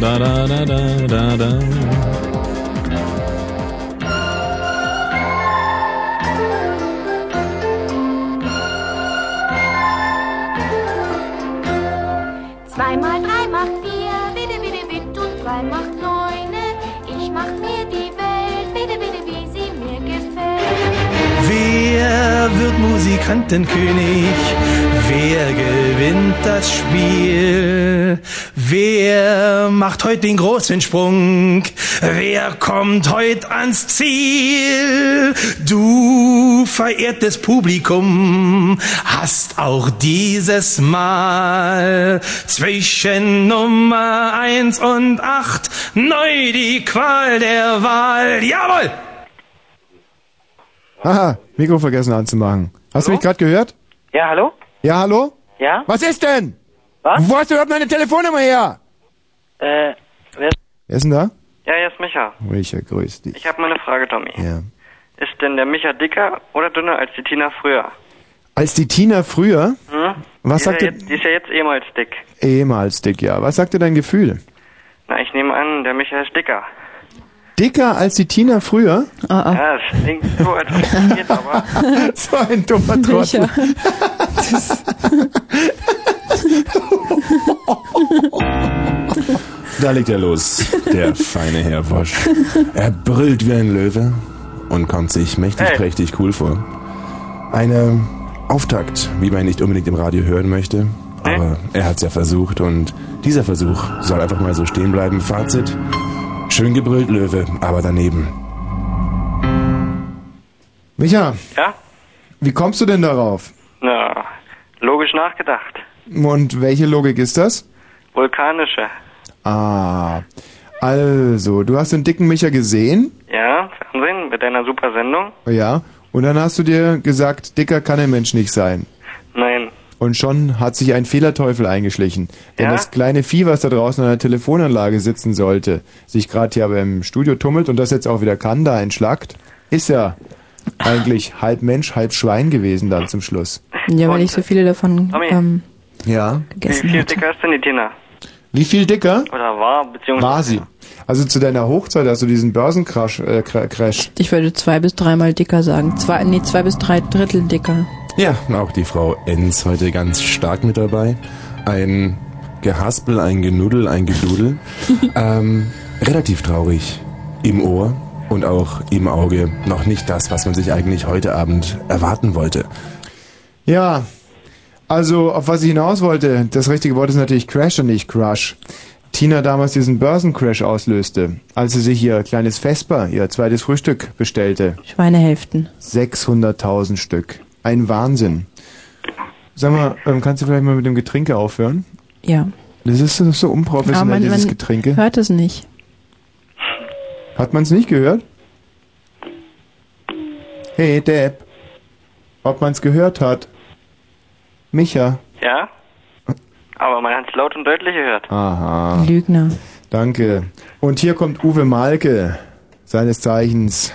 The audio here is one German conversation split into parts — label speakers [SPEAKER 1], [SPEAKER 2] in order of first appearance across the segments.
[SPEAKER 1] Da, da, da, da, da, da.
[SPEAKER 2] Zwei mal drei macht vier, bitte, bitte, bitte, und zwei macht neune. Ich mach mir die Welt, bitte, bitte, wie sie mir gefällt.
[SPEAKER 3] Wer wird Musikantenkönig? Wer gewinnt das Spiel? Wer macht heute den großen Sprung? Wer kommt heute ans Ziel? Du verehrtes Publikum hast auch dieses Mal zwischen Nummer eins und acht neu die Qual der Wahl. Jawohl!
[SPEAKER 4] Haha, Mikro vergessen anzumachen. Hast du mich gerade gehört?
[SPEAKER 5] Ja, hallo?
[SPEAKER 4] Ja, hallo?
[SPEAKER 5] Ja?
[SPEAKER 4] Was ist denn?
[SPEAKER 5] Was?
[SPEAKER 4] Wo hast du überhaupt meine Telefonnummer her?
[SPEAKER 5] Äh, wer ist...
[SPEAKER 4] Wer ist denn da?
[SPEAKER 5] Ja, hier ist Micha.
[SPEAKER 4] Micha, grüß dich.
[SPEAKER 5] Ich habe mal eine Frage, Tommy.
[SPEAKER 4] Ja.
[SPEAKER 5] Ist denn der Micha dicker oder dünner als die Tina früher?
[SPEAKER 4] Als die Tina früher,
[SPEAKER 5] Hm?
[SPEAKER 4] Was
[SPEAKER 5] die ist
[SPEAKER 4] sagt
[SPEAKER 5] ja
[SPEAKER 4] ihr-
[SPEAKER 5] jetzt, Die ist ja jetzt ehemals dick.
[SPEAKER 4] ehemals dick, ja. Was sagte dein Gefühl?
[SPEAKER 5] Na, ich nehme an, der Micha ist dicker.
[SPEAKER 4] Dicker als die Tina früher?
[SPEAKER 5] Ja, das klingt so, als ob es geht, aber...
[SPEAKER 4] so ein dummer Trottel.
[SPEAKER 1] Da legt er los, der feine Herr Wosch. Er brüllt wie ein Löwe und kommt sich mächtig prächtig cool vor. Eine Auftakt, wie man ihn nicht unbedingt im Radio hören möchte, aber er hat's ja versucht und dieser Versuch soll einfach mal so stehen bleiben. Fazit, schön gebrüllt Löwe, aber daneben.
[SPEAKER 4] Micha,
[SPEAKER 5] Ja?
[SPEAKER 4] wie kommst du denn darauf?
[SPEAKER 5] Na, logisch nachgedacht.
[SPEAKER 4] Und welche Logik ist das?
[SPEAKER 5] Vulkanische.
[SPEAKER 4] Ah, also, du hast den dicken Micha gesehen,
[SPEAKER 5] Ja, Fernsehen mit deiner super Sendung?
[SPEAKER 4] ja, und dann hast du dir gesagt, dicker kann ein Mensch nicht sein.
[SPEAKER 5] Nein.
[SPEAKER 4] Und schon hat sich ein Fehlerteufel eingeschlichen. Denn
[SPEAKER 5] Ja?
[SPEAKER 4] das kleine Vieh, was da draußen an der Telefonanlage sitzen sollte, sich gerade hier aber im Studio tummelt und das jetzt auch wieder kann, da entschlackt, ist ja eigentlich halb Mensch, halb Schwein gewesen dann zum Schluss.
[SPEAKER 6] Ja, weil ich so viele davon.
[SPEAKER 5] Tommy.
[SPEAKER 6] Ähm,
[SPEAKER 4] Ja.
[SPEAKER 5] Wie viel dicker ist denn die Tina?
[SPEAKER 4] Wie viel dicker?
[SPEAKER 5] Oder war, beziehungsweise...
[SPEAKER 4] War sie. Also zu deiner Hochzeit, also diesen Börsencrash, äh, Cra- Crash.
[SPEAKER 6] ich würde zwei bis dreimal dicker sagen. Zwei, nee, zwei bis drei Drittel dicker.
[SPEAKER 1] Ja, auch die Frau Enz heute ganz stark mit dabei. Ein Gehaspel, ein Genudel, ein Gedudel. ähm, relativ traurig im Ohr und auch im Auge. Noch nicht das, was man sich eigentlich heute Abend erwarten wollte.
[SPEAKER 4] Ja. Also, auf was ich hinaus wollte, das richtige Wort ist natürlich Crash und nicht Crush. Tina damals diesen Börsencrash auslöste, als sie sich ihr kleines Vesper, ihr zweites Frühstück bestellte.
[SPEAKER 6] Schweinehälften.
[SPEAKER 4] 600.000 Stück. Ein Wahnsinn. Sag mal, ähm, kannst du vielleicht mal mit dem Getränke aufhören?
[SPEAKER 6] Ja.
[SPEAKER 4] Das ist so- so unprofessionell,
[SPEAKER 6] Aber man-
[SPEAKER 4] dieses
[SPEAKER 6] man
[SPEAKER 4] Getränke.
[SPEAKER 6] Hört es nicht.
[SPEAKER 4] Hat man es nicht gehört? Hey, Depp. Ob man es gehört hat? Micha.
[SPEAKER 5] Ja? Aber man hat es laut und deutlich gehört.
[SPEAKER 7] Ah.
[SPEAKER 4] Aha.
[SPEAKER 6] Lügner.
[SPEAKER 4] Danke. Und hier kommt Uwe Malke, seines Zeichens.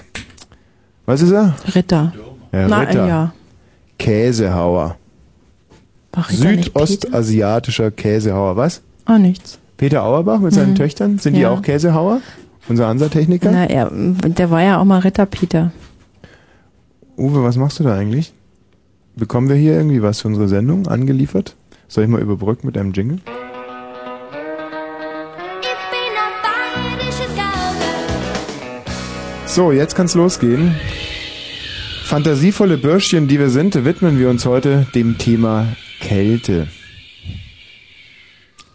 [SPEAKER 4] Was ist er?
[SPEAKER 6] Ritter.
[SPEAKER 4] Herr
[SPEAKER 6] Na,
[SPEAKER 4] Äh, Ritter.
[SPEAKER 6] ja.
[SPEAKER 4] Käsehauer.
[SPEAKER 6] Ach, Ritter, nicht Peter?
[SPEAKER 4] Südostasiatischer Käsehauer. Was?
[SPEAKER 6] Ah, nichts.
[SPEAKER 4] Peter Auerbach mit seinen
[SPEAKER 6] Mhm.
[SPEAKER 4] Töchtern, sind die
[SPEAKER 6] Ja.
[SPEAKER 4] auch Käsehauer? Unser Hansa-Techniker?
[SPEAKER 6] Na, er, der war ja auch mal Ritter Peter.
[SPEAKER 4] Uwe, was machst du da eigentlich? Bekommen wir hier irgendwie was für unsere Sendung angeliefert? Soll ich mal überbrücken mit einem Jingle?
[SPEAKER 2] Ich bin ein bayerisches Gaube.
[SPEAKER 4] So, jetzt kann's losgehen. Fantasievolle Bürschchen, die wir sind, widmen wir uns heute dem Thema Kälte.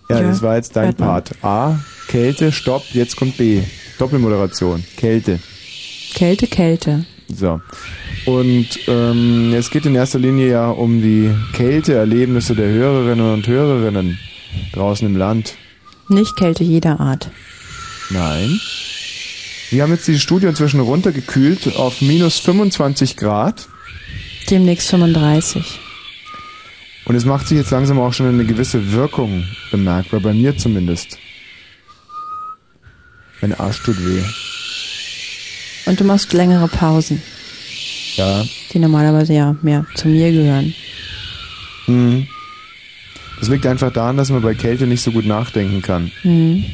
[SPEAKER 4] Ja,
[SPEAKER 8] Ja,
[SPEAKER 4] das war jetzt dein
[SPEAKER 8] hört man.
[SPEAKER 4] Part. A, Kälte, Stopp, jetzt kommt B. Doppelmoderation, Kälte.
[SPEAKER 6] Kälte, Kälte.
[SPEAKER 4] So. Und ähm, es geht in erster Linie ja um die Kälteerlebnisse der Hörerinnen und Hörerinnen draußen im Land.
[SPEAKER 6] Nicht Kälte jeder Art.
[SPEAKER 4] Nein. Wir haben jetzt dieses Studio inzwischen runtergekühlt auf minus 25 Grad.
[SPEAKER 6] Demnächst 35.
[SPEAKER 4] Und es macht sich jetzt langsam auch schon eine gewisse Wirkung bemerkbar, bei mir zumindest. Mein Arsch tut weh.
[SPEAKER 6] Und du machst längere Pausen,
[SPEAKER 4] Ja.
[SPEAKER 6] die normalerweise ja mehr zu mir gehören.
[SPEAKER 4] Mhm. Das liegt einfach daran, dass man bei Kälte nicht so gut nachdenken kann.
[SPEAKER 6] Mhm.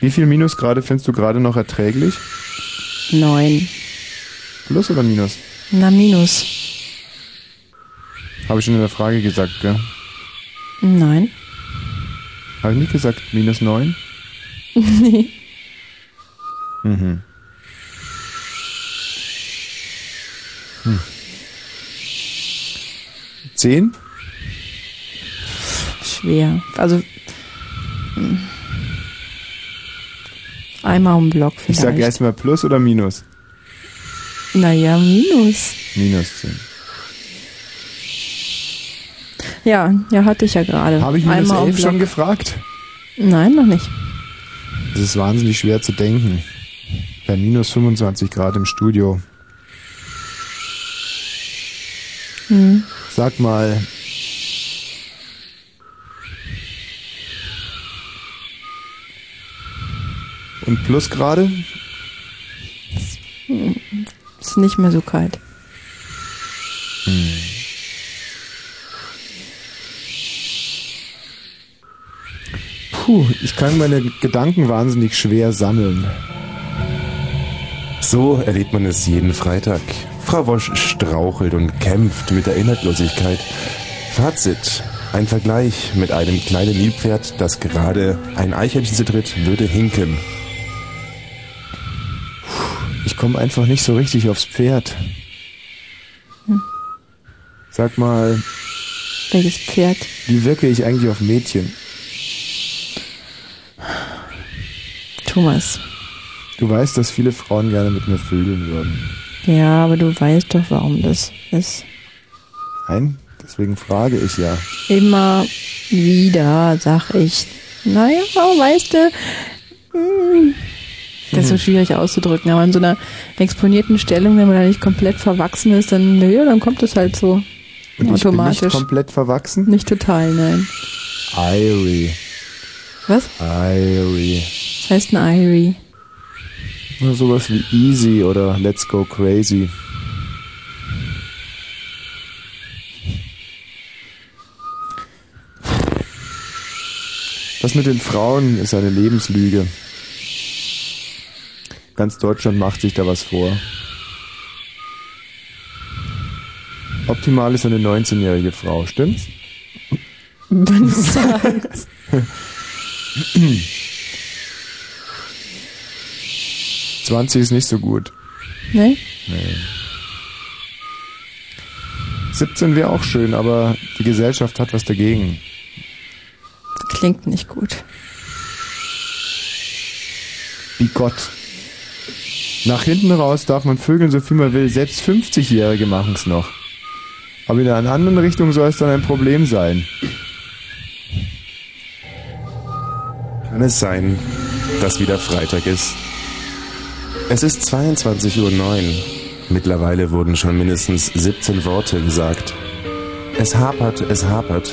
[SPEAKER 4] Wie viel Minusgrade findest du gerade noch erträglich?
[SPEAKER 6] Neun.
[SPEAKER 4] Plus oder Minus?
[SPEAKER 6] Na, minus.
[SPEAKER 4] Habe ich schon in der Frage gesagt, gell?
[SPEAKER 6] Nein.
[SPEAKER 4] Habe ich nicht gesagt, minus 9?
[SPEAKER 6] nee.
[SPEAKER 4] Mhm. Hm. 10?
[SPEAKER 6] Schwer. Also. mm. Einmal um den Block vielleicht.
[SPEAKER 4] Ich sag erstmal Plus oder Minus?
[SPEAKER 6] Naja, minus.
[SPEAKER 4] Minus 10.
[SPEAKER 6] Ja, ja, hatte ich ja gerade.
[SPEAKER 4] Habe ich minus
[SPEAKER 6] Einmal um
[SPEAKER 4] 11 schon
[SPEAKER 6] Block.
[SPEAKER 4] gefragt?
[SPEAKER 6] Nein, noch nicht.
[SPEAKER 4] Das ist wahnsinnig schwer zu denken. Bei minus 25 Grad im Studio.
[SPEAKER 6] Hm.
[SPEAKER 4] Sag mal. Und Plusgrade?
[SPEAKER 6] Hm. Ist nicht mehr so kalt.
[SPEAKER 4] Hm. Puh, ich kann meine Gedanken wahnsinnig schwer sammeln.
[SPEAKER 1] So erlebt man es jeden Freitag. Frau Wosch strauchelt und kämpft mit der Inhaltlosigkeit. Fazit. Ein Vergleich mit einem kleinen Nilpferd, das gerade ein Eichhörnchen zertritt, würde hinken.
[SPEAKER 4] Ich komme einfach nicht so richtig aufs Pferd. Sag mal,
[SPEAKER 6] Welches Pferd?
[SPEAKER 4] wie wirke ich eigentlich auf Mädchen?
[SPEAKER 6] Thomas.
[SPEAKER 4] Du weißt, dass viele Frauen gerne mit mir vögeln würden.
[SPEAKER 6] Ja, aber du weißt doch, warum das ist.
[SPEAKER 4] Nein? Deswegen frage ich ja.
[SPEAKER 6] Immer wieder sag ich, naja, weißt du, mm, das ist so schwierig auszudrücken, aber in so einer exponierten Stellung, wenn man da nicht komplett verwachsen ist, dann, ja, dann kommt das halt so
[SPEAKER 4] Und ich bin nicht
[SPEAKER 6] automatisch.
[SPEAKER 4] komplett verwachsen?
[SPEAKER 6] nicht total, nein.
[SPEAKER 4] Irie.
[SPEAKER 6] Was?
[SPEAKER 4] Irie.
[SPEAKER 6] Das heißt ein Irie.
[SPEAKER 4] Nur sowas wie Easy oder Let's Go Crazy. Das mit den Frauen ist eine Lebenslüge. Ganz Deutschland macht sich da was vor. Optimal ist eine 19-jährige Frau, stimmt's?
[SPEAKER 6] Wenn du sagst.
[SPEAKER 4] Hm. 20 ist nicht so gut.
[SPEAKER 6] Ne?
[SPEAKER 4] Nee. 17 wäre auch schön, aber die Gesellschaft hat was dagegen.
[SPEAKER 6] Klingt nicht gut.
[SPEAKER 4] Wie Gott. Nach hinten raus darf man vögeln, so viel man will. Selbst 50-Jährige machen es noch. Aber in einer anderen Richtung soll es dann ein Problem sein.
[SPEAKER 1] Kann es sein, dass wieder Freitag ist? Es ist 22.09 Uhr. Mittlerweile wurden schon mindestens 17 Worte gesagt. Es hapert, es hapert.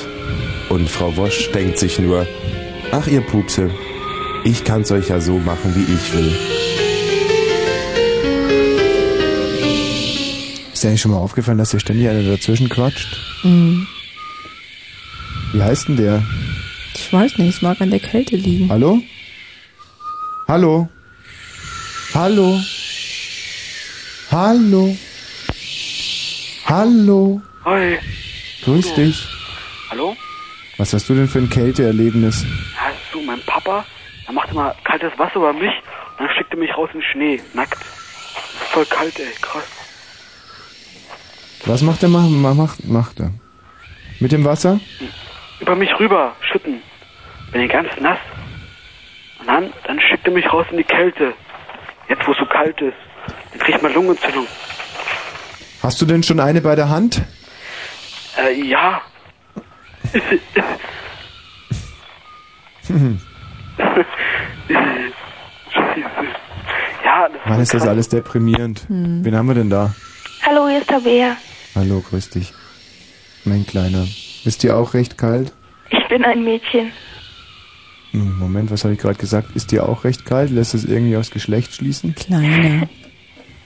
[SPEAKER 1] Und Frau Wosch denkt sich nur, ach ihr Pupse, ich kann's euch ja so machen, wie ich will.
[SPEAKER 4] Ist dir eigentlich schon mal aufgefallen, dass hier ständig einer dazwischen quatscht?
[SPEAKER 6] Hm.
[SPEAKER 4] Wie heißt denn der?
[SPEAKER 6] Ich weiß nicht, es mag an der Kälte liegen.
[SPEAKER 4] Hallo? Hallo? Hallo? Hallo? Hallo?
[SPEAKER 5] Hoi.
[SPEAKER 4] Grüß dich.
[SPEAKER 5] Hallo?
[SPEAKER 4] Was hast du denn für ein Kälteerlebnis?
[SPEAKER 5] Ja, so, mein Papa, er macht immer kaltes Wasser über mich und dann schickt er mich raus in den Schnee, nackt. Voll kalt, ey, krass.
[SPEAKER 4] Was macht er? Mach, mach, macht, macht er. Mit dem Wasser?
[SPEAKER 5] Über mich rüber, schütten. Bin ich ganz nass. Und dann, dann schickt er mich raus in die Kälte. Jetzt, wo es so kalt ist. Dann krieg ich mal Lungenentzündung.
[SPEAKER 4] Hast du denn schon eine bei der Hand?
[SPEAKER 5] Äh, ja. ja, das
[SPEAKER 4] Mann, ist das alles deprimierend. Wen haben wir denn da?
[SPEAKER 8] Hallo, hier ist der Bär.
[SPEAKER 4] Hallo, grüß dich. Mein Kleiner. Ist dir auch recht kalt?
[SPEAKER 8] Ich bin ein Mädchen.
[SPEAKER 4] Hm, Moment, was habe ich gerade gesagt? Ist dir auch recht kalt? Lässt das irgendwie aufs Geschlecht schließen?
[SPEAKER 6] Kleiner.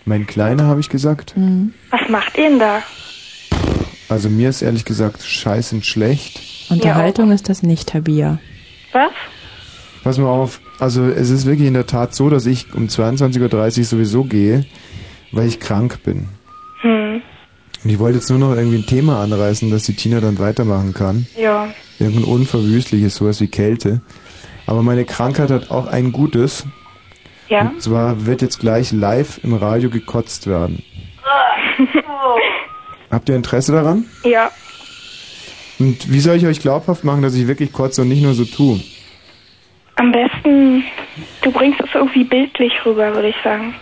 [SPEAKER 4] Mein Kleiner, habe ich gesagt?
[SPEAKER 8] Was macht ihr denn da?
[SPEAKER 4] Also mir ist ehrlich gesagt scheißend schlecht.
[SPEAKER 6] Unterhaltung ist das nicht, Tabia.
[SPEAKER 8] Was?
[SPEAKER 4] Pass mal auf. Also es ist wirklich in der Tat so, dass ich um 22.30 Uhr sowieso gehe, weil ich krank bin.
[SPEAKER 8] Hm.
[SPEAKER 4] Und ich wollte jetzt nur noch irgendwie ein Thema anreißen, dass die Tina dann weitermachen kann.
[SPEAKER 8] Ja.
[SPEAKER 4] Irgendein unverwüstliches, sowas wie Kälte. Aber meine Krankheit hat auch ein Gutes.
[SPEAKER 8] Ja.
[SPEAKER 4] Und zwar wird jetzt gleich live im Radio gekotzt werden. Habt ihr Interesse daran?
[SPEAKER 8] ja.
[SPEAKER 4] Und wie soll ich euch glaubhaft machen, dass ich wirklich kotze und nicht nur so tue?
[SPEAKER 8] Am besten, du bringst es irgendwie bildlich rüber, würde ich sagen.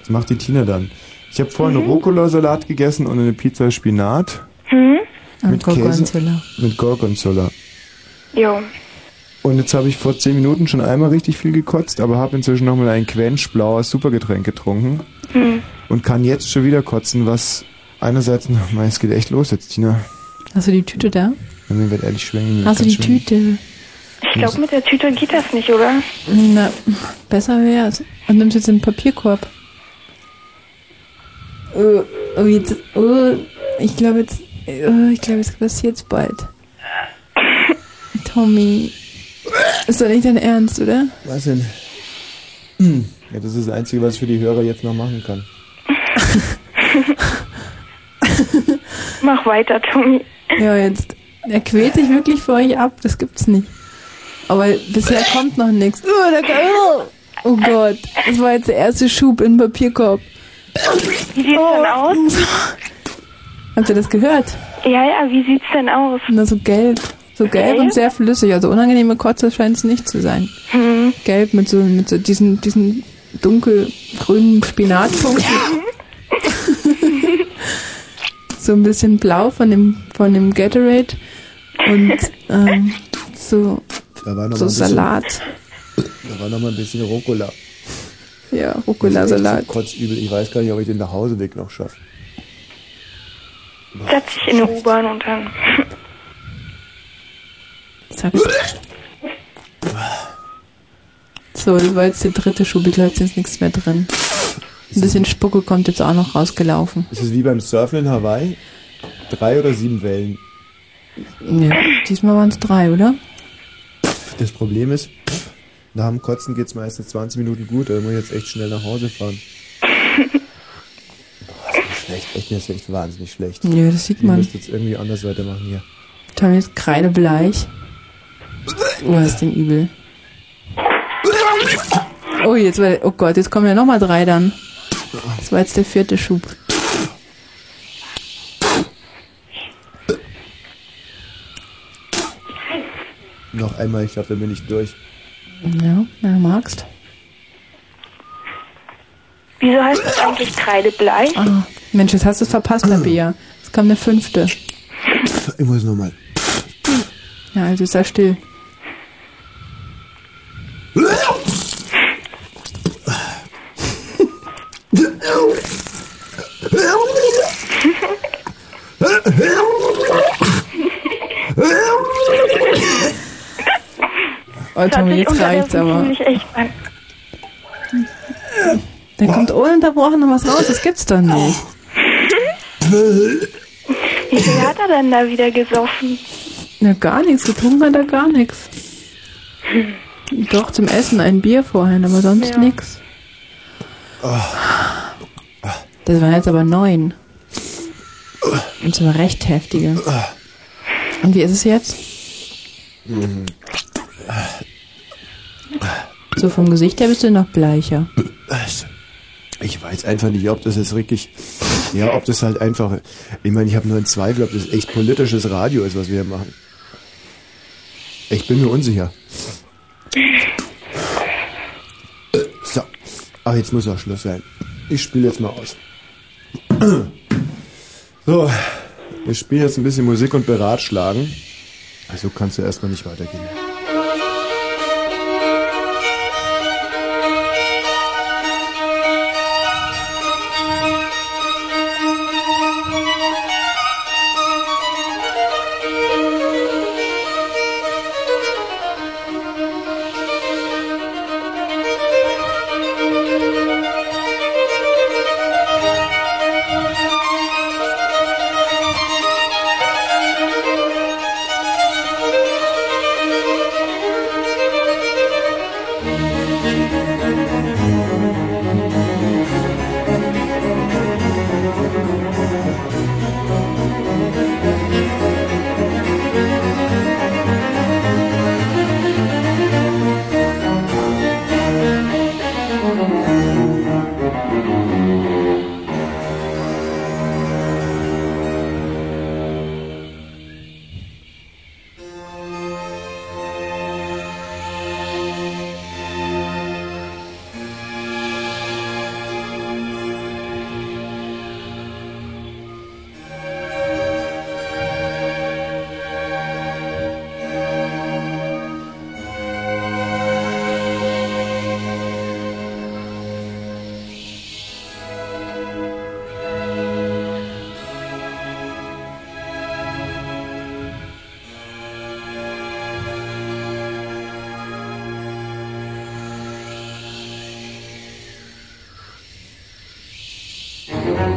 [SPEAKER 4] Das macht die Tina dann. Ich habe vorhin
[SPEAKER 8] Mhm.
[SPEAKER 4] Rucola-Salat gegessen und eine Pizza Spinat.
[SPEAKER 8] Hm?
[SPEAKER 4] Mit Käse. Mit Gorgonzola.
[SPEAKER 8] Jo.
[SPEAKER 4] Und jetzt habe ich vor zehn Minuten schon einmal richtig viel gekotzt, aber habe inzwischen nochmal ein Quench blaues Supergetränk getrunken
[SPEAKER 8] Hm.
[SPEAKER 4] und kann jetzt schon wieder kotzen, was einerseits, na, Mei, es geht echt los jetzt, Tina.
[SPEAKER 6] Hast du die Tüte da?
[SPEAKER 4] Ja, Mir wird ehrlich schwingen. mir
[SPEAKER 6] Hast du
[SPEAKER 4] Hm, ganz
[SPEAKER 6] die
[SPEAKER 4] schwingen.
[SPEAKER 6] Tüte?
[SPEAKER 8] Ich glaube, mit der Tüte geht das nicht, oder?
[SPEAKER 6] Na, besser wär's. Und nimmst jetzt den Papierkorb. Oh, oh jetzt, oh, ich glaube jetzt, oh, ich glaube, es passiert's bald. Tommy, ist doch nicht dein Ernst, oder?
[SPEAKER 4] Was denn? Ja, das ist das Einzige, was ich für die Hörer jetzt noch machen kann.
[SPEAKER 8] Mach weiter, Tommy.
[SPEAKER 6] Ja, jetzt, er quält sich wirklich vor euch ab, das gibt's nicht. Aber bisher kommt noch nichts. Oh, da kann, oh. oh Gott, das war jetzt der erste Schub in den Papierkorb.
[SPEAKER 8] Wie sieht's denn aus?
[SPEAKER 6] Oh. Habt ihr das gehört?
[SPEAKER 8] Ja, ja, wie sieht's denn aus?
[SPEAKER 6] Na, so gelb. So gelb
[SPEAKER 8] Gelb?
[SPEAKER 6] und sehr flüssig. Also unangenehme Kotze scheint es nicht zu sein.
[SPEAKER 8] Hm.
[SPEAKER 6] Gelb mit so, mit so diesen, diesen dunkelgrünen Spinatpunkten. so ein bisschen blau von dem, von dem Gatorade. Und ähm, so,
[SPEAKER 9] Da war noch
[SPEAKER 6] so
[SPEAKER 9] mal ein bisschen-
[SPEAKER 6] Salat.
[SPEAKER 9] Da war noch mal ein bisschen Rucola.
[SPEAKER 6] Ja, Rucola-Salat.
[SPEAKER 9] Kotzübel. Ich weiß gar nicht, ob ich den Nachhauseweg noch schaffe.
[SPEAKER 8] Setz dich in die U-Bahn und dann.
[SPEAKER 6] Zack. So, das war jetzt der dritte Schub. Ich glaube, jetzt ist nichts mehr drin. Ein bisschen Spucke kommt jetzt auch noch rausgelaufen.
[SPEAKER 9] Ist es wie beim Surfen in Hawaii? Drei oder sieben Wellen.
[SPEAKER 6] Ja, diesmal waren es drei, oder?
[SPEAKER 9] Das Problem ist, pff, nach dem Kotzen geht's meistens 20 Minuten gut. Da muss ich jetzt echt schnell nach Hause fahren. Boah, ist das schlecht. Echt, das ist echt wahnsinnig schlecht.
[SPEAKER 6] Ja, das sieht man.
[SPEAKER 9] Ich müsste jetzt irgendwie anders weitermachen hier.
[SPEAKER 6] Tommy ist kreidebleich. Oh, ist dem übel. Oh, jetzt war, oh Gott, jetzt kommen ja nochmal drei dann. Das war jetzt der vierte Schub.
[SPEAKER 9] Noch einmal, ich glaube, da bin ich durch.
[SPEAKER 6] Ja, wenn du magst.
[SPEAKER 8] Wieso heißt das eigentlich Kreidebleich?
[SPEAKER 6] Ah, Mensch, jetzt hast du es verpasst, Labia. Jetzt kam der fünfte.
[SPEAKER 9] Ich muss nochmal.
[SPEAKER 6] Ja, also sei still. Oh,
[SPEAKER 8] Hört
[SPEAKER 6] Tommy,
[SPEAKER 8] sich
[SPEAKER 6] jetzt
[SPEAKER 8] unter der
[SPEAKER 6] reicht's
[SPEAKER 8] Dusche
[SPEAKER 6] aber.
[SPEAKER 8] Nicht echt an.
[SPEAKER 6] Da kommt ununterbrochen noch was raus, das gibt's doch nicht.
[SPEAKER 8] Wie viel hat er denn da wieder gesoffen?
[SPEAKER 6] Na, gar nichts, getrunken hat er gar nichts. Doch, zum Essen ein Bier vorhin, aber sonst
[SPEAKER 8] Ja.
[SPEAKER 6] nix.
[SPEAKER 4] Ah.
[SPEAKER 6] Das waren jetzt aber neun. Und zwar recht heftige. Und wie ist es jetzt? So vom Gesicht her bist du noch bleicher.
[SPEAKER 9] Ich weiß einfach nicht, ob das jetzt wirklich, ja, ob das halt einfach, ich meine, ich habe nur einen Zweifel, ob das echt politisches Radio ist, was wir hier machen. Ich bin mir unsicher. So, aber jetzt muss auch Schluss sein. Ich spiele jetzt mal aus. So, wir spielen jetzt ein bisschen Musik und beratschlagen. Also kannst du erstmal nicht weitergehen.
[SPEAKER 2] Thank you.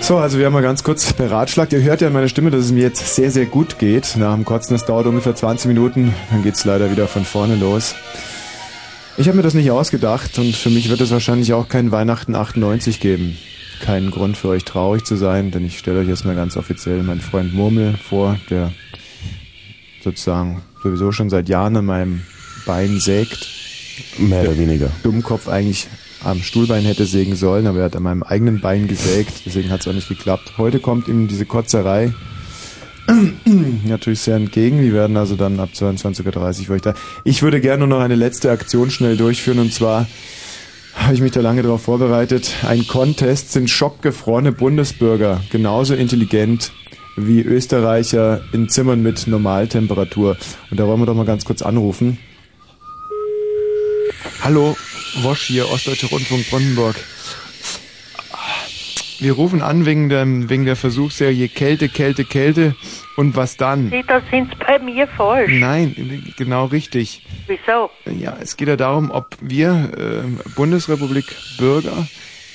[SPEAKER 4] So, also wir haben mal ganz kurz beratschlagt. Ihr hört ja an meiner Stimme, dass es mir jetzt sehr, sehr gut geht. Nach dem Kotzen, das dauert ungefähr 20 Minuten, dann geht's leider wieder von vorne los. Ich habe mir das nicht ausgedacht und für mich wird es wahrscheinlich auch kein Weihnachten 98 geben. Keinen Grund für euch traurig zu sein, denn ich stelle euch jetzt mal ganz offiziell meinen Freund Murmel vor, der sozusagen sowieso schon seit Jahren an meinem Bein sägt.
[SPEAKER 1] Mehr oder
[SPEAKER 4] Der
[SPEAKER 1] weniger.
[SPEAKER 4] Dummkopf eigentlich am Stuhlbein hätte sägen sollen, aber er hat an meinem eigenen Bein gesägt, deswegen hat es auch nicht geklappt. Heute kommt ihm diese Kotzerei natürlich sehr entgegen. Wir werden also dann ab 22.30 Uhr für euch da. Ich würde gerne nur noch eine letzte Aktion schnell durchführen und zwar habe ich mich da lange darauf vorbereitet. Ein Contest sind schockgefrorene Bundesbürger genauso intelligent wie Österreicher in Zimmern mit Normaltemperatur. Und da wollen wir doch mal ganz kurz anrufen. Hallo, Wosch hier, Ostdeutsche Rundfunk Brandenburg. Wir rufen an wegen, dem, wegen der Versuchsserie Kälte, Kälte, Kälte und was dann?
[SPEAKER 10] Sie, da sind's bei mir falsch.
[SPEAKER 4] Nein, genau richtig.
[SPEAKER 10] Wieso?
[SPEAKER 4] Ja, es geht ja darum, ob wir ähm, Bundesrepublik Bürger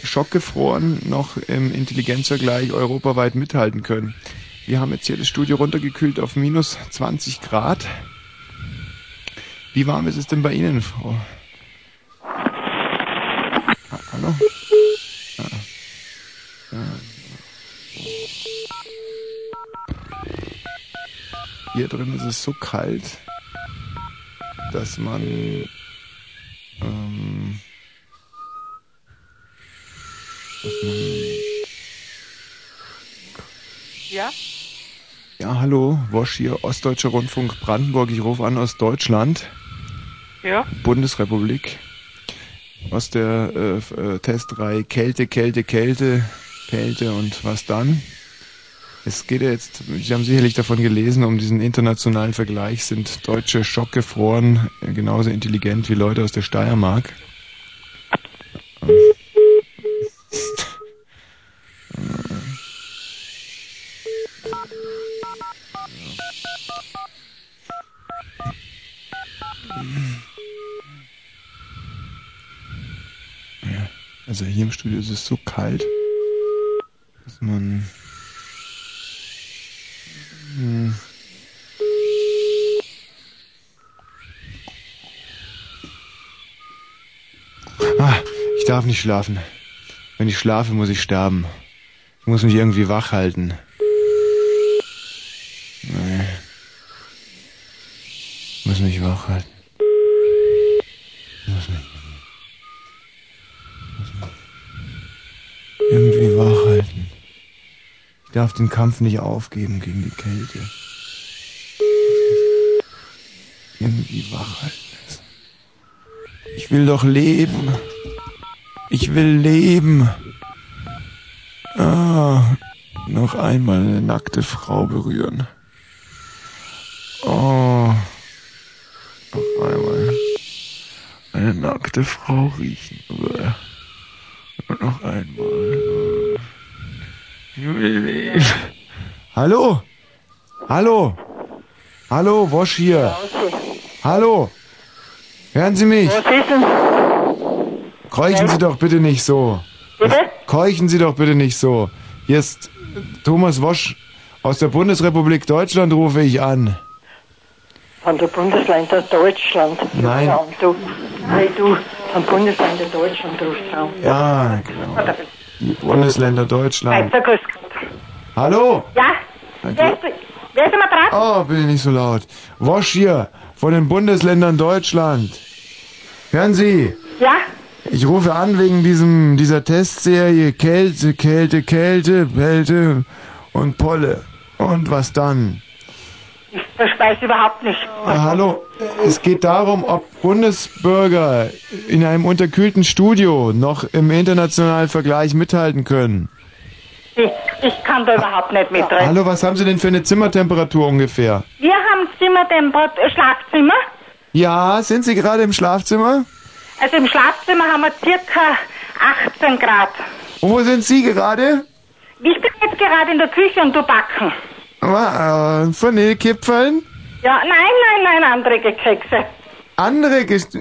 [SPEAKER 4] schockgefroren noch im Intelligenzvergleich europaweit mithalten können. Wir haben jetzt hier das Studio runtergekühlt auf minus 20 Grad. Wie warm ist es denn bei Ihnen, Frau? Ha- Hallo? Ah. Ja. Hier drin ist es so kalt, dass man ähm, dass man
[SPEAKER 10] Ja?
[SPEAKER 4] Ja, hallo, Wosch hier, Ostdeutscher Rundfunk Brandenburg. Ich rufe an aus Deutschland,
[SPEAKER 10] Ja?
[SPEAKER 4] Bundesrepublik, aus der äh, F- äh, Testreihe Kälte, Kälte, Kälte, Kälte und was dann? Es geht ja jetzt, Sie haben sicherlich davon gelesen, um diesen internationalen Vergleich sind Deutsche schockgefroren, äh, genauso intelligent wie Leute aus der Steiermark. Ja, also hier im Studio ist es so kalt, dass man. Hm. Ah, ich darf nicht schlafen. Wenn ich schlafe, muss ich sterben. Ich muss mich irgendwie wach halten. Nee. Ich muss mich wach halten. Ich muss mich. irgendwie wach halten. Ich darf den Kampf nicht aufgeben gegen die Kälte.
[SPEAKER 11] irgendwie wach halten. Ich will doch leben. Ich will leben. Ah, noch einmal eine nackte Frau berühren. Oh, noch einmal eine nackte Frau riechen. Bäh. Und noch einmal. Ich will leben. Hallo? Hallo? Hallo, Wosch hier. Hallo? Hören Sie mich?
[SPEAKER 8] Was ist denn?
[SPEAKER 4] Keuchen Sie doch bitte nicht so.
[SPEAKER 8] Bitte?
[SPEAKER 4] Keuchen Sie doch bitte nicht so. Hier ist Thomas Wosch aus der Bundesrepublik Deutschland rufe ich an.
[SPEAKER 8] Von der Bundesland der Deutschland.
[SPEAKER 4] Nein.
[SPEAKER 8] Ja, Du, hey, du, vom Bundesland der Deutschland rufst du an.
[SPEAKER 4] Ja, genau. Die Bundesländer Deutschland.
[SPEAKER 8] Grüß
[SPEAKER 4] Hallo?
[SPEAKER 8] Ja?
[SPEAKER 4] Danke.
[SPEAKER 8] Wer ist immer dran?
[SPEAKER 4] Oh, bitte nicht so laut. Wosch hier von den Bundesländern Deutschland. Hören Sie,
[SPEAKER 8] Ja?
[SPEAKER 4] ich rufe an wegen diesem dieser Testserie Kälte, Kälte, Kälte, Kälte und Polle. Und was dann?
[SPEAKER 8] Ich verspeise überhaupt nicht.
[SPEAKER 4] Ah, hallo, es geht darum, ob Bundesbürger in einem unterkühlten Studio noch im internationalen Vergleich mithalten können.
[SPEAKER 8] Ich, ich kann da überhaupt nicht mitreden.
[SPEAKER 4] Hallo, was haben Sie denn für eine Zimmertemperatur ungefähr?
[SPEAKER 8] Wir haben Zimmer, den äh, Schlafzimmer.
[SPEAKER 4] Ja, sind Sie gerade im Schlafzimmer?
[SPEAKER 8] Also im Schlafzimmer haben wir circa 18 Grad.
[SPEAKER 4] Und wo sind Sie gerade?
[SPEAKER 8] Ich bin jetzt gerade in der Küche und du backen.
[SPEAKER 4] Ah, äh, Vanillekipferln?
[SPEAKER 8] Ja, nein, nein, nein, andere Kekse.
[SPEAKER 4] Andere Gest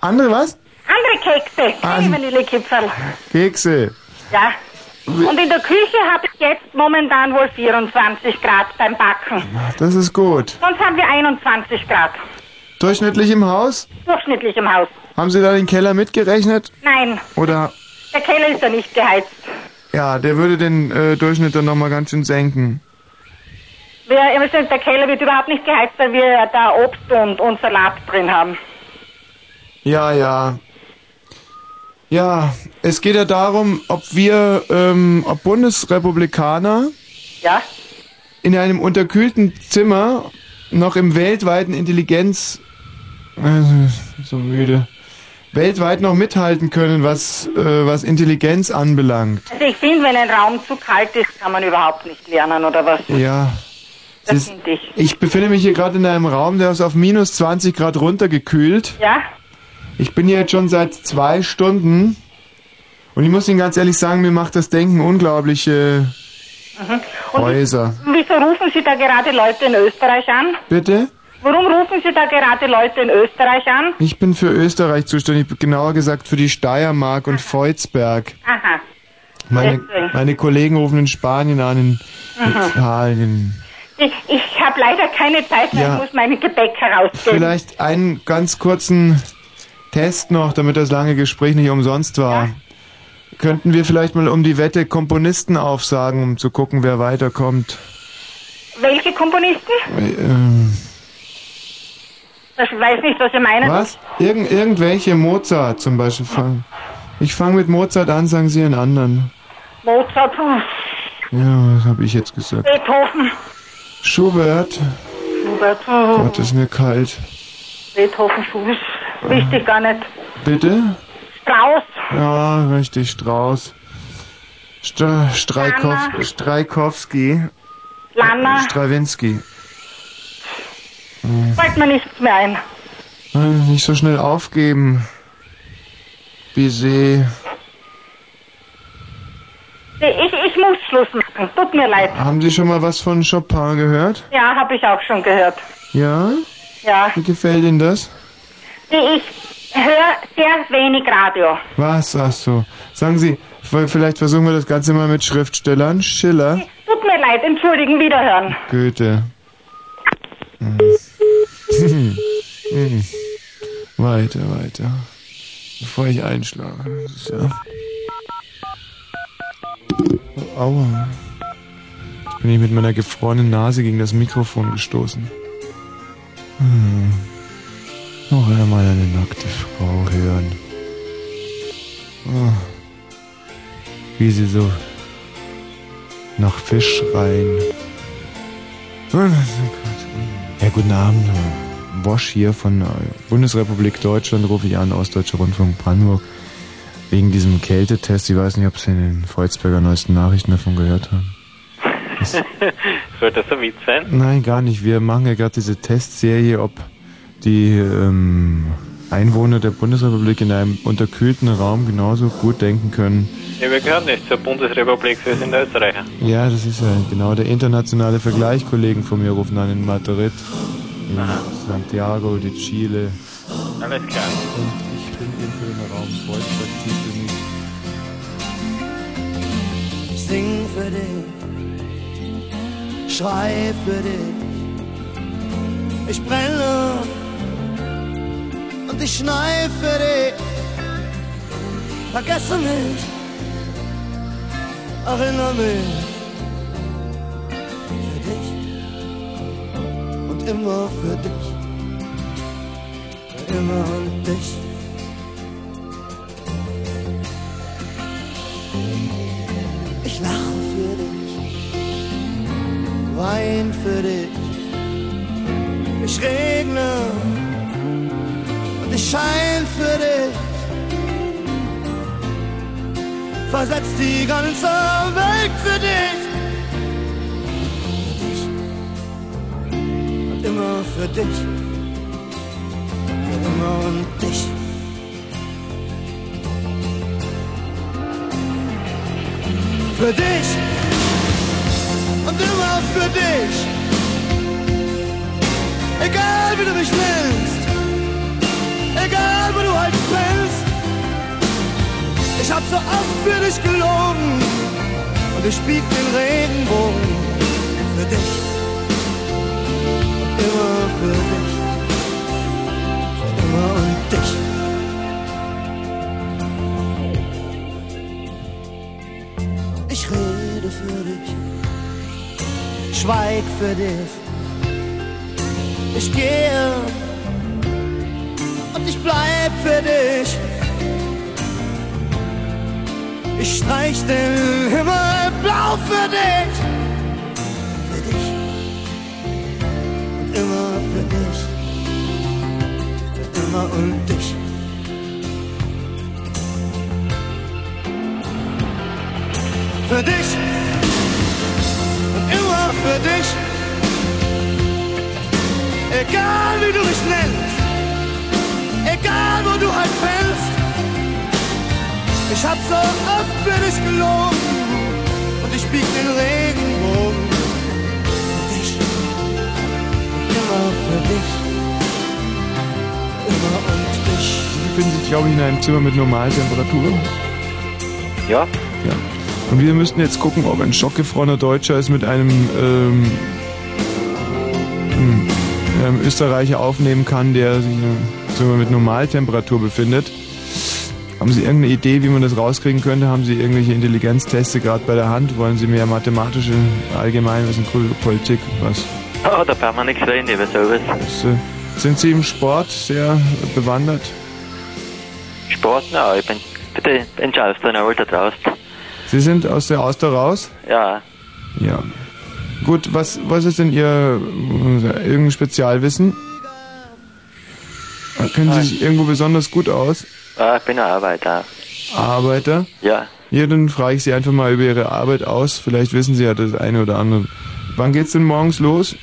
[SPEAKER 4] Andere was? Ah, also-
[SPEAKER 8] Andere Kekse, keine Vanillekipferl.
[SPEAKER 4] Kekse.
[SPEAKER 8] Ja. Und in der Küche habe ich jetzt momentan wohl 24 Grad beim Backen.
[SPEAKER 4] Das ist gut.
[SPEAKER 8] Sonst haben wir 21 Grad.
[SPEAKER 4] Durchschnittlich im Haus?
[SPEAKER 8] Durchschnittlich im Haus.
[SPEAKER 4] Haben Sie da den Keller mitgerechnet?
[SPEAKER 8] Nein,
[SPEAKER 4] Oder,
[SPEAKER 8] der Keller ist ja nicht geheizt.
[SPEAKER 4] ja, der würde den äh, Durchschnitt dann nochmal ganz schön senken.
[SPEAKER 8] Wir, ihr wisst ja, der Keller wird überhaupt nicht geheizt, weil wir da Obst und, und Salat drin haben.
[SPEAKER 4] Ja, ja. Ja, es geht ja darum, ob wir, ähm, ob Bundesrepublikaner
[SPEAKER 8] Ja?
[SPEAKER 4] in einem unterkühlten Zimmer noch im weltweiten Intelligenz, äh, so müde, weltweit noch mithalten können, was, äh, was Intelligenz anbelangt.
[SPEAKER 8] Also ich finde, wenn ein Raum zu kalt ist, kann man überhaupt nicht lernen, oder was?
[SPEAKER 4] Ja. Es
[SPEAKER 8] Das
[SPEAKER 4] ist,
[SPEAKER 8] finde ich.
[SPEAKER 4] ich befinde mich hier gerade in einem Raum, der ist auf minus 20 Grad runtergekühlt.
[SPEAKER 8] Ja?
[SPEAKER 4] Ich bin hier jetzt schon seit zwei Stunden und ich muss Ihnen ganz ehrlich sagen, mir macht das Denken unglaubliche
[SPEAKER 8] Mhm. Und
[SPEAKER 4] Häuser.
[SPEAKER 8] wieso rufen Sie da gerade Leute in Österreich an?
[SPEAKER 4] Bitte?
[SPEAKER 8] Warum rufen Sie da gerade Leute in Österreich an?
[SPEAKER 4] Ich bin für Österreich zuständig, genauer gesagt für die Steiermark und Feuzberg.
[SPEAKER 8] Aha.
[SPEAKER 4] Meine,
[SPEAKER 8] Deswegen.
[SPEAKER 4] meine Kollegen rufen in Spanien an, in
[SPEAKER 8] Mhm.
[SPEAKER 4] Italien.
[SPEAKER 8] Ich, ich habe leider keine Zeit mehr,
[SPEAKER 4] Ja.
[SPEAKER 8] ich muss mein Gepäck herausgeben.
[SPEAKER 4] Vielleicht einen ganz kurzen Test noch, damit das lange Gespräch nicht umsonst war. Könnten wir vielleicht mal um die Wette Komponisten aufsagen, um zu gucken, wer weiterkommt?
[SPEAKER 8] Welche Komponisten?
[SPEAKER 4] Äh, ähm.
[SPEAKER 8] Ich weiß nicht, was Sie meinen.
[SPEAKER 4] Was? Irgend, irgendwelche Mozart zum Beispiel fangen. Ich fange mit Mozart an, sagen Sie einen anderen.
[SPEAKER 8] Mozart, hm,
[SPEAKER 4] Ja, was habe ich jetzt gesagt?
[SPEAKER 8] Beethoven,
[SPEAKER 4] Schubert.
[SPEAKER 8] Schubert, hm,
[SPEAKER 4] Gott, ist mir kalt.
[SPEAKER 8] Beethoven, Schubert, richtig gar nicht.
[SPEAKER 4] Bitte?
[SPEAKER 8] Strauß,
[SPEAKER 4] Ja, richtig, Strauß. Stra Streikow
[SPEAKER 8] Lana.
[SPEAKER 4] Streikowski.
[SPEAKER 8] Lana,
[SPEAKER 4] Strawinski. Hm.
[SPEAKER 8] fällt mir nichts mehr ein.
[SPEAKER 4] Äh, Nicht so schnell aufgeben. Bizet.
[SPEAKER 8] Ich, ich muss Schluss machen, tut mir leid.
[SPEAKER 4] Haben Sie schon mal was von Chopin gehört?
[SPEAKER 8] Ja, habe ich auch schon gehört.
[SPEAKER 4] Ja?
[SPEAKER 8] Ja,
[SPEAKER 4] Wie gefällt Ihnen das?
[SPEAKER 8] ich höre sehr wenig Radio.
[SPEAKER 4] Was? Ach so. Sagen Sie, v- vielleicht versuchen wir das Ganze mal mit Schriftstellern. Schiller,
[SPEAKER 8] Tut mir leid, entschuldigen, wiederhören.
[SPEAKER 4] Goethe. Hm. Hm. weiter, weiter. Bevor ich einschlage. Das ist ja. Aua. Jetzt bin ich mit meiner gefrorenen Nase gegen das Mikrofon gestoßen. Hm. Noch einmal eine nackte Frau hören. Ah. Wie sie so nach Fisch schreien. Ah, so gut. Ja, guten Abend. Wosch hier von äh, Bundesrepublik Deutschland rufe ich an, Ostdeutscher Rundfunk Brandenburg. Wegen diesem Kältetest. Ich weiß nicht, ob Sie in den Volzberger neuesten Nachrichten davon gehört haben.
[SPEAKER 7] Soll das ein Witz sein?
[SPEAKER 4] Nein, gar nicht. Wir machen ja gerade diese Testserie, ob die ähm, Einwohner der Bundesrepublik in einem unterkühlten Raum genauso gut denken können.
[SPEAKER 7] Ja, wir gehören nicht zur Bundesrepublik, wir sind Österreicher.
[SPEAKER 4] Ja, das ist ja genau der internationale Vergleich. Kollegen von mir rufen an in Madrid, in Santiago de Chile.
[SPEAKER 7] Alles klar.
[SPEAKER 4] Ich bin eben für den Raum Volksberg zuständig.
[SPEAKER 12] Sing für dich, schrei für dich. Ich brenne und ich schnei für dich. Vergesse mich, erinnere mich. Für dich und immer für dich. Für immer und dich. Ich lache für dich, wein für dich. Ich regne und ich schein für dich. Versetz die ganze Welt für dich. Für dich und immer für dich. Für immer und dich. Für dich und immer für dich. Egal wie du mich nennst, egal wo du halt bist. Ich hab so oft für dich gelogen und ich bieg den Regenbogen für dich. Und immer für dich, für immer und dich. Ich rede für dich, schweig für dich. Ich gehe und ich bleib für dich. Ich streich den Himmel blau für dich. Für dich und immer für dich. Für immer und dich. Für dich und immer für dich. Egal wie du mich nennst, egal wo du halt fällst. Ich hab so oft für dich gelogen und ich bieg den Regenbogen. Für dich, immer für dich, immer und dich.
[SPEAKER 4] Sie befinden sich, glaube ich, in einem Zimmer mit Normaltemperatur.
[SPEAKER 7] Ja?
[SPEAKER 4] Ja. Und wir müssten jetzt gucken, ob ein schockgefrorener Deutscher es mit einem, ähm, hm, ähm, Österreicher aufnehmen kann, der sich in einem Zimmer mit Normaltemperatur befindet. Haben Sie irgendeine Idee, wie man das rauskriegen könnte? Haben Sie irgendwelche Intelligenzteste gerade bei der Hand? Wollen Sie mehr mathematische Allgemeinwissen, Kul- Politik, was?
[SPEAKER 7] Oh, da brauchen wir nichts reden, lieber Servus.
[SPEAKER 4] Ist, äh, Sind Sie im Sport sehr äh, bewandert?
[SPEAKER 7] Sport? Na, ich bin. Bitte entscheidest du noch, da draußen.
[SPEAKER 4] Sie sind aus der Auster raus?
[SPEAKER 7] Ja,
[SPEAKER 4] Ja. Gut, was, was ist denn Ihr äh, irgendein Spezialwissen? Äh, Kennen Sie sich irgendwo besonders gut aus?
[SPEAKER 7] ah, ich bin ein Arbeiter.
[SPEAKER 4] Arbeiter?
[SPEAKER 7] Ja,
[SPEAKER 4] Ja, dann frage ich Sie einfach mal über Ihre Arbeit aus. Vielleicht wissen Sie ja das eine oder andere. Wann geht's denn morgens los?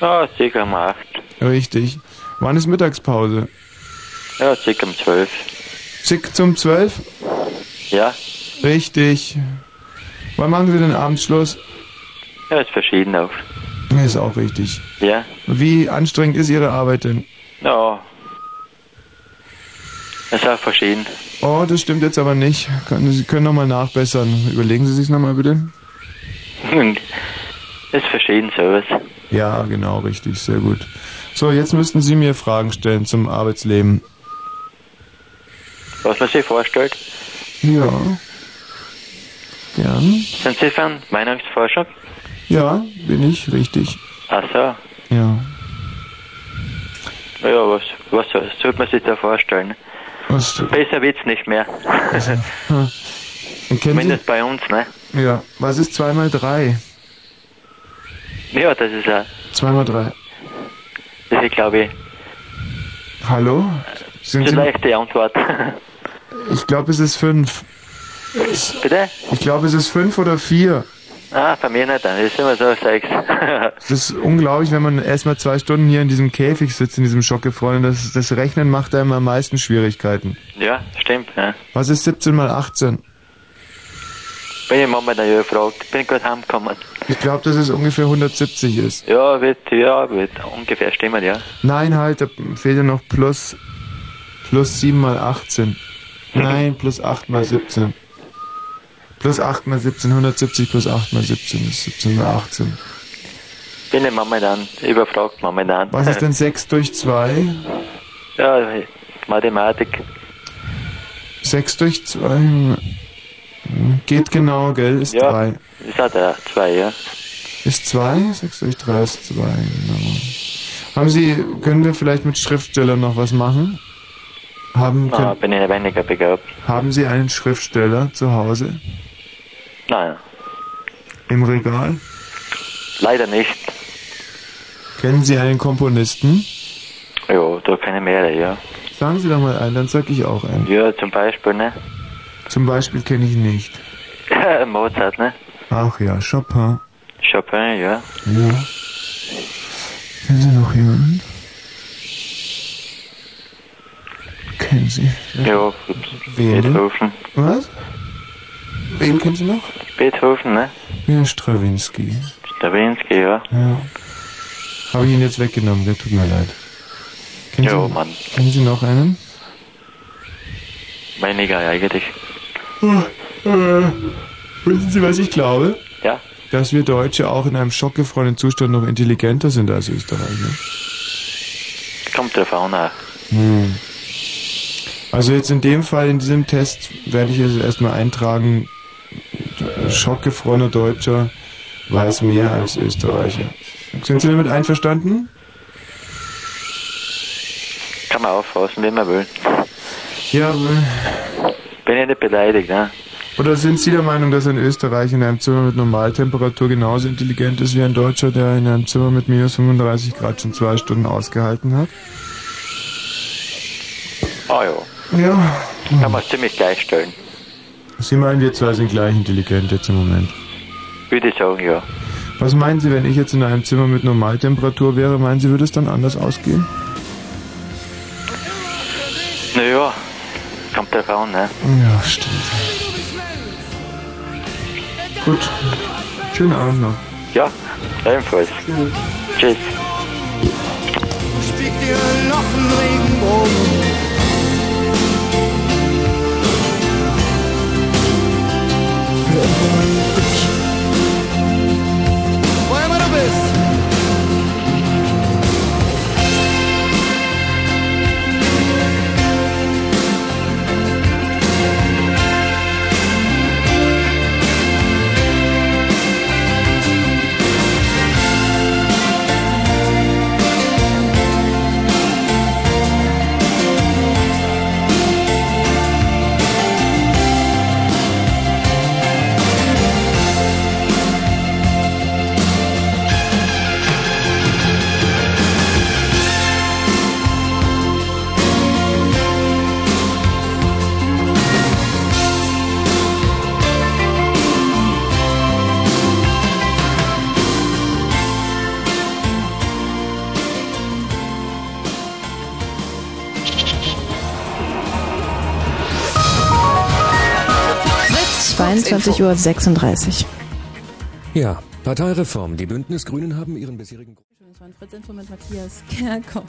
[SPEAKER 7] oh, circa um 8.
[SPEAKER 4] Richtig. Wann ist Mittagspause?
[SPEAKER 7] Ja, circa um 12.
[SPEAKER 4] Zick zum zwölf?
[SPEAKER 7] Ja,
[SPEAKER 4] Richtig. Wann machen Sie denn abends Schluss?
[SPEAKER 7] ja, ist verschieden auch.
[SPEAKER 4] Ist auch richtig.
[SPEAKER 7] Ja,
[SPEAKER 4] Wie anstrengend ist Ihre Arbeit denn?
[SPEAKER 7] ja. Ist auch verschieden.
[SPEAKER 4] Oh, das stimmt jetzt aber nicht. Können, Sie können nochmal nachbessern. Überlegen Sie sich nochmal bitte.
[SPEAKER 7] ist verschieden, Servus.
[SPEAKER 4] Ja, genau, richtig, sehr gut. So, jetzt müssten Sie mir Fragen stellen zum Arbeitsleben.
[SPEAKER 7] Was man sich vorstellt,
[SPEAKER 4] Ja. Gern.
[SPEAKER 7] sind Sie von Weihnachtsforschung?
[SPEAKER 4] Ja, bin ich, richtig.
[SPEAKER 7] Ach so.
[SPEAKER 4] Ja.
[SPEAKER 7] Ja, was, was soll- sollte man sich da vorstellen?
[SPEAKER 4] Was?
[SPEAKER 7] Besser wird's nicht mehr.
[SPEAKER 4] Hm. Und Kennen
[SPEAKER 7] Zumindest bei uns, ne?
[SPEAKER 4] Sie? Ja. Was ist 2 mal 3?
[SPEAKER 7] Ja, das ist ja.
[SPEAKER 4] 2 mal 3.
[SPEAKER 7] Das ist ja, glaube ich,
[SPEAKER 4] Hallo? Sind
[SPEAKER 7] schon
[SPEAKER 4] Sie,
[SPEAKER 7] leicht die Antwort.
[SPEAKER 4] ich glaube, es ist fünf.
[SPEAKER 7] Bitte?
[SPEAKER 4] Ich glaube, es ist fünf oder vier.
[SPEAKER 7] Ah, bei mir nicht, dann ist immer so sechs.
[SPEAKER 4] Das ist unglaublich, wenn man erstmal zwei Stunden hier in diesem Käfig sitzt, in diesem Schockgefroren. Das, das Rechnen macht einem am meisten Schwierigkeiten.
[SPEAKER 7] ja, stimmt. Ja.
[SPEAKER 4] Was ist 17 mal 18?
[SPEAKER 7] Bin ich Mama dann gefragt, bin ich gerade heimgekommen.
[SPEAKER 4] Ich glaube, dass es ungefähr 170 ist.
[SPEAKER 7] Ja, wird, ja, wird ungefähr stimmen, ja.
[SPEAKER 4] Nein, halt, da fehlt ja noch plus, plus 7 mal 18. Nein, plus 8 mal 17. Plus 8 mal 17, 170 plus 8 mal 17 ist 17 mal 18.
[SPEAKER 7] Bin ich momentan überfragt, momentan.
[SPEAKER 4] Was ist denn 6 durch 2?
[SPEAKER 7] Ja, Mathematik.
[SPEAKER 4] 6 durch 2 geht genau, gell? Ist 3.
[SPEAKER 7] Ist hat er, zwei, ja.
[SPEAKER 4] Ist 2? 6 durch 3 ist 2, genau. Haben Sie, können wir vielleicht mit Schriftstellern noch was machen? Haben,
[SPEAKER 7] Na,
[SPEAKER 4] können,
[SPEAKER 7] Ah, bin ich weniger begabt.
[SPEAKER 4] haben Sie einen Schriftsteller zu Hause?
[SPEAKER 7] Nein,
[SPEAKER 4] Im Regal?
[SPEAKER 7] leider nicht.
[SPEAKER 4] Kennen Sie einen Komponisten?
[SPEAKER 7] Ja, da keine mehrere, ja.
[SPEAKER 4] Sagen Sie doch mal einen, dann zeig ich auch einen.
[SPEAKER 7] Ja, zum Beispiel, ne?
[SPEAKER 4] Zum Beispiel kenne ich nicht.
[SPEAKER 7] Mozart, ne?
[SPEAKER 4] Ach ja, Chopin.
[SPEAKER 7] Chopin, ja.
[SPEAKER 4] Ja. Kennen Sie noch jemanden? Kennen Sie?
[SPEAKER 7] Ja,
[SPEAKER 4] Wen denn?
[SPEAKER 7] Beethoven.
[SPEAKER 4] Was? Wen kennen Sie noch?
[SPEAKER 7] Beethoven, ne?
[SPEAKER 4] Ja, Stravinsky.
[SPEAKER 7] Stravinsky, ja.
[SPEAKER 4] Ja. Habe ich ihn jetzt weggenommen, der tut mir leid. Kennen
[SPEAKER 7] Jo,
[SPEAKER 4] Sie,
[SPEAKER 7] Mann.
[SPEAKER 4] Kennen Sie noch einen?
[SPEAKER 7] Weniger eigentlich.
[SPEAKER 4] Wissen Sie, was ich glaube?
[SPEAKER 7] Ja.
[SPEAKER 4] Dass wir Deutsche auch in einem schockgefrorenen Zustand noch intelligenter sind als ne? Österreicher.
[SPEAKER 7] Kommt äh, der Fauna.
[SPEAKER 4] Hm. Also jetzt in dem Fall, in diesem Test, werde ich jetzt erstmal eintragen, schockgefrorener Deutscher weiß mehr als Österreicher. Sind Sie damit einverstanden?
[SPEAKER 7] Kann man auffassen, wie man will.
[SPEAKER 4] Ja, äh,
[SPEAKER 7] Bin ich nicht beleidigt, ne?
[SPEAKER 4] oder sind Sie der Meinung, dass ein Österreicher in einem Zimmer mit Normaltemperatur genauso intelligent ist wie ein Deutscher, der in einem Zimmer mit minus 35 Grad schon zwei Stunden ausgehalten hat?
[SPEAKER 7] Ah ja.
[SPEAKER 4] Ja.
[SPEAKER 7] Kann man ziemlich gleichstellen.
[SPEAKER 4] Sie meinen, wir zwei sind gleich intelligent jetzt im Moment.
[SPEAKER 7] Würde ich sagen, ja.
[SPEAKER 4] Was meinen Sie, wenn ich jetzt in einem Zimmer mit Normaltemperatur wäre? Meinen Sie, würde es dann anders ausgehen?
[SPEAKER 7] Naja, kommt der Fauna, ne?
[SPEAKER 4] Ja, stimmt. Gut. Schönen Abend noch.
[SPEAKER 7] Ja, ebenfalls. Tschüss.
[SPEAKER 12] stieg dir noch ein Regenbogen. Für immer und dich. Wo immer du bist.
[SPEAKER 6] Uhr. 36
[SPEAKER 13] Ja, Parteireform. Die Bündnisgrünen haben ihren bisherigen...
[SPEAKER 6] Das war ein Fritz-Info mit Matthias Kerkhoff.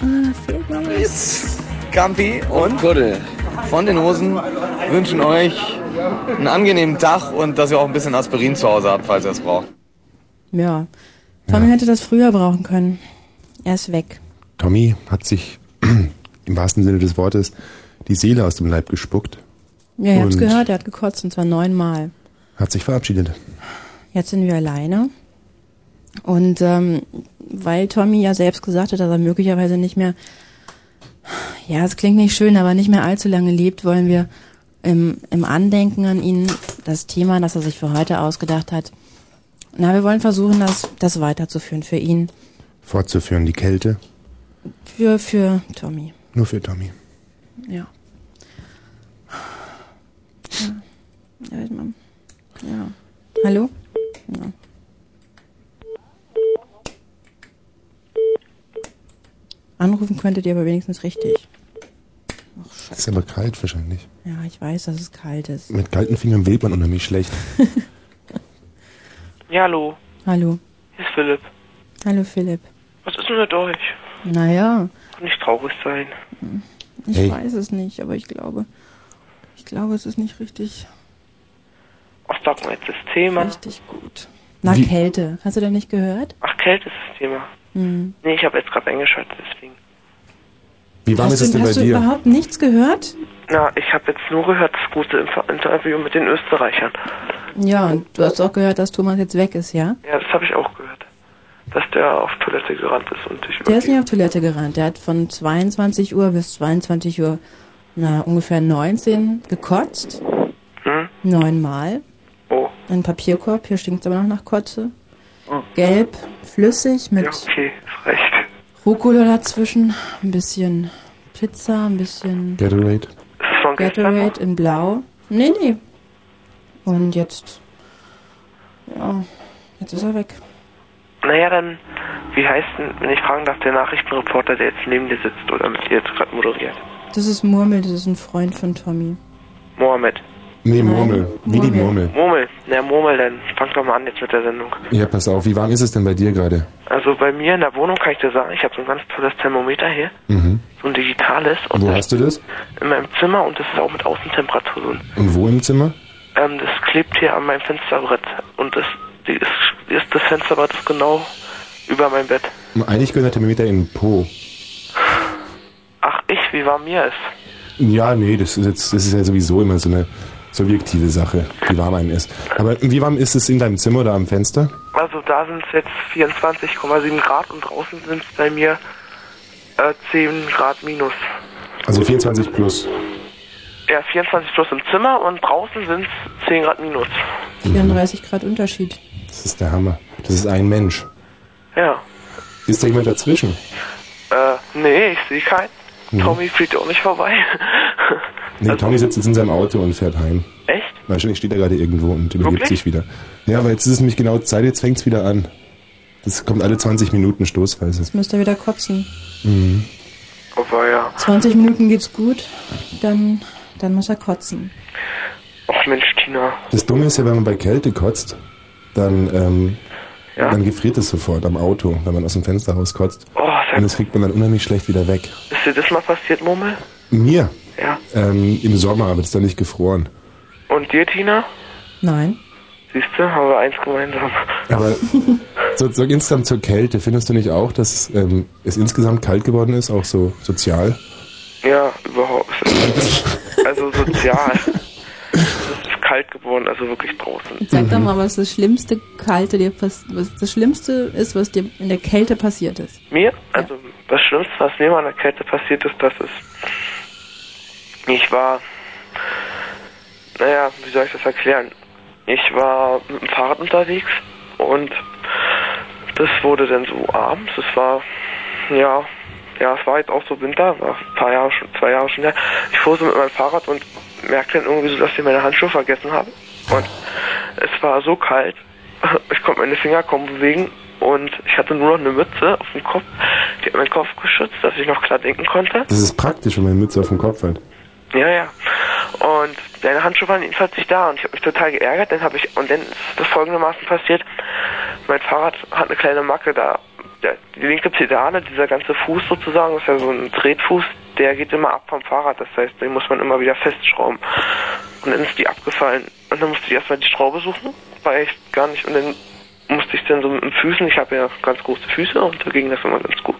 [SPEAKER 6] Ah, fehlt noch was.
[SPEAKER 12] Gampi und Kuddel von den Hosen wünschen euch einen angenehmen Tag und dass ihr auch ein bisschen Aspirin zu Hause habt, falls ihr es braucht.
[SPEAKER 6] Ja. Tommy hätte das früher brauchen können. Er ist weg.
[SPEAKER 1] Tommy hat sich im wahrsten Sinne des Wortes die Seele aus dem Leib gespuckt,
[SPEAKER 6] Ja, ihr habt's
[SPEAKER 1] Und-
[SPEAKER 6] gehört, er hat gekotzt und zwar neunmal.
[SPEAKER 1] hat sich verabschiedet.
[SPEAKER 6] Jetzt sind wir alleine. Und ähm, weil Tommy ja selbst gesagt hat, dass er möglicherweise nicht mehr, ja, es klingt nicht schön, aber nicht mehr allzu lange lebt, wollen wir im, im Andenken an ihn das Thema, das er sich für heute ausgedacht hat, Na, wir wollen versuchen, das, das weiterzuführen für ihn.
[SPEAKER 1] Fortzuführen, die Kälte.
[SPEAKER 6] Für, für Tommy.
[SPEAKER 1] Nur für Tommy.
[SPEAKER 6] Ja. Ja. Ja, ich mein, ja. Hallo? Ja. Anrufen könntet ihr aber wenigstens richtig.
[SPEAKER 1] Ist aber kalt wahrscheinlich.
[SPEAKER 6] Ja, ich weiß, dass es kalt ist.
[SPEAKER 1] Mit kalten Fingern wählt man unheimlich schlecht.
[SPEAKER 10] Ja, hallo.
[SPEAKER 6] Hallo.
[SPEAKER 10] Hier ist Philipp.
[SPEAKER 6] Hallo Philipp.
[SPEAKER 10] Was ist denn mit euch?
[SPEAKER 6] Naja,
[SPEAKER 10] Kann nicht traurig sein.
[SPEAKER 6] ich
[SPEAKER 10] Hey.
[SPEAKER 6] weiß es nicht, aber ich glaube, ich glaube, es ist nicht richtig.
[SPEAKER 10] Was sagt man jetzt? Das Thema? Richtig
[SPEAKER 6] gut. Na,
[SPEAKER 10] Wie-
[SPEAKER 6] Kälte. Hast du da nicht gehört?
[SPEAKER 10] Ach, Kälte ist das Thema.
[SPEAKER 6] Hm.
[SPEAKER 10] Nee, ich habe jetzt gerade eingeschaltet, deswegen.
[SPEAKER 1] Wie warm
[SPEAKER 6] hast
[SPEAKER 1] ist
[SPEAKER 6] du,
[SPEAKER 1] es denn bei
[SPEAKER 6] hast du
[SPEAKER 1] dir?
[SPEAKER 6] überhaupt nichts gehört?
[SPEAKER 10] Na, ich habe jetzt nur gehört, das gute Inf- Interview mit den Österreichern.
[SPEAKER 6] Ja, und du hast auch gehört, dass Thomas jetzt weg ist, ja?
[SPEAKER 10] Ja, das habe ich auch gehört. Dass der auf Toilette gerannt ist und ich
[SPEAKER 6] Der ist nicht auf Toilette gerannt. Der hat von 22 Uhr bis 22 Uhr, na, ungefähr 19 gekotzt.
[SPEAKER 10] Hm?
[SPEAKER 6] Neunmal.
[SPEAKER 10] Oh.
[SPEAKER 6] Ein Papierkorb, hier stinkt es aber noch nach Kotze.
[SPEAKER 10] Oh.
[SPEAKER 6] Gelb, flüssig mit
[SPEAKER 10] Ja, okay, ist recht.
[SPEAKER 6] Rucola dazwischen, ein bisschen Pizza, ein bisschen
[SPEAKER 1] Gatorade.
[SPEAKER 6] Gatorade in Blau. Nee, nee. Und jetzt, ja, jetzt ist er weg.
[SPEAKER 10] Naja, dann, wie heißt denn, wenn ich fragen darf, der Nachrichtenreporter, der jetzt neben dir sitzt oder mit dir jetzt gerade moderiert?
[SPEAKER 6] Das ist Murmel, das ist ein Freund von Tommy.
[SPEAKER 10] Mohammed.
[SPEAKER 1] Nee, Murmel. Wie die Murmel.
[SPEAKER 10] Murmel. Na, Murmel, dann fang doch mal an jetzt mit der Sendung.
[SPEAKER 1] Ja, pass auf, wie warm ist es denn bei dir gerade?
[SPEAKER 10] Also bei mir in der Wohnung kann ich dir sagen, ich habe so ein ganz tolles Thermometer hier.
[SPEAKER 1] Mhm.
[SPEAKER 10] So ein digitales. Und
[SPEAKER 1] Wo
[SPEAKER 10] das
[SPEAKER 1] hast du das?
[SPEAKER 10] In meinem Zimmer und das ist auch mit Außentemperaturen.
[SPEAKER 1] Und wo im Zimmer?
[SPEAKER 10] Ähm, das klebt hier an meinem Fensterbrett. Und das, die ist, ist das Fensterbrett ist genau über meinem Bett.
[SPEAKER 1] Eigentlich gehört der Thermometer in den Po.
[SPEAKER 10] Ach, ich, wie warm mir ist.
[SPEAKER 1] Ja, nee, das ist jetzt, das ist ja sowieso immer so eine subjektive Sache, wie warm einem ist. Aber wie warm ist es in deinem Zimmer oder am Fenster?
[SPEAKER 10] Also da sind es jetzt 24,7 Grad und draußen sind es bei mir äh, 10 Grad minus.
[SPEAKER 1] Also 24 plus.
[SPEAKER 10] Ja, 24 plus im Zimmer und draußen sind es 10 Grad minus.
[SPEAKER 6] 34 Grad Unterschied.
[SPEAKER 1] Mhm. Das ist der Hammer. Das ist ein Mensch.
[SPEAKER 10] Ja.
[SPEAKER 1] Ist da jemand dazwischen?
[SPEAKER 10] Äh, nee, ich sehe keinen.
[SPEAKER 1] Mhm.
[SPEAKER 10] Tommy fliegt auch nicht vorbei.
[SPEAKER 1] Nee, Tommy sitzt jetzt in seinem Auto und fährt heim.
[SPEAKER 10] Echt?
[SPEAKER 1] Wahrscheinlich steht er gerade irgendwo und übergibt
[SPEAKER 10] Wirklich?
[SPEAKER 1] sich wieder. Ja, weil jetzt ist es nämlich genau Zeit, jetzt fängt's wieder an. Das kommt alle 20 Minuten stoßweise.
[SPEAKER 6] Jetzt müsst ihr wieder kotzen.
[SPEAKER 1] Mhm.
[SPEAKER 10] Aber ja.
[SPEAKER 6] 20 Minuten geht's gut, dann, dann muss er kotzen.
[SPEAKER 10] Ach Mensch, Tina.
[SPEAKER 1] Das Dumme ist ja, wenn man bei Kälte kotzt, dann, ähm,
[SPEAKER 10] Ja. Oh,
[SPEAKER 1] dann gefriert es sofort am Auto, wenn man aus dem Fenster raus kotzt. und das kriegt man dann unheimlich schlecht wieder weg.
[SPEAKER 10] Ist dir das mal passiert, Mummel?
[SPEAKER 1] Mir?
[SPEAKER 10] Ja.
[SPEAKER 1] Ähm, Im Sommer wird es dann nicht gefroren.
[SPEAKER 10] Und dir, Tina?
[SPEAKER 6] Nein.
[SPEAKER 10] Siehst du, haben wir eins gemeinsam.
[SPEAKER 1] Aber so, so insgesamt zur Kälte, findest du nicht auch, dass ähm, es insgesamt kalt geworden ist, auch so sozial?
[SPEAKER 10] Ja, überhaupt. Also sozial. Es ist kalt geworden, also wirklich draußen.
[SPEAKER 6] Sag doch mal, was das schlimmste Kalte dir pass was das schlimmste ist, was dir in der Kälte passiert ist.
[SPEAKER 10] Mir, also das Schlimmste, was mir mal in der Kälte passiert ist, dass es. Ich war. Naja, wie soll ich das erklären? Ich war mit dem Fahrrad unterwegs und das wurde dann so abends. Es war. Ja. Ja, es war jetzt auch so Winter, war ein paar Jahre schon, zwei Jahre schon her. Ich fuhr so mit meinem Fahrrad und merkte dann irgendwie so, dass ich meine Handschuhe vergessen habe. Und es war so kalt, ich konnte meine Finger kaum bewegen und ich hatte nur noch eine Mütze auf dem Kopf. Die hat meinen Kopf geschützt, dass ich noch klar denken konnte.
[SPEAKER 1] Das ist praktisch, wenn man eine Mütze auf dem Kopf hat.
[SPEAKER 10] Ja, ja. Und deine Handschuhe waren jedenfalls nicht da und ich habe mich total geärgert. Dann habe ich und dann ist das folgendermaßen passiert: Mein Fahrrad hat eine kleine Macke da. Der, die linke Pedale, dieser ganze Fuß sozusagen, ist ja so ein Tretfuß, der geht immer ab vom Fahrrad. Das heißt, den muss man immer wieder festschrauben. Und dann ist die abgefallen. Und dann musste ich erstmal die Schraube suchen, weil ich gar nicht. Und dann musste ich dann so mit den Füßen, ich habe ja ganz große Füße und da ging das immer ganz gut.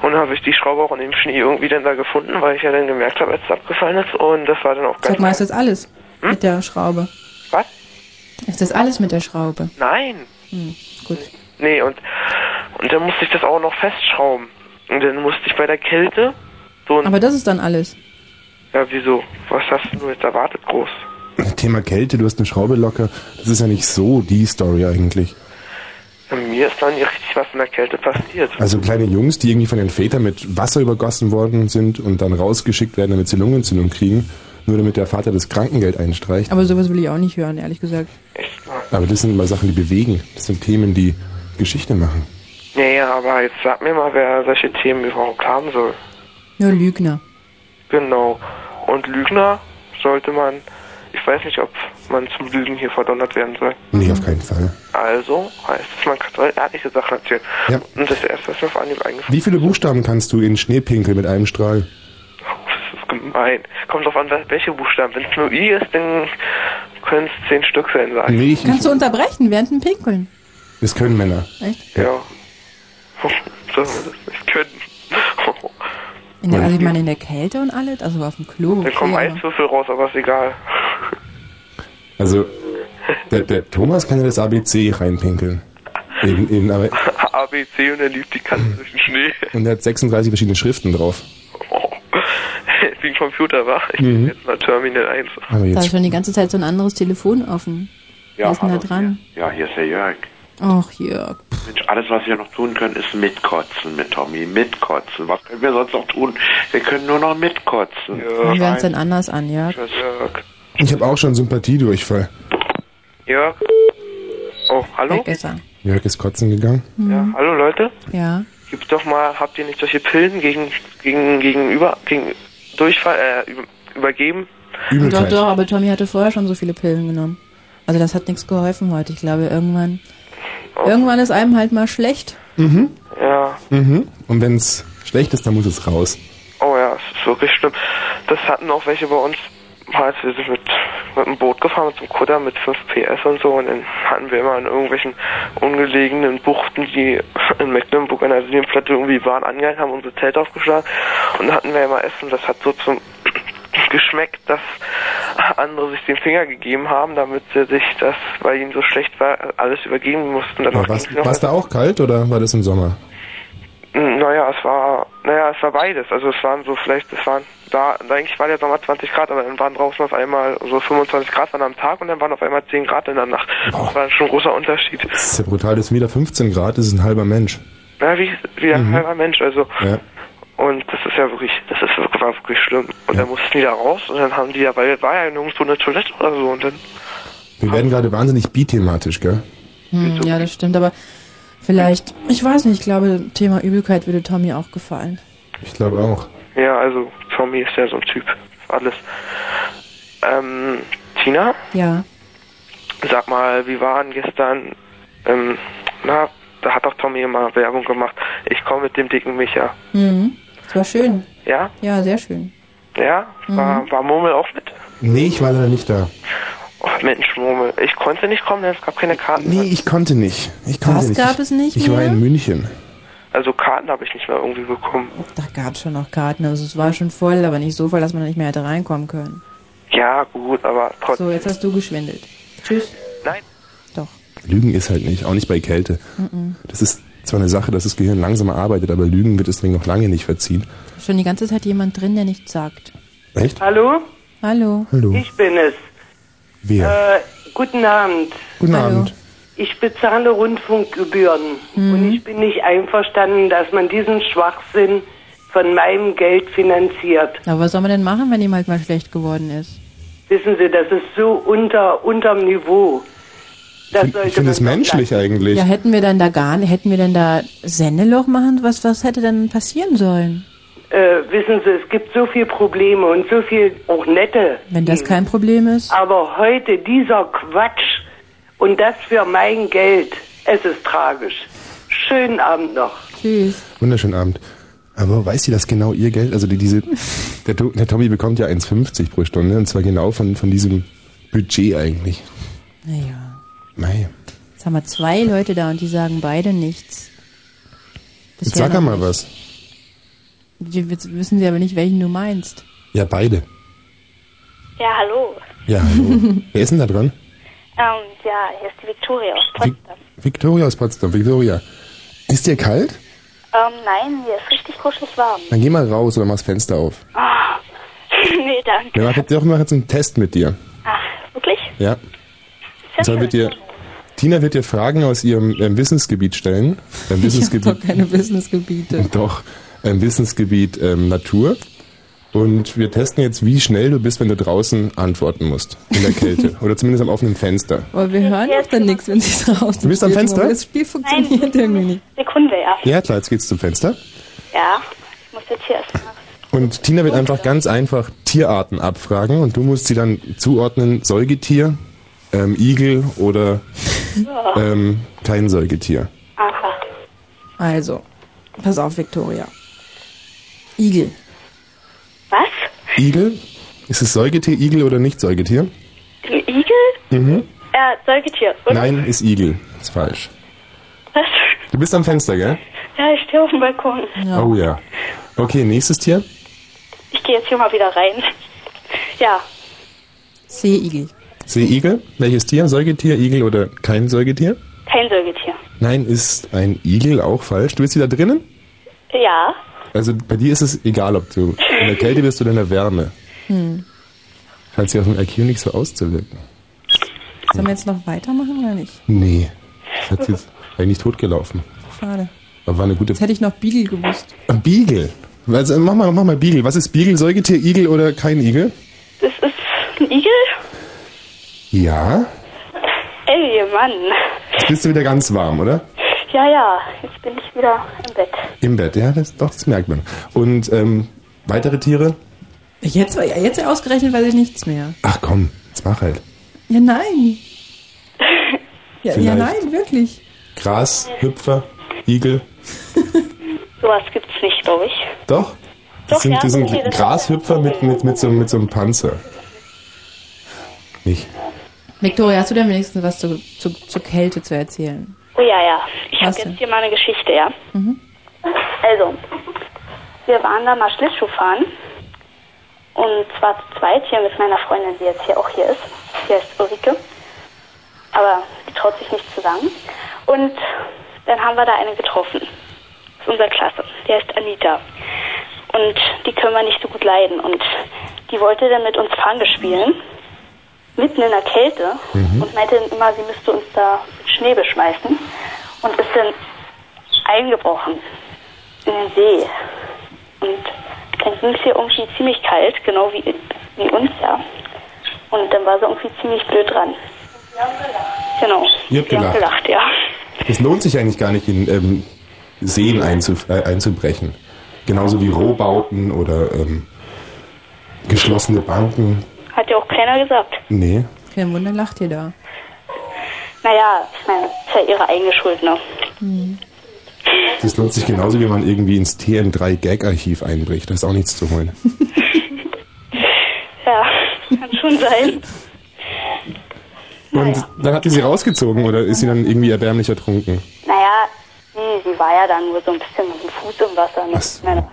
[SPEAKER 10] Und dann habe ich die Schraube auch in dem Schnee irgendwie dann da gefunden, weil ich ja dann gemerkt habe, als es abgefallen ist. Und das war dann auch ganz.
[SPEAKER 6] Sag mal, ist das alles mit der Schraube?
[SPEAKER 10] Was?
[SPEAKER 6] Hm? Ist das alles mit der Schraube?
[SPEAKER 10] Nein!
[SPEAKER 6] Hm, gut.
[SPEAKER 10] Nee, und, und dann musste ich das auch noch festschrauben. Und dann musste ich bei der Kälte so ein.
[SPEAKER 6] Aber das ist dann alles.
[SPEAKER 10] Ja, wieso? Was hast du jetzt erwartet, groß?
[SPEAKER 1] Thema Kälte, du hast eine Schraube locker. Das ist ja nicht so die Story eigentlich.
[SPEAKER 10] Mir ist noch nicht richtig was in der Kälte passiert.
[SPEAKER 1] Also kleine Jungs, die irgendwie von den Vätern mit Wasser übergossen worden sind und dann rausgeschickt werden, damit sie Lungenentzündung kriegen, nur damit der Vater das Krankengeld einstreicht.
[SPEAKER 6] Aber sowas will ich auch nicht hören, ehrlich gesagt.
[SPEAKER 1] Aber das sind mal Sachen, die bewegen. Das sind Themen, die Geschichte machen.
[SPEAKER 10] Naja, aber jetzt sag mir mal, wer solche Themen überhaupt haben soll.
[SPEAKER 6] Nur Lügner.
[SPEAKER 10] Genau. Und Lügner sollte man, ich weiß nicht, ob man zum Lügen hier verdonnert werden soll.
[SPEAKER 1] Nee, auf keinen Fall.
[SPEAKER 10] Also heißt es, man kann soll ehrliche Sachen erzählen.
[SPEAKER 1] Ja.
[SPEAKER 10] Und das erste, was mir auf Anhieb eingefallen
[SPEAKER 1] Wie viele Buchstaben kannst du in Schnee pinkeln mit einem Strahl?
[SPEAKER 10] ist, ist gemein. Kommt drauf an, wel- welche Buchstaben. Wenn es nur I ist, dann können es zehn Stück sein, sag ich.
[SPEAKER 1] Nee, ich,
[SPEAKER 6] Kannst du unterbrechen während dem Pinkeln?
[SPEAKER 1] das können Männer.
[SPEAKER 6] Echt?
[SPEAKER 10] Ja. So, das nicht können.
[SPEAKER 6] In der, also ich meine in der Kälte und alles, also auf dem Klo.
[SPEAKER 10] Dann kommen
[SPEAKER 6] okay,
[SPEAKER 10] Eiswürfel raus, aber ist egal.
[SPEAKER 1] Also, der, der Thomas kann ja das ABC reinpinkeln. In, in, aber,
[SPEAKER 10] A, B, C und er liebt die Katze durch den Schnee.
[SPEAKER 1] und er hat 36 verschiedene Schriften drauf.
[SPEAKER 10] Wie ein Computer, wa? Ich
[SPEAKER 1] Mhm.
[SPEAKER 10] bin jetzt mal Terminal 1.
[SPEAKER 1] Aber
[SPEAKER 6] Da ist
[SPEAKER 1] jetzt,
[SPEAKER 6] schon die ganze Zeit so ein anderes Telefon offen.
[SPEAKER 14] Ja,
[SPEAKER 6] Wer ist denn da
[SPEAKER 14] hallo.
[SPEAKER 6] dran?
[SPEAKER 14] Ja, hier ist der Jörg.
[SPEAKER 6] Ach, Jörg.
[SPEAKER 14] Mensch, alles, was wir noch tun können, ist mitkotzen mit Tommy. Mitkotzen. Was können wir sonst noch tun? Wir können nur noch mitkotzen.
[SPEAKER 6] Hören wir uns denn anders an, Jörg?
[SPEAKER 10] Jörg.
[SPEAKER 1] ich habe auch schon Sympathiedurchfall.
[SPEAKER 10] Jörg? Oh, hallo?
[SPEAKER 1] Jörg ist kotzen gegangen.
[SPEAKER 10] Ja, hallo Leute?
[SPEAKER 6] Hm. Ja.
[SPEAKER 10] Gibt's doch mal, habt ihr nicht solche Pillen gegen, gegen, gegenüber, gegen Durchfall, äh, über, übergeben?
[SPEAKER 6] Doch, doch, aber Tommy hatte vorher schon so viele Pillen genommen. Also das hat nichts geholfen heute. Ich glaube, irgendwann.
[SPEAKER 14] Oh.
[SPEAKER 6] Irgendwann ist einem halt mal schlecht.
[SPEAKER 1] Mhm.
[SPEAKER 10] Ja.
[SPEAKER 1] Mhm. Und wenn es schlecht ist, dann muss es raus.
[SPEAKER 10] Oh ja, es ist wirklich schlimm. Das hatten auch welche bei uns, als wir sind mit, mit dem Boot gefahren, mit dem Kutter mit 5 PS und so. Und dann hatten wir immer in irgendwelchen ungelegenen Buchten, die in Mecklenburg an der Seenplatte irgendwie waren, angehalten, haben unsere Zelte aufgeschlagen. Und dann hatten wir immer Essen. Das hat so zum geschmeckt, dass andere sich den Finger gegeben haben, damit sie sich das, weil ihnen so schlecht war, alles übergeben mussten. Danach
[SPEAKER 1] Aber war's-
[SPEAKER 10] ging's noch-
[SPEAKER 1] war es da auch kalt oder war das im Sommer?
[SPEAKER 10] Hm, naja, es war, naja, es war beides. Also es waren so vielleicht, es waren da, eigentlich war der Sommer 20 Grad, aber dann waren draußen auf einmal so 25 Grad waren am Tag und dann waren auf einmal 10 Grad in der Nacht. Das war schon ein großer Unterschied.
[SPEAKER 1] Das ist ja brutal, das ist wieder 15 Grad, das ist ein halber Mensch.
[SPEAKER 10] Ja, wie, wie ein halber Mensch, also.
[SPEAKER 1] Ja.
[SPEAKER 10] Und das ist ja wirklich, das ist wirklich, war wirklich schlimm. Und dann mussten die da raus und dann haben die ja, weil war ja nirgendwo eine Toilette oder so und dann,
[SPEAKER 1] Wir werden gerade wahnsinnig bithematisch, gell?
[SPEAKER 6] Hm, ja, das stimmt, aber vielleicht, ich weiß nicht, ich glaube, Thema Übelkeit würde Tommy auch gefallen.
[SPEAKER 1] Ich glaube auch.
[SPEAKER 10] ja, also Tommy ist ja so ein Typ. für Alles. Ähm, Tina?
[SPEAKER 6] Ja.
[SPEAKER 10] Sag mal, wie waren gestern? Ähm, na, da hat doch Tommy immer Werbung gemacht. Ich komme mit dem dicken Micha.
[SPEAKER 6] Mhm. Das war schön.
[SPEAKER 10] Ja?
[SPEAKER 6] Ja, sehr schön.
[SPEAKER 10] Ja? War, war Murmel auch mit?
[SPEAKER 1] Nee, ich war leider nicht da.
[SPEAKER 10] Oh, Mensch, Murmel. Ich konnte nicht kommen, denn es gab keine Karten.
[SPEAKER 1] Nee, ich konnte nicht. Ich konnte
[SPEAKER 6] Was
[SPEAKER 1] nicht.
[SPEAKER 6] gab es nicht
[SPEAKER 1] Ich war
[SPEAKER 6] mehr?
[SPEAKER 1] in München.
[SPEAKER 10] Also Karten habe ich nicht mehr irgendwie bekommen.
[SPEAKER 6] Da gab es schon noch Karten, also es war schon voll, aber nicht so voll, dass man da nicht mehr hätte reinkommen können.
[SPEAKER 10] Ja, gut, aber trotzdem.
[SPEAKER 6] So, jetzt hast du geschwindelt. Tschüss.
[SPEAKER 10] Nein.
[SPEAKER 6] Doch.
[SPEAKER 1] Lügen ist halt nicht, auch nicht bei Kälte.
[SPEAKER 6] Mhm.
[SPEAKER 1] Das ist zwar eine Sache, dass das Gehirn langsamer arbeitet, aber Lügen wird es dringend noch lange nicht verziehen.
[SPEAKER 6] Schon die ganze Zeit jemand drin, der nichts sagt.
[SPEAKER 1] Echt?
[SPEAKER 15] Hallo?
[SPEAKER 6] Hallo.
[SPEAKER 1] Hallo.
[SPEAKER 15] Ich bin es.
[SPEAKER 1] Wer?
[SPEAKER 15] Äh, guten Abend.
[SPEAKER 1] Guten Abend.
[SPEAKER 15] Ich bezahle Rundfunkgebühren und ich bin nicht einverstanden, dass man diesen Schwachsinn von meinem Geld finanziert.
[SPEAKER 6] Aber was soll man denn machen, wenn ihm halt mal schlecht geworden ist?
[SPEAKER 15] Wissen Sie, das ist so unter unterm Niveau. Das
[SPEAKER 1] Ich
[SPEAKER 15] sollte
[SPEAKER 1] finde es menschlich eigentlich.
[SPEAKER 6] Ja, hätten wir dann da gar nicht, hätten wir denn da Sendeloch machen? Was, was hätte denn passieren sollen?
[SPEAKER 15] äh, wissen Sie, es gibt so viele Probleme und so viel auch nette.
[SPEAKER 6] Wenn das kein Problem ist?
[SPEAKER 15] Aber heute dieser Quatsch und das für mein Geld, es ist tragisch. Schönen Abend noch.
[SPEAKER 6] Tschüss.
[SPEAKER 1] Wunderschönen Abend. Aber weiß sie das genau, ihr Geld? Also die, diese, der, To- der Tommy bekommt ja 1,50 pro Stunde und zwar genau von, von diesem Budget eigentlich.
[SPEAKER 6] Naja,
[SPEAKER 1] Mei.
[SPEAKER 6] jetzt haben wir zwei Leute da und die sagen beide nichts.
[SPEAKER 1] Jetzt
[SPEAKER 6] Bisher
[SPEAKER 1] sag er
[SPEAKER 6] noch
[SPEAKER 1] mal was.
[SPEAKER 6] nicht. Die- Jetzt wissen sie aber nicht, welchen du meinst.
[SPEAKER 1] Ja, beide.
[SPEAKER 16] Ja, hallo.
[SPEAKER 1] Ja, hallo. Wer ist denn da dran?
[SPEAKER 16] Ähm, ja, hier ist die Victoria aus
[SPEAKER 1] Vic-
[SPEAKER 16] Potsdam.
[SPEAKER 1] Victoria aus Potsdam. Victoria, ist dir kalt?
[SPEAKER 16] Ähm, nein, hier ist richtig kuschelig warm.
[SPEAKER 1] Dann geh mal raus oder mach das Fenster auf.
[SPEAKER 16] Ah, nee, danke.
[SPEAKER 1] Wir machen wir machen jetzt einen Test mit dir.
[SPEAKER 16] Ach, wirklich?
[SPEAKER 1] Ja. Und zwar wird dir Tina wird dir Fragen aus ihrem ähm, Wissensgebiet stellen.
[SPEAKER 6] Ich
[SPEAKER 1] Ähm,
[SPEAKER 6] habe
[SPEAKER 1] Wissensgebiet.
[SPEAKER 6] doch keine Wissensgebiete.
[SPEAKER 1] Doch, ähm, Wissensgebiet ähm, Natur. Und wir testen jetzt, wie schnell du bist, wenn du draußen antworten musst. In der Kälte. Oder zumindest am offenen Fenster.
[SPEAKER 6] Aber wir hören doch dann nichts, wenn sie draußen
[SPEAKER 1] Du bist am
[SPEAKER 6] spielen.
[SPEAKER 1] Fenster?
[SPEAKER 6] Das Spiel funktioniert irgendwie nicht.
[SPEAKER 17] Sekunde, ja.
[SPEAKER 1] Ja, klar, jetzt geht's zum Fenster.
[SPEAKER 17] Ja, ich muss jetzt hier erstmal.
[SPEAKER 1] Und Tina wird einfach ganz einfach Tierarten abfragen und du musst sie dann zuordnen, Säugetier, ähm, Igel oder ähm, kein Säugetier.
[SPEAKER 17] Aha.
[SPEAKER 6] Also, pass auf, Victoria. Igel.
[SPEAKER 1] Igel? Ist es Säugetier, Igel oder nicht Säugetier?
[SPEAKER 17] Ein Igel?
[SPEAKER 1] Mhm.
[SPEAKER 17] Äh, Säugetier. Und
[SPEAKER 1] Nein, ist Igel. Ist falsch.
[SPEAKER 17] Was?
[SPEAKER 1] Du bist am Fenster, gell?
[SPEAKER 17] Ja, ich stehe auf dem Balkon.
[SPEAKER 1] Oh ja. Okay, nächstes Tier.
[SPEAKER 17] Ich gehe jetzt hier mal wieder rein. Ja.
[SPEAKER 6] Seeigel.
[SPEAKER 1] Seeigel. Welches Tier? Säugetier, Igel oder kein Säugetier?
[SPEAKER 17] Kein Säugetier.
[SPEAKER 1] Nein, ist ein Igel auch falsch. Du bist wieder drinnen?
[SPEAKER 17] Ja.
[SPEAKER 1] Also bei dir ist es egal, ob du in der Kälte bist oder in der Wärme.
[SPEAKER 6] Hm.
[SPEAKER 1] Scheint sich auf dem IQ nicht so auszuwirken.
[SPEAKER 6] Sollen wir jetzt noch weitermachen oder nicht?
[SPEAKER 1] Nee. Das hat jetzt eigentlich totgelaufen.
[SPEAKER 6] Schade.
[SPEAKER 1] Aber war eine gute.
[SPEAKER 6] Jetzt hätte ich noch Beagle gewusst.
[SPEAKER 1] Beagle. Also, mach mal, mach mal Beagle. Was ist Beagle? Säugetier, Igel oder kein Igel?
[SPEAKER 17] Ein Igel?
[SPEAKER 1] Ja.
[SPEAKER 17] Ey, Mann.
[SPEAKER 1] Jetzt bist du wieder ganz warm, oder?
[SPEAKER 17] Ja, ja. Jetzt bin ich wieder im Bett.
[SPEAKER 1] Im Bett, ja, das, doch, das merkt man. Und ähm, weitere Tiere?
[SPEAKER 6] Jetzt, jetzt ausgerechnet weiß ich nichts mehr.
[SPEAKER 1] Ach komm, jetzt mach halt.
[SPEAKER 6] Ja, nein. Ja, ja
[SPEAKER 1] Vielleicht.
[SPEAKER 6] nein, wirklich.
[SPEAKER 1] Gras, Hüpfer, Igel.
[SPEAKER 17] Sowas gibt's nicht, glaube ich.
[SPEAKER 1] Doch.
[SPEAKER 17] Doch,
[SPEAKER 1] Das sind,
[SPEAKER 17] ja,
[SPEAKER 1] das sind
[SPEAKER 17] okay, das-
[SPEAKER 1] Grashüpfer mit, mit, mit, so, mit so einem Panzer. Nicht.
[SPEAKER 6] Victoria, hast du denn wenigstens was zu, zu, zur Kälte zu erzählen?
[SPEAKER 17] Oh ja, ja. Ich habe
[SPEAKER 6] Was denn?
[SPEAKER 17] jetzt hier mal eine Geschichte, ja.
[SPEAKER 6] Mhm.
[SPEAKER 17] Also, wir waren da mal Schlittschuh fahren. Und zwar zu zweit hier mit meiner Freundin, die jetzt hier auch hier ist. Hier ist Ulrike. Aber die traut sich nicht zu sagen. Und dann haben wir da eine getroffen. Aus unserer Klasse. Die heißt Anita. Und die können wir nicht so gut leiden. Und die wollte dann mit uns Fange spielen. Mitten in der Kälte.
[SPEAKER 1] Mhm.
[SPEAKER 17] Und meinte dann immer, sie müsste uns da mit Schnee beschmeißen. Und ist dann eingebrochen in den See. Und dann ging es ihr irgendwie ziemlich kalt, genau wie, wie uns ja. Und dann war sie irgendwie ziemlich blöd dran. Genau.
[SPEAKER 1] Ihr habt
[SPEAKER 17] Wir haben
[SPEAKER 1] gelacht.
[SPEAKER 17] gelacht, ja.
[SPEAKER 1] Es lohnt sich eigentlich gar nicht, in ähm, Seen einzu, äh, einzubrechen. Genauso wie Rohbauten oder ähm, geschlossene Banken.
[SPEAKER 17] Hat ja auch keiner gesagt.
[SPEAKER 1] Nee.
[SPEAKER 6] Kein Wunder, lacht ihr da.
[SPEAKER 17] Naja, ich meine, ist ja ihre eigene Schuld, ne?
[SPEAKER 1] Das lohnt sich genauso, wie man irgendwie ins TM3-Gag-Archiv einbricht. Da ist auch nichts zu holen.
[SPEAKER 17] Ja, kann schon sein.
[SPEAKER 1] Und dann habt ihr sie rausgezogen oder ist sie dann irgendwie erbärmlich ertrunken?
[SPEAKER 17] Naja, nee, sie war ja dann nur so ein bisschen mit dem Fuß im Wasser. Ne? Ich meine,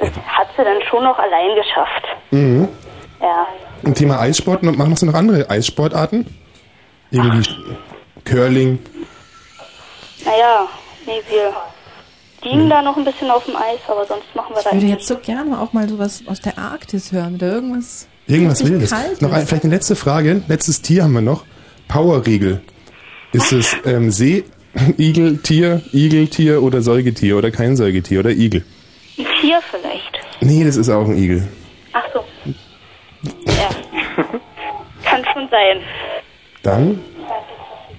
[SPEAKER 17] Das hat sie dann schon noch allein geschafft.
[SPEAKER 1] Mhm.
[SPEAKER 17] Ja.
[SPEAKER 1] Ein Thema Eissport, noch- machst du noch andere Eissportarten? Irgendwie Curling.
[SPEAKER 17] Naja, nee, wir liegen da noch ein bisschen auf dem Eis, aber sonst machen wir
[SPEAKER 6] Ich
[SPEAKER 17] da
[SPEAKER 6] Hm. würde jetzt so gerne auch mal sowas aus der Arktis hören oder irgendwas.
[SPEAKER 1] Irgendwas
[SPEAKER 6] richtig
[SPEAKER 1] Wildes.
[SPEAKER 6] Kaltes.
[SPEAKER 1] Noch ein, vielleicht eine letzte Frage. Letztes Tier haben wir noch. Powerriegel. Ist es ähm, See-Igel, Tier, Igeltier oder Säugetier oder kein Säugetier oder Igel?
[SPEAKER 17] ein Tier vielleicht.
[SPEAKER 1] Nee, das ist auch ein Igel.
[SPEAKER 17] Ach so. Ja. Kann schon sein.
[SPEAKER 1] Dann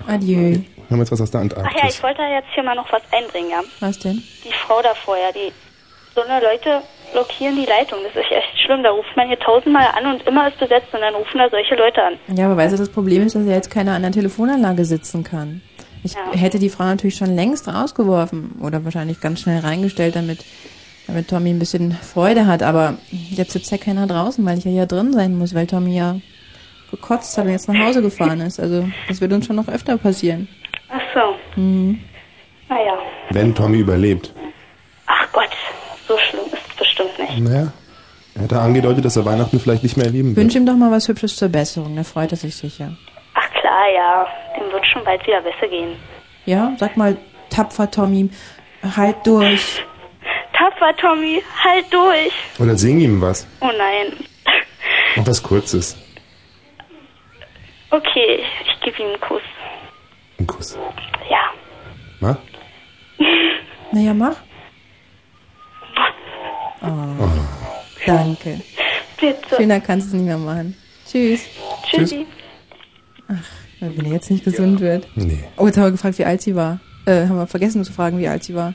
[SPEAKER 6] Adieu.
[SPEAKER 1] haben wir jetzt was aus der Antarktis.
[SPEAKER 17] Ach ja, ich wollte da jetzt hier mal noch was einbringen, ja.
[SPEAKER 6] Was denn?
[SPEAKER 17] Die Frau da vorher, die so eine Leute blockieren die Leitung. Das ist echt schlimm. Da ruft man hier tausendmal an und immer ist besetzt und dann rufen da solche Leute an.
[SPEAKER 6] Ja, aber weißt du, das Problem ist, dass ja jetzt keiner an der Telefonanlage sitzen kann. Ich hätte die Frau natürlich schon längst rausgeworfen oder wahrscheinlich ganz schnell reingestellt, damit, damit Tommy ein bisschen Freude hat. Aber jetzt sitzt ja keiner draußen, weil ich ja hier drin sein muss, weil Tommy ja gekotzt hat und jetzt nach Hause gefahren ist. Also das wird uns schon noch öfter passieren.
[SPEAKER 17] Ach so. Ah
[SPEAKER 6] Mhm.
[SPEAKER 17] Naja.
[SPEAKER 1] Wenn Tommy überlebt.
[SPEAKER 17] Ach Gott, so schlimm ist es bestimmt nicht.
[SPEAKER 1] Naja. Er hat da angedeutet, dass er Weihnachten vielleicht nicht mehr erleben wird.
[SPEAKER 6] Wünsche ihm doch mal was Hübsches zur Besserung, da freut er sich sicher.
[SPEAKER 17] Ach klar, ja. Dem wird schon bald wieder besser gehen.
[SPEAKER 6] Ja, sag mal, tapfer Tommy, halt durch.
[SPEAKER 17] Tapfer, Tommy. Halt durch.
[SPEAKER 1] Oder sing ihm was.
[SPEAKER 17] Oh nein.
[SPEAKER 1] Und was Kurzes.
[SPEAKER 17] Okay, ich gebe ihm einen Kuss.
[SPEAKER 1] Ein Kuss.
[SPEAKER 16] Ja.
[SPEAKER 1] Na?
[SPEAKER 6] Naja, mach. Oh, Danke.
[SPEAKER 16] Bitte.
[SPEAKER 6] Schöner kannst du es nicht mehr machen. Tschüss.
[SPEAKER 16] Tschüssi.
[SPEAKER 6] Wenn er jetzt nicht gesund wird.
[SPEAKER 1] Nee.
[SPEAKER 6] Oh, jetzt haben wir gefragt, wie alt sie war. Äh, haben wir vergessen zu fragen, wie alt sie war.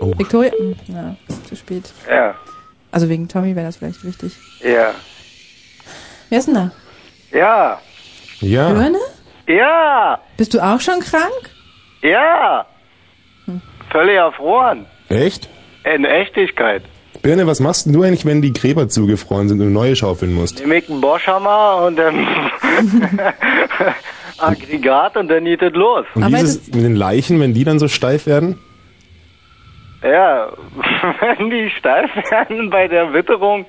[SPEAKER 1] Oh.
[SPEAKER 6] Victoria? Hm, Na, zu spät.
[SPEAKER 18] Ja,
[SPEAKER 6] Also wegen Tommy wäre das vielleicht wichtig.
[SPEAKER 18] ja.
[SPEAKER 6] Wer ist denn da?
[SPEAKER 18] Ja,
[SPEAKER 1] Ja.
[SPEAKER 6] Birne?
[SPEAKER 18] ja,
[SPEAKER 6] Bist du auch schon krank?
[SPEAKER 18] ja. Völlig erfroren.
[SPEAKER 1] Echt?
[SPEAKER 18] In Echtigkeit.
[SPEAKER 1] Birne, was machst denn du eigentlich, wenn die Gräber zugefroren sind und du neue schaufeln musst?
[SPEAKER 18] Nehme ich einen Boschhammer und dann Aggregat und dann geht es los.
[SPEAKER 1] Und wie ist es mit den Leichen, wenn die dann so steif werden?
[SPEAKER 18] Ja, wenn die steif werden bei der Witterung,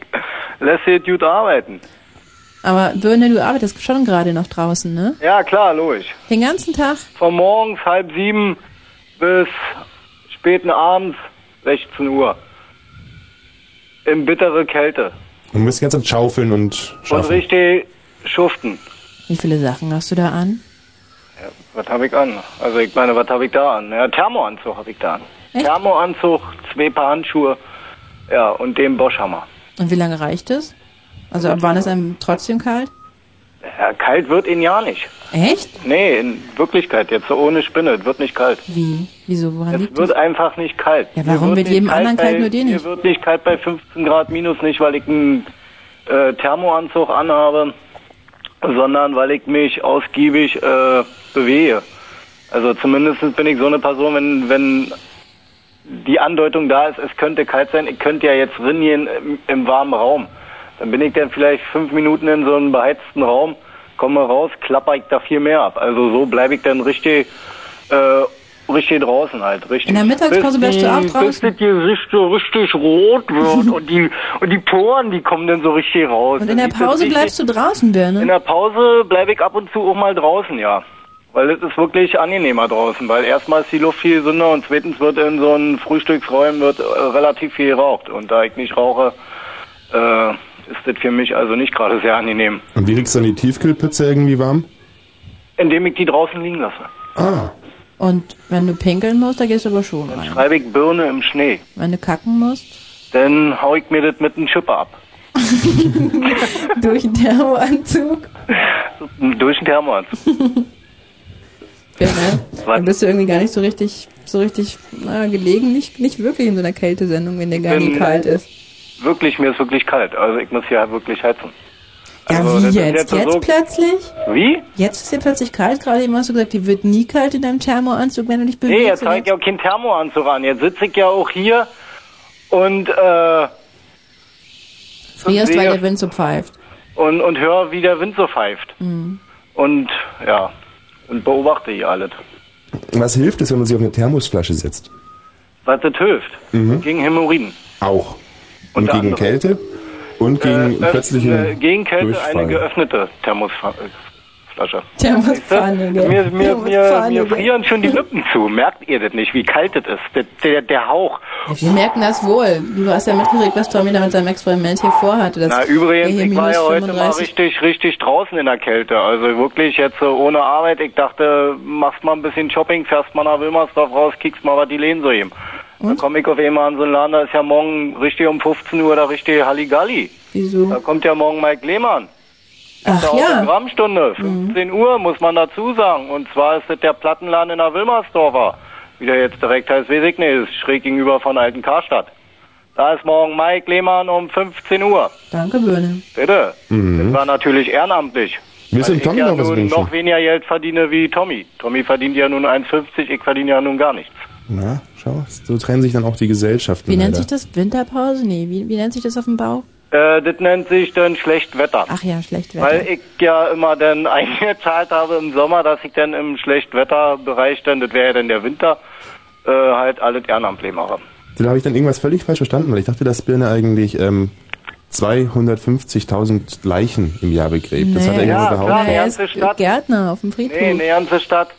[SPEAKER 18] lässt sie gut arbeiten.
[SPEAKER 6] Aber Birne, du arbeitest schon gerade noch draußen, ne?
[SPEAKER 18] Ja, klar, logisch.
[SPEAKER 6] Den ganzen Tag?
[SPEAKER 18] Von morgens halb sieben bis späten Abends 16 Uhr. In bittere Kälte.
[SPEAKER 1] Du musst die ganze Zeit schaufeln und
[SPEAKER 18] Und
[SPEAKER 1] schaufeln.
[SPEAKER 18] richtig schuften.
[SPEAKER 6] Wie viele Sachen hast du da an?
[SPEAKER 18] Ja, was habe ich an? Also ich meine, was habe ich da an? Ja, Thermoanzug habe ich da an. Thermoanzug, zwei Paar Handschuhe, ja, und den Boschhammer.
[SPEAKER 6] Und wie lange reicht es? Also ab wann ist einem trotzdem kalt?
[SPEAKER 18] Ja, kalt wird ihn ja nicht.
[SPEAKER 6] Echt?
[SPEAKER 18] Nee, in Wirklichkeit, jetzt so ohne Spinne, es wird nicht kalt.
[SPEAKER 6] Wie? Wieso? Woran
[SPEAKER 18] Es
[SPEAKER 6] liegt
[SPEAKER 18] wird
[SPEAKER 6] das?
[SPEAKER 18] einfach nicht kalt.
[SPEAKER 6] Ja, warum
[SPEAKER 18] Mir
[SPEAKER 6] wird
[SPEAKER 18] nicht
[SPEAKER 6] jedem anderen kalt,
[SPEAKER 18] bei,
[SPEAKER 6] nur dir nicht?
[SPEAKER 18] Mir wird nicht kalt bei 15 Grad minus, nicht weil ich einen äh, Thermoanzug anhabe, sondern weil ich mich ausgiebig äh, bewege. Also zumindest bin ich so eine Person, wenn, wenn die Andeutung da ist, es könnte kalt sein, ich könnte ja jetzt rinnieren im, im warmen Raum. Dann bin ich dann vielleicht fünf Minuten in so einem beheizten Raum, komme raus, klapper ich da viel mehr ab. Also so bleibe ich dann richtig, äh, richtig draußen halt, richtig.
[SPEAKER 6] In der Mittagspause bleibst du auch
[SPEAKER 18] Bis
[SPEAKER 6] draußen.
[SPEAKER 18] das Gesicht so richtig rot wird und die, und die Poren, die kommen dann so richtig raus.
[SPEAKER 6] Und in der Pause bleibst du draußen, ne? Birne?
[SPEAKER 18] In der Pause bleibe ich ab und zu auch mal draußen, ja. Weil es ist wirklich angenehmer draußen, weil erstmal ist die Luft viel gesünder und zweitens wird in so einem Frühstücksräumen wird äh, relativ viel geraucht. Und da ich nicht rauche, äh, ist das für mich also nicht gerade sehr angenehm.
[SPEAKER 1] Und wie kriegst du dann die Tiefkühlpizza irgendwie warm?
[SPEAKER 18] Indem ich die draußen liegen lasse.
[SPEAKER 1] Ah.
[SPEAKER 6] Und wenn du pinkeln musst, da gehst du aber schon rein.
[SPEAKER 18] Schreibe ich Birne im Schnee.
[SPEAKER 6] Wenn du kacken musst,
[SPEAKER 18] Dann hau ich mir das mit einem Schipper ab.
[SPEAKER 6] durch den Thermoanzug.
[SPEAKER 18] Durch den Thermoanzug.
[SPEAKER 6] Birne, dann bist du irgendwie gar nicht so richtig, so richtig na, gelegen, nicht, nicht wirklich in so einer Kältesendung, wenn dir gar
[SPEAKER 18] Bin-
[SPEAKER 6] nicht kalt ist.
[SPEAKER 18] Wirklich, mir ist wirklich kalt. Also ich muss hier wirklich heizen.
[SPEAKER 6] Ja,
[SPEAKER 18] Also, das
[SPEAKER 6] wie
[SPEAKER 18] ist
[SPEAKER 6] jetzt? Jetzt
[SPEAKER 18] so-
[SPEAKER 6] plötzlich?
[SPEAKER 18] Wie?
[SPEAKER 6] Jetzt ist dir plötzlich kalt, gerade eben hast du gesagt, die wird nie kalt in deinem Thermoanzug, wenn du dich bewegst.
[SPEAKER 18] Nee, jetzt habe ich ja auch keinen Thermoanzug an. Jetzt sitze ich ja auch hier und äh,
[SPEAKER 6] Frierst, weil
[SPEAKER 18] sehe-
[SPEAKER 6] der Wind so pfeift.
[SPEAKER 18] und, und höre, wie der Wind so pfeift.
[SPEAKER 6] Mhm.
[SPEAKER 18] Und ja, und beobachte hier alles.
[SPEAKER 1] Was hilft es, wenn man sich auf eine Thermosflasche setzt?
[SPEAKER 18] Was das hilft.
[SPEAKER 1] Mhm.
[SPEAKER 18] Gegen Hämorrhoiden.
[SPEAKER 1] Auch. Und gegen
[SPEAKER 18] anderem.
[SPEAKER 1] Kälte und gegen
[SPEAKER 18] Äh,
[SPEAKER 1] plötzliche
[SPEAKER 18] äh, gegen Kälte
[SPEAKER 1] Durchfall.
[SPEAKER 18] eine geöffnete Thermosflasche.
[SPEAKER 6] Thermospfanne, gell?
[SPEAKER 18] Mir, mir, mir,
[SPEAKER 6] Thermospfanne,
[SPEAKER 18] mir
[SPEAKER 6] gell?
[SPEAKER 18] frieren schon die Lippen zu. Merkt ihr das nicht, wie kalt das ist? Der, der, der Hauch.
[SPEAKER 6] Wir merken das wohl. Du hast ja mitgekriegt, was Tommy da mit seinem Experiment hier vorhatte. dass
[SPEAKER 18] Na
[SPEAKER 6] er
[SPEAKER 18] übrigens,
[SPEAKER 6] hier
[SPEAKER 18] ich war
[SPEAKER 6] minus
[SPEAKER 18] ja heute mal
[SPEAKER 6] 35
[SPEAKER 18] richtig, richtig draußen in der Kälte. Also wirklich jetzt so ohne Arbeit. Ich dachte, machst mal ein bisschen Shopping, fährst mal nach Wilmersdorf raus, kickst mal, was die Läden so eben. Dann komme ich auf einmal an so einen Laden, da ist ja morgen richtig um 15 Uhr da richtig Halligalli.
[SPEAKER 6] Wieso?
[SPEAKER 18] Da kommt ja morgen Mike Lehmann.
[SPEAKER 6] Ach
[SPEAKER 18] da
[SPEAKER 6] ja. Mhm.
[SPEAKER 18] Programmstunde, 15 Uhr muss man dazu sagen. Und zwar ist das der Plattenladen in der Wilmersdorfer. Wie der jetzt direkt heißt, weiß ich nicht, ist schräg gegenüber von Alten Karstadt. Da ist morgen Mike Lehmann um 15 Uhr.
[SPEAKER 6] Danke, Birne.
[SPEAKER 18] Bitte.
[SPEAKER 1] Mhm.
[SPEAKER 18] Das war natürlich ehrenamtlich.
[SPEAKER 1] Wir sind
[SPEAKER 18] Weil
[SPEAKER 1] Tommy
[SPEAKER 18] ich ja
[SPEAKER 1] noch was
[SPEAKER 18] nun
[SPEAKER 1] wünschen.
[SPEAKER 18] noch weniger Geld verdiene wie Tommy. Tommy verdient ja nun 1,50, ich verdiene ja nun gar nichts.
[SPEAKER 1] Na, schau, so trennen sich dann auch die Gesellschaften.
[SPEAKER 6] Wie nennt
[SPEAKER 1] leider.
[SPEAKER 6] sich das? Winterpause? Nee, wie, wie nennt sich das auf dem Bau?
[SPEAKER 18] Äh, das nennt sich dann Schlechtwetter.
[SPEAKER 6] Ach ja, Schlechtwetter.
[SPEAKER 18] Weil ich ja immer dann eingezahlt habe im Sommer, dass ich dann im Schlechtwetterbereich dann, das wäre ja dann der Winter, äh, halt alles ehrenamtlich mache.
[SPEAKER 1] Da habe ich dann irgendwas völlig falsch verstanden, weil ich dachte, dass Birne eigentlich ähm, 250.000 Leichen im Jahr begräbt. Das hat er
[SPEAKER 6] Nee.
[SPEAKER 1] irgendwo behauptet.
[SPEAKER 6] er ist Gärtner auf dem Friedhof.
[SPEAKER 18] Nee, eine ganze Stadt,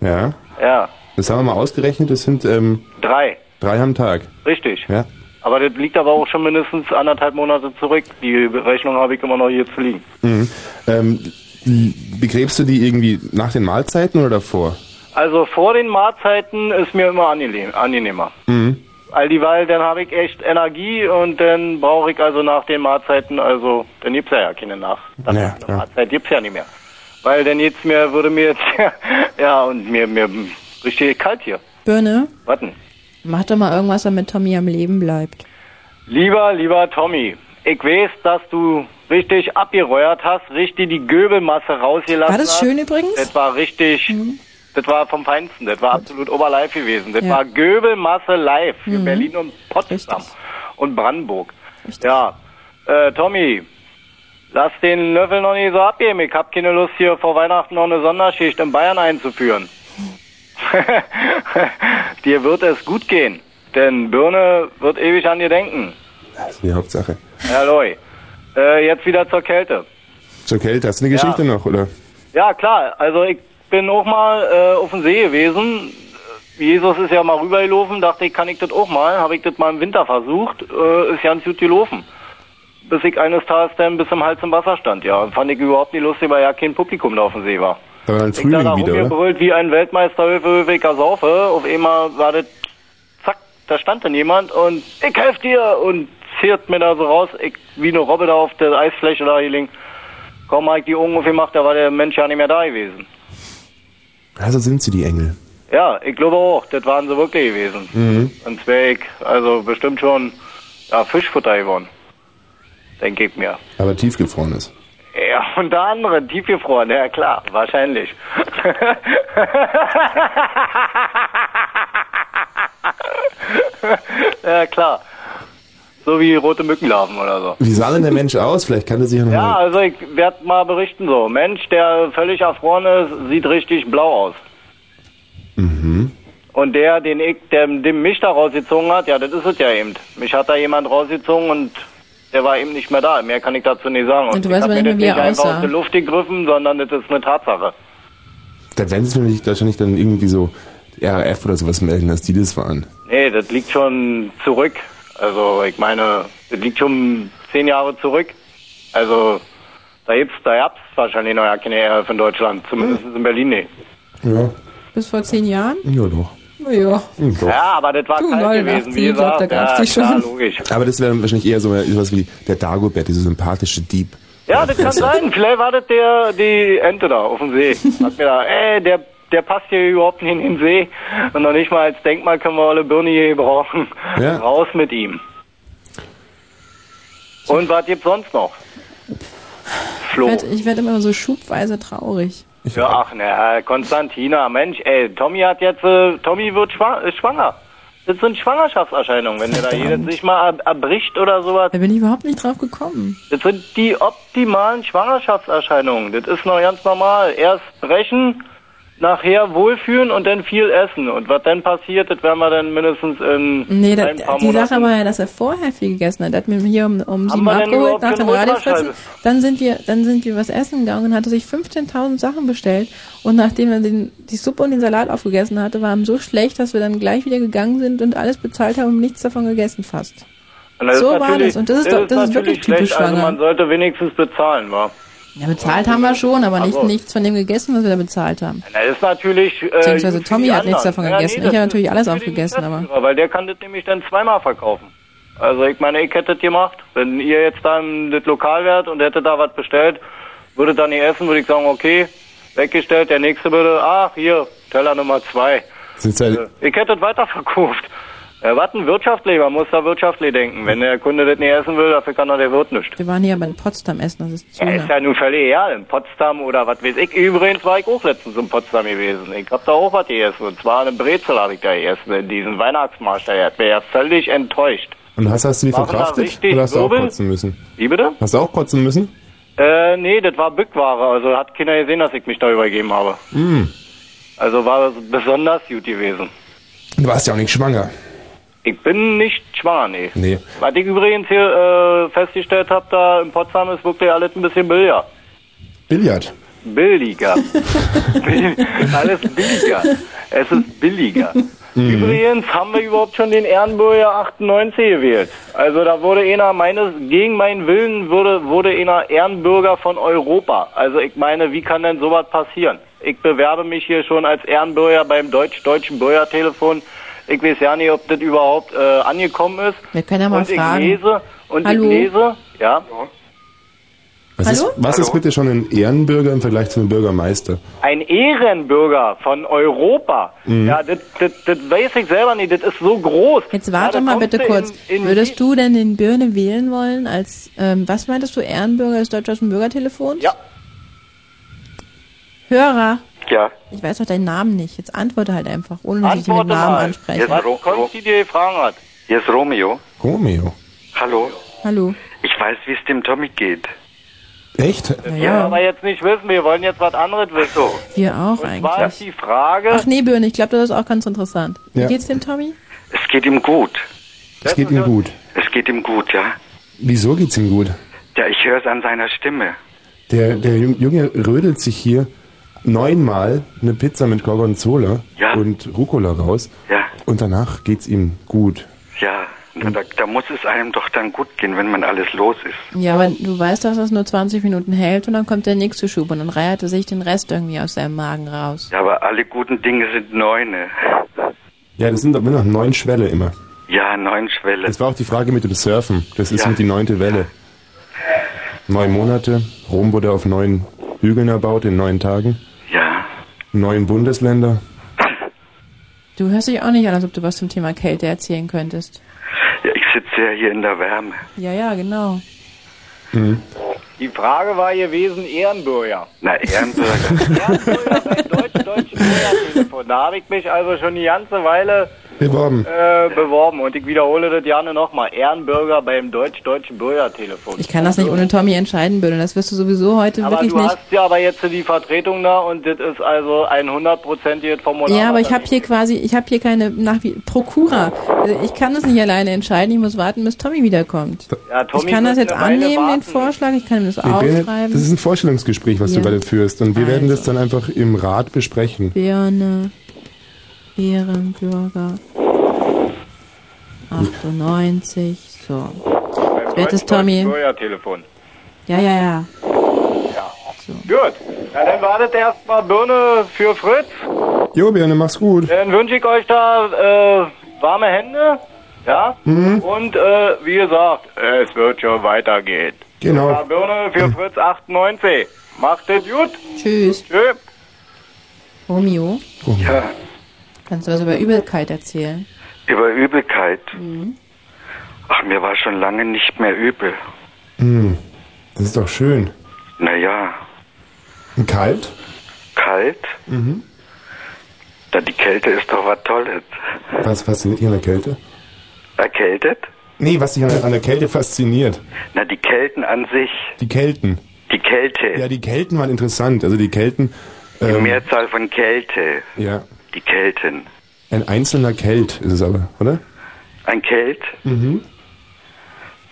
[SPEAKER 1] Ja.
[SPEAKER 18] ja,
[SPEAKER 1] Das haben wir mal ausgerechnet, das sind ähm,
[SPEAKER 18] drei,
[SPEAKER 1] drei am Tag.
[SPEAKER 18] richtig.
[SPEAKER 1] Ja.
[SPEAKER 18] Aber das liegt aber auch schon mindestens anderthalb Monate zurück. Die Berechnung habe ich immer noch hier zu liegen.
[SPEAKER 1] Mhm. Ähm, begräbst du die irgendwie nach den Mahlzeiten oder davor?
[SPEAKER 18] Also vor den Mahlzeiten ist mir immer angenehm, angenehmer.
[SPEAKER 12] Mhm.
[SPEAKER 18] All dieweil, dann habe ich echt Energie und dann brauche ich also nach den Mahlzeiten, also dann gibt's ja, ja keine nach.
[SPEAKER 1] Ja, ja.
[SPEAKER 18] Mahlzeit gibt's ja nicht mehr. Weil dann jetzt mir würde mir jetzt ja und mir mir richtig kalt hier.
[SPEAKER 6] Birne,
[SPEAKER 18] Warten.
[SPEAKER 6] mach doch mal irgendwas, damit Tommy am Leben bleibt.
[SPEAKER 18] Lieber, lieber Tommy, ich weiß, dass du richtig abgeräuert hast, richtig die Göbelmasse rausgelassen
[SPEAKER 6] War das
[SPEAKER 18] hast.
[SPEAKER 6] schön übrigens? Mhm.
[SPEAKER 18] Das war richtig, das war vom Feinsten, das war absolut oberlive gewesen. Das
[SPEAKER 6] Ja.
[SPEAKER 18] war Göbelmasse live für
[SPEAKER 6] Mhm.
[SPEAKER 18] Berlin und Potsdam und Brandenburg. Ja, äh, Tommy, lass den Löffel noch nicht so abgeben. Ich hab keine Lust, hier vor Weihnachten noch eine Sonderschicht in Bayern einzuführen. Dir wird es gut gehen, denn Birne wird ewig an dir denken.
[SPEAKER 1] Das ist die Hauptsache.
[SPEAKER 18] Hallo. Äh, jetzt wieder zur Kälte.
[SPEAKER 1] Zur Kälte, hast du eine Geschichte noch, oder?
[SPEAKER 18] Ja, klar. Also ich bin auch mal äh, auf dem See gewesen. Äh, Jesus ist ja mal rübergelaufen, dachte ich, kann ich das auch mal. Habe ich das mal im Winter versucht, äh, ist ganz gut gelaufen. Bis ich eines Tages dann bis zum Hals im Wasser stand. Ja, fand ich überhaupt nicht lustig, weil ja kein Publikum da auf dem See war.
[SPEAKER 1] Aber dann
[SPEAKER 18] Ich da
[SPEAKER 1] Frühling wieder, oder?
[SPEAKER 18] rumgebrüllt wie ein Weltmeister Höfewicker Saufe. Auf einmal war das, zack, da stand dann jemand und ich helf dir und ziert mir da so raus, ich, wie eine Robbe da auf der Eisfläche da gelegen. Kaum hab ich die Augen aufgemacht, da war der Mensch ja nicht mehr da gewesen.
[SPEAKER 1] Also sind sie die Engel.
[SPEAKER 18] Ja, ich glaube auch, das waren sie wirklich gewesen.
[SPEAKER 1] Mhm.
[SPEAKER 18] Sonst wäre ich also bestimmt schon ja, Fischfutter geworden. Denke ich mir.
[SPEAKER 1] Aber tiefgefroren ist.
[SPEAKER 18] Ja, unter anderem tiefgefroren, ja klar, wahrscheinlich. ja, klar. So wie rote Mückenlarven oder so.
[SPEAKER 1] Wie sah denn der Mensch aus? Vielleicht kann er sich ja noch
[SPEAKER 18] Ja,
[SPEAKER 1] mal-
[SPEAKER 18] also ich werde mal berichten so. Mensch, der völlig erfroren ist, sieht richtig blau aus.
[SPEAKER 1] Mhm.
[SPEAKER 18] Und der, den ich, der, dem mich da rausgezogen hat, ja, das ist es ja eben. Mich hat da jemand rausgezogen und der war eben nicht mehr da. Mehr kann ich dazu nicht sagen.
[SPEAKER 6] Und du
[SPEAKER 18] ich
[SPEAKER 6] weißt
[SPEAKER 18] hab
[SPEAKER 6] aber nicht
[SPEAKER 18] mir das
[SPEAKER 6] mehr, wie er
[SPEAKER 18] einfach
[SPEAKER 6] aussah.
[SPEAKER 18] aus der Luft gegriffen, sondern das ist eine Tatsache.
[SPEAKER 1] Dann werden sie nämlich wahrscheinlich dann irgendwie so die RAF oder sowas melden, dass die das waren.
[SPEAKER 18] Nee, das liegt schon zurück. Also ich meine, das liegt schon zehn Jahre zurück. Also da gibt's, da gab's wahrscheinlich noch ja keine RF in Deutschland, zumindest
[SPEAKER 6] Hm.
[SPEAKER 18] in Berlin nicht.
[SPEAKER 1] Ja,
[SPEAKER 6] Bis vor zehn Jahren?
[SPEAKER 1] ja doch.
[SPEAKER 6] Ja.
[SPEAKER 1] Mhm.
[SPEAKER 18] Ja, aber das war
[SPEAKER 6] Du,
[SPEAKER 18] kalt
[SPEAKER 6] 89,
[SPEAKER 18] gewesen, wie
[SPEAKER 6] ich glaub,
[SPEAKER 18] gesagt.
[SPEAKER 6] da gab's
[SPEAKER 18] ja,
[SPEAKER 6] die schon.
[SPEAKER 18] klar, logisch.
[SPEAKER 1] Aber das wäre dann wahrscheinlich eher so etwas wie der Dagobert, dieser sympathische Dieb.
[SPEAKER 18] Ja, das kann sein. Vielleicht war das der, die Ente da auf dem See. Hat mir da, ey, der, der passt hier überhaupt nicht in den See. Und noch nicht mal als Denkmal können wir alle Birne hier gebrauchen.
[SPEAKER 1] Ja.
[SPEAKER 18] Raus mit ihm. Und was gibt's sonst noch?
[SPEAKER 6] Ich
[SPEAKER 18] Flo.
[SPEAKER 6] werd- Ich werde immer so schubweise traurig.
[SPEAKER 18] Ja, ach ne, Konstantina, Mensch, ey, Tommy hat jetzt, äh, Tommy wird schwa äh, schwanger. Das sind Schwangerschaftserscheinungen, wenn der da jedes sich mal er erbricht oder sowas.
[SPEAKER 6] Da bin ich überhaupt nicht drauf gekommen.
[SPEAKER 18] Das sind die optimalen Schwangerschaftserscheinungen. Das ist noch ganz normal. Erst brechen, nachher wohlfühlen und dann viel essen. Und was dann passiert, das werden wir dann mindestens in
[SPEAKER 6] Nee, da,
[SPEAKER 18] ein paar
[SPEAKER 6] die
[SPEAKER 18] Monaten.
[SPEAKER 6] Sache war ja, dass er vorher viel gegessen hat. Er hat mir hier um, um sieben
[SPEAKER 18] wir
[SPEAKER 6] Uhr
[SPEAKER 18] denn
[SPEAKER 6] abgeholt,
[SPEAKER 18] überhaupt
[SPEAKER 6] nach dem
[SPEAKER 18] keine
[SPEAKER 6] Radiofritzen.
[SPEAKER 18] Ultraschall?
[SPEAKER 6] Dann sind wir, dann sind wir was essen gegangen und hatte sich 15.000 Sachen bestellt. Und nachdem er den, die Suppe und den Salat aufgegessen hatte, war ihm so schlecht, dass wir dann gleich wieder gegangen sind und alles bezahlt haben und nichts davon gegessen fast.
[SPEAKER 18] Und das ist
[SPEAKER 6] so war
[SPEAKER 18] natürlich-
[SPEAKER 6] das. Und das ist doch- das ist
[SPEAKER 18] natürlich
[SPEAKER 6] wirklich typisch
[SPEAKER 18] schlecht. Also
[SPEAKER 6] schwanger.
[SPEAKER 18] man sollte wenigstens bezahlen, wa?
[SPEAKER 6] Ja, bezahlt haben wir schon, aber nicht,
[SPEAKER 18] Also.
[SPEAKER 6] nichts von dem gegessen, was wir da bezahlt haben.
[SPEAKER 18] Na, das ist natürlich. Äh,
[SPEAKER 6] Beziehungsweise
[SPEAKER 18] gut für die
[SPEAKER 6] Tommy hat
[SPEAKER 18] anderen.
[SPEAKER 6] nichts davon
[SPEAKER 18] Ja, nee,
[SPEAKER 6] gegessen.
[SPEAKER 18] das
[SPEAKER 6] ich habe
[SPEAKER 18] ist-
[SPEAKER 6] natürlich alles aufgegessen, aber.
[SPEAKER 18] Ja, weil der kann das nämlich dann zweimal verkaufen. Also ich meine, ich hätte das gemacht. Wenn ihr jetzt da im das Lokal wärt und hättet da was bestellt, würdet dann nicht essen, würde ich sagen, okay, weggestellt, der nächste würde, ach hier, Teller Nummer zwei.
[SPEAKER 1] Sind halt,
[SPEAKER 18] Ich hätte das weiterverkauft. Ja, was ein wirtschaftlich, man muss da wirtschaftlich denken. Wenn der Kunde das nicht essen will, dafür kann er der Wirt nichts.
[SPEAKER 6] Wir waren hier aber in Potsdam essen, das ist zu.
[SPEAKER 18] Ja, ist ja nun völlig egal, in Potsdam oder was weiß ich. Übrigens war ich auch letztens in Potsdam gewesen. Ich hab da auch was gegessen. Und zwar eine Brezel habe ich da gegessen, in diesem Weihnachtsmarsch. Da hat mir ja völlig enttäuscht.
[SPEAKER 1] Und hast, hast du die
[SPEAKER 18] Waren da
[SPEAKER 1] verkraftet?
[SPEAKER 18] richtig
[SPEAKER 1] Oder hast du auch
[SPEAKER 18] Wirbel?
[SPEAKER 1] kotzen müssen?
[SPEAKER 18] Wie bitte?
[SPEAKER 1] Hast du auch kotzen müssen?
[SPEAKER 18] Äh, nee, das war Bückware. Also hat keiner gesehen, dass ich mich da übergeben habe.
[SPEAKER 1] Hm.
[SPEAKER 18] Also war das besonders gut gewesen.
[SPEAKER 1] Du warst ja auch nicht schwanger.
[SPEAKER 18] Ich bin nicht schwanger, nee.
[SPEAKER 1] Nee.
[SPEAKER 18] Was ich übrigens hier äh, festgestellt habe, da in Potsdam ist wirklich alles ein bisschen billiger.
[SPEAKER 1] Billard.
[SPEAKER 18] Billiger. Bill- alles billiger. Es ist billiger.
[SPEAKER 1] Mhm. Hm.
[SPEAKER 18] Übrigens haben wir überhaupt schon den Ehrenbürger 98 gewählt. Also da wurde einer meines, gegen meinen Willen würde, wurde einer Ehrenbürger von Europa. Also ich meine, wie kann denn sowas passieren? Ich bewerbe mich hier schon als Ehrenbürger beim deutsch-deutschen Bürgertelefon. Ich weiß ja nicht, ob das überhaupt äh, angekommen ist.
[SPEAKER 6] Wir können ja mal
[SPEAKER 18] und
[SPEAKER 6] fragen.
[SPEAKER 18] Ich lese, und
[SPEAKER 6] Hallo?
[SPEAKER 18] ich lese, ja.
[SPEAKER 1] Was,
[SPEAKER 18] Hallo?
[SPEAKER 1] Ist, was
[SPEAKER 18] Hallo?
[SPEAKER 1] ist bitte schon ein Ehrenbürger im Vergleich zu einem Bürgermeister?
[SPEAKER 18] Ein Ehrenbürger von Europa.
[SPEAKER 1] Mhm.
[SPEAKER 18] Ja, das, das, das weiß ich selber nicht. Das ist so groß.
[SPEAKER 6] Jetzt warte mal bitte kurz. Würdest du denn den Birne wählen wollen als, ähm, was meintest du, Ehrenbürger des Deutsch-Deutschen Bürgertelefons?
[SPEAKER 18] Ja.
[SPEAKER 6] Hörer,
[SPEAKER 10] Ja.
[SPEAKER 6] ich weiß doch deinen Namen nicht. Jetzt antworte halt einfach, ohne dass ich dich mit
[SPEAKER 18] Antworte
[SPEAKER 6] Namen
[SPEAKER 18] mal.
[SPEAKER 6] anspreche.
[SPEAKER 18] Was Konsti dir gefragt hat.
[SPEAKER 13] Hier ist Romeo.
[SPEAKER 1] Romeo.
[SPEAKER 13] Hallo.
[SPEAKER 6] Hallo.
[SPEAKER 13] Ich weiß, wie es dem Tommy geht.
[SPEAKER 1] Echt?
[SPEAKER 18] Ja. aber jetzt nicht wissen. Wir wollen jetzt was anderes wissen.
[SPEAKER 6] Wir auch
[SPEAKER 18] und
[SPEAKER 6] eigentlich.
[SPEAKER 18] zwar ist die Frage,
[SPEAKER 6] Ach nee, Birne, ich glaube, das ist auch ganz interessant.
[SPEAKER 1] Ja.
[SPEAKER 6] Wie geht's dem Tommy?
[SPEAKER 13] Es geht ihm gut.
[SPEAKER 1] Es geht ihm gut.
[SPEAKER 13] Es geht ihm gut, ja.
[SPEAKER 1] Wieso geht's ihm gut?
[SPEAKER 13] Ja, ich höre es an seiner Stimme.
[SPEAKER 1] Der, der Jun- Junge rödelt sich hier neunmal eine Pizza mit Gorgonzola und Rucola raus.
[SPEAKER 13] Ja.
[SPEAKER 1] Und danach geht's ihm gut.
[SPEAKER 13] Ja, da, da, da muss es einem doch dann gut gehen, wenn man alles los ist.
[SPEAKER 6] Ja, aber du weißt, dass das nur 20 Minuten hält und dann kommt der nächste Schub und dann reiert er sich den Rest irgendwie aus seinem Magen raus.
[SPEAKER 13] Ja, aber alle guten Dinge sind Neune.
[SPEAKER 1] Ja, das sind aber noch neun Schwelle immer.
[SPEAKER 13] Ja, neun Schwelle.
[SPEAKER 1] Das war auch die Frage mit dem Surfen. Das ist
[SPEAKER 13] Ja.
[SPEAKER 1] mit die neunte Welle. Neun Monate. Rom wurde auf neun Hügeln erbaut in neun Tagen.
[SPEAKER 13] Ja.
[SPEAKER 1] Neun Bundesländer.
[SPEAKER 6] Du hörst dich auch nicht an, als ob du was zum Thema Kälte erzählen könntest.
[SPEAKER 13] Ja, ich sitze ja hier in der Wärme.
[SPEAKER 6] Ja, ja, genau.
[SPEAKER 18] die Frage war gewesen, Ehrenbürger.
[SPEAKER 13] Na, Ehrenbürger.
[SPEAKER 18] Von Da habe ich mich also schon die ganze Weile
[SPEAKER 1] Beworben.
[SPEAKER 18] äh, beworben und ich wiederhole das gerne nochmal. Ehrenbürger beim deutsch-deutschen Bürgertelefon. Also,
[SPEAKER 6] Ich kann das nicht ohne Tommy entscheiden, Birne. Das wirst du sowieso heute
[SPEAKER 18] Aber
[SPEAKER 6] wirklich
[SPEAKER 18] du
[SPEAKER 6] nicht.
[SPEAKER 18] hast ja aber jetzt die Vertretung da und das ist also ein hundertprozentiges Formular.
[SPEAKER 6] Ja, aber ich habe hier quasi, ich habe hier keine nach wie Prokura. Also Ich kann das nicht alleine entscheiden. Ich muss warten, bis Tommy wiederkommt.
[SPEAKER 18] Ja,
[SPEAKER 6] ich kann das
[SPEAKER 18] wird
[SPEAKER 6] jetzt
[SPEAKER 18] eine Weile
[SPEAKER 6] annehmen, den
[SPEAKER 18] warten.
[SPEAKER 6] Vorschlag. Ich kann ihm das
[SPEAKER 1] Nee, Birne, das ist
[SPEAKER 6] aufschreiben.
[SPEAKER 1] ein Vorstellungsgespräch, was
[SPEAKER 6] Ja.
[SPEAKER 1] du gerade führst. Und wir werden das dann einfach im Rat besprechen.
[SPEAKER 6] Birne, Ehrenbürger, 98. So. Jetzt wird es Tommy.
[SPEAKER 18] Bürgertelefon.
[SPEAKER 6] Ja, ja, ja.
[SPEAKER 18] Gut, na, dann wartet erstmal Birne für Fritz.
[SPEAKER 1] Jo, Birne, mach's gut.
[SPEAKER 18] Dann wünsche ich euch da äh, warme Hände. Ja,
[SPEAKER 1] Mhm.
[SPEAKER 18] und äh, wie gesagt, es wird schon weitergehen.
[SPEAKER 1] Genau.
[SPEAKER 18] Ja, Birne für Fritz 98. Macht es gut.
[SPEAKER 6] Tschüss.
[SPEAKER 18] Tschüss.
[SPEAKER 6] Romeo,
[SPEAKER 13] Ja,
[SPEAKER 6] kannst du was über Übelkeit erzählen?
[SPEAKER 13] über Übelkeit.
[SPEAKER 2] Mhm.
[SPEAKER 13] Ach, mir war schon lange nicht mehr übel.
[SPEAKER 1] Hm, das ist doch schön.
[SPEAKER 13] Naja,
[SPEAKER 1] Und kalt?
[SPEAKER 13] kalt,
[SPEAKER 1] Mhm.
[SPEAKER 13] da die Kälte ist doch was Tolles.
[SPEAKER 1] Was fasziniert dich an der Kälte?
[SPEAKER 13] Erkältet?
[SPEAKER 1] Nee, was dich an der, an der Kälte fasziniert.
[SPEAKER 13] Na, die Kälten an sich,
[SPEAKER 1] Die Kelten.
[SPEAKER 13] die Kälte,
[SPEAKER 1] Ja, die Kelten waren interessant. Also die Kelten,
[SPEAKER 13] die
[SPEAKER 1] Ähm.
[SPEAKER 13] Mehrzahl von Kälte,
[SPEAKER 1] ja,
[SPEAKER 13] die Kälten.
[SPEAKER 1] ein einzelner Kelt ist es aber, oder?
[SPEAKER 13] Ein Kelt?
[SPEAKER 1] Mhm.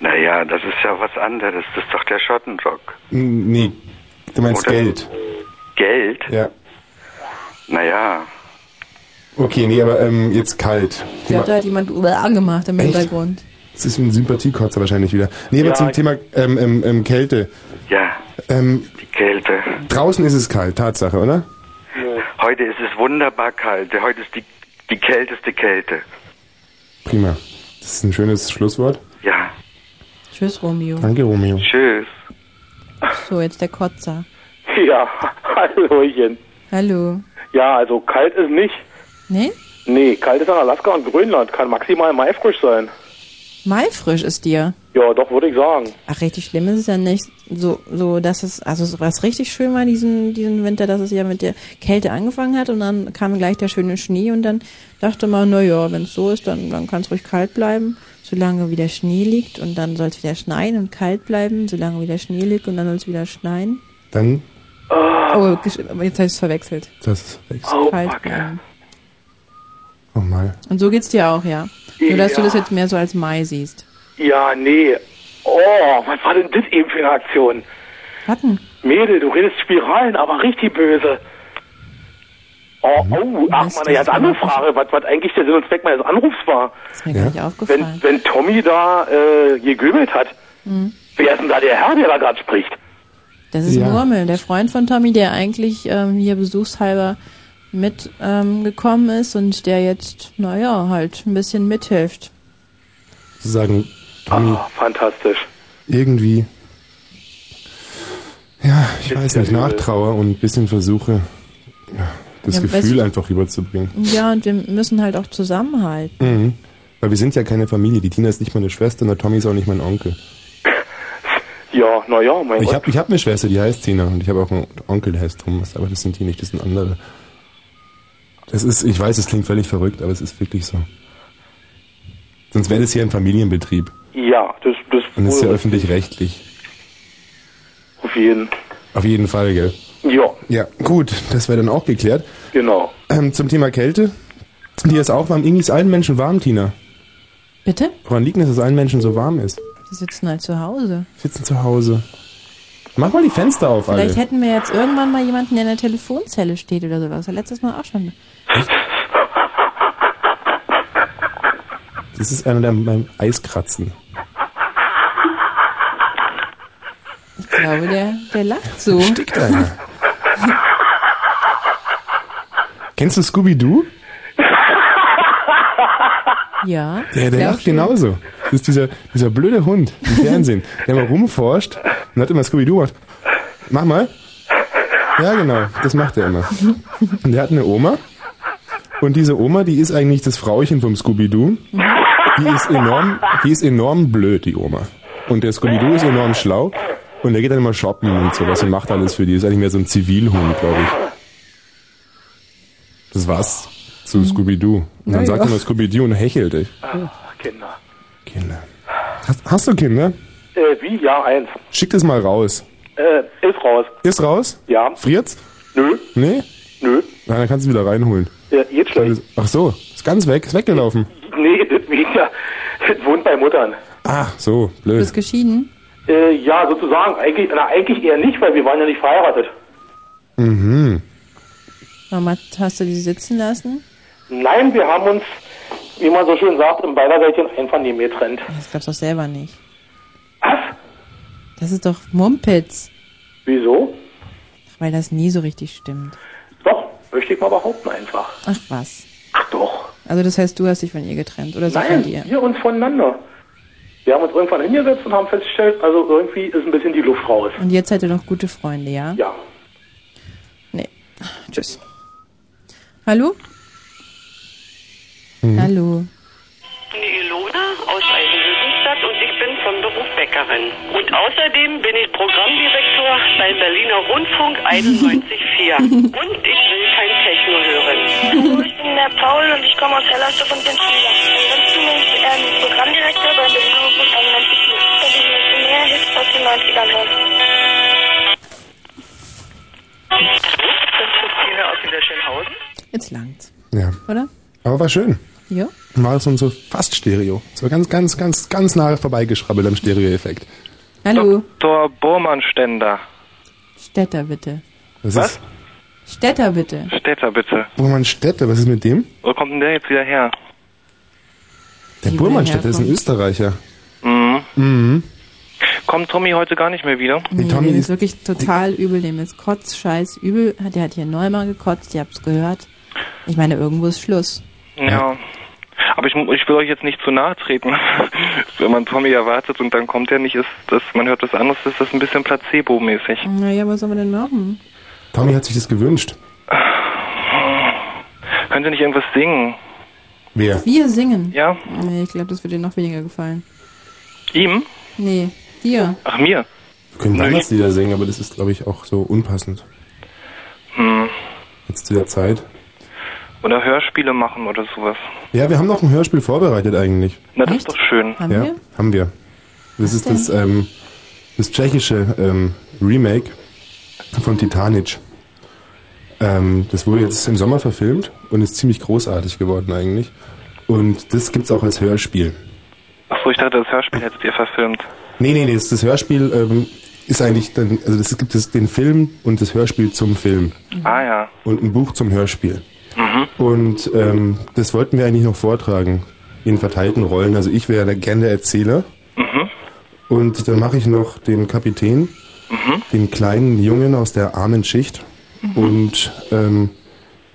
[SPEAKER 13] Naja, das ist ja was anderes. Das ist doch der Schottenrock.
[SPEAKER 1] Nee, du meinst
[SPEAKER 13] Oder?
[SPEAKER 1] Geld.
[SPEAKER 13] Geld?
[SPEAKER 1] Ja.
[SPEAKER 13] Naja,
[SPEAKER 1] Okay, nee, aber ähm, jetzt kalt.
[SPEAKER 6] Ich glaube, da hat jemand Uah gemacht im Hintergrund.
[SPEAKER 1] Das ist ein Sympathiekotzer wahrscheinlich wieder. Nee, aber
[SPEAKER 13] Ja,
[SPEAKER 1] zum
[SPEAKER 13] ich-
[SPEAKER 1] Thema ähm, ähm, ähm, Kälte.
[SPEAKER 13] ja,
[SPEAKER 1] Ähm,
[SPEAKER 13] die Kälte.
[SPEAKER 1] draußen ist es kalt, Tatsache, oder?
[SPEAKER 13] Heute ist es wunderbar kalt. Heute ist die, die kälteste Kälte.
[SPEAKER 1] Prima. Das ist ein schönes Schlusswort.
[SPEAKER 13] Ja,
[SPEAKER 6] Tschüss, Romeo.
[SPEAKER 1] Danke, Romeo.
[SPEAKER 13] tschüss.
[SPEAKER 6] So, jetzt der Kotzer.
[SPEAKER 19] Ja, Hallöchen.
[SPEAKER 6] Hallo.
[SPEAKER 19] Ja, also kalt ist nicht.
[SPEAKER 6] Nee?
[SPEAKER 19] Nee, kalt ist an Alaska und Grönland. Kann maximal maifrisch sein.
[SPEAKER 6] Maifrisch ist dir.
[SPEAKER 19] Ja, doch, würde ich sagen.
[SPEAKER 6] Ach, richtig schlimm ist es ja nicht. So, so, dass es, also so was richtig schön war diesen, diesen Winter, dass es ja mit der Kälte angefangen hat und dann kam gleich der schöne Schnee und dann dachte man, na ja, wenn es so ist, dann, dann kann es ruhig kalt bleiben, solange wie der Schnee liegt und dann soll es wieder schneien und kalt bleiben, solange wie der Schnee liegt und dann soll es wieder schneien.
[SPEAKER 1] Dann,
[SPEAKER 6] Oh, gesch- aber jetzt habe ich es verwechselt.
[SPEAKER 1] das ist weg.
[SPEAKER 6] kalt bleiben.
[SPEAKER 1] Oh mal.
[SPEAKER 6] Und so geht's dir auch, ja. Nur, dass du
[SPEAKER 19] Ja.
[SPEAKER 6] das jetzt mehr so als Mai siehst.
[SPEAKER 19] Ja, nee. Oh, was war denn das eben für eine Aktion?
[SPEAKER 6] Warten.
[SPEAKER 19] Mädel, du redest Spiralen, aber richtig böse. Oh,
[SPEAKER 6] Hm?
[SPEAKER 19] oh, ach, mal eine ganz andere Frage, was, was eigentlich der Sinn und Zweck meines Anrufs war.
[SPEAKER 6] Ist mir gar nicht aufgefallen.
[SPEAKER 19] Wenn, wenn Tommy da äh, gegübelt hat,
[SPEAKER 6] Mhm.
[SPEAKER 19] wer ist denn da der Herr, der da gerade spricht?
[SPEAKER 6] Das ist
[SPEAKER 20] Ja.
[SPEAKER 6] Murmel, der Freund von Tommy, der eigentlich ähm, hier besuchshalber mitgekommen ähm, gekommen ist und der jetzt, naja, halt ein bisschen mithilft.
[SPEAKER 1] Sie sagen, Tommy,
[SPEAKER 19] Fantastisch.
[SPEAKER 1] irgendwie. Ja, ich weiß nicht, Nachtrauer und ein bisschen versuche, das
[SPEAKER 6] Ja, weißt
[SPEAKER 1] Gefühl
[SPEAKER 6] du-
[SPEAKER 1] einfach rüberzubringen.
[SPEAKER 6] Ja, und wir müssen halt auch zusammenhalten.
[SPEAKER 1] Mhm. Weil wir sind ja keine Familie. Die Tina ist nicht meine Schwester und der Tommy ist auch nicht mein Onkel.
[SPEAKER 19] Ja, naja, mein
[SPEAKER 1] Ich
[SPEAKER 19] Gott.
[SPEAKER 1] habe ich hab eine Schwester, die heißt Tina und ich habe auch einen Onkel, der heißt Thomas, aber das sind die nicht, das sind andere. Das ist, ich weiß, es klingt völlig verrückt, aber es ist wirklich so. Sonst wäre das hier ein Familienbetrieb
[SPEAKER 19] Ja, das, das
[SPEAKER 1] und es ist ja öffentlich-rechtlich.
[SPEAKER 19] auf jeden
[SPEAKER 1] Auf jeden Fall, gell?
[SPEAKER 19] Ja,
[SPEAKER 1] Ja, gut, das wäre dann auch geklärt.
[SPEAKER 19] genau.
[SPEAKER 1] Ähm, zum Thema Kälte. Dir ist auch warm. Irgendwie ist allen Menschen warm, Tina.
[SPEAKER 6] Bitte?
[SPEAKER 1] Woran liegt denn, dass es allen Menschen so warm ist?
[SPEAKER 6] Die sitzen halt zu Hause.
[SPEAKER 1] Sitzen zu Hause. Mach mal die Fenster auf,
[SPEAKER 6] Vielleicht
[SPEAKER 1] alle.
[SPEAKER 6] hätten wir jetzt irgendwann mal jemanden, der in der Telefonzelle steht oder sowas. Letztes Mal auch schon.
[SPEAKER 1] Das ist einer, der beim Eiskratzen.
[SPEAKER 6] Ich glaube, der, der lacht so.
[SPEAKER 1] Stickt einer. Kennst du Scooby-Doo?
[SPEAKER 6] Ja.
[SPEAKER 1] Ja, der
[SPEAKER 6] Glaub
[SPEAKER 1] lacht
[SPEAKER 6] schon.
[SPEAKER 1] genauso. Das ist dieser, dieser blöde Hund im Fernsehen, der mal rumforscht und hat immer Scooby-Doo gemacht. Mach mal. Ja, genau, das macht er immer. Und der hat eine Oma. Und diese Oma, die ist eigentlich das Frauchen vom Scooby-Doo. Die ist enorm, die ist enorm blöd, die Oma. Und der Scooby-Doo ist enorm schlau. Und der geht dann immer shoppen und sowas und macht alles für die. Ist eigentlich mehr so ein Zivilhund, glaube ich. Das war's zu Scooby-Doo. Und dann
[SPEAKER 19] Naja.
[SPEAKER 1] sagt er immer Scooby-Doo und hechelt dich.
[SPEAKER 19] Ach, Kinder.
[SPEAKER 1] Hast, hast du Kinder?
[SPEAKER 19] Äh, wie? Ja, eins.
[SPEAKER 1] Schick das mal raus.
[SPEAKER 19] Äh, ist raus.
[SPEAKER 1] Ist raus?
[SPEAKER 19] Ja.
[SPEAKER 1] Friert's?
[SPEAKER 19] Nö.
[SPEAKER 1] Nee?
[SPEAKER 19] Nö.
[SPEAKER 1] Na, Ne? dann kannst du wieder reinholen.
[SPEAKER 19] Äh, jetzt schlecht.
[SPEAKER 1] Ach so, ist ganz weg, ist weggelaufen.
[SPEAKER 19] Nee, das wieder. Das wohnt bei Muttern.
[SPEAKER 1] Ach Ah, so,
[SPEAKER 6] Du
[SPEAKER 1] blöd.
[SPEAKER 6] bist geschieden?
[SPEAKER 19] Äh, ja, sozusagen. Eigentlich, na, eigentlich eher nicht, weil wir waren ja nicht verheiratet.
[SPEAKER 1] Mhm.
[SPEAKER 6] Warum hat- hast du die sitzen lassen?
[SPEAKER 19] Nein, wir haben uns, wie man so schön sagt, im beiderseitigen Einvernehmen getrennt.
[SPEAKER 6] Das gab's doch selber nicht. Was? Das ist doch Mumpitz,
[SPEAKER 19] Wieso?
[SPEAKER 6] weil das nie so richtig stimmt.
[SPEAKER 19] Doch, möchte ich mal behaupten einfach.
[SPEAKER 6] Ach was.
[SPEAKER 19] Ach doch.
[SPEAKER 6] Also das heißt, du hast dich von ihr getrennt oder sie von
[SPEAKER 19] Nein,
[SPEAKER 6] dir.
[SPEAKER 19] wir uns voneinander. Wir haben uns irgendwann hingesetzt und haben festgestellt, also irgendwie ist ein bisschen die Luft raus.
[SPEAKER 6] Und jetzt seid ihr noch gute Freunde, ja?
[SPEAKER 19] Ja.
[SPEAKER 6] Nee. Tschüss. Hallo?
[SPEAKER 1] Hm.
[SPEAKER 6] Hallo.
[SPEAKER 15] Ilona aus Eisenhüttenstadt und ich bin vom Beruf Bäckerin. Und außerdem bin ich Programmdirektor beim Berliner Rundfunk 91.4. Und ich will kein Techno hören.
[SPEAKER 17] Ich bin der Paul und ich komme aus Hellerste von den Schülern. Ansonsten bin ich ähm, Programmdirektor bei der Berufung an Menschen. Da bin ich mit mehr Hits aus den 90ern hören.
[SPEAKER 6] Jetzt langt's,
[SPEAKER 1] Ja.
[SPEAKER 6] oder?
[SPEAKER 1] Aber war schön.
[SPEAKER 6] Ja.
[SPEAKER 1] War es so fast Stereo. Es war ganz, ganz, ganz, ganz nahe vorbeigeschrabbelt am Stereo-Effekt.
[SPEAKER 6] Hallo.
[SPEAKER 3] Dr. Bormann-Ständer.
[SPEAKER 6] Städter bitte.
[SPEAKER 1] Das Was? Ist,
[SPEAKER 6] Städter bitte.
[SPEAKER 3] Städter, bitte.
[SPEAKER 1] Burmann Städte, was ist mit dem?
[SPEAKER 3] Wo kommt denn der jetzt wieder her?
[SPEAKER 1] Der
[SPEAKER 3] Wie
[SPEAKER 1] Burmann
[SPEAKER 3] der
[SPEAKER 1] Städte ist ein
[SPEAKER 3] herkommt.
[SPEAKER 1] Österreicher.
[SPEAKER 3] Mhm.
[SPEAKER 1] Mhm.
[SPEAKER 3] Kommt Tommy heute gar nicht mehr wieder? Mhm.
[SPEAKER 6] Nee, dem ist wirklich total übel, dem ist kotz, scheiß, übel. Der hat hier neunmal gekotzt, ihr habt's gehört. Ich meine, irgendwo ist Schluss.
[SPEAKER 3] Ja. Aber ich, mu- ich will euch jetzt nicht zu nahe treten. Wenn man Tommy erwartet und dann kommt er nicht, ist das, man hört was anderes, ist das ein bisschen placebo-mäßig.
[SPEAKER 6] Naja, was soll man denn machen?
[SPEAKER 1] Tommy hat sich das gewünscht.
[SPEAKER 3] Könnt ihr nicht irgendwas singen?
[SPEAKER 1] Wer?
[SPEAKER 6] Wir singen.
[SPEAKER 3] Ja.
[SPEAKER 6] Nee, ich glaube, das wird dir noch weniger gefallen.
[SPEAKER 3] Ihm?
[SPEAKER 6] Nee, dir.
[SPEAKER 3] Ach, mir?
[SPEAKER 1] Wir können Weihnachtslieder singen, aber das ist, glaube ich, auch so unpassend.
[SPEAKER 3] Hm.
[SPEAKER 1] Jetzt zu der Zeit.
[SPEAKER 3] Oder Hörspiele machen oder sowas.
[SPEAKER 1] Ja, wir haben noch ein Hörspiel vorbereitet eigentlich.
[SPEAKER 3] Na, das ist doch schön.
[SPEAKER 1] ja, haben wir. Das ist das, ähm, das tschechische ähm, Remake von Titanic. Ähm, das wurde jetzt im Sommer verfilmt und ist ziemlich großartig geworden eigentlich. Und das gibt's auch als Hörspiel.
[SPEAKER 3] Achso, ich dachte, das Hörspiel hättet ihr verfilmt.
[SPEAKER 1] Nee, nee, nee, das, das Hörspiel ähm, ist eigentlich dann, also das gibt es den Film und das Hörspiel zum Film.
[SPEAKER 3] Ah ja. Mhm.
[SPEAKER 1] Und ein Buch zum Hörspiel. Und ähm, das wollten wir eigentlich noch vortragen in verteilten Rollen. Also ich wäre gerne der Erzähler
[SPEAKER 3] Mhm.
[SPEAKER 1] und dann mache ich noch den Kapitän den kleinen Jungen aus der armen Schicht
[SPEAKER 3] Mhm.
[SPEAKER 1] und ähm,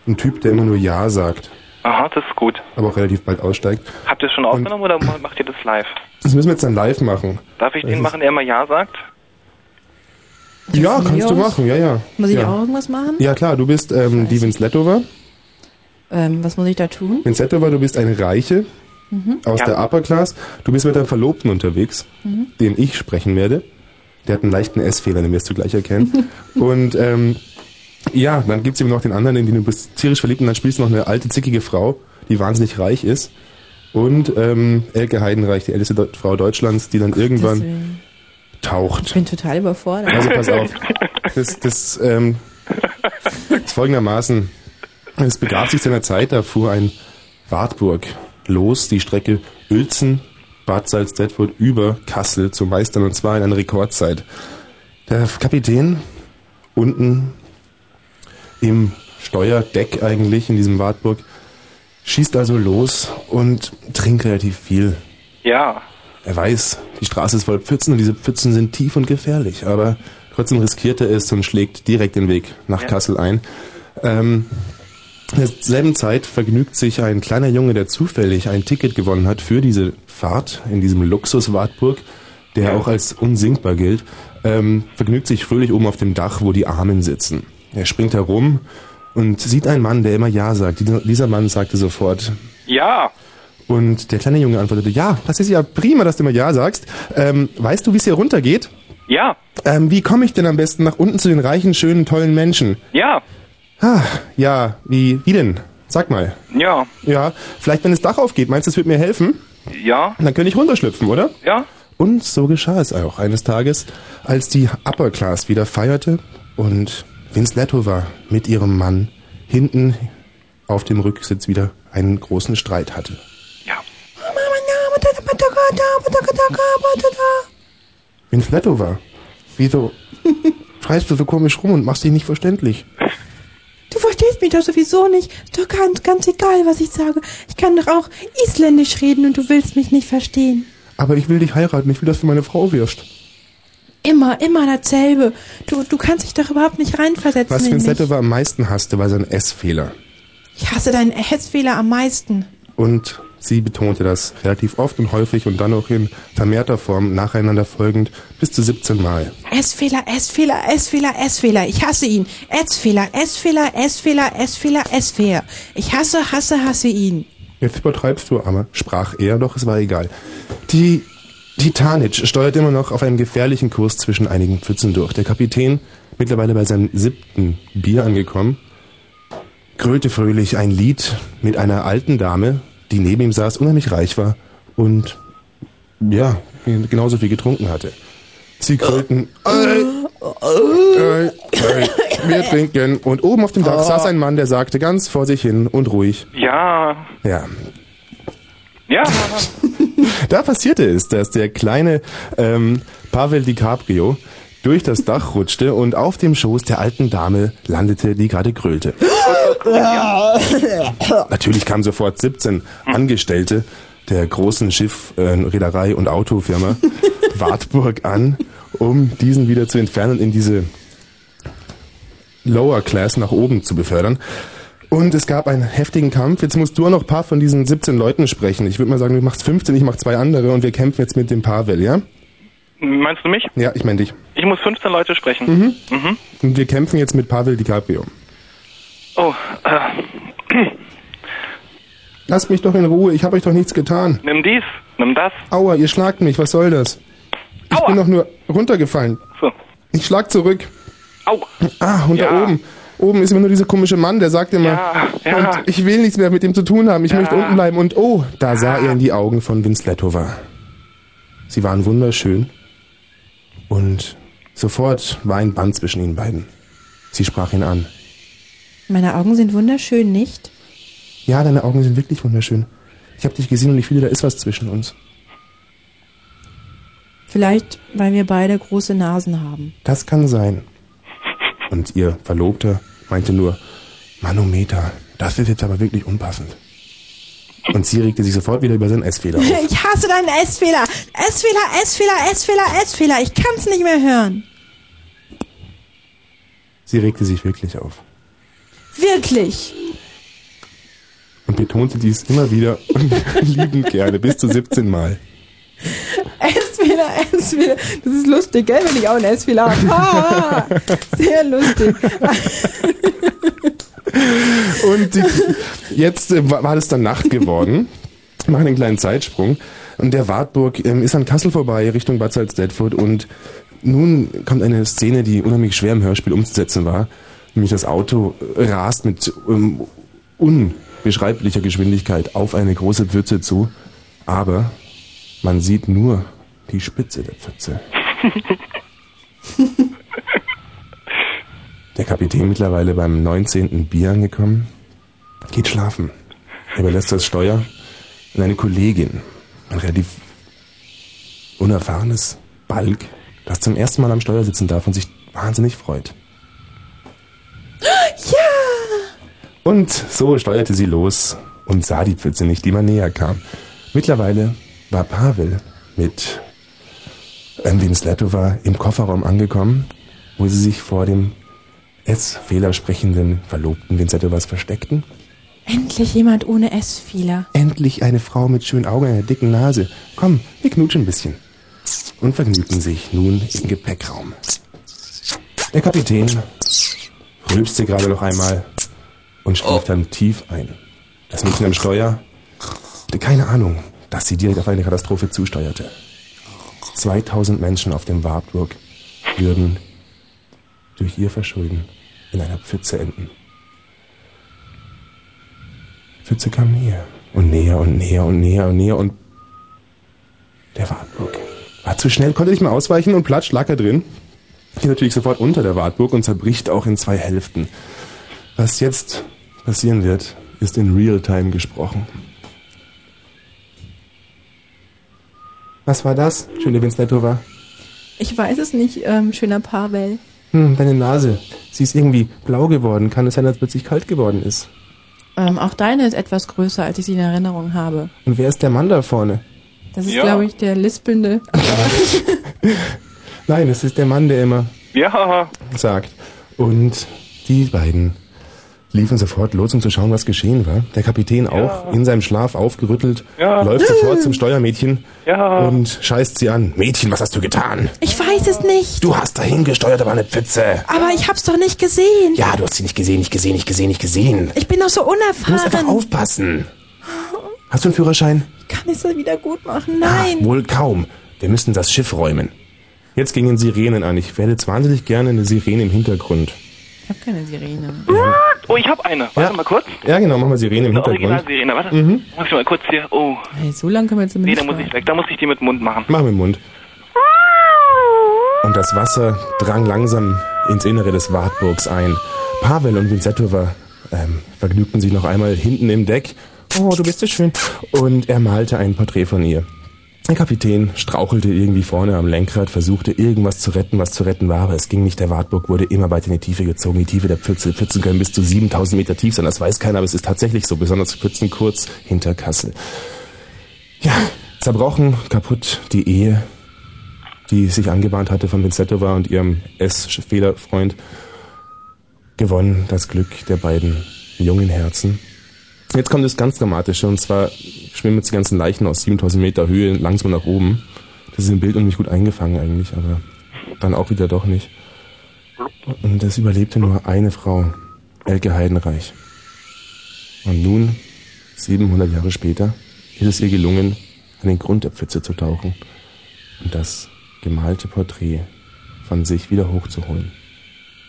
[SPEAKER 1] ein Typ, der immer nur Ja sagt,
[SPEAKER 3] Aha, das ist gut.
[SPEAKER 1] aber auch relativ bald aussteigt.
[SPEAKER 3] Habt ihr es schon aufgenommen oder macht ihr das live?
[SPEAKER 1] Das müssen wir jetzt dann live machen.
[SPEAKER 3] Darf ich
[SPEAKER 1] Das
[SPEAKER 3] den
[SPEAKER 1] ist-
[SPEAKER 3] machen, der immer Ja sagt?
[SPEAKER 1] Ja,
[SPEAKER 6] Videos?
[SPEAKER 1] kannst du machen, ja, ja.
[SPEAKER 6] Muss ich
[SPEAKER 1] ja.
[SPEAKER 6] auch irgendwas machen?
[SPEAKER 1] Ja, klar, du bist ähm, die Vinsletova.
[SPEAKER 6] Ähm, was muss ich da tun?
[SPEAKER 1] Vinsletova, du bist eine Reiche
[SPEAKER 6] Mhm.
[SPEAKER 1] aus der Upper Class. Du bist mit deinem Verlobten unterwegs,
[SPEAKER 6] Mhm.
[SPEAKER 1] den ich sprechen werde. Der hat einen leichten S-Fehler, den wirst du gleich erkennen. und ähm, ja, dann gibt's eben noch den anderen, in den du bist tierisch verliebt und dann spielst du noch eine alte, zickige Frau, die wahnsinnig reich ist. Und ähm, Elke Heidenreich, die älteste Deu- Frau Deutschlands, die dann irgendwann
[SPEAKER 6] Willen.
[SPEAKER 1] taucht.
[SPEAKER 6] Ich bin total überfordert.
[SPEAKER 1] Also pass auf. Das, das ähm, ist folgendermaßen. Es begab sich zu einer Zeit, da fuhr ein Wartburg los, die Strecke Uelzen, Bad Salzdetwold über Kassel zu meistern und zwar in einer Rekordzeit. Der Kapitän unten im Steuerdeck eigentlich in diesem Wartburg schießt also los und trinkt relativ viel.
[SPEAKER 3] Ja.
[SPEAKER 1] Er weiß, die Straße ist voll Pfützen und diese Pfützen sind tief und gefährlich, aber trotzdem riskiert er es und schlägt direkt den Weg nach
[SPEAKER 3] Ja.
[SPEAKER 1] Kassel ein. Ähm, in derselben Zeit vergnügt sich ein kleiner Junge, der zufällig ein Ticket gewonnen hat für diese Fahrt in diesem Luxus Wartburg, der auch als unsinkbar gilt, ähm, vergnügt sich fröhlich oben auf dem Dach, wo die Armen sitzen. Er springt herum und sieht einen Mann, der immer Ja sagt. Dieser- Dieser Mann sagte sofort,
[SPEAKER 3] Ja.
[SPEAKER 1] und der kleine Junge antwortete, ja, das ist ja prima, dass du immer Ja sagst. Ähm, weißt du, wie es hier runtergeht?
[SPEAKER 3] Ja.
[SPEAKER 1] Ähm, wie komme ich denn am besten nach unten zu den reichen, schönen, tollen Menschen?
[SPEAKER 3] Ja.
[SPEAKER 1] Ah, ja, wie, wie denn? Sag mal.
[SPEAKER 3] Ja.
[SPEAKER 1] Ja, vielleicht wenn das Dach aufgeht, meinst du, es wird mir helfen?
[SPEAKER 3] Ja.
[SPEAKER 1] Dann könnte ich runterschlüpfen, oder?
[SPEAKER 3] Ja.
[SPEAKER 1] Und so geschah es auch eines Tages, als die Upper Class wieder feierte und Vinsletto war mit ihrem Mann hinten auf dem Rücksitz wieder einen großen Streit hatte. Vinsletto war. Wieso schreist du so komisch rum und machst dich nicht verständlich?
[SPEAKER 6] Du verstehst mich doch sowieso nicht. Ist doch ganz, ganz egal, was ich sage. Ich kann doch auch Isländisch reden und du willst mich nicht verstehen.
[SPEAKER 1] Aber ich will dich heiraten, ich will, dass du meine Frau wirst.
[SPEAKER 6] Immer, immer dasselbe. Du, du kannst dich doch überhaupt nicht reinversetzen
[SPEAKER 1] Was
[SPEAKER 6] in mich.
[SPEAKER 1] Vinsletto war am meisten hasste, war sein S-Fehler.
[SPEAKER 6] Ich hasse deinen Hessfehler am meisten.
[SPEAKER 1] Und sie betonte das relativ oft und häufig und dann auch in vermehrter Form nacheinander folgend bis zu 17 Mal.
[SPEAKER 6] S-Fehler, S-Fehler, S-Fehler, S-Fehler. Ich hasse ihn. S-Fehler, S-Fehler, S-Fehler, S-Fehler, S-Fehler. Ich hasse, hasse, hasse ihn.
[SPEAKER 1] Jetzt übertreibst du aber, sprach er, doch es war egal. Die Titanic steuert immer noch auf einem gefährlichen Kurs zwischen einigen Pfützen durch. Der Kapitän, mittlerweile bei seinem siebten Bier angekommen, grölte fröhlich ein Lied mit einer alten Dame, die neben ihm saß, unheimlich reich war und ja, genauso viel getrunken hatte. Sie grölten, "Ey, ey, ey, wir trinken. Und oben auf dem Dach saß ein Mann, der sagte ganz vor sich hin und ruhig,
[SPEAKER 3] Ja.
[SPEAKER 1] ja,
[SPEAKER 3] Ja.
[SPEAKER 1] da passierte es, dass der kleine ähm, Pavel DiCaprio durch das Dach rutschte und auf dem Schoß der alten Dame landete, die gerade grölte. Natürlich kamen sofort 17 Angestellte der großen Schiff, äh, Reederei und Autofirma Wartburg an, um diesen wieder zu entfernen und in diese Lower Class nach oben zu befördern. Und es gab einen heftigen Kampf. Jetzt musst du auch noch ein paar von diesen 17 Leuten sprechen. Ich würde mal sagen, du machst 15, ich mach zwei andere und wir kämpfen jetzt mit dem Pavel, ja?
[SPEAKER 3] Meinst du mich?
[SPEAKER 1] Ja, ich meine dich.
[SPEAKER 3] Ich muss 15 Leute sprechen. Mhm. Mhm.
[SPEAKER 1] Und wir kämpfen jetzt mit Pavel DiCaprio.
[SPEAKER 3] Oh, äh,
[SPEAKER 1] Lasst mich doch in Ruhe, ich habe euch doch nichts getan.
[SPEAKER 3] nimm dies, nimm das.
[SPEAKER 1] Aua, ihr schlagt mich, was soll das? Ich bin doch nur runtergefallen.
[SPEAKER 3] So.
[SPEAKER 1] Ich schlag zurück.
[SPEAKER 3] Au.
[SPEAKER 1] Ah, und da oben. Oben ist immer nur dieser komische Mann, der sagt immer,
[SPEAKER 3] Ja, ja.
[SPEAKER 1] Und ich will nichts mehr mit ihm zu tun haben, ich möchte unten bleiben. Und oh, da sah er in die Augen von Winsletova. Sie waren wunderschön. Und sofort war ein Band zwischen ihnen beiden. Sie sprach ihn an.
[SPEAKER 6] Meine Augen sind wunderschön, nicht?
[SPEAKER 1] Ja, deine Augen sind wirklich wunderschön. Ich habe dich gesehen und ich fühle, da ist was zwischen uns.
[SPEAKER 6] Vielleicht, weil wir beide große Nasen haben.
[SPEAKER 1] Das kann sein. Und ihr Verlobter meinte nur, Manometer, das ist jetzt aber wirklich unpassend. Und sie regte sich sofort wieder über seinen Essfehler auf.
[SPEAKER 6] Ich hasse deinen S-Fehler. S-Fehler, S-Fehler, S-Fehler, S-Fehler. Ich kann's nicht mehr hören.
[SPEAKER 1] Sie regte sich wirklich auf
[SPEAKER 6] Wirklich?
[SPEAKER 1] und betonte dies immer wieder und liebend gerne, bis zu 17 Mal.
[SPEAKER 6] Essfehler, Essfehler. Das ist lustig, gell, wenn ich auch einen Essfehler habe. Ah, sehr lustig.
[SPEAKER 1] Und die, jetzt äh, war war das dann Nacht geworden. Wir machen einen kleinen Zeitsprung. Und der Wartburg ähm, ist an Kassel vorbei, Richtung Bad Salz-Detfurt. Und nun kommt eine Szene, die unheimlich schwer im Hörspiel umzusetzen war. Nämlich das Auto rast mit ähm, unbeschreiblicher Geschwindigkeit auf eine große Pfütze zu. Aber man sieht nur die Spitze der Pfütze. Der Kapitän mittlerweile beim 19. Bier angekommen, geht schlafen, überlässt das Steuer an eine Kollegin, ein relativ unerfahrenes Balk, das zum ersten Mal am Steuer sitzen darf und sich wahnsinnig freut. Und so steuerte sie los und sah die Pfütze nicht, die man näher kam. Mittlerweile war Pavel mit Erwin Slatova im Kofferraum angekommen, wo sie sich vor dem S-Fehler sprechenden Verlobten Vinzetovas versteckten.
[SPEAKER 6] Endlich jemand ohne Essfehler.
[SPEAKER 1] Endlich eine Frau mit schönen Augen und einer dicken Nase. Komm, wir knutschen ein bisschen. Und vergnügten sich nun im Gepäckraum. Der Kapitän rülpste gerade noch einmal und schlief dann tief ein. Das Mädchen am Steuer hatte keine Ahnung, dass sie direkt auf eine Katastrophe zusteuerte. 2000 Menschen auf dem Wartburg würden durch ihr Verschulden in einer Pfütze enden. Pfütze kam näher und näher und näher und näher und näher und der Wartburg war zu schnell, konnte nicht mehr ausweichen und platsch lag er drin. Geht natürlich sofort unter der Wartburg und zerbricht auch in zwei Hälften. Was jetzt passieren wird, ist in Realtime gesprochen. Was war das, schöne Winsletova?
[SPEAKER 6] Ich weiß es nicht, ähm, schöner Pavel.
[SPEAKER 1] Hm, deine Nase. Sie ist irgendwie blau geworden. Kann es sein, dass plötzlich kalt geworden ist?
[SPEAKER 6] Ähm, auch deine ist etwas größer, als ich sie in Erinnerung habe.
[SPEAKER 1] Und wer ist der Mann da vorne?
[SPEAKER 6] Das ist,
[SPEAKER 1] Ja.
[SPEAKER 6] glaube ich, der lispelnde.
[SPEAKER 1] Nein, es ist der Mann, der immer
[SPEAKER 3] Ja.
[SPEAKER 1] sagt. Und die beiden liefen sofort los, um zu schauen, was geschehen war. Der Kapitän auch, in seinem Schlaf aufgerüttelt,
[SPEAKER 3] Ja. Hm.
[SPEAKER 1] läuft sofort zum Steuermädchen
[SPEAKER 3] Ja.
[SPEAKER 1] und scheißt sie an. Mädchen, was hast du getan?
[SPEAKER 6] Ich weiß es nicht,
[SPEAKER 1] Du hast dahin gesteuert, aber eine Pfütze.
[SPEAKER 6] aber ich hab's doch nicht gesehen.
[SPEAKER 1] Ja, du hast sie nicht gesehen, nicht gesehen, nicht gesehen, nicht gesehen.
[SPEAKER 6] Ich bin doch so
[SPEAKER 1] Du musst einfach
[SPEAKER 6] unerfahren.
[SPEAKER 1] aufpassen. Hast du einen Führerschein?
[SPEAKER 6] Ich kann es wieder gut machen. Nein.
[SPEAKER 1] Wohl kaum. Wir müssen das Schiff räumen. Jetzt gingen Sirenen an. Ich werde jetzt wahnsinnig gerne eine Sirene im Hintergrund.
[SPEAKER 6] Ich hab keine Sirene.
[SPEAKER 3] Oh, ich hab eine. Warte mal kurz.
[SPEAKER 1] Ja, genau, machen wir Sirene im
[SPEAKER 3] Eine
[SPEAKER 1] Hintergrund.
[SPEAKER 3] Originalsirene. Warte.
[SPEAKER 1] Mhm.
[SPEAKER 3] Muss ich mal kurz hier. Oh.
[SPEAKER 6] Hey, so lange können wir jetzt
[SPEAKER 3] Nee,
[SPEAKER 6] zumindest.
[SPEAKER 3] da muss ich weg. Da muss ich die mit Mund machen.
[SPEAKER 1] Mach mit dem Mund. Und das Wasser drang langsam ins Innere des Wartburgs ein. Pavel und Vinzetova ähm, vergnügten sich noch einmal hinten im Deck. Oh, du bist so schön. Und er malte ein Porträt von ihr. Der Kapitän strauchelte irgendwie vorne am Lenkrad, versuchte irgendwas zu retten, was zu retten war, aber es ging nicht. Der Wartburg wurde immer weiter in die Tiefe gezogen. Die Tiefe der Pfütze. Pfützen können bis zu 7000 Meter tief sein, das weiß keiner, aber es ist tatsächlich so. Besonders Pfützen kurz hinter Kassel. Ja, zerbrochen, kaputt, die Ehe, die sich angebahnt hatte von Vinzetova und ihrem S-Fehlerfreund. Gewonnen das Glück der beiden jungen Herzen. Jetzt kommt das ganz Dramatische, und zwar schwimmen jetzt die ganzen Leichen aus 7000 Meter Höhe langsam nach oben. Das ist im Bild unheimlich gut eingefangen eigentlich, aber dann auch wieder doch nicht. Und es überlebte nur eine Frau, Elke Heidenreich. Und nun, 700 Jahre später, ist es ihr gelungen, an den Grund der Pfütze zu tauchen und das gemalte Porträt von sich wieder hochzuholen.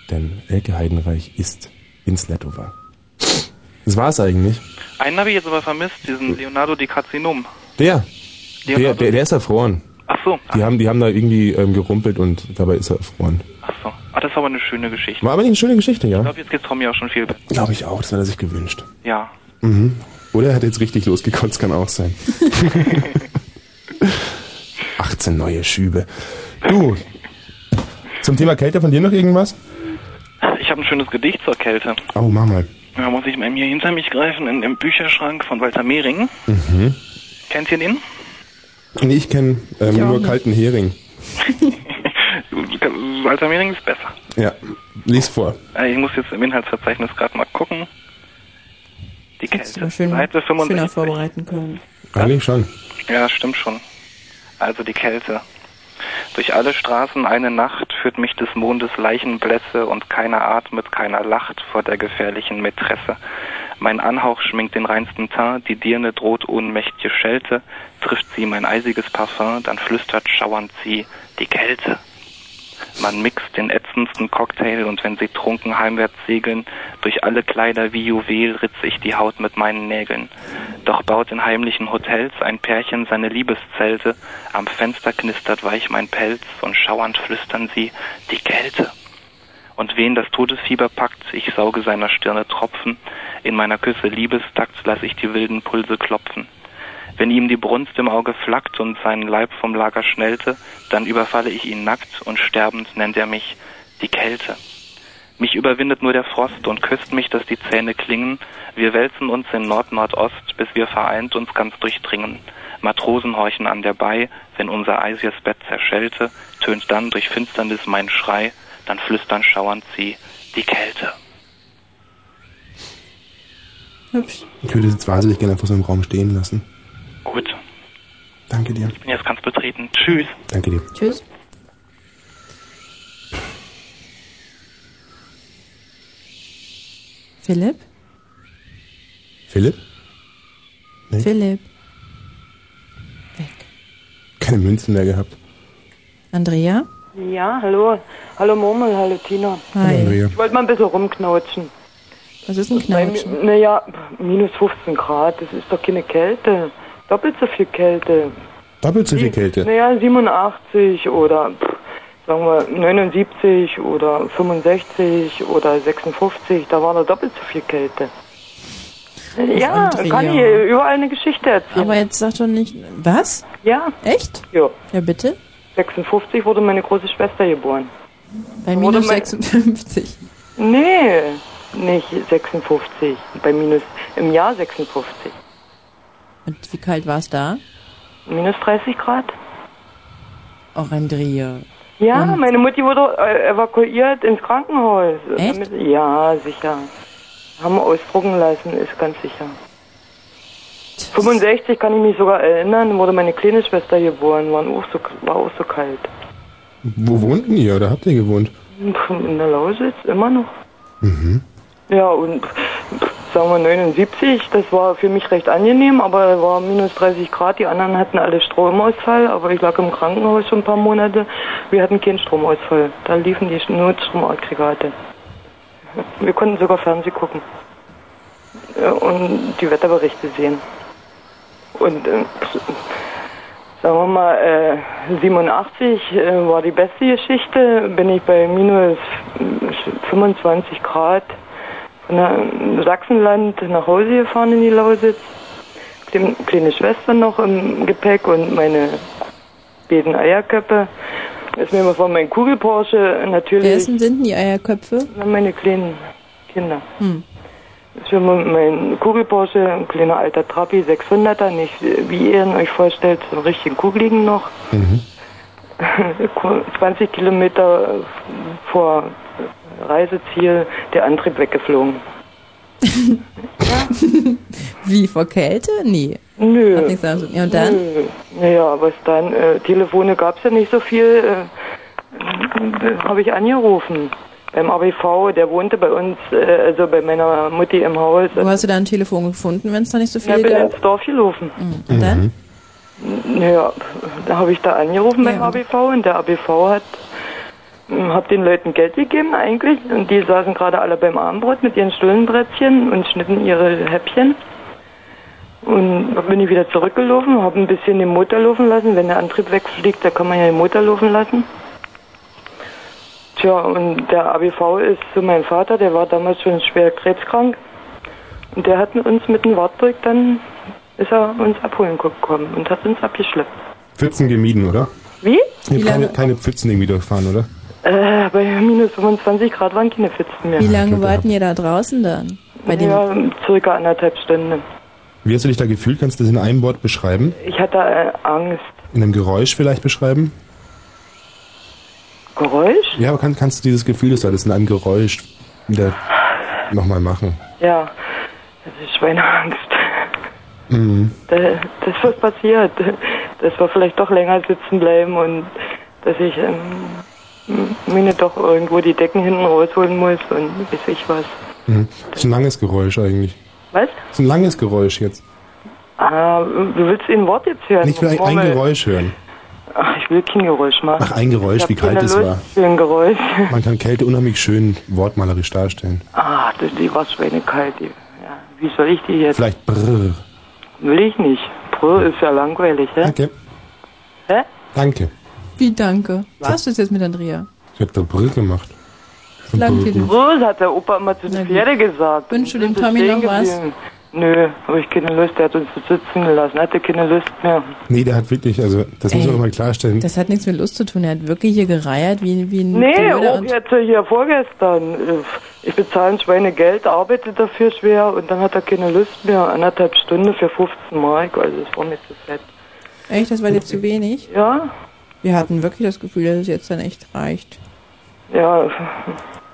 [SPEAKER 1] Denn Elke Heidenreich ist Winsletova. Das war's eigentlich.
[SPEAKER 3] Einen habe ich jetzt aber vermisst, diesen Leonardo di Carcinom.
[SPEAKER 1] Der, der, der, der ist erfroren.
[SPEAKER 3] Ach so.
[SPEAKER 1] Die haben, die haben da irgendwie ähm, gerumpelt und dabei ist er erfroren.
[SPEAKER 3] Ah, das war aber eine schöne Geschichte.
[SPEAKER 1] War aber eine schöne Geschichte,
[SPEAKER 3] Ich
[SPEAKER 1] ja?
[SPEAKER 3] glaube, jetzt geht's Tommy auch schon viel besser.
[SPEAKER 1] Glaube ich auch, das hat er sich gewünscht.
[SPEAKER 3] Ja.
[SPEAKER 1] Mhm. Oder er hat jetzt richtig losgekotzt, kann auch sein. 18 neue Schübe. Du, zum Thema Kälte von dir noch irgendwas?
[SPEAKER 3] Ich habe ein schönes Gedicht zur Kälte.
[SPEAKER 1] Oh, mach mal.
[SPEAKER 3] Da muss ich mal hier hinter mich greifen, in dem Bücherschrank von Walter Mehring.
[SPEAKER 1] Mhm.
[SPEAKER 3] Kennt ihr den?
[SPEAKER 1] Nee, ich kenne ähm,
[SPEAKER 3] Ich auch
[SPEAKER 1] nur
[SPEAKER 3] nicht.
[SPEAKER 1] kalten Hering.
[SPEAKER 3] Walter Mehring ist besser.
[SPEAKER 1] Ja, Lies vor.
[SPEAKER 3] Äh, Ich muss jetzt im Inhaltsverzeichnis gerade mal gucken. Die
[SPEAKER 6] Hättest du mal
[SPEAKER 3] Kälte.
[SPEAKER 6] schön,
[SPEAKER 3] Seite
[SPEAKER 6] schöner
[SPEAKER 3] 65.
[SPEAKER 6] vorbereiten können.
[SPEAKER 1] Eigentlich schon.
[SPEAKER 3] Ja, stimmt schon. Also die Kälte. Durch alle Straßen eine Nacht führt mich des Mondes Leichenblässe und keiner atmet, keiner lacht vor der gefährlichen Mätresse. Mein Anhauch schminkt den reinsten Teint, die Dirne droht ohnmächtige Schelte, trifft sie mein eisiges Parfum, dann flüstert schauernd sie die Kälte. Man mixt den ätzendsten Cocktail und wenn sie trunken heimwärts segeln, durch alle Kleider wie Juwel ritze ich die Haut mit meinen Nägeln. Doch baut in heimlichen Hotels ein Pärchen seine Liebeszelte, am Fenster knistert weich mein Pelz und schauernd flüstern sie die Kälte. Und wen das Todesfieber packt, ich sauge seiner Stirne Tropfen, in meiner Küsse Liebestakt lass ich die wilden Pulse klopfen. Wenn ihm die Brunst im Auge flackt und sein Leib vom Lager schnellte, dann überfalle ich ihn nackt und sterbend nennt er mich die Kälte. Mich überwindet nur der Frost und küsst mich, dass die Zähne klingen. Wir wälzen uns in Nord-Nordost, bis wir vereint uns ganz durchdringen. Matrosen horchen an der Bei, wenn unser eisiges Bett zerschellte, tönt dann durch Finsternis mein Schrei, dann flüstern schauernd sie die Kälte.
[SPEAKER 6] Hübsch.
[SPEAKER 1] Ich würde es jetzt wahnsinnig gerne einfach so im Raum stehen lassen.
[SPEAKER 3] Gut,
[SPEAKER 1] Danke dir.
[SPEAKER 3] ich bin jetzt ganz betreten. Tschüss.
[SPEAKER 1] Danke dir.
[SPEAKER 6] Tschüss. Philipp?
[SPEAKER 1] Philipp? Nee.
[SPEAKER 6] Philipp.
[SPEAKER 1] Keine Münzen mehr gehabt.
[SPEAKER 6] Andrea?
[SPEAKER 5] Ja, hallo. Hallo Murmel, hallo Tina.
[SPEAKER 1] Hallo, Andrea.
[SPEAKER 5] Ich wollte mal ein bisschen rumknautschen.
[SPEAKER 6] Was ist ein
[SPEAKER 5] Knautschen? Naja, minus 15 Grad, das ist doch keine Kälte. Doppelt so viel Kälte.
[SPEAKER 1] Doppelt so viel Kälte.
[SPEAKER 5] Naja, 87 oder pff, sagen wir 79 oder 65 oder 56, da war da doppelt so viel Kälte. Ja,
[SPEAKER 6] Andrea.
[SPEAKER 5] kann hier überall eine Geschichte erzählen.
[SPEAKER 6] Aber jetzt sag doch nicht. Was?
[SPEAKER 5] Ja.
[SPEAKER 6] Echt?
[SPEAKER 5] Ja.
[SPEAKER 6] Ja, bitte?
[SPEAKER 5] 56 wurde meine große Schwester geboren.
[SPEAKER 6] Bei
[SPEAKER 5] Wurde
[SPEAKER 6] minus
[SPEAKER 5] mein-
[SPEAKER 6] 56.
[SPEAKER 5] Nee, nicht 56. Bei minus, im Jahr 56.
[SPEAKER 6] Und wie kalt war es da?
[SPEAKER 5] Minus 30 Grad.
[SPEAKER 6] Auch Andrea.
[SPEAKER 5] Ja,
[SPEAKER 6] Und-
[SPEAKER 5] meine Mutti wurde äh, evakuiert ins Krankenhaus.
[SPEAKER 6] Echt?
[SPEAKER 5] Ja, sicher. Haben wir ausdrucken lassen, ist ganz sicher. 65 kann ich mich sogar erinnern, wurde meine kleine Schwester geboren, war auch so, war auch so kalt.
[SPEAKER 1] Wo wohnten ihr oder habt ihr gewohnt?
[SPEAKER 5] Pff, Hm, In der Lausitz, immer noch.
[SPEAKER 1] Mhm.
[SPEAKER 5] Ja, und pff, sagen wir 79, das war für mich recht angenehm, aber war minus 30 Grad. Die anderen hatten alle Stromausfall, aber ich lag im Krankenhaus schon ein paar Monate. Wir hatten keinen Stromausfall. Da liefen die Notstromaggregate. Wir konnten sogar Fernsehen gucken Ja, und die Wetterberichte sehen. Und äh, pff, sagen wir mal, äh, 87 äh, war die beste Geschichte. Bin ich bei minus äh, 25 Grad von der- ähm, Sachsenland nach Hause gefahren in die Lausitz. Dem kleine Schwester noch im Gepäck und meine beiden Eierköpfe. Ist mir mal von meinem Kugelporsche natürlich.
[SPEAKER 6] Wer ist denn, sind denn die Eierköpfe?
[SPEAKER 5] Na, meine kleinen Kinder.
[SPEAKER 6] Hm.
[SPEAKER 5] Ist mir mal mein Kugelporsche, ein kleiner alter Trabi, 600er, nicht wie ihr ihn euch vorstellt, so einen richtigen Kugeligen noch. 20 Kilometer vor Reiseziel der Antrieb weggeflogen.
[SPEAKER 6] Wie, vor Kälte? Nee.
[SPEAKER 5] Nö.
[SPEAKER 6] Hat nichts damit zu tun. Ja, und dann?
[SPEAKER 5] Nö. Naja, was dann? Äh, Telefone gab's ja nicht so viel. Äh, Habe ich angerufen beim ABV. Der wohnte bei uns, äh, also bei meiner Mutti im Haus.
[SPEAKER 6] Wo hast du da ein Telefon gefunden, wenn es da nicht so
[SPEAKER 5] Ja,
[SPEAKER 6] viele
[SPEAKER 5] bin
[SPEAKER 6] gab?
[SPEAKER 5] ins Dorf gelaufen.
[SPEAKER 6] Und dann?
[SPEAKER 5] Naja, da habe ich da angerufen beim ABV und der ABV hat mh, hab den Leuten Geld gegeben eigentlich und die saßen gerade alle beim Armbrot mit ihren Stullenbrettchen und schnitten ihre Häppchen. Und dann bin ich wieder zurückgelaufen, habe ein bisschen den Motor laufen lassen. Wenn der Antrieb wegfliegt, da kann man ja den Motor laufen lassen. Tja, und der ABV ist zu meinem Vater, der war damals schon schwer krebskrank. Und der hat mit uns mit dem Wartburg dann, ist er uns abholen gekommen und hat uns abgeschleppt.
[SPEAKER 1] Pfützen gemieden, oder?
[SPEAKER 5] Wie?
[SPEAKER 1] Ihr habt keine, keine Pfützen irgendwie durchfahren, oder?
[SPEAKER 5] Äh, bei minus 25 Grad waren keine Pfützen mehr.
[SPEAKER 6] Wie lange warten ihr da draußen dann? Bei dem
[SPEAKER 5] ja, circa anderthalb Stunden.
[SPEAKER 1] Wie hast du dich da gefühlt? Kannst du das in einem Wort beschreiben?
[SPEAKER 5] Ich hatte äh, Angst.
[SPEAKER 1] In einem Geräusch vielleicht beschreiben?
[SPEAKER 5] Geräusch?
[SPEAKER 1] Ja, aber kann, kannst du dieses Gefühl, das du hattest in einem Geräusch, wieder nochmal machen?
[SPEAKER 5] Ja, das ist Schweineangst.
[SPEAKER 1] Mhm.
[SPEAKER 5] Da, das ist was passiert. Dass wir vielleicht doch länger sitzen bleiben und dass ich ähm, mir doch irgendwo die Decken hinten rausholen muss und weiß ich was.
[SPEAKER 1] Mhm. Das ist ein langes Geräusch eigentlich.
[SPEAKER 5] Was?
[SPEAKER 1] Das ist ein langes Geräusch jetzt.
[SPEAKER 5] Ah, du willst ein Wort jetzt hören?
[SPEAKER 1] Nicht vielleicht ein
[SPEAKER 5] Murmel.
[SPEAKER 1] Geräusch hören.
[SPEAKER 5] Ach, ich will kein Geräusch machen.
[SPEAKER 1] Ach, ein
[SPEAKER 5] Ich
[SPEAKER 1] Geräusch,
[SPEAKER 5] hab
[SPEAKER 1] wie kalt
[SPEAKER 5] keine
[SPEAKER 1] es
[SPEAKER 5] Lust
[SPEAKER 1] war.
[SPEAKER 5] für ein Geräusch.
[SPEAKER 1] Man kann Kälte unheimlich schön wortmalerisch darstellen.
[SPEAKER 5] Ah, das, die war schweinekalt. die- Ja, wie soll ich die jetzt?
[SPEAKER 1] Vielleicht brrr.
[SPEAKER 5] Will ich nicht. Brr ist ja langweilig, hä?
[SPEAKER 1] Danke.
[SPEAKER 5] Hä?
[SPEAKER 1] Danke.
[SPEAKER 6] Wie danke. Was hast du jetzt mit Andrea?
[SPEAKER 1] Ich hab da brrr gemacht.
[SPEAKER 6] Lang dir den-
[SPEAKER 5] Brr hat der Opa immer zu den Pferde gesagt. Wünschst du dem
[SPEAKER 6] Tommy noch was?
[SPEAKER 5] Nö, habe ich keine Lust. Der hat uns sitzen gelassen. Hatte keine Lust mehr.
[SPEAKER 6] Hm,
[SPEAKER 1] Nee, der hat wirklich, also das
[SPEAKER 6] Ey,
[SPEAKER 1] muss man nochmal klarstellen.
[SPEAKER 6] Das hat nichts mit Lust zu tun. Er hat wirklich hier gereiert wie, wie ein
[SPEAKER 5] Nee, oh,
[SPEAKER 6] Blöder
[SPEAKER 5] auch
[SPEAKER 6] und
[SPEAKER 5] jetzt hier vorgestern. Ich bezahle ein Schweinegeld, arbeite dafür schwer und dann hat er keine Lust mehr. Anderthalb Stunden für 15 Mark, also das war mir zu fett.
[SPEAKER 6] Echt, das war dir zu wenig?
[SPEAKER 5] Ja.
[SPEAKER 6] Wir hatten wirklich das Gefühl, dass es jetzt dann echt reicht.
[SPEAKER 5] Ja,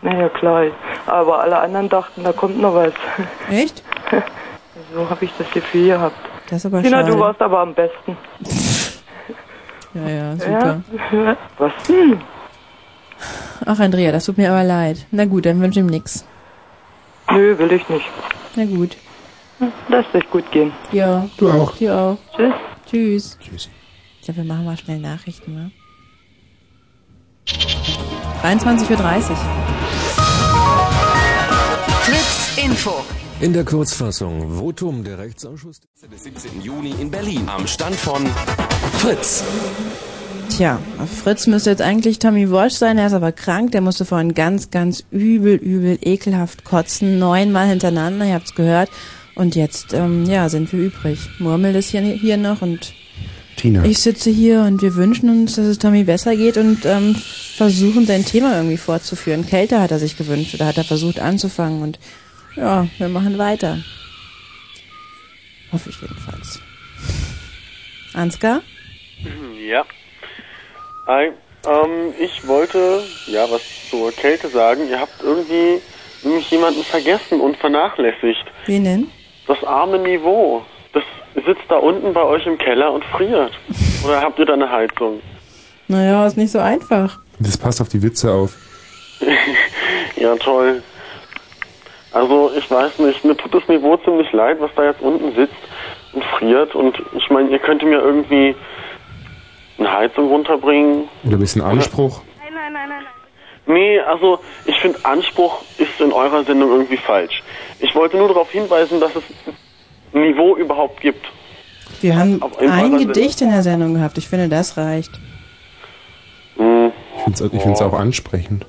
[SPEAKER 5] naja, klar. Aber alle anderen dachten, da kommt noch was.
[SPEAKER 6] Echt?
[SPEAKER 5] So habe ich das Gefühl gehabt.
[SPEAKER 6] Das ist aber
[SPEAKER 5] Tina,
[SPEAKER 6] schade.
[SPEAKER 5] du warst aber am besten.
[SPEAKER 6] Ja, ja, super.
[SPEAKER 5] Ja? Was denn?
[SPEAKER 6] Ach, Andrea, das tut mir aber leid. Na gut, dann wünsche ich ihm nix.
[SPEAKER 5] Nö, will ich nicht.
[SPEAKER 6] Na gut.
[SPEAKER 5] Lass dich gut gehen.
[SPEAKER 6] Ja.
[SPEAKER 5] Du auch.
[SPEAKER 6] Dir auch.
[SPEAKER 5] Tschüss.
[SPEAKER 6] Tschüss.
[SPEAKER 1] Tschüss.
[SPEAKER 6] Ich glaube, wir machen mal schnell Nachrichten, ne? 23.30 Uhr.
[SPEAKER 8] Fritz Info.
[SPEAKER 13] In der Kurzfassung, Votum der Rechtsausschuss
[SPEAKER 21] des 17. Juni in Berlin am Stand von Fritz.
[SPEAKER 6] Tja, Fritz müsste jetzt eigentlich Tommy Walsh sein, er ist aber krank, der musste vorhin ganz, ganz übel, übel, ekelhaft kotzen, neunmal hintereinander, ihr habt's gehört. Und jetzt, ähm, ja, sind wir übrig. Murmel ist hier, hier noch und
[SPEAKER 1] Tina.
[SPEAKER 6] ich sitze hier und wir wünschen uns, dass es Tommy besser geht und ähm, versuchen, sein Thema irgendwie fortzuführen. Kälte hat er sich gewünscht oder hat er versucht anzufangen und ja, wir machen weiter. Hoffe ich jedenfalls. Ansgar?
[SPEAKER 22] Ja. Hi. Ähm, ich wollte ja was zur Kälte sagen. Ihr habt irgendwie nämlich jemanden vergessen und vernachlässigt.
[SPEAKER 6] Wen denn?
[SPEAKER 22] Das arme Niveau. Das sitzt da unten bei euch im Keller und friert. Oder habt ihr da eine Heizung?
[SPEAKER 6] Naja, ist nicht so einfach.
[SPEAKER 1] Das passt auf die Witze auf.
[SPEAKER 22] ja, toll. Also, ich weiß nicht, mir tut das Niveau ziemlich leid, was da jetzt unten sitzt und friert. Und ich meine, ihr könntet mir irgendwie eine Heizung runterbringen.
[SPEAKER 1] Oder ein bisschen Anspruch.
[SPEAKER 22] Nee, also ich finde Anspruch ist in eurer Sendung irgendwie falsch. Ich wollte nur darauf hinweisen, dass es ein Niveau überhaupt gibt.
[SPEAKER 6] Wir haben
[SPEAKER 22] in
[SPEAKER 6] ein
[SPEAKER 22] eurer
[SPEAKER 6] Gedicht in der Sendung gehabt. Ich finde, das reicht.
[SPEAKER 1] Ich finde es ich find's auch ansprechend.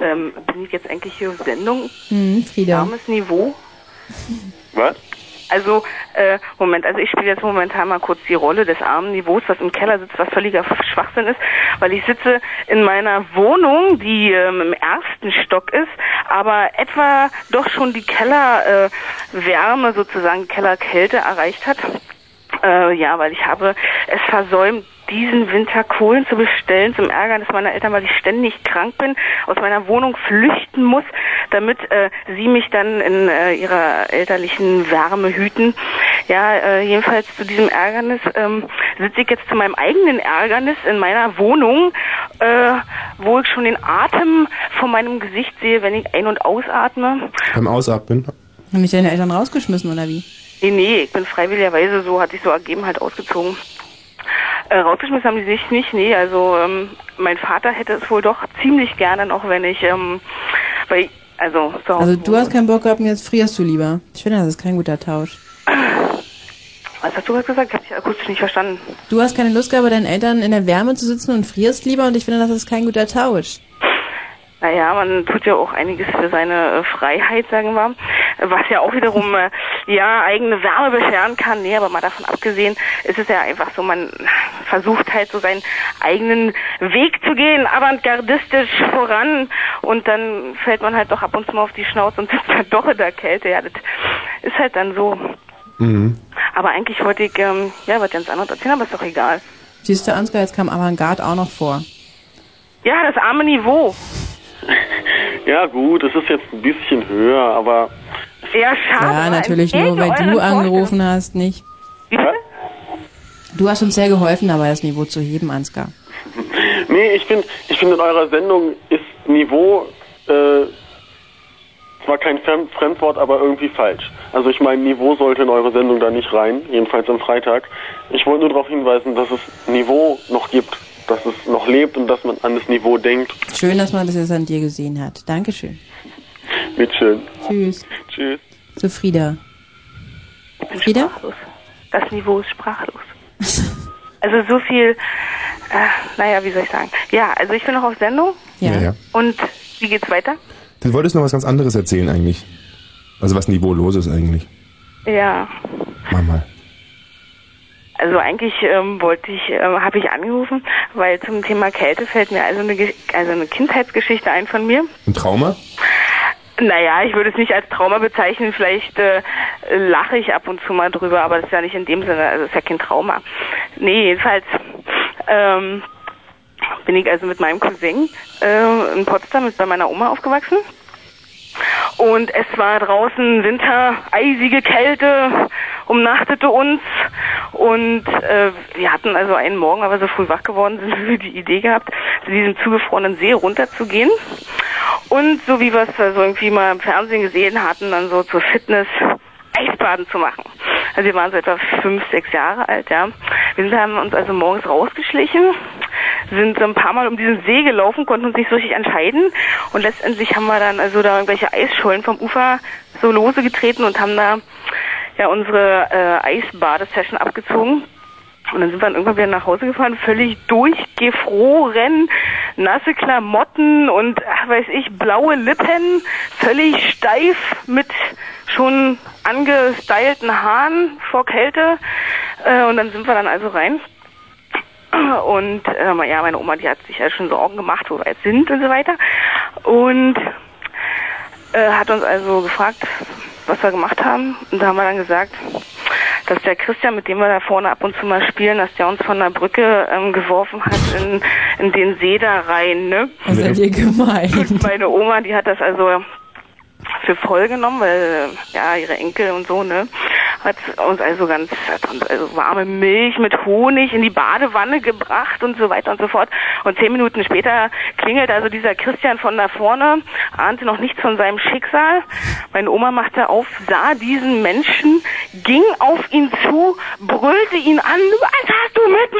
[SPEAKER 23] Ähm, bin ich jetzt eigentlich hier auf Sendung?
[SPEAKER 6] Hm, Frieda.
[SPEAKER 23] Armes Niveau.
[SPEAKER 22] Was?
[SPEAKER 23] Also, äh, Moment, also ich spiele jetzt momentan mal kurz die Rolle des armen Niveaus, was im Keller sitzt, was völliger Schwachsinn ist, weil ich sitze in meiner Wohnung, die ähm, im ersten Stock ist, aber etwa doch schon die Kellerwärme äh, Wärme sozusagen, Kellerkälte erreicht hat. Äh, ja, weil ich habe es versäumt, diesen Winter Kohlen zu bestellen, zum Ärgernis meiner Eltern, weil ich ständig krank bin, aus meiner Wohnung flüchten muss, damit äh, sie mich dann in äh, ihrer elterlichen Wärme hüten. Ja, äh, jedenfalls zu diesem Ärgernis ähm, sitze ich jetzt zu meinem eigenen Ärgernis in meiner Wohnung, äh, wo ich schon den Atem vor meinem Gesicht sehe, wenn ich ein- und ausatme.
[SPEAKER 1] Beim Ausatmen.
[SPEAKER 6] Haben mich deine Eltern rausgeschmissen oder wie?
[SPEAKER 23] Nee, nee, ich bin freiwilligerweise, so hat sich so ergeben, halt ausgezogen. Äh, rausgeschmissen haben die sich nicht, nee, also ähm, mein Vater hätte es wohl doch ziemlich gerne, noch wenn ich, ähm, weil, ich- also, so,
[SPEAKER 6] Also du hast keinen Bock gehabt und jetzt frierst du lieber. Ich finde, das ist kein guter Tausch.
[SPEAKER 23] was hast du gerade gesagt? Ich habe dich akustisch nicht verstanden.
[SPEAKER 6] Du hast keine Lust gehabt, bei deinen Eltern in der Wärme zu sitzen und frierst lieber und ich finde, das ist kein guter Tausch.
[SPEAKER 23] Naja, man tut ja auch einiges für seine äh, Freiheit, sagen wir, Äh, was ja auch wiederum äh, ja eigene Wärme bescheren kann. Nee, aber mal davon abgesehen, ist es ja einfach so, man versucht halt so seinen eigenen Weg zu gehen, avantgardistisch voran und dann fällt man halt doch ab und zu mal auf die Schnauze und sitzt dann doch in der Kälte. Ja, das ist halt dann so.
[SPEAKER 1] Mhm.
[SPEAKER 23] Aber eigentlich wollte ich, ähm, ja, was ganz anderes erzählen, aber ist doch egal.
[SPEAKER 6] Siehst du, Ansgar, jetzt kam Avantgarde auch noch vor.
[SPEAKER 23] Ja, das arme Niveau.
[SPEAKER 22] Ja gut, es ist jetzt ein bisschen höher, aber
[SPEAKER 23] Ja, schade.
[SPEAKER 6] Ja,
[SPEAKER 23] aber
[SPEAKER 6] natürlich nur,
[SPEAKER 23] entgegen
[SPEAKER 6] weil
[SPEAKER 23] euren
[SPEAKER 6] du
[SPEAKER 23] Vorstellungen.
[SPEAKER 6] angerufen hast, nicht? Du hast uns sehr geholfen dabei, das Niveau zu heben, Ansgar.
[SPEAKER 22] nee, ich finde, ich finde in eurer Sendung ist Niveau äh, zwar kein Fremd Fremdwort, aber irgendwie falsch. Also ich meine, Niveau sollte in eure Sendung da nicht rein, jedenfalls am Freitag. Ich wollte nur darauf hinweisen, dass es Niveau noch gibt, dass es noch lebt und dass man an das Niveau denkt.
[SPEAKER 6] Schön, dass man das jetzt an dir gesehen hat. Dankeschön.
[SPEAKER 22] Mit schön.
[SPEAKER 6] Tschüss.
[SPEAKER 22] Tschüss.
[SPEAKER 6] Zu Frieda. Frieda?
[SPEAKER 23] Das Niveau ist sprachlos. Also so viel, äh, naja, wie soll ich sagen? Ja, also ich bin noch auf Sendung
[SPEAKER 1] Ja, ja.
[SPEAKER 23] und wie geht's weiter?
[SPEAKER 1] Du wolltest noch was ganz anderes erzählen eigentlich. Also was Niveauloses eigentlich.
[SPEAKER 23] Ja,
[SPEAKER 1] Mach mal.
[SPEAKER 23] also eigentlich ähm, wollte ich, ähm, habe ich angerufen, weil zum Thema Kälte fällt mir also eine, Ge- also eine Kindheitsgeschichte ein von mir.
[SPEAKER 1] Ein Trauma?
[SPEAKER 23] Naja, ich würde es nicht als Trauma bezeichnen. Vielleicht äh, lache ich ab und zu mal drüber, aber das ist ja nicht in dem Sinne, also es ist ja kein Trauma. Nee, jedenfalls ähm, bin ich also mit meinem Cousin äh, in Potsdam ist bei meiner Oma aufgewachsen. Und es war draußen Winter, eisige Kälte umnachtete uns. Und äh, wir hatten also einen Morgen, aber so früh wach geworden sind, wir die Idee gehabt, zu diesem zugefrorenen See runterzugehen. Und so wie wir es also irgendwie mal im Fernsehen gesehen hatten, dann so zur Fitness Eisbaden zu machen. Also wir waren so etwa fünf, sechs Jahre alt, ja. Wir sind, haben uns also morgens rausgeschlichen, sind so ein paar Mal um diesen See gelaufen, konnten uns nicht so richtig entscheiden. Und letztendlich haben wir dann also da irgendwelche Eisschollen vom Ufer so lose getreten und haben da ja unsere äh, Eisbadesession abgezogen. Und dann sind wir dann irgendwann wieder nach Hause gefahren, völlig durchgefroren, nasse Klamotten und, ach, weiß ich, blaue Lippen, völlig steif mit schon angestylten Haaren vor Kälte. Äh, Und dann sind wir dann also rein. Und ähm, ja, meine Oma, die hat sich ja schon Sorgen gemacht, wo wir jetzt sind und so weiter. Und äh, hat uns also gefragt, was wir gemacht haben. Und da haben wir dann gesagt, dass der Christian, mit dem wir da vorne ab und zu mal spielen, dass der uns von der Brücke ähm, geworfen hat in, in den See da rein. Ne?
[SPEAKER 6] Was seid ihr gemeint?
[SPEAKER 23] Und meine Oma, die hat das also für voll genommen, weil äh, ja ihre Enkel und so ne hat uns also ganz hat uns also warme Milch mit Honig in die Badewanne gebracht und so weiter und so fort. Und zehn Minuten später klingelt also dieser Christian von da vorne, ahnte noch nichts von seinem Schicksal. Meine Oma machte auf, sah diesen Menschen, ging auf ihn zu, brüllte ihn an, was hast du mit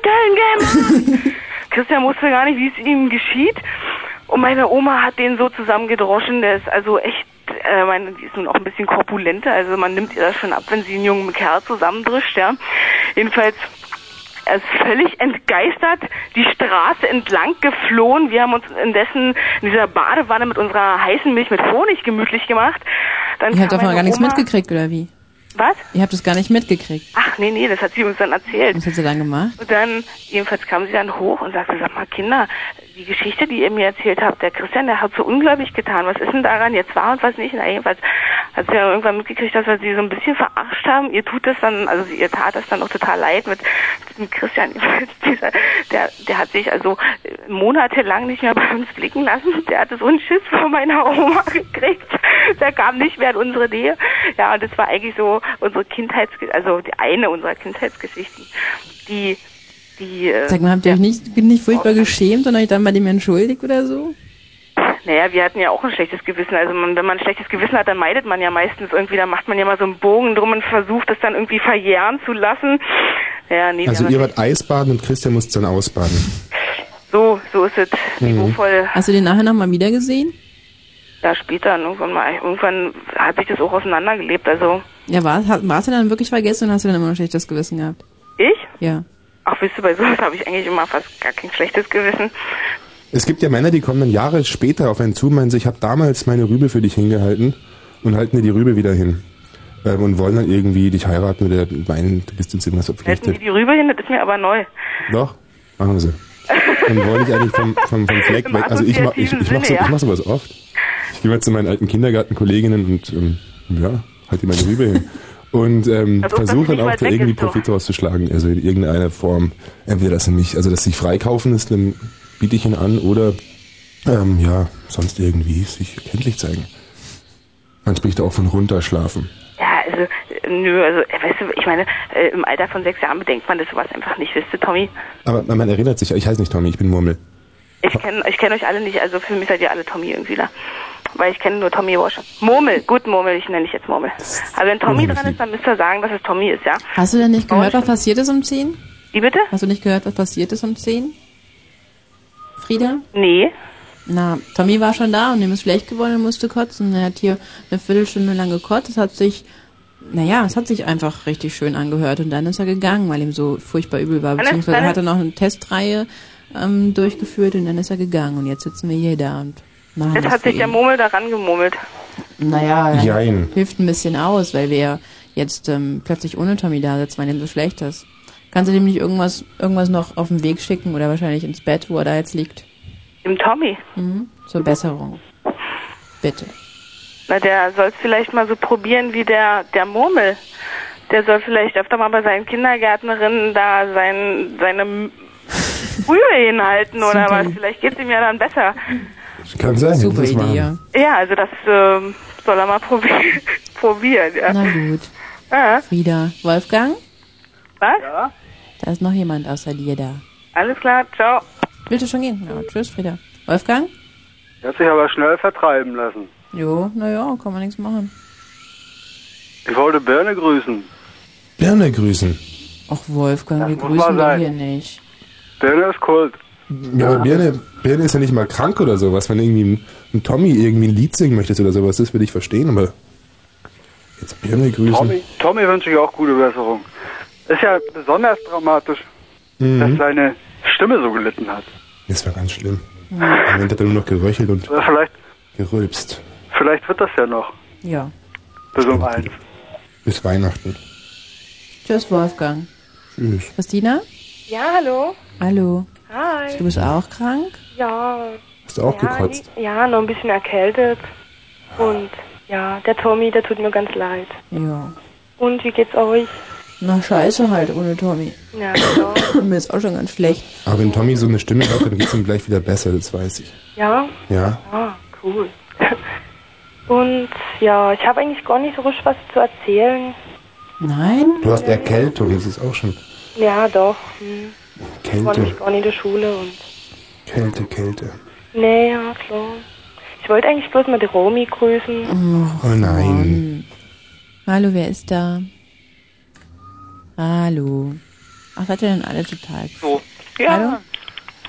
[SPEAKER 23] meinen Enkeln gemacht? Christian wusste gar nicht, wie es ihm geschieht. Und meine Oma hat den so zusammengedroschen, der ist also echt, äh, meine, die ist nun auch ein bisschen korpulenter, also man nimmt ihr das schon ab, wenn sie einen jungen Kerl zusammendrischt, ja. Jedenfalls, er ist völlig entgeistert die Straße entlang geflohen. Wir haben uns indessen in dieser Badewanne mit unserer heißen Milch mit Honig gemütlich gemacht. Dann
[SPEAKER 6] Ihr habt
[SPEAKER 23] kam
[SPEAKER 6] davon
[SPEAKER 23] meine
[SPEAKER 6] gar nichts
[SPEAKER 23] Oma-
[SPEAKER 6] mitgekriegt, oder wie?
[SPEAKER 23] Was?
[SPEAKER 6] Ihr habt es gar nicht mitgekriegt.
[SPEAKER 23] Ach, nee, nee, das hat sie uns dann erzählt.
[SPEAKER 6] Was hat sie dann gemacht?
[SPEAKER 23] Und dann, jedenfalls kam sie dann hoch und sagte, sag mal, Kinder, die Geschichte, die ihr mir erzählt habt, der Christian, der hat so unglaublich getan. Was ist denn daran jetzt wahr und was nicht? Na, jedenfalls hat sie ja irgendwann mitgekriegt, dass wir sie so ein bisschen verarscht haben. Ihr tut das dann, also sie- ihr tat das dann auch total leid mit, mit Christian. Jedenfalls Dieser, der, der hat sich also äh, monatelang nicht mehr bei uns blicken lassen. Der hatte so einen Schiss von meiner Oma gekriegt. Der kam nicht mehr in unsere Nähe. Ja, und das war eigentlich so unsere Kindheits, also die eine unserer Kindheitsgeschichten. Die die, äh,
[SPEAKER 6] Sag mal, habt ihr euch nicht, nicht furchtbar geschämt und euch dann bei dem entschuldigt oder so?
[SPEAKER 23] naja, wir hatten ja auch ein schlechtes Gewissen. Also man, wenn man ein schlechtes Gewissen hat, dann meidet man ja meistens irgendwie, dann macht man ja mal so einen Bogen drum und versucht das dann irgendwie verjähren zu lassen. Ja, nee, wir
[SPEAKER 1] Also
[SPEAKER 23] haben
[SPEAKER 1] ihr wart Eisbaden und Christian musste dann ausbaden.
[SPEAKER 23] so, so ist es.
[SPEAKER 1] Mhm.
[SPEAKER 23] Voll.
[SPEAKER 6] Hast du den nachher nochmal wieder gesehen?
[SPEAKER 23] Ja, später, ne, irgendwann mal. Irgendwann hat sich das auch auseinandergelebt. Also
[SPEAKER 6] Ja, war, ha- warst du dann wirklich vergessen und hast du dann immer noch schlechtes Gewissen gehabt?
[SPEAKER 23] ich?
[SPEAKER 6] Ja.
[SPEAKER 23] Ach, wisst ihr, bei sowas habe ich eigentlich immer fast gar kein schlechtes Gewissen.
[SPEAKER 1] Es gibt ja Männer, die kommen dann Jahre später auf einen zu und meinen, so, ich habe damals meine Rübe für dich hingehalten und halten dir die Rübe wieder hin. Ähm, und wollen dann irgendwie dich heiraten oder meinen, du bist uns irgendwas
[SPEAKER 23] Hätten die
[SPEAKER 1] verpflichtet.
[SPEAKER 23] die rüber hin, das ist mir aber neu.
[SPEAKER 1] Doch, machen sie. Und wollen dich eigentlich vom, vom, vom Fleck
[SPEAKER 23] Im
[SPEAKER 1] weg. Also ich, ma- ich, ich
[SPEAKER 23] assoziativen
[SPEAKER 1] mache so,
[SPEAKER 23] Sinne, ja.
[SPEAKER 1] ich mach sowas oft. Ich gehe mal zu meinen alten Kindergartenkolleginnen und ähm, ja, halt halte meine Rübe hin. Und ähm,
[SPEAKER 23] Also, ob das
[SPEAKER 1] versuche dann
[SPEAKER 23] nicht
[SPEAKER 1] auch
[SPEAKER 23] weit
[SPEAKER 1] da
[SPEAKER 23] weg
[SPEAKER 1] irgendwie
[SPEAKER 23] ist, doch.
[SPEAKER 1] Profit draus zu schlagen. Also in irgendeiner Form. Entweder, dass sie mich, also dass sie freikaufen, ist einem biete ich ihn an oder ähm, ja, sonst irgendwie sich kenntlich zeigen. Man spricht auch von runterschlafen.
[SPEAKER 23] Ja, also, äh, nö, also, äh, weißt du, ich meine, äh, im Alter von sechs Jahren bedenkt man das sowas einfach nicht, wisst ihr, Tommy?
[SPEAKER 1] Aber man erinnert sich, ich heiße nicht Tommy, ich bin Murmel.
[SPEAKER 23] Ich kenne ich kenn euch alle nicht, also für mich seid ihr alle Tommy irgendwie da. Weil ich kenne nur Tommy Walsh. Murmel, gut Murmel, ich nenne dich jetzt Murmel. Also wenn Tommy
[SPEAKER 6] unheimlich
[SPEAKER 23] dran ist, dann müsst ihr sagen, dass es Tommy ist, ja?
[SPEAKER 6] Hast du denn nicht gehört, was passiert ist um 10?
[SPEAKER 23] Wie bitte?
[SPEAKER 6] Hast du nicht gehört, was passiert ist um 10? Frieda?
[SPEAKER 23] Nee.
[SPEAKER 6] Na, Tommy war schon da und ihm ist schlecht geworden und musste kotzen. Er hat hier eine Viertelstunde lang gekotzt. Es hat sich, naja, es hat sich einfach richtig schön angehört. Und dann ist er gegangen, weil ihm so furchtbar übel war.
[SPEAKER 23] Alles
[SPEAKER 6] Beziehungsweise
[SPEAKER 23] klar.
[SPEAKER 6] hat er noch eine Testreihe ähm, durchgeführt und dann ist er gegangen. Und jetzt sitzen wir hier da und machen
[SPEAKER 23] Jetzt
[SPEAKER 6] das eh-
[SPEAKER 23] hat
[SPEAKER 6] für
[SPEAKER 23] sich der
[SPEAKER 6] ihn.
[SPEAKER 23] Murmel daran gemurmelt.
[SPEAKER 6] Naja,
[SPEAKER 1] Jein.
[SPEAKER 6] hilft ein bisschen aus, weil wir jetzt ähm, plötzlich ohne Tommy da sitzen, weil dem so schlecht ist. Kannst du dem nicht irgendwas, irgendwas noch auf den Weg schicken oder wahrscheinlich ins Bett, wo er da jetzt liegt?
[SPEAKER 23] Im Tommy.
[SPEAKER 6] Mhm. Zur Besserung. Bitte.
[SPEAKER 23] Na, der soll es vielleicht mal so probieren wie der, der Murmel. Der soll vielleicht öfter mal bei seinen Kindergärtnerinnen da sein, seine Brühe hinhalten oder
[SPEAKER 1] Super.
[SPEAKER 23] was. Vielleicht geht's ihm ja dann besser.
[SPEAKER 1] Kann sein.
[SPEAKER 6] Super
[SPEAKER 1] das
[SPEAKER 6] Idee, ja.
[SPEAKER 23] Ja, also das ähm, soll er mal probi probieren. Ja.
[SPEAKER 6] Na gut.
[SPEAKER 23] Ja.
[SPEAKER 6] Frieda. Wolfgang?
[SPEAKER 23] Was? Ja.
[SPEAKER 6] Da ist noch jemand außer dir da.
[SPEAKER 23] Alles klar, ciao.
[SPEAKER 6] Willst du schon gehen? Ja, tschüss, Frieda. Wolfgang?
[SPEAKER 2] Er hat sich aber schnell vertreiben lassen.
[SPEAKER 6] Jo, naja, kann man nichts machen.
[SPEAKER 2] Ich wollte Birne grüßen.
[SPEAKER 1] Birne grüßen.
[SPEAKER 6] Ach, Wolfgang, wir
[SPEAKER 2] muss
[SPEAKER 6] grüßen
[SPEAKER 2] mal
[SPEAKER 6] doch
[SPEAKER 2] sein.
[SPEAKER 6] hier nicht.
[SPEAKER 2] Birne ist Kult.
[SPEAKER 1] Ja, aber Birne, Birne ist ja nicht mal krank oder sowas. Wenn irgendwie ein, ein Tommy irgendwie ein Lied singen möchtest oder sowas, das würde ich verstehen, aber jetzt Birne grüßen.
[SPEAKER 2] Tommy, Tommy wünsche ich auch gute Besserung. Ist ja besonders dramatisch, dass
[SPEAKER 1] Mhm.
[SPEAKER 2] seine Stimme so gelitten hat.
[SPEAKER 1] Das war ganz schlimm. Am Ende hat er nur noch geröchelt und
[SPEAKER 2] Oder vielleicht,
[SPEAKER 1] gerülpst.
[SPEAKER 2] vielleicht wird das ja noch.
[SPEAKER 6] Ja.
[SPEAKER 2] Bis um eins.
[SPEAKER 1] Bis Weihnachten.
[SPEAKER 6] Tschüss, Wolfgang.
[SPEAKER 1] Tschüss.
[SPEAKER 6] Christina?
[SPEAKER 9] Ja, hallo.
[SPEAKER 6] Hallo.
[SPEAKER 9] Hi.
[SPEAKER 6] Du bist auch krank?
[SPEAKER 9] Ja.
[SPEAKER 1] Hast du auch
[SPEAKER 9] ja,
[SPEAKER 1] gekotzt?
[SPEAKER 9] li- Ja, noch ein bisschen erkältet. Und ja, der Tommy, der tut mir ganz leid.
[SPEAKER 6] Ja.
[SPEAKER 9] Und wie geht's euch?
[SPEAKER 6] Na, scheiße halt, ohne Tommy.
[SPEAKER 9] Ja, genau.
[SPEAKER 6] Mir ist auch schon ganz schlecht.
[SPEAKER 1] Aber wenn Tommy so eine Stimme hat, dann geht's ihm gleich wieder besser, das weiß ich.
[SPEAKER 9] Ja?
[SPEAKER 1] Ja.
[SPEAKER 9] Ah, cool. Und ja, ich habe eigentlich gar nicht so richtig was zu erzählen.
[SPEAKER 6] Nein?
[SPEAKER 1] Du hast Erkältung, das ist auch schon
[SPEAKER 9] Ja, doch. Hm. Ich war
[SPEAKER 1] Kälte,
[SPEAKER 9] nämlich gar nicht in der Schule und.
[SPEAKER 1] Kälte, Kälte.
[SPEAKER 9] Nee, ja, klar. Ich wollte eigentlich bloß mal die Romy grüßen.
[SPEAKER 6] Mhm.
[SPEAKER 1] Oh nein.
[SPEAKER 6] Hallo, wer ist da? Hallo. Ach, seid ihr denn alle total?
[SPEAKER 24] So. Ja.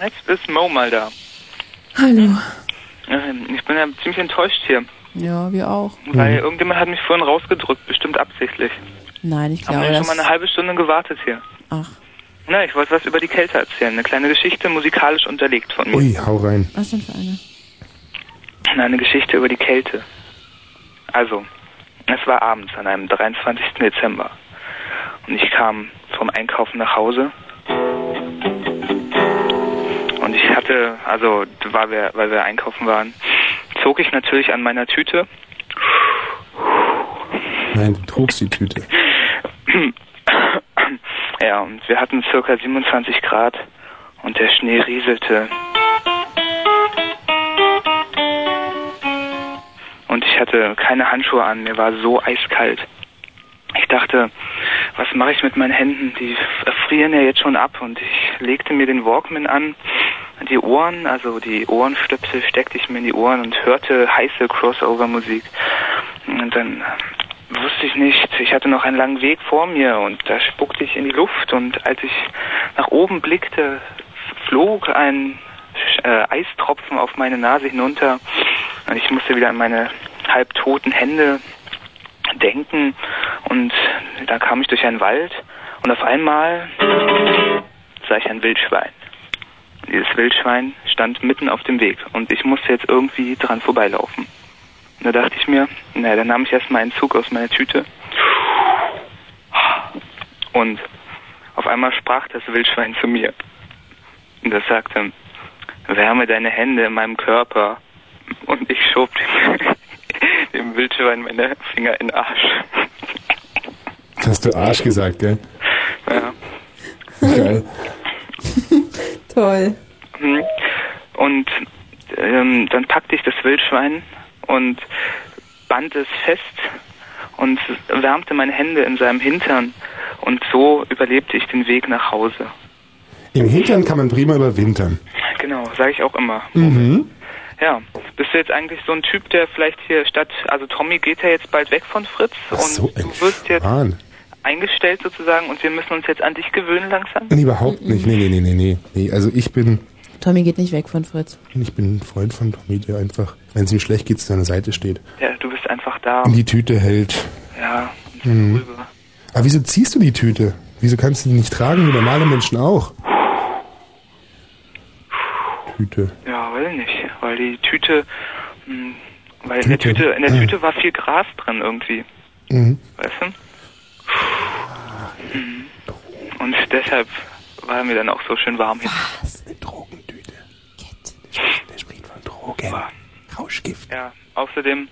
[SPEAKER 24] Jetzt ist Mo mal da.
[SPEAKER 6] Hallo.
[SPEAKER 24] Ähm, Ich bin ja ziemlich enttäuscht hier,
[SPEAKER 6] Ja, wir auch.
[SPEAKER 24] weil irgendjemand hat mich vorhin rausgedrückt, bestimmt absichtlich.
[SPEAKER 6] Nein, ich
[SPEAKER 24] Haben
[SPEAKER 6] glaube,
[SPEAKER 24] wir schon
[SPEAKER 6] das...
[SPEAKER 24] mal eine halbe Stunde gewartet hier.
[SPEAKER 6] Ach.
[SPEAKER 24] Na, ich wollte was über die Kälte erzählen, eine kleine Geschichte musikalisch unterlegt von mir.
[SPEAKER 1] Ui, hau rein.
[SPEAKER 6] Was denn für eine?
[SPEAKER 24] Eine Geschichte über die Kälte. Also, es war abends an einem 23. Dezember und ich kam vom Einkaufen nach Hause und ich hatte, also weil wir, weil wir einkaufen waren, zog ich natürlich an meiner Tüte
[SPEAKER 1] Nein, du trugst die Tüte.
[SPEAKER 24] Ja, und wir hatten circa 27 Grad und der Schnee rieselte. Und ich hatte keine Handschuhe an, mir war so eiskalt. Ich dachte, was mache ich mit meinen Händen? Die frieren ja jetzt schon ab. Und ich legte mir den Walkman an, die Ohren, also die Ohrenstöpsel steckte ich mir in die Ohren und hörte heiße Crossover-Musik. Und dann Wusste ich nicht. Ich hatte noch einen langen Weg vor mir und da spuckte ich in die Luft und als ich nach oben blickte, flog ein äh, Eistropfen auf meine Nase hinunter und ich musste wieder an meine halbtoten Hände denken und da kam ich durch einen Wald und auf einmal sah ich ein Wildschwein. Dieses Wildschwein stand mitten auf dem Weg und ich musste jetzt irgendwie dran vorbeilaufen. Und da dachte ich mir, naja, dann nahm ich erstmal einen Zug aus meiner Tüte. Und auf einmal sprach das Wildschwein zu mir. Und das sagte, wärme deine Hände in meinem Körper. Und ich schob dem, dem Wildschwein meine Finger in den Arsch.
[SPEAKER 1] Das hast du Arsch gesagt, gell?
[SPEAKER 24] Ja.
[SPEAKER 1] Geil.
[SPEAKER 6] Toll.
[SPEAKER 24] Hm. Und ähm, dann packte ich das Wildschwein und band es fest und wärmte meine Hände in seinem Hintern. Und so überlebte ich den Weg nach Hause.
[SPEAKER 1] Im Hintern kann man prima überwintern.
[SPEAKER 24] Genau, sage ich auch immer.
[SPEAKER 1] Mhm.
[SPEAKER 24] Ja, bist du jetzt eigentlich so ein Typ, der vielleicht hier statt, also Tommy geht ja jetzt bald weg von Fritz
[SPEAKER 1] Ach,
[SPEAKER 24] und
[SPEAKER 1] so ein
[SPEAKER 24] du wirst jetzt
[SPEAKER 1] Mann.
[SPEAKER 24] eingestellt sozusagen und wir müssen uns jetzt an dich gewöhnen langsam?
[SPEAKER 1] Nee, überhaupt nicht. Nee, nee, nee, nee, nee. nee. Also ich bin,
[SPEAKER 6] Tommy geht nicht weg von Fritz.
[SPEAKER 1] ich bin ein Freund von Tommy, der einfach, wenn es ihm schlecht geht, zu seiner Seite steht.
[SPEAKER 24] Ja, du bist einfach da.
[SPEAKER 1] In die Tüte hält.
[SPEAKER 24] Ja,
[SPEAKER 1] Mhm. Aber wieso ziehst du die Tüte? Wieso kannst du die nicht tragen, wie normale Menschen auch? Tüte.
[SPEAKER 24] ja, weiß ich nicht, weil die Tüte, mh, weil in der
[SPEAKER 1] Tüte.
[SPEAKER 24] Tüte, in der
[SPEAKER 1] Mhm.
[SPEAKER 24] Tüte war viel Gras drin irgendwie,
[SPEAKER 1] Mhm.
[SPEAKER 24] weißt du? Mhm. Und deshalb war mir dann auch so schön warm hier.
[SPEAKER 1] Was? Eine Drogentüte? Der spricht von Drogen. Rauschgift.
[SPEAKER 24] Ja, außerdem,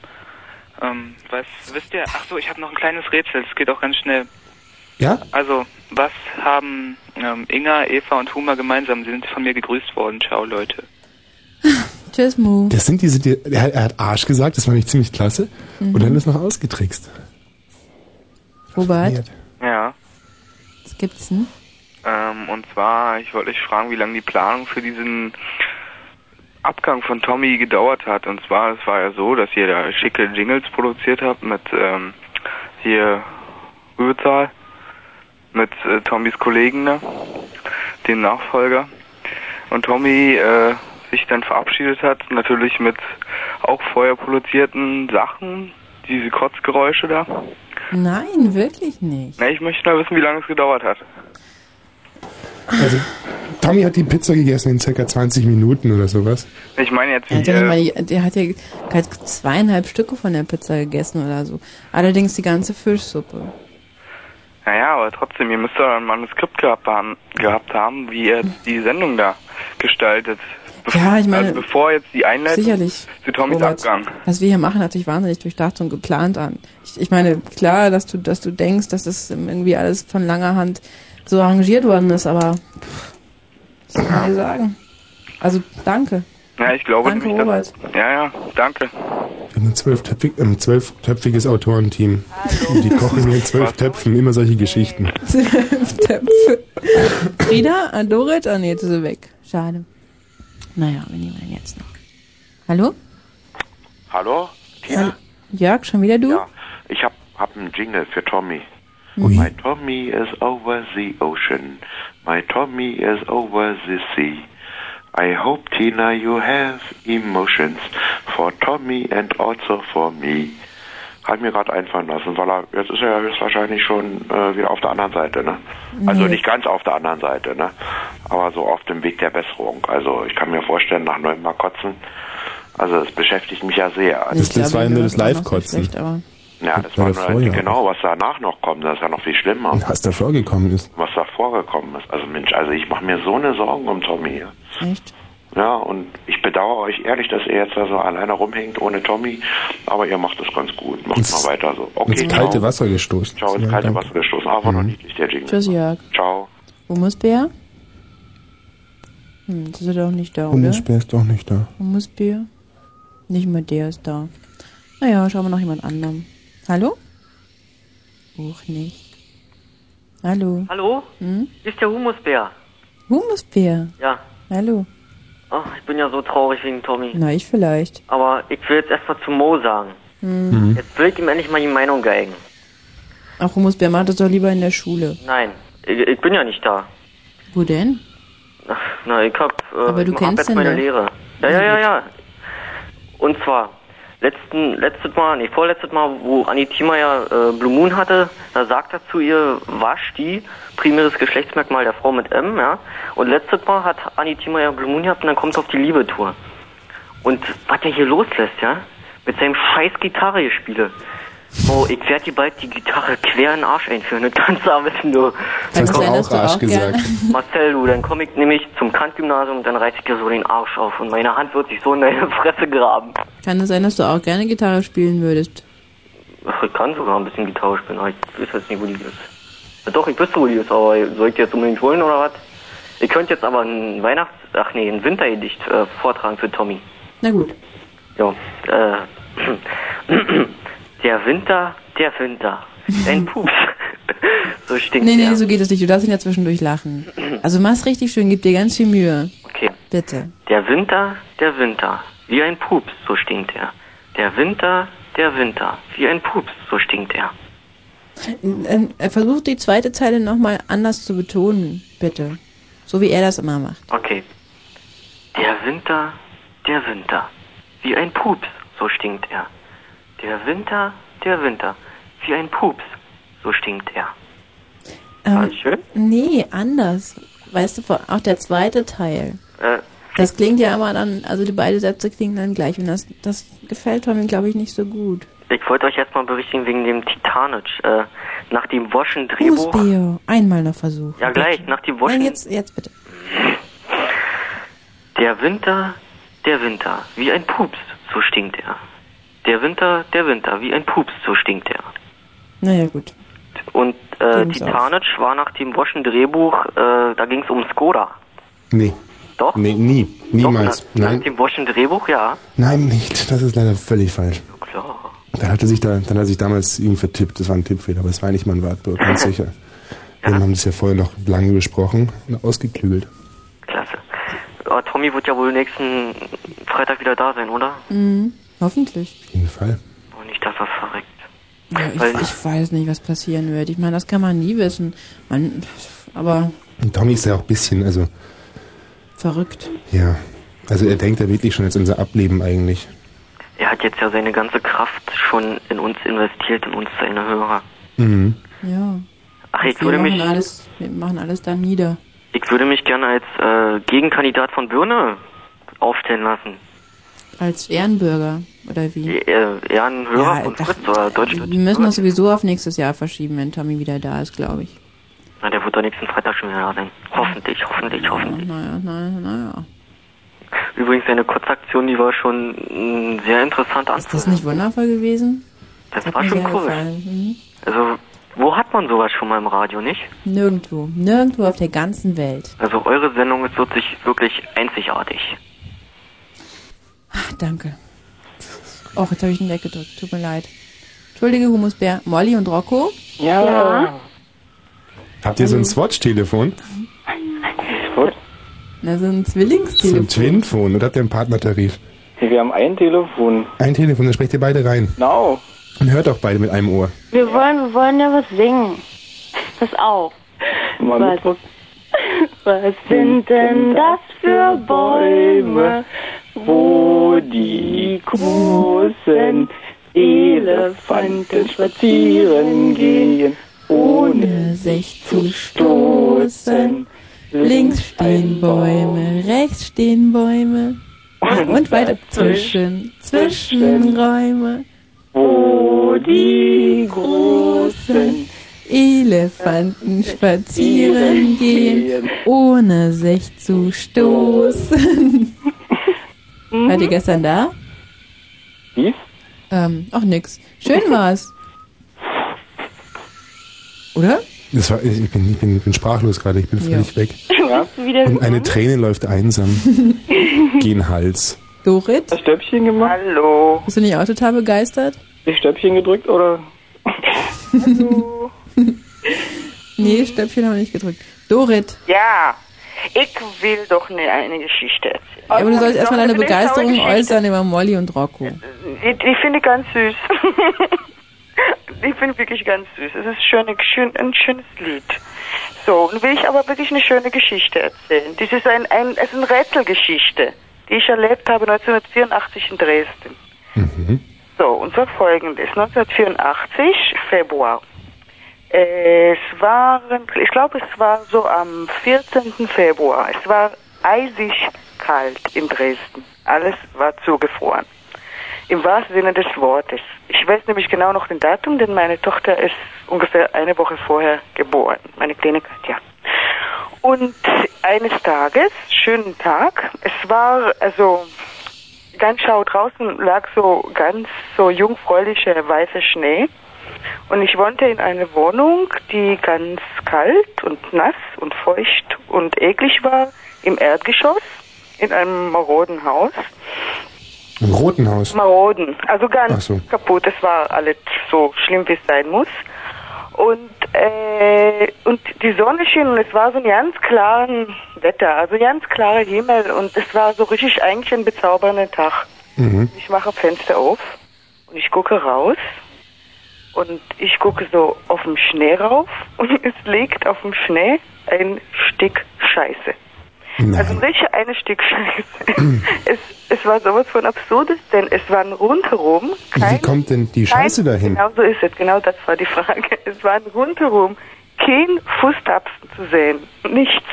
[SPEAKER 24] ähm, was, wisst ihr, ach so, ich habe noch ein kleines Rätsel, es geht auch ganz schnell.
[SPEAKER 1] Ja?
[SPEAKER 24] Also, was haben ähm, Inga, Eva und Huma gemeinsam? Sie sind von mir gegrüßt worden, ciao Leute.
[SPEAKER 6] Tschüss, Mu.
[SPEAKER 1] Das sind diese, die, er, er hat Arsch gesagt, das fand ich ziemlich klasse.
[SPEAKER 6] Mhm.
[SPEAKER 1] Und dann ist noch ausgetrickst.
[SPEAKER 6] Robert,
[SPEAKER 7] Ja.
[SPEAKER 6] was gibt's denn?
[SPEAKER 7] Ähm, und zwar, ich wollte euch fragen, wie lange die Planung für diesen Abgang von Tommy gedauert hat. Und zwar, es war ja so, dass ihr da schicke Jingles produziert habt mit ähm, hier Rübezahl, mit äh, Tommys Kollegen da, dem Nachfolger. Und Tommy äh, sich dann verabschiedet hat, natürlich mit auch vorher produzierten Sachen, diese Kotzgeräusche da.
[SPEAKER 6] Nein, wirklich nicht.
[SPEAKER 7] Na, ich möchte mal wissen, wie lange es gedauert hat.
[SPEAKER 1] Also, Tommy hat die Pizza gegessen in circa 20 Minuten oder sowas.
[SPEAKER 7] Ich meine jetzt,
[SPEAKER 6] Er hat
[SPEAKER 7] wie,
[SPEAKER 6] ja nicht mal
[SPEAKER 7] äh,
[SPEAKER 6] die, der hat ja halt zweieinhalb Stücke von der Pizza gegessen oder so. Allerdings die ganze Fischsuppe.
[SPEAKER 7] naja, aber trotzdem, ihr müsst doch ein Manuskript gehabt haben, gehabt haben wie ihr jetzt die Sendung da gestaltet.
[SPEAKER 6] Ja, ich meine,
[SPEAKER 7] also bevor jetzt die Einleitung
[SPEAKER 6] sicherlich,
[SPEAKER 7] zu Tommys
[SPEAKER 6] Robert.
[SPEAKER 7] Abgang.
[SPEAKER 6] was wir hier machen, hat sich wahnsinnig durchdacht und geplant an. Ich, ich meine, klar, dass du, dass du denkst, dass das irgendwie alles von langer Hand so arrangiert worden ist, aber pff, was soll man dir sagen? Also danke.
[SPEAKER 7] Ja, ich glaube
[SPEAKER 6] Danke,
[SPEAKER 7] nämlich, dass, Ja, ja, danke.
[SPEAKER 1] Wir haben ein zwölftöpfig, ähm, zwölftöpfiges Autorenteam. Die kochen in zwölf Töpfen immer solche Geschichten.
[SPEAKER 6] Zwölf Töpfe. Frieda, ah, Dorit, ah nee, jetzt ist sie weg. Schade. Naja, wir nehmen ihn jetzt noch. Hallo?
[SPEAKER 14] Hallo?
[SPEAKER 6] Hal- Jörg, schon wieder du?
[SPEAKER 14] Ich hab, hab einen Jingle für Tommy.
[SPEAKER 6] Ui.
[SPEAKER 14] My Tommy is over the ocean. My Tommy is over the sea. I hope, Tina, you have emotions for Tommy and also for me. Hat mir gerade einfallen lassen, weil er, jetzt ist er höchstwahrscheinlich schon äh, wieder auf der anderen Seite, ne? Also
[SPEAKER 15] Nee.
[SPEAKER 14] nicht ganz auf der anderen Seite, ne? Aber so auf dem Weg der Besserung. Also ich kann mir vorstellen, nach neun Mal kotzen. Also es beschäftigt mich ja sehr.
[SPEAKER 1] Also Das- Ich das glaube, war ja nur das Live-Kotzen.
[SPEAKER 14] Ja, das war nur
[SPEAKER 1] vorher.
[SPEAKER 14] genau, was danach noch kommt, das ist ja noch viel schlimmer,
[SPEAKER 1] Was da vorgekommen ist.
[SPEAKER 14] was da vorgekommen ist. Also Mensch, also ich mache mir so eine Sorgen um Tommy. ja.
[SPEAKER 6] Echt?
[SPEAKER 14] Ja, und ich bedauere euch ehrlich, dass ihr jetzt da so alleine rumhängt ohne Tommy, aber ihr macht es ganz gut. Macht
[SPEAKER 1] Ins-
[SPEAKER 14] mal weiter so. Okay,
[SPEAKER 1] ins kalte
[SPEAKER 14] ciao.
[SPEAKER 1] Wasser gestoßen.
[SPEAKER 14] Ciao, ins
[SPEAKER 1] Ja,
[SPEAKER 14] kalte
[SPEAKER 1] danke. Mhm.
[SPEAKER 14] Wasser gestoßen. Aber noch niedlich, der Jingle.
[SPEAKER 6] Tschüss, Jörg.
[SPEAKER 14] Ciao.
[SPEAKER 6] Wo muss Bär? Hm, das ist er doch nicht da, oder?
[SPEAKER 1] Bundesbär ist doch nicht da.
[SPEAKER 6] Wo muss Bär? Nicht mal der ist da. Naja, schauen wir nach jemand anderem. Hallo? Auch nicht. Hallo?
[SPEAKER 16] Hallo?
[SPEAKER 6] Hm?
[SPEAKER 16] Hier ist der Humusbär.
[SPEAKER 6] Wo muss Bär?
[SPEAKER 16] Ja.
[SPEAKER 6] Hallo?
[SPEAKER 16] Ach, ich bin ja so traurig wegen Tommy.
[SPEAKER 6] Na, ich vielleicht.
[SPEAKER 16] Aber ich will jetzt erstmal zu Mo sagen.
[SPEAKER 6] Hm.
[SPEAKER 16] Jetzt will ich ihm endlich mal die Meinung geigen.
[SPEAKER 6] Ach, Humus Bär macht das doch lieber in der Schule.
[SPEAKER 16] Nein, ich, ich bin ja nicht da.
[SPEAKER 6] Wo denn?
[SPEAKER 16] Ach, Na, ich hab, äh,
[SPEAKER 6] Aber du
[SPEAKER 16] ich hab
[SPEAKER 6] kennst
[SPEAKER 16] jetzt
[SPEAKER 6] ihn
[SPEAKER 16] meine
[SPEAKER 6] doch.
[SPEAKER 16] Lehre. Ja, ja, ja, ja. Und zwar, letzten, letztes Mal, nee, vorletztes Mal, wo Anitima ja äh, Blue Moon hatte, da sagt er zu ihr, wasch die, primäres Geschlechtsmerkmal der Frau mit M, ja. Und letztes Mal hat Anitima ja Blue Moon gehabt und dann kommt auf die Liebe-Tour. Und was er hier loslässt, ja, mit seinem scheiß Gitarre-Spiele. Oh, ich werde dir bald die Gitarre quer in den Arsch einführen, das kannst du am besten du.
[SPEAKER 1] Das hast du
[SPEAKER 16] komm-
[SPEAKER 1] auch Arsch gesagt.
[SPEAKER 16] Marcel, du, dann komme ich nämlich zum Kantgymnasium, dann reiß ich dir so den Arsch auf und meine Hand wird sich so in deine Fresse graben.
[SPEAKER 6] Kann es sein, dass du auch gerne Gitarre spielen würdest?
[SPEAKER 16] Ach, ich kann sogar ein bisschen Gitarre spielen, aber ich weiß jetzt nicht, wo die ist. Ja, doch, ich wüsste, wo die ist, aber soll ich die jetzt unbedingt holen oder was? Ihr könnt jetzt aber ein Weihnachts-, ach nee, ein Wintergedicht äh, vortragen für Tommy.
[SPEAKER 6] Na gut.
[SPEAKER 16] Ja, äh, der Winter, der Winter. Ein Pups. so stinkt
[SPEAKER 6] Nee, nee,
[SPEAKER 16] er.
[SPEAKER 6] so geht es nicht. Du darfst ihn ja zwischendurch lachen. Also mach's richtig schön, gib dir ganz viel Mühe.
[SPEAKER 16] Okay.
[SPEAKER 6] Bitte.
[SPEAKER 16] Der Winter, der Winter. Wie ein Pups, so stinkt er. Der Winter, der Winter. Wie ein Pups, so stinkt er.
[SPEAKER 6] Ähm, äh, Versuch die zweite Zeile nochmal anders zu betonen, bitte. So wie er das immer macht.
[SPEAKER 16] Okay. Der Winter, der Winter. Wie ein Pups, so stinkt er. Der Winter, der Winter. Wie ein Pups, so stinkt er.
[SPEAKER 6] Ähm, nee, anders. Weißt du, vor- auch der zweite Teil.
[SPEAKER 16] Äh,
[SPEAKER 6] Das klingt ja immer dann, also die beiden Sätze klingen dann gleich. Und das, das gefällt Tommy, glaube ich, nicht so gut.
[SPEAKER 16] ich wollte euch erstmal berichtigen wegen dem Titanic. Äh, nach dem Waschen-Drehbuch.
[SPEAKER 6] Fußbeo, einmal noch Versuch.
[SPEAKER 16] Ja, gleich, nach dem Waschen.
[SPEAKER 6] Nein, jetzt, jetzt bitte.
[SPEAKER 16] Der Winter, der Winter, wie ein Pups, so stinkt er. Der Winter, der Winter, wie ein Pups, so stinkt er.
[SPEAKER 6] Naja, gut.
[SPEAKER 16] Und äh,
[SPEAKER 6] Geben Sie auf.
[SPEAKER 16] Titanic war nach dem Waschen-Drehbuch, äh, da ging es um Skoda.
[SPEAKER 1] Nee.
[SPEAKER 16] Doch?
[SPEAKER 1] Nee, nie. Niemals.
[SPEAKER 16] Nach
[SPEAKER 1] Nein.
[SPEAKER 16] dem Waschen-Drehbuch, ja.
[SPEAKER 1] Nein, nicht. Das ist leider völlig falsch.
[SPEAKER 16] Klar.
[SPEAKER 1] Dann hatte sich da, dann hat er sich damals ihn vertippt. Das war ein Tippfehler, aber es war nicht mein Wartburg, ganz sicher. Wir haben das ja vorher noch lange besprochen und ausgeklügelt.
[SPEAKER 16] Klasse. Aber Ah, Tommy wird ja wohl nächsten Freitag wieder da sein, oder?
[SPEAKER 6] Mhm. Hoffentlich.
[SPEAKER 1] Auf jeden Fall.
[SPEAKER 16] Und nicht, dass er verreckt.
[SPEAKER 6] Ja, ich,
[SPEAKER 16] Weil-
[SPEAKER 6] ich weiß nicht, was passieren wird. Ich meine, das kann man nie wissen. Man, pff, aber
[SPEAKER 1] Und Tommy ist ja auch ein bisschen, also,
[SPEAKER 6] verrückt.
[SPEAKER 1] ja. Also er denkt ja wirklich schon jetzt unser Ableben eigentlich.
[SPEAKER 16] Er hat jetzt ja seine ganze Kraft schon in uns investiert, in uns seine Hörer.
[SPEAKER 1] Mhm.
[SPEAKER 6] Ja.
[SPEAKER 16] Ach, ich
[SPEAKER 6] Wir
[SPEAKER 16] würde
[SPEAKER 6] machen,
[SPEAKER 16] mich,
[SPEAKER 6] alles, wir machen alles dann nieder.
[SPEAKER 16] ich würde mich gerne als äh, Gegenkandidat von Birne aufstellen lassen.
[SPEAKER 6] Als Ehrenbürger, oder wie?
[SPEAKER 16] Die, äh, eher ein Hörer von Fritz oder Deutsch.
[SPEAKER 6] Wir müssen das sowieso auf nächstes Jahr verschieben, wenn Tommy wieder da ist, glaube ich.
[SPEAKER 16] Na, der wird doch nächsten Freitag schon wieder da sein. Hoffentlich, hoffentlich, hoffentlich.
[SPEAKER 6] Naja, naja, naja.
[SPEAKER 16] Übrigens, seine Kurzaktion, die war schon mh, sehr interessant
[SPEAKER 6] Ist das nicht wundervoll gewesen?
[SPEAKER 16] Das
[SPEAKER 6] Hat
[SPEAKER 16] war
[SPEAKER 6] mir
[SPEAKER 16] schon
[SPEAKER 6] sehr
[SPEAKER 16] cool.
[SPEAKER 6] gefallen. Mhm.
[SPEAKER 16] Also, wo hat man sowas schon mal im Radio, nicht?
[SPEAKER 6] Nirgendwo. Nirgendwo auf der ganzen Welt.
[SPEAKER 16] Also, eure Sendung ist wirklich, wirklich einzigartig.
[SPEAKER 6] Ach, danke. Och, jetzt habe ich ihn weggedrückt. Tut mir leid. Entschuldige, Humusbär. Molly und Rocco?
[SPEAKER 10] Ja. Ja.
[SPEAKER 1] Habt ihr so ein Swatch-Telefon?
[SPEAKER 6] Na, so ein
[SPEAKER 1] So ein
[SPEAKER 6] Zwillingstelefon.
[SPEAKER 1] Twinphone oder habt ihr einen Partnertarif?
[SPEAKER 10] Wir haben ein Telefon.
[SPEAKER 1] Ein Telefon, dann sprecht ihr beide rein.
[SPEAKER 10] Genau.
[SPEAKER 1] Und hört auch beide mit einem Ohr.
[SPEAKER 12] Wir wollen, wir wollen ja was singen. Pass auf.
[SPEAKER 1] Mal
[SPEAKER 12] was, was sind denn das für Bäume,
[SPEAKER 10] Wo die großen Elefanten spazieren gehen,
[SPEAKER 6] ohne sich zu stoßen? Links stehen Bäume, rechts stehen Bäume. Und weiter zwischen, Zwischenräume.
[SPEAKER 10] wo die großen
[SPEAKER 6] Elefanten spazieren gehen, ohne sich zu stoßen. Wart ihr gestern da?
[SPEAKER 10] Wie?
[SPEAKER 6] Ähm, auch nix. Schön war's. Oder?
[SPEAKER 1] Das war, ich, bin, ich, bin, ich bin sprachlos gerade, ich bin völlig weg.
[SPEAKER 10] Ja.
[SPEAKER 1] Und eine Träne läuft einsam gen Hals.
[SPEAKER 6] Dorit?
[SPEAKER 10] Hast Stöpchen gemacht? Hallo.
[SPEAKER 6] Bist du nicht auch total begeistert?
[SPEAKER 10] Hast Stöpchen gedrückt oder?
[SPEAKER 6] Nee, Stöpfchen haben wir nicht gedrückt. Dorit,
[SPEAKER 15] Ja, ich will doch eine, eine Geschichte erzählen.
[SPEAKER 6] ja, aber du sollst erstmal deine
[SPEAKER 15] Also, Doch, eine
[SPEAKER 6] Begeisterung
[SPEAKER 15] Geschichte.
[SPEAKER 6] äußern über Molly und Rocco.
[SPEAKER 15] Die, die finde ich ganz süß. die finde ich wirklich ganz süß. Es ist schön, schön, ein schönes Lied. So, nun will ich aber wirklich eine schöne Geschichte erzählen. Dies ist ein, ein, es ist eine Rätselgeschichte, die ich erlebt habe 1984 in Dresden. So, und zwar folgendes. 1984, Februar. Es waren, ich glaube, es war so am 14. Februar. Es war eisig kalt in Dresden. Alles war zugefroren. Im wahrsten Sinne des Wortes. Ich weiß nämlich genau noch den Datum, denn meine Tochter ist ungefähr eine Woche vorher geboren. Meine Klinik hat ja. Und eines Tages, schönen Tag, es war also ganz schau draußen lag so ganz so jungfräulicher weißer Schnee Und ich wohnte in einer Wohnung, die ganz kalt und nass und feucht und eklig war, im Erdgeschoss, in einem maroden Haus.
[SPEAKER 1] Im Roten Haus.
[SPEAKER 15] Maroden, also
[SPEAKER 1] Ach
[SPEAKER 15] ganz
[SPEAKER 1] so.
[SPEAKER 15] kaputt. Es war alles so schlimm, wie es sein muss. Und, äh, und die Sonne schien und es war so ein ganz klaren Wetter, also ganz klarer Himmel und es war so richtig eigentlich ein bezaubernder Tag.
[SPEAKER 1] Mhm.
[SPEAKER 15] Ich mache Fenster auf und ich gucke raus und ich gucke so auf den Schnee rauf und es liegt auf dem Schnee ein Stück Scheiße. Also richtig ein Stück Scheiße. es, es war sowas von absurdes, denn es waren rundherum
[SPEAKER 1] Wie kommt denn die Scheiße
[SPEAKER 15] Nein,
[SPEAKER 1] dahin?
[SPEAKER 15] Genau so ist es, genau das war die Frage. Es waren rundherum kein Fußtapfen zu sehen. Nichts.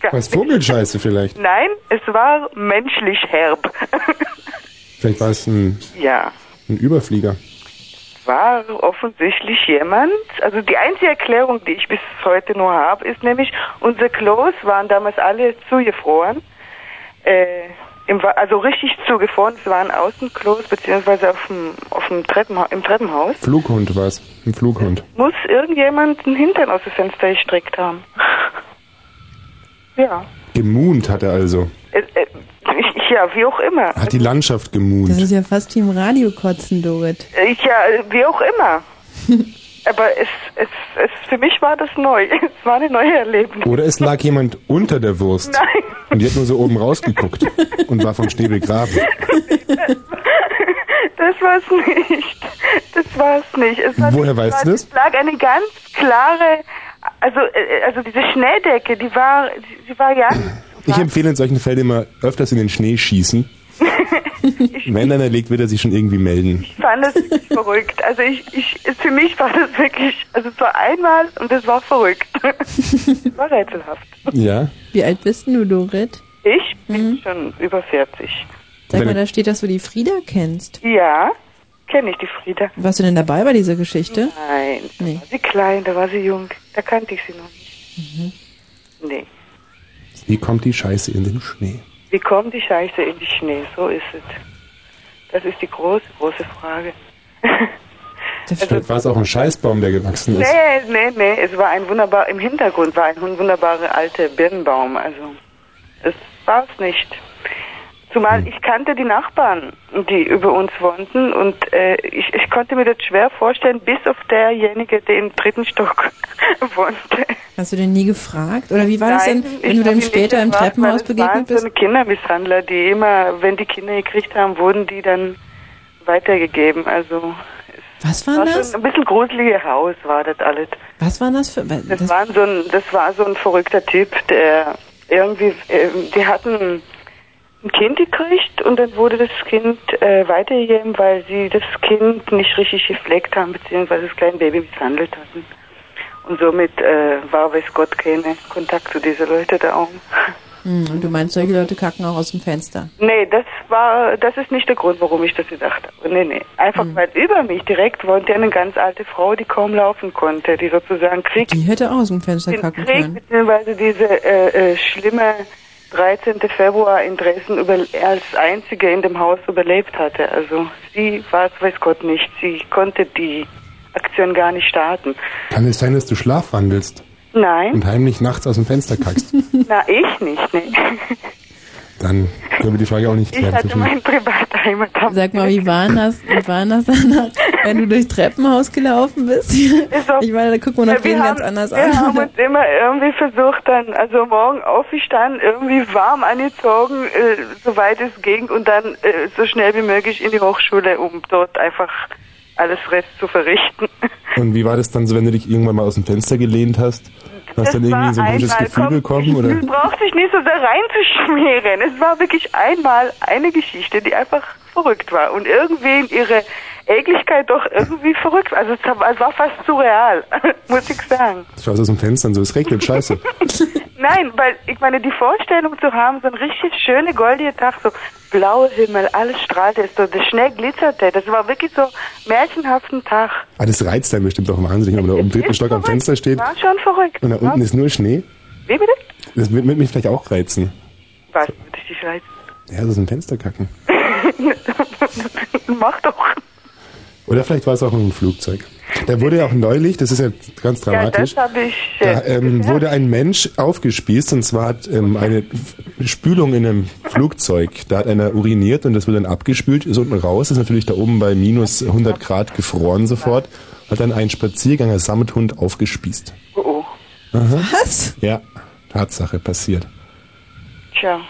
[SPEAKER 15] Gar
[SPEAKER 1] Was Vogelscheiße vielleicht?
[SPEAKER 15] Nein, es war menschlich herb.
[SPEAKER 1] Vielleicht war es ein,
[SPEAKER 15] ja.
[SPEAKER 1] ein Überflieger.
[SPEAKER 15] war offensichtlich jemand, also die einzige Erklärung, die ich bis heute nur habe, ist nämlich, unsere Klos waren damals alle zugefroren, äh, im, Wa- also richtig zugefroren, es waren Außenklos, beziehungsweise auf dem, auf dem Treppenha im Treppenhaus,
[SPEAKER 1] Flughund war es. Ein Flughund.
[SPEAKER 15] muss irgendjemand einen Hintern aus dem Fenster gestreckt haben. ja,
[SPEAKER 1] Gemoont hat er also.
[SPEAKER 15] äh, äh, ja, wie auch immer.
[SPEAKER 1] Hat die Landschaft
[SPEAKER 6] Das
[SPEAKER 1] gemoont.
[SPEAKER 6] ist ja fast wie im Radiokotzen, Dorit.
[SPEAKER 15] Äh, Ja, wie auch immer. Aber es, es, es, für mich war das neu. Es war ein neues Erlebnis.
[SPEAKER 1] Oder es lag jemand unter der Wurst.
[SPEAKER 15] Nein.
[SPEAKER 1] Und die hat nur so oben rausgeguckt und war vom Schnee begraben.
[SPEAKER 15] Das war's nicht. Das war's nicht. Es war
[SPEAKER 1] Woher
[SPEAKER 15] es
[SPEAKER 1] weißt
[SPEAKER 15] war,
[SPEAKER 1] du das?
[SPEAKER 15] Es lag eine ganz klare, also, äh, also diese Schneedecke, die war, die, die war ja,
[SPEAKER 1] Ich empfehle in solchen Fällen immer öfters in den Schnee schießen. Wenn dann erlegt, wird er sich schon irgendwie melden.
[SPEAKER 15] ich fand das wirklich verrückt. Also ich, ich, es- für mich war das wirklich, also es war einmal und es war verrückt. Es war rätselhaft.
[SPEAKER 1] Ja?
[SPEAKER 6] Wie alt bist denn du, Dorit?
[SPEAKER 15] Ich bin
[SPEAKER 1] Mhm.
[SPEAKER 15] schon über 40.
[SPEAKER 6] Sag mal,
[SPEAKER 1] Deine-
[SPEAKER 6] da steht, dass du die Frieda kennst.
[SPEAKER 15] Ja, kenne ich die Frieda.
[SPEAKER 6] Warst du denn dabei bei dieser Geschichte?
[SPEAKER 15] Nein, da
[SPEAKER 6] Nee.
[SPEAKER 15] war sie klein, da war sie jung. Da kannte ich sie noch nicht.
[SPEAKER 1] Mhm.
[SPEAKER 15] Nee.
[SPEAKER 1] Wie kommt die Scheiße in den Schnee?
[SPEAKER 15] Wie kommt die Scheiße in den Schnee? So ist es. Das ist die große, große Frage.
[SPEAKER 1] Vielleicht war es auch ein Scheißbaum, der gewachsen ist.
[SPEAKER 15] Nee, nee, nee. Es war ein wunderbar, im Hintergrund war ein wunderbarer alter Birnbaum. Also, es war es nicht. Zumal ich kannte die Nachbarn, die über uns wohnten und äh, ich, ich konnte mir das schwer vorstellen, bis auf derjenige, der im dritten Stock wohnte.
[SPEAKER 6] Hast du den nie gefragt? Oder wie war das denn,
[SPEAKER 15] Nein,
[SPEAKER 6] wenn du
[SPEAKER 15] ich hab ihn
[SPEAKER 6] dem
[SPEAKER 15] nicht
[SPEAKER 6] später im
[SPEAKER 15] gefragt,
[SPEAKER 6] Treppenhaus
[SPEAKER 15] weil das waren
[SPEAKER 6] begegnet bist?
[SPEAKER 15] so eine Kindermisshandler, die immer, wenn die Kinder gekriegt haben, wurden die dann weitergegeben. Also
[SPEAKER 6] Was war das?
[SPEAKER 15] Schon ein bisschen gruseliges Haus war das alles.
[SPEAKER 6] Was war das für...
[SPEAKER 15] Das, waren so ein, das war so ein verrückter Typ, der irgendwie, ähm, die hatten ein Kind gekriegt und dann wurde das Kind äh, weitergegeben, weil sie das Kind nicht richtig gepflegt haben, beziehungsweise das kleine Baby misshandelt hatten. Und somit äh, war, weiß Gott, keine Kontakt zu diesen Leuten da auch.
[SPEAKER 6] Hm, und du meinst, solche Leute kacken auch aus dem Fenster.
[SPEAKER 15] Nee, das war, das ist nicht der Grund, warum ich das gedacht habe. Nee, nee. Einfach weil über mich direkt wohnte eine ganz alte Frau, die kaum laufen konnte, die sozusagen Krieg,
[SPEAKER 6] Die hätte auch aus dem Fenster kacken
[SPEAKER 15] Krieg
[SPEAKER 6] können.
[SPEAKER 15] beziehungsweise diese äh, äh, schlimme 13. Februar in Dresden über, als einzige in dem Haus überlebt hatte. Also sie war es, weiß Gott nicht. Sie konnte die Aktion gar nicht starten.
[SPEAKER 1] Kann es sein, dass du schlafwandelst
[SPEAKER 15] Nein,
[SPEAKER 1] und heimlich nachts aus dem Fenster kackst?
[SPEAKER 15] na ich nicht, nee.
[SPEAKER 1] Dann können wir die Frage auch nicht
[SPEAKER 15] Ich
[SPEAKER 1] klären.
[SPEAKER 15] hatte mein Privatheimat.
[SPEAKER 6] Sag mal, wie war denn das, wie war denn das danach, wenn du durchs Treppenhaus gelaufen bist? Ich meine, da guckt man auf
[SPEAKER 15] Ja, wir
[SPEAKER 6] jeden ganz
[SPEAKER 15] haben-
[SPEAKER 6] anders
[SPEAKER 15] wir haben
[SPEAKER 6] an.
[SPEAKER 15] uns immer irgendwie versucht, dann, also morgen aufgestanden, irgendwie warm angezogen, äh, soweit es ging, und dann äh, so schnell wie möglich in die Hochschule, um dort einfach alles Rest zu verrichten.
[SPEAKER 1] Und wie war das dann so, wenn du dich irgendwann mal aus dem Fenster gelehnt hast? Hast dann irgendwie so ein komisches Gefühl bekommen? Oder?
[SPEAKER 15] Du brauchst dich nicht so sehr reinzuschmieren. Es war wirklich einmal eine Geschichte, die einfach verrückt war und irgendwie in ihre Ekligkeit doch irgendwie verrückt. war. Also es war es war fast surreal, muss ich sagen.
[SPEAKER 1] Ich schaust aus dem Fenster und so, es regnet, scheiße.
[SPEAKER 15] Nein, weil ich meine, die Vorstellung zu haben, so ein richtig schöner goldiger Tag, so blauer Himmel, alles strahlte, es so, der Schnee glitzerte, das war wirklich so märchenhaften Tag.
[SPEAKER 1] Ah, das reizt dann bestimmt auch wahnsinnig, wenn man da oben im dritten Stock am Fenster steht
[SPEAKER 15] War schon verrückt.
[SPEAKER 1] und da unten ist nur Schnee.
[SPEAKER 15] Wie bitte?
[SPEAKER 1] Das wird wird mich vielleicht auch reizen.
[SPEAKER 15] Was würde ich dich reizen?
[SPEAKER 1] Ja, so aus dem Fenster kacken.
[SPEAKER 15] Mach doch.
[SPEAKER 1] Oder vielleicht war es auch ein Flugzeug. Da wurde ja auch neulich, das ist ja ganz
[SPEAKER 15] Ja,
[SPEAKER 1] dramatisch,
[SPEAKER 15] das habe ich.
[SPEAKER 1] da ähm, wurde ein Mensch aufgespießt und zwar hat ähm, eine F- Spülung in einem Flugzeug, da hat einer uriniert und das wird dann abgespült, ist unten raus, ist natürlich da oben bei minus 100 Grad gefroren sofort, hat dann einen Spaziergänger samt Hund aufgespießt.
[SPEAKER 15] Oh, oh.
[SPEAKER 1] Was? Ja, Tatsache, passiert.
[SPEAKER 15] Tja,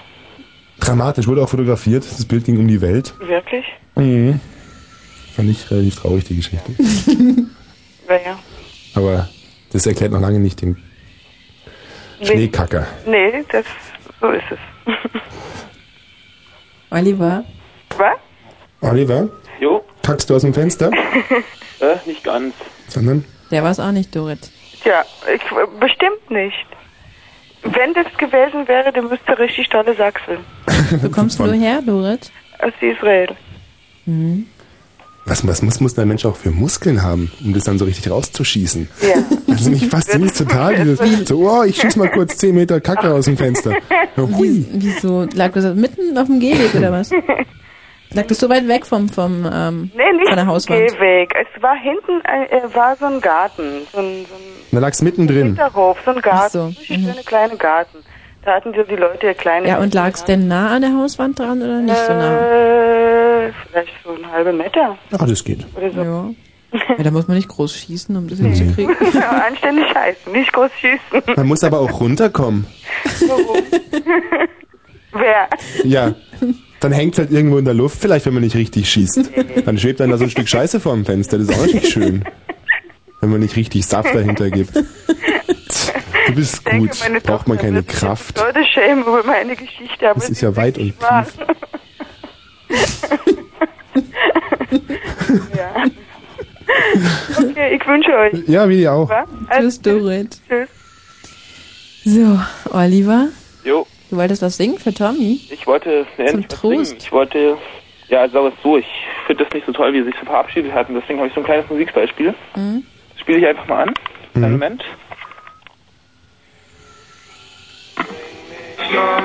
[SPEAKER 1] Dramatisch, wurde auch fotografiert, das Bild ging um die Welt.
[SPEAKER 15] wirklich?
[SPEAKER 1] Mhm. Fand ich relativ traurig, die Geschichte.
[SPEAKER 15] Naja.
[SPEAKER 1] Aber das erklärt noch lange nicht den Schneekacker.
[SPEAKER 15] Nee, das, so ist es.
[SPEAKER 6] Oliver.
[SPEAKER 15] Was?
[SPEAKER 1] Oliver?
[SPEAKER 10] Jo.
[SPEAKER 1] Kackst du aus dem Fenster?
[SPEAKER 10] Äh, nicht ganz.
[SPEAKER 1] Sondern?
[SPEAKER 6] Der war es auch nicht, Dorit.
[SPEAKER 15] Tja, ich, bestimmt nicht. Wenn das gewesen wäre, dann müsste richtig tolle Sachse.
[SPEAKER 6] Wo kommst du her, Dorit?
[SPEAKER 15] Aus Israel.
[SPEAKER 1] Was, was muss, muss der Mensch auch für Muskeln haben, um das dann so richtig rauszuschießen?
[SPEAKER 15] Ja.
[SPEAKER 1] Also mich fasziniert total dieses, so, oh, ich schieß mal kurz 10 Meter Kacke aus dem Fenster. Ja, Hui.
[SPEAKER 6] Wie- Wieso? Lag das mitten auf dem Gehweg oder was? Lag das so weit weg vom, vom, ähm,
[SPEAKER 15] Nee, nicht
[SPEAKER 6] von der Hauswand?
[SPEAKER 15] Gehweg. Es war hinten, ein- äh, war so ein Garten, so ein, so ein
[SPEAKER 1] Da lag's mittendrin.
[SPEAKER 15] Hinterhof, so ein Garten,
[SPEAKER 6] mhm.
[SPEAKER 15] so. richtig schöne kleine Garten. Da hatten die, die Leute ihr kleine
[SPEAKER 6] Ja, und lag es denn nah an der Hauswand dran oder nicht so nah?
[SPEAKER 15] äh, vielleicht so einen halben Meter
[SPEAKER 1] Ah, das geht.
[SPEAKER 15] oder so.
[SPEAKER 6] Ja. ja, da muss man nicht groß schießen, um das hinzukriegen.
[SPEAKER 15] Anständig scheißen, nicht groß schießen.
[SPEAKER 1] Man muss aber auch runterkommen.
[SPEAKER 15] Wer?
[SPEAKER 1] Ja. Dann hängt's halt irgendwo in der Luft, vielleicht wenn man nicht richtig schießt. Dann schwebt dann da so ein Stück Scheiße vorm Fenster, das ist auch nicht schön. Wenn man nicht richtig Saft dahinter gibt. Du bist gut, braucht man keine Kraft.
[SPEAKER 15] Leute schämen über meine Geschichte, aber
[SPEAKER 1] Das ist ja weit und
[SPEAKER 15] wahr. ja. Okay, ich wünsche euch. Also,
[SPEAKER 1] Ja, wie dir auch.
[SPEAKER 15] wa?
[SPEAKER 6] Tschüss, Dorit.
[SPEAKER 15] Tschüss.
[SPEAKER 6] So, Oliver,
[SPEAKER 10] Jo,
[SPEAKER 6] du wolltest was singen für Tommy?
[SPEAKER 10] ich wollte ne, nicht was
[SPEAKER 6] Trost.
[SPEAKER 10] singen. Ich wollte, ja, sagen wir es so, ich finde das nicht so toll, wie sie sich so verabschiedet hatten. Deswegen habe ich so ein kleines Musikbeispiel.
[SPEAKER 6] Mhm.
[SPEAKER 10] Das spiele ich einfach mal an. Einen Moment.
[SPEAKER 15] um. genau,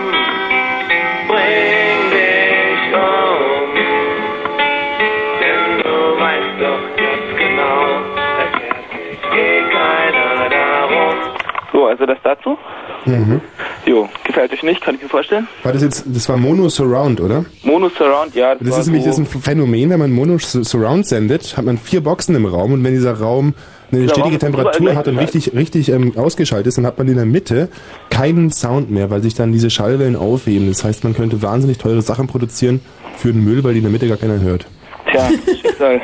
[SPEAKER 10] So, also das dazu.
[SPEAKER 1] Mhm.
[SPEAKER 10] Jo, gefällt euch nicht, kann ich mir vorstellen.
[SPEAKER 1] War das jetzt, das war Mono Surround, oder?
[SPEAKER 10] Mono Surround, ja.
[SPEAKER 1] Das
[SPEAKER 10] war
[SPEAKER 1] ist nämlich das
[SPEAKER 10] so-
[SPEAKER 1] ist ein Phänomen, wenn man Mono Sur- Surround sendet, hat man vier Boxen im Raum und wenn dieser Raum eine
[SPEAKER 10] Dieser Raum
[SPEAKER 1] stetige
[SPEAKER 10] ist
[SPEAKER 1] Temperatur
[SPEAKER 10] überall
[SPEAKER 1] hat und
[SPEAKER 10] gleichgeschaltet.
[SPEAKER 1] richtig, richtig ähm, ausgeschaltet ist, dann hat man in der Mitte keinen Sound mehr, weil sich dann diese Schallwellen aufheben. Das heißt, man könnte wahnsinnig teure Sachen produzieren für den Müll, weil die in der Mitte gar keiner hört.
[SPEAKER 10] Tja, Schicksal.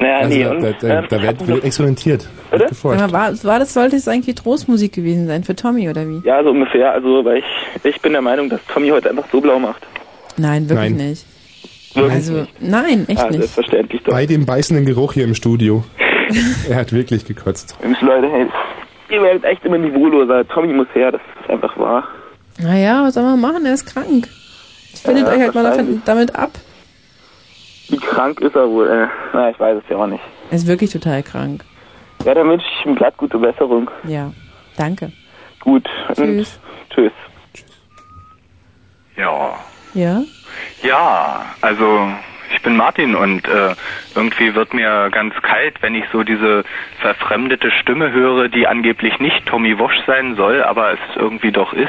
[SPEAKER 10] Naja,
[SPEAKER 1] also
[SPEAKER 10] nee,
[SPEAKER 1] da,
[SPEAKER 10] und, ähm,
[SPEAKER 1] da, da, da wird, wird experimentiert. Wird
[SPEAKER 6] Aber war, war das, sollte es eigentlich Trostmusik gewesen sein für Tommy oder wie?
[SPEAKER 10] Ja, so ungefähr. Also, weil ich, ich bin der Meinung, dass Tommy heute einfach so blau macht.
[SPEAKER 6] Nein, wirklich nicht. Also, nein, echt
[SPEAKER 10] Ah,
[SPEAKER 6] nicht.
[SPEAKER 10] selbstverständlich
[SPEAKER 1] Bei dem beißenden Geruch hier im Studio. er hat wirklich gekotzt.
[SPEAKER 10] Wir müssen Leute helfen. Ihr werdet echt immer niveauloser. Tommy muss her, das ist einfach wahr.
[SPEAKER 6] Naja, was soll man machen? Er ist krank. Findet
[SPEAKER 10] Ja,
[SPEAKER 6] euch halt mal
[SPEAKER 10] wahrscheinlich.
[SPEAKER 6] davon- damit ab.
[SPEAKER 10] Wie krank ist er wohl, ey? Na, ich weiß es ja auch nicht.
[SPEAKER 6] Er ist wirklich total krank.
[SPEAKER 10] Ja, dann wünsche ich ihm glatt gute Besserung.
[SPEAKER 6] Ja, danke.
[SPEAKER 10] Gut.
[SPEAKER 6] Tschüss.
[SPEAKER 10] Und tschüss.
[SPEAKER 3] Ja.
[SPEAKER 6] Ja?
[SPEAKER 3] Ja, also ich bin Martin und äh, irgendwie wird mir ganz kalt, wenn ich so diese verfremdete Stimme höre, die angeblich nicht Tommy Walsh sein soll, aber es irgendwie doch ist,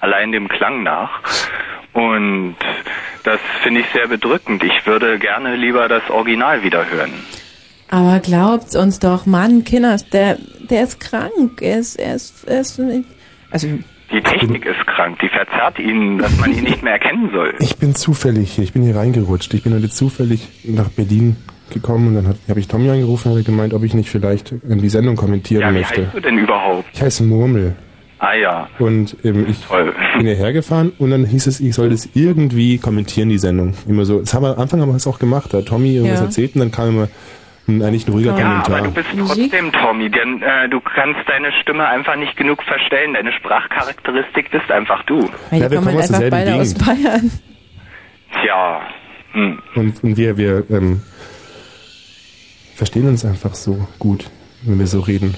[SPEAKER 3] allein dem Klang nach. Und das finde ich sehr bedrückend. Ich würde gerne lieber das Original wieder hören.
[SPEAKER 6] Aber glaubt's uns doch, Mann, Kinders, der, der ist krank. Er ist, er ist, er ist, also,
[SPEAKER 3] Die Technik ist krank, die verzerrt ihn, dass man ihn nicht mehr erkennen soll.
[SPEAKER 1] Ich bin zufällig hier, ich bin hier reingerutscht. Ich bin heute zufällig nach Berlin gekommen und dann hat- habe ich Tommy angerufen und hat gemeint, ob ich nicht vielleicht in die Sendung kommentieren
[SPEAKER 3] Ja, wie
[SPEAKER 1] möchte.
[SPEAKER 3] heißt du denn überhaupt?
[SPEAKER 1] Ich heiße Murmel
[SPEAKER 3] Ah ja,
[SPEAKER 1] und ähm, ich
[SPEAKER 3] Toll.
[SPEAKER 1] bin hierher gefahren und dann hieß es, ich sollte es irgendwie kommentieren, die Sendung. Immer so, das haben wir, am Anfang haben wir es auch gemacht, da hat Tommy irgendwas
[SPEAKER 3] Ja.
[SPEAKER 1] erzählt und dann kam immer hm, eigentlich ein ruhiger
[SPEAKER 3] Ja, aber du
[SPEAKER 1] Kommentar.
[SPEAKER 3] bist trotzdem Tommy, denn äh, du kannst deine Stimme einfach nicht genug verstellen. Deine Sprachcharakteristik bist einfach du.
[SPEAKER 1] Ja, wir kommen aus
[SPEAKER 6] halt einfach
[SPEAKER 1] derselben
[SPEAKER 6] beide aus
[SPEAKER 1] Gegend.
[SPEAKER 6] Bayern.
[SPEAKER 3] Tja, hm.
[SPEAKER 1] Und, und wir, wir ähm, verstehen uns einfach so gut, wenn wir so reden.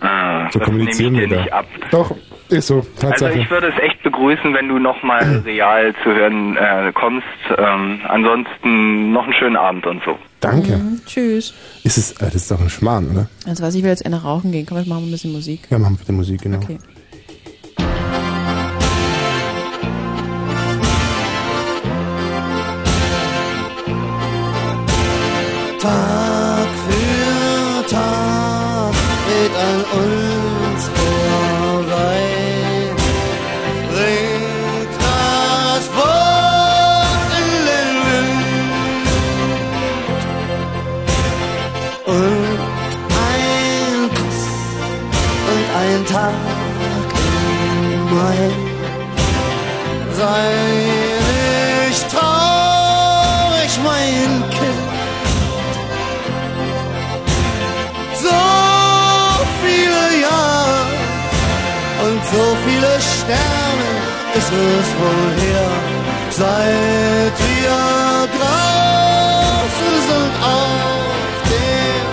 [SPEAKER 3] Ah,
[SPEAKER 1] So
[SPEAKER 3] das
[SPEAKER 1] kommunizieren
[SPEAKER 3] äh,
[SPEAKER 1] wir
[SPEAKER 3] nehme ich dir
[SPEAKER 1] da.
[SPEAKER 3] nicht ab.
[SPEAKER 1] Doch, ist so,
[SPEAKER 3] Also
[SPEAKER 1] Tatsache. Mhm.
[SPEAKER 3] ich würde es echt begrüßen, begrüßen, wenn du nochmal real zu hören äh, kommst. Ähm, ansonsten noch einen schönen Abend und so.
[SPEAKER 1] Danke.
[SPEAKER 6] Mhm, Tschüss.
[SPEAKER 1] Ist es, äh, das ist doch ein Schmarrn, oder?
[SPEAKER 6] Also was ich will jetzt eine rauchen gehen. Komm, jetzt machen wir ein bisschen Musik.
[SPEAKER 1] Ja, machen wir bitte Musik, genau.
[SPEAKER 6] Okay.
[SPEAKER 11] Tag für Tag geht an uns vorbei. Bringt das Wort in den Wind und ein Kuss und ein Tag im Mai. Sei nicht traurig, mein Kind. so viele Jahre und so viele Sterne ist es wohl her, seit wir draußen sind auf dem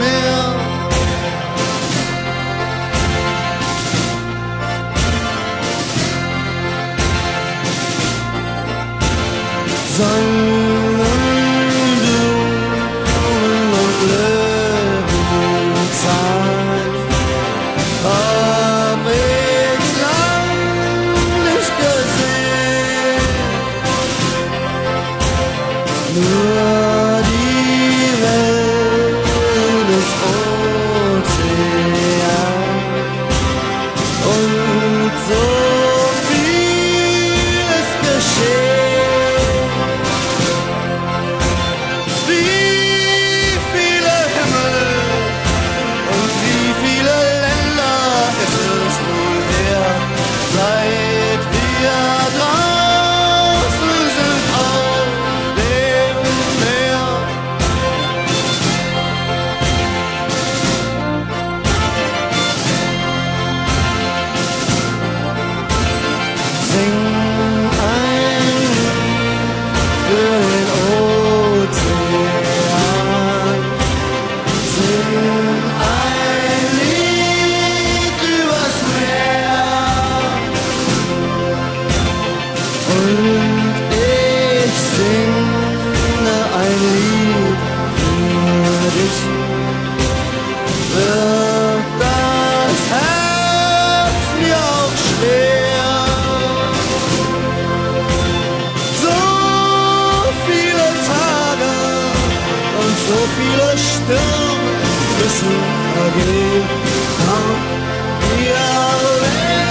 [SPEAKER 11] Meer. Sonnenblumen und Löwenzahn hab ich lang nicht gesehen. Nur die Wellen des Ozeans und so vieles geschehen. Wie viele Himmel und wie viele Länder ist es wohl her, seit wir draußen sind auf dem Meer. Sing ein für den Ozean. Sing ein Lied übers Meer. Und ich singe ein Lied für dich. Wird das Herz mir auch schwer? So viele Tage und so viele Stürme müssen vergehen. Komm, wir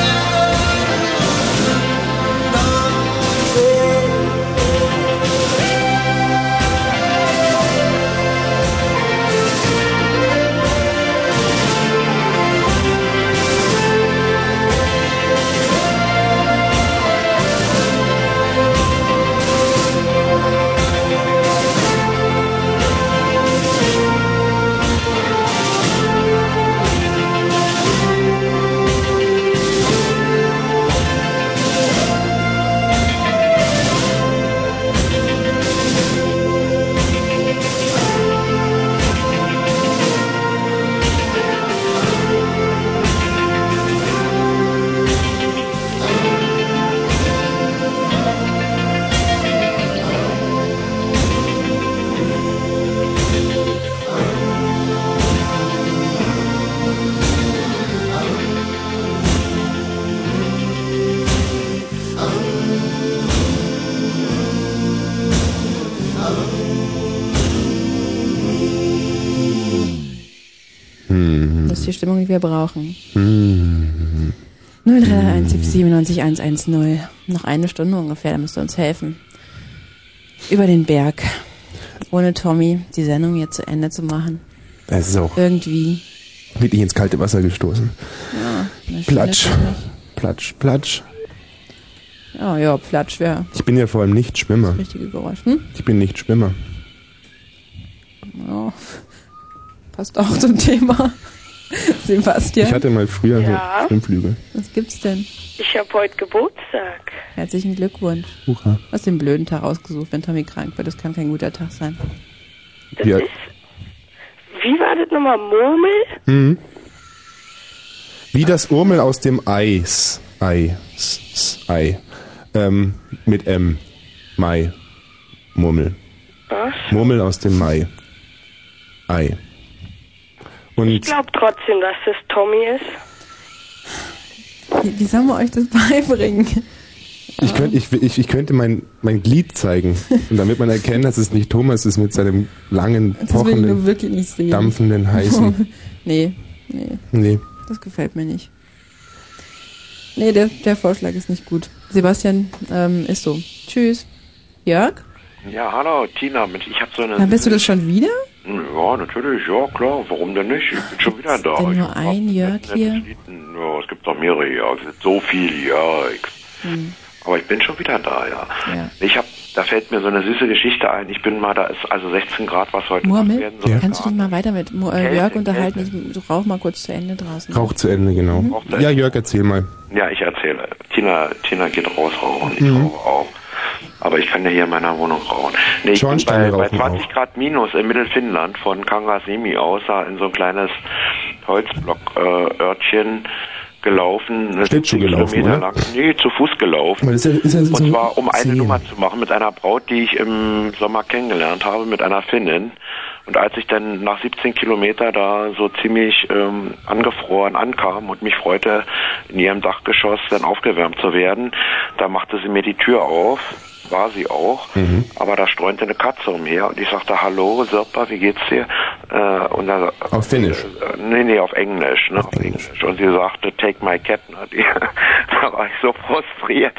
[SPEAKER 1] Hm.
[SPEAKER 6] Das ist die Stimmung, die wir brauchen.
[SPEAKER 1] Hm.
[SPEAKER 6] 031797110. Noch eine Stunde ungefähr, da müsst ihr uns helfen. Über den Berg. Ohne Tommy die Sendung jetzt zu Ende zu machen.
[SPEAKER 1] Es ist auch
[SPEAKER 6] Irgendwie.
[SPEAKER 1] wirklich ins kalte Wasser gestoßen.
[SPEAKER 6] Ja, eine schöne
[SPEAKER 1] Platsch.
[SPEAKER 6] Stunde.
[SPEAKER 1] Platsch, platsch.
[SPEAKER 6] Ja, ja, Platsch wäre
[SPEAKER 1] Ich bin ja vor allem nicht Schwimmer.
[SPEAKER 6] das richtige Geräusch. Hm?
[SPEAKER 1] Ich bin nicht Schwimmer.
[SPEAKER 6] Ja. Passt auch zum Thema. Sebastian.
[SPEAKER 1] Ich hatte mal früher
[SPEAKER 6] Ja.
[SPEAKER 1] so Schwimmflügel.
[SPEAKER 6] Was gibt's denn?
[SPEAKER 14] Ich habe heute Geburtstag.
[SPEAKER 6] Herzlichen Glückwunsch.
[SPEAKER 1] Hurra.
[SPEAKER 6] Du hast den blöden Tag ausgesucht, wenn Tommy krank wird. Das kann kein guter Tag sein.
[SPEAKER 1] Ja.
[SPEAKER 14] Wie war das nochmal? Murmel?
[SPEAKER 1] Hm. Wie das Urmel aus dem Eis. Ei. S, s, Ei. Ähm, mit M. Mai. Murmel.
[SPEAKER 25] Was?
[SPEAKER 1] Murmel aus dem Mai. Ei.
[SPEAKER 25] Ich
[SPEAKER 1] Und
[SPEAKER 25] glaube trotzdem, dass das Tommy ist.
[SPEAKER 6] Wie, wie sollen wir euch das beibringen?
[SPEAKER 1] ich, könnt, ich, ich, ich könnte mein, mein Glied zeigen, Und damit man erkennt, dass es nicht Thomas ist mit seinem langen,
[SPEAKER 6] Das will ich nur
[SPEAKER 1] pochenden,
[SPEAKER 6] wirklich nicht sehen.
[SPEAKER 1] dampfenden, heißen.
[SPEAKER 6] nee, nee.
[SPEAKER 1] Nee.
[SPEAKER 6] Das gefällt mir nicht. Nee, der, der Vorschlag ist nicht gut. Sebastian, ähm, ist so. Tschüss. Jörg?
[SPEAKER 14] Ja, hallo, Tina. Mensch, Ich habe so eine.
[SPEAKER 6] Dann bist du das schon wieder?
[SPEAKER 14] Ja, natürlich, ja, klar. Warum denn nicht? Ich bin schon wieder da.
[SPEAKER 6] Denn nur ein Jörg hier?
[SPEAKER 14] Ja, es gibt noch mehrere, ja. Es gibt so viele, ja. Ich,
[SPEAKER 6] Hm.
[SPEAKER 14] aber ich bin schon wieder da, ja. Ich hab, da fällt mir so eine süße Geschichte ein. Ich bin mal, da ist also 16 Grad, was heute Nacht
[SPEAKER 6] Murmel,
[SPEAKER 14] werden soll.
[SPEAKER 6] kannst du dich mal weiter mit Mo äh,
[SPEAKER 14] Kälte,
[SPEAKER 6] Jörg unterhalten? Ich du rauch mal kurz zu Ende draußen.
[SPEAKER 1] Rauch zu Ende, genau. Ja, Jörg, erzähl mal.
[SPEAKER 14] Ja, ich erzähle. Tina, Tina geht raus rauchen. Ich
[SPEAKER 1] Mhm.
[SPEAKER 14] rauche auch. Aber ich kann ja hier in meiner Wohnung rauchen. Nee, ich bin bei,
[SPEAKER 1] Schornsteine
[SPEAKER 14] bei
[SPEAKER 1] rauchen
[SPEAKER 14] 20 Grad minus in Mittelfinnland von Kangasimi aus da in so ein kleines Holzblock-Örtchen äh, Örtchen gelaufen.
[SPEAKER 1] Schlittschuh
[SPEAKER 14] 70
[SPEAKER 1] gelaufen,
[SPEAKER 14] Kilometer
[SPEAKER 1] oder?
[SPEAKER 14] lang. Nee, zu Fuß gelaufen.
[SPEAKER 1] Weil das ist ja- ist ja so
[SPEAKER 14] Und zwar, um eine
[SPEAKER 1] zehn.
[SPEAKER 14] Nummer zu machen mit einer Braut, die ich im Sommer kennengelernt habe, mit einer Finnin. Und als ich dann nach 17 Kilometer da so ziemlich ähm, angefroren ankam und mich freute, in ihrem Dachgeschoss dann aufgewärmt zu werden, da machte sie mir die Tür auf, war sie auch, aber da streunte eine Katze umher und ich sagte, hallo, Sirpa, wie geht's dir? Äh, und da,
[SPEAKER 1] Auf Finnisch.
[SPEAKER 14] äh, nee, nee, auf Englisch, ne, auf Englisch. Und sie sagte, take my cat. Ne, die, da war ich so frustriert.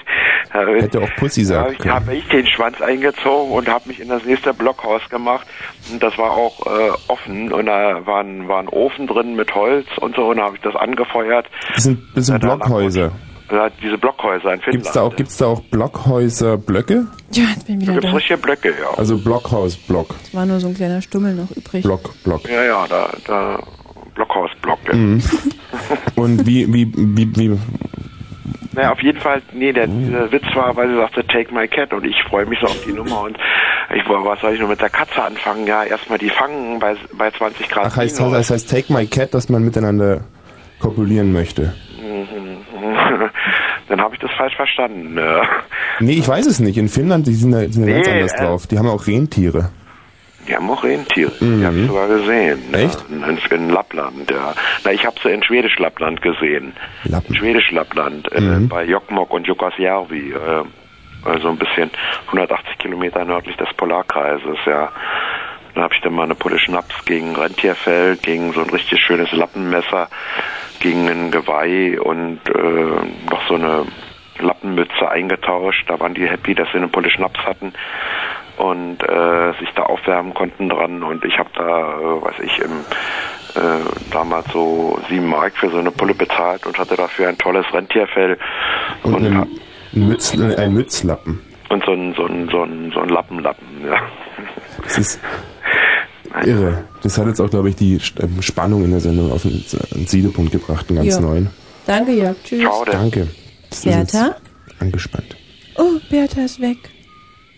[SPEAKER 14] Äh,
[SPEAKER 1] Hätte auch Pussy
[SPEAKER 14] habe
[SPEAKER 1] sagen
[SPEAKER 14] ich, hab
[SPEAKER 1] können.
[SPEAKER 14] ich den Schwanz eingezogen und habe mich in das nächste Blockhaus gemacht. Und das war auch äh, offen und da war ein, war ein Ofen drin mit Holz und so und da habe ich das angefeuert.
[SPEAKER 1] Das sind, das sind Blockhäuser.
[SPEAKER 14] Ja, diese Blockhäuser in Finnland.
[SPEAKER 1] Gibt's da auch, gibt's da auch Blockhäuserblöcke?
[SPEAKER 6] Ja, jetzt bin ich wieder
[SPEAKER 14] gibt's
[SPEAKER 6] da.
[SPEAKER 14] richtige Blöcke, ja.
[SPEAKER 1] Also Blockhausblock.
[SPEAKER 6] Es war nur so ein kleiner Stummel noch übrig.
[SPEAKER 1] Block, Block.
[SPEAKER 14] Ja, ja, da, da Blockhausblock. Ja.
[SPEAKER 1] Mhm. Und wie, wie, wie, wie,
[SPEAKER 14] Naja, auf jeden Fall, nee, der,
[SPEAKER 1] Hm.
[SPEAKER 14] dieser Witz war, weil sie sagte, take my cat und ich freue mich so auf die Nummer und ich war, was soll ich nur mit der Katze anfangen? Ja, erstmal die fangen bei, bei 20 Grad.
[SPEAKER 1] ach, heißt,
[SPEAKER 14] minus.
[SPEAKER 1] das heißt Take My Cat, dass man miteinander kopulieren möchte.
[SPEAKER 14] Mhm. Dann habe ich das falsch verstanden. Äh,
[SPEAKER 1] Nee, ich weiß es nicht. In Finnland, die sind da, sind da ganz
[SPEAKER 14] Nee,
[SPEAKER 1] anders
[SPEAKER 14] äh,
[SPEAKER 1] drauf. Die haben auch Rentiere.
[SPEAKER 14] Die haben auch Rentiere. Die habe ich sogar gesehen. Echt? Ja, in, in Lappland, ja. Na, ich habe sie in Schwedisch-Lappland gesehen.
[SPEAKER 1] Lappen.
[SPEAKER 14] Schwedisch-Lappland, äh, bei Jokkmokk und Jukkasjärvi. Äh, also ein bisschen 180 Kilometer nördlich des Polarkreises, ja. Dann habe ich dann mal eine Pulle Schnaps gegen Rentierfell, gegen so ein richtig schönes Lappenmesser, gegen ein Geweih und äh, noch so eine Lappenmütze eingetauscht. Da waren die happy, dass sie eine Pulle Schnaps hatten und äh, sich da aufwärmen konnten dran. Und ich habe da, äh, weiß ich, im, äh, damals so sieben Mark für so eine Pulle bezahlt und hatte dafür ein tolles Rentierfell
[SPEAKER 1] Und, einen, einen Mütz, ein Mützlappen.
[SPEAKER 14] und so ein, so ein, so ein, so ein Lappenlappen. Ja.
[SPEAKER 1] Das ist irre. Das hat jetzt auch, glaube ich, die St- ähm, Spannung in der Sendung auf den S- einen Siedepunkt gebracht, einen ganz
[SPEAKER 6] Ja.
[SPEAKER 1] neuen.
[SPEAKER 6] Danke, Jörg. Tschüss.
[SPEAKER 1] Danke. Das ist
[SPEAKER 6] Bertha?
[SPEAKER 1] jetzt Angespannt.
[SPEAKER 6] Oh, Bertha ist weg.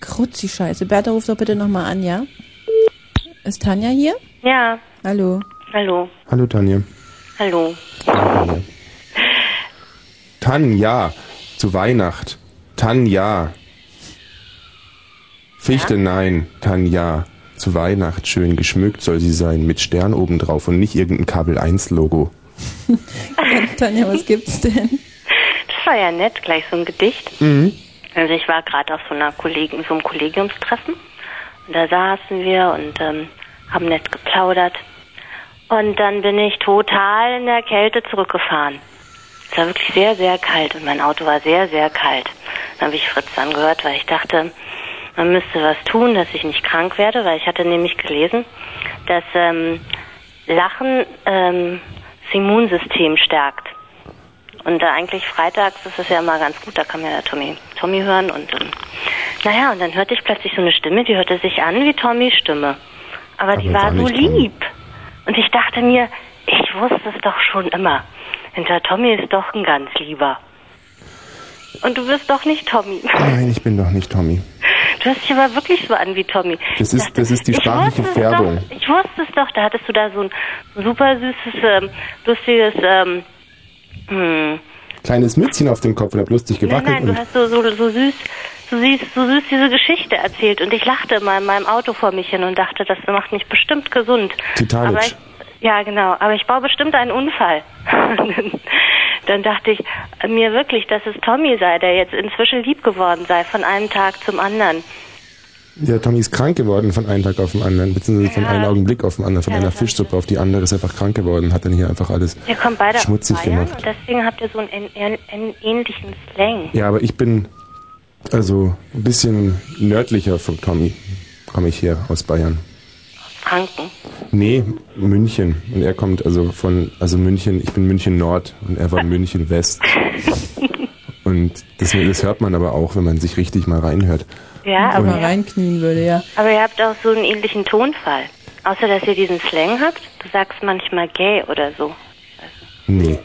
[SPEAKER 6] Krutzi Scheiße. Bertha, ruf doch bitte nochmal an, ja? Ist Tanja hier?
[SPEAKER 9] Ja,
[SPEAKER 6] Hallo.
[SPEAKER 9] hallo,
[SPEAKER 1] Hallo Tanja.
[SPEAKER 9] hallo.
[SPEAKER 1] Tanja, zu Weihnacht. Tanja. Fichte nein, Tanja. Zu Weihnacht schön geschmückt soll sie sein, mit Stern obendrauf und nicht irgendein Kabel 1 Logo.
[SPEAKER 6] Tanja, was gibt's denn?
[SPEAKER 9] Das war ja nett, gleich so ein Gedicht.
[SPEAKER 1] Mhm.
[SPEAKER 9] Also ich war gerade auf so einer Kollegen, so einem Kollegiumstreffen und da saßen wir und ähm, haben nett geplaudert. Und dann bin ich total in der Kälte zurückgefahren. Es war wirklich sehr, sehr kalt und mein Auto war sehr, sehr kalt. Dann habe ich Fritz angehört, weil ich dachte, man müsste was tun, dass ich nicht krank werde, weil ich hatte nämlich gelesen, dass ähm, Lachen ähm, das Immunsystem stärkt. Und äh, eigentlich freitags ist es ja immer ganz gut, da kann man ja Tommy, Tommy hören. Und ähm, naja, und dann hörte ich plötzlich so eine Stimme, die hörte sich an wie Tommys Stimme. Aber die
[SPEAKER 18] Aber
[SPEAKER 9] war
[SPEAKER 18] war
[SPEAKER 9] so
[SPEAKER 18] nicht Tommy.
[SPEAKER 9] lieb. Und ich dachte mir, ich wusste es doch schon immer. Hinter Tommy ist doch ein ganz lieber. Und du bist doch nicht Tommy.
[SPEAKER 1] Nein, ich bin doch nicht Tommy.
[SPEAKER 9] Du hörst dich aber wirklich so an wie Tommy.
[SPEAKER 1] Das ist, das ist die
[SPEAKER 9] Ich
[SPEAKER 1] sprachliche
[SPEAKER 9] wusste es
[SPEAKER 1] Färbung.
[SPEAKER 9] Doch, ich wusste es doch, da hattest du da so ein super süßes, ähm, lustiges, ähm, hm,
[SPEAKER 1] kleines Mützchen auf dem Kopf und habe lustig
[SPEAKER 9] Nein,
[SPEAKER 1] gewackelt.
[SPEAKER 9] nein, du hast so, so, so süß, so süß, so süß diese Geschichte erzählt und ich lachte mal in meinem Auto vor mich hin und dachte, das macht mich bestimmt gesund.
[SPEAKER 1] Titanic.
[SPEAKER 9] Aber ich, ja, genau, aber ich baue bestimmt einen Unfall. Dann dachte ich mir wirklich, dass es Tommy sei, der jetzt inzwischen lieb geworden sei von einem Tag zum anderen.
[SPEAKER 1] und ja, Tommy ist krank geworden von einem Tag auf den anderen, beziehungsweise von
[SPEAKER 9] Ja.
[SPEAKER 1] einem Augenblick auf den anderen, von
[SPEAKER 9] Ja,
[SPEAKER 1] einer
[SPEAKER 9] das
[SPEAKER 1] Fischsuppe auf die andere, ist einfach krank geworden, hat dann hier einfach alles
[SPEAKER 9] Ihr kommt beide
[SPEAKER 1] schmutzig
[SPEAKER 9] aus Bayern
[SPEAKER 1] gemacht.
[SPEAKER 9] und deswegen habt ihr so einen, ähn- ähn- einen ähnlichen Slang.
[SPEAKER 1] Ja, aber ich bin also ein bisschen nördlicher vom Tommy. Komme ich hier aus Bayern.
[SPEAKER 9] Franken.
[SPEAKER 1] Nee, München. Und er kommt also von, also München, ich bin München Nord und er war München West. Und das, das hört man aber auch, wenn man sich richtig mal reinhört.
[SPEAKER 9] Ja,
[SPEAKER 1] Und-
[SPEAKER 9] aber,
[SPEAKER 1] Mal
[SPEAKER 9] reinknien würde, ja. Aber ihr habt auch so einen ähnlichen Tonfall. Außer, dass ihr diesen Slang habt. Du sagst manchmal gay oder so.
[SPEAKER 1] Nee.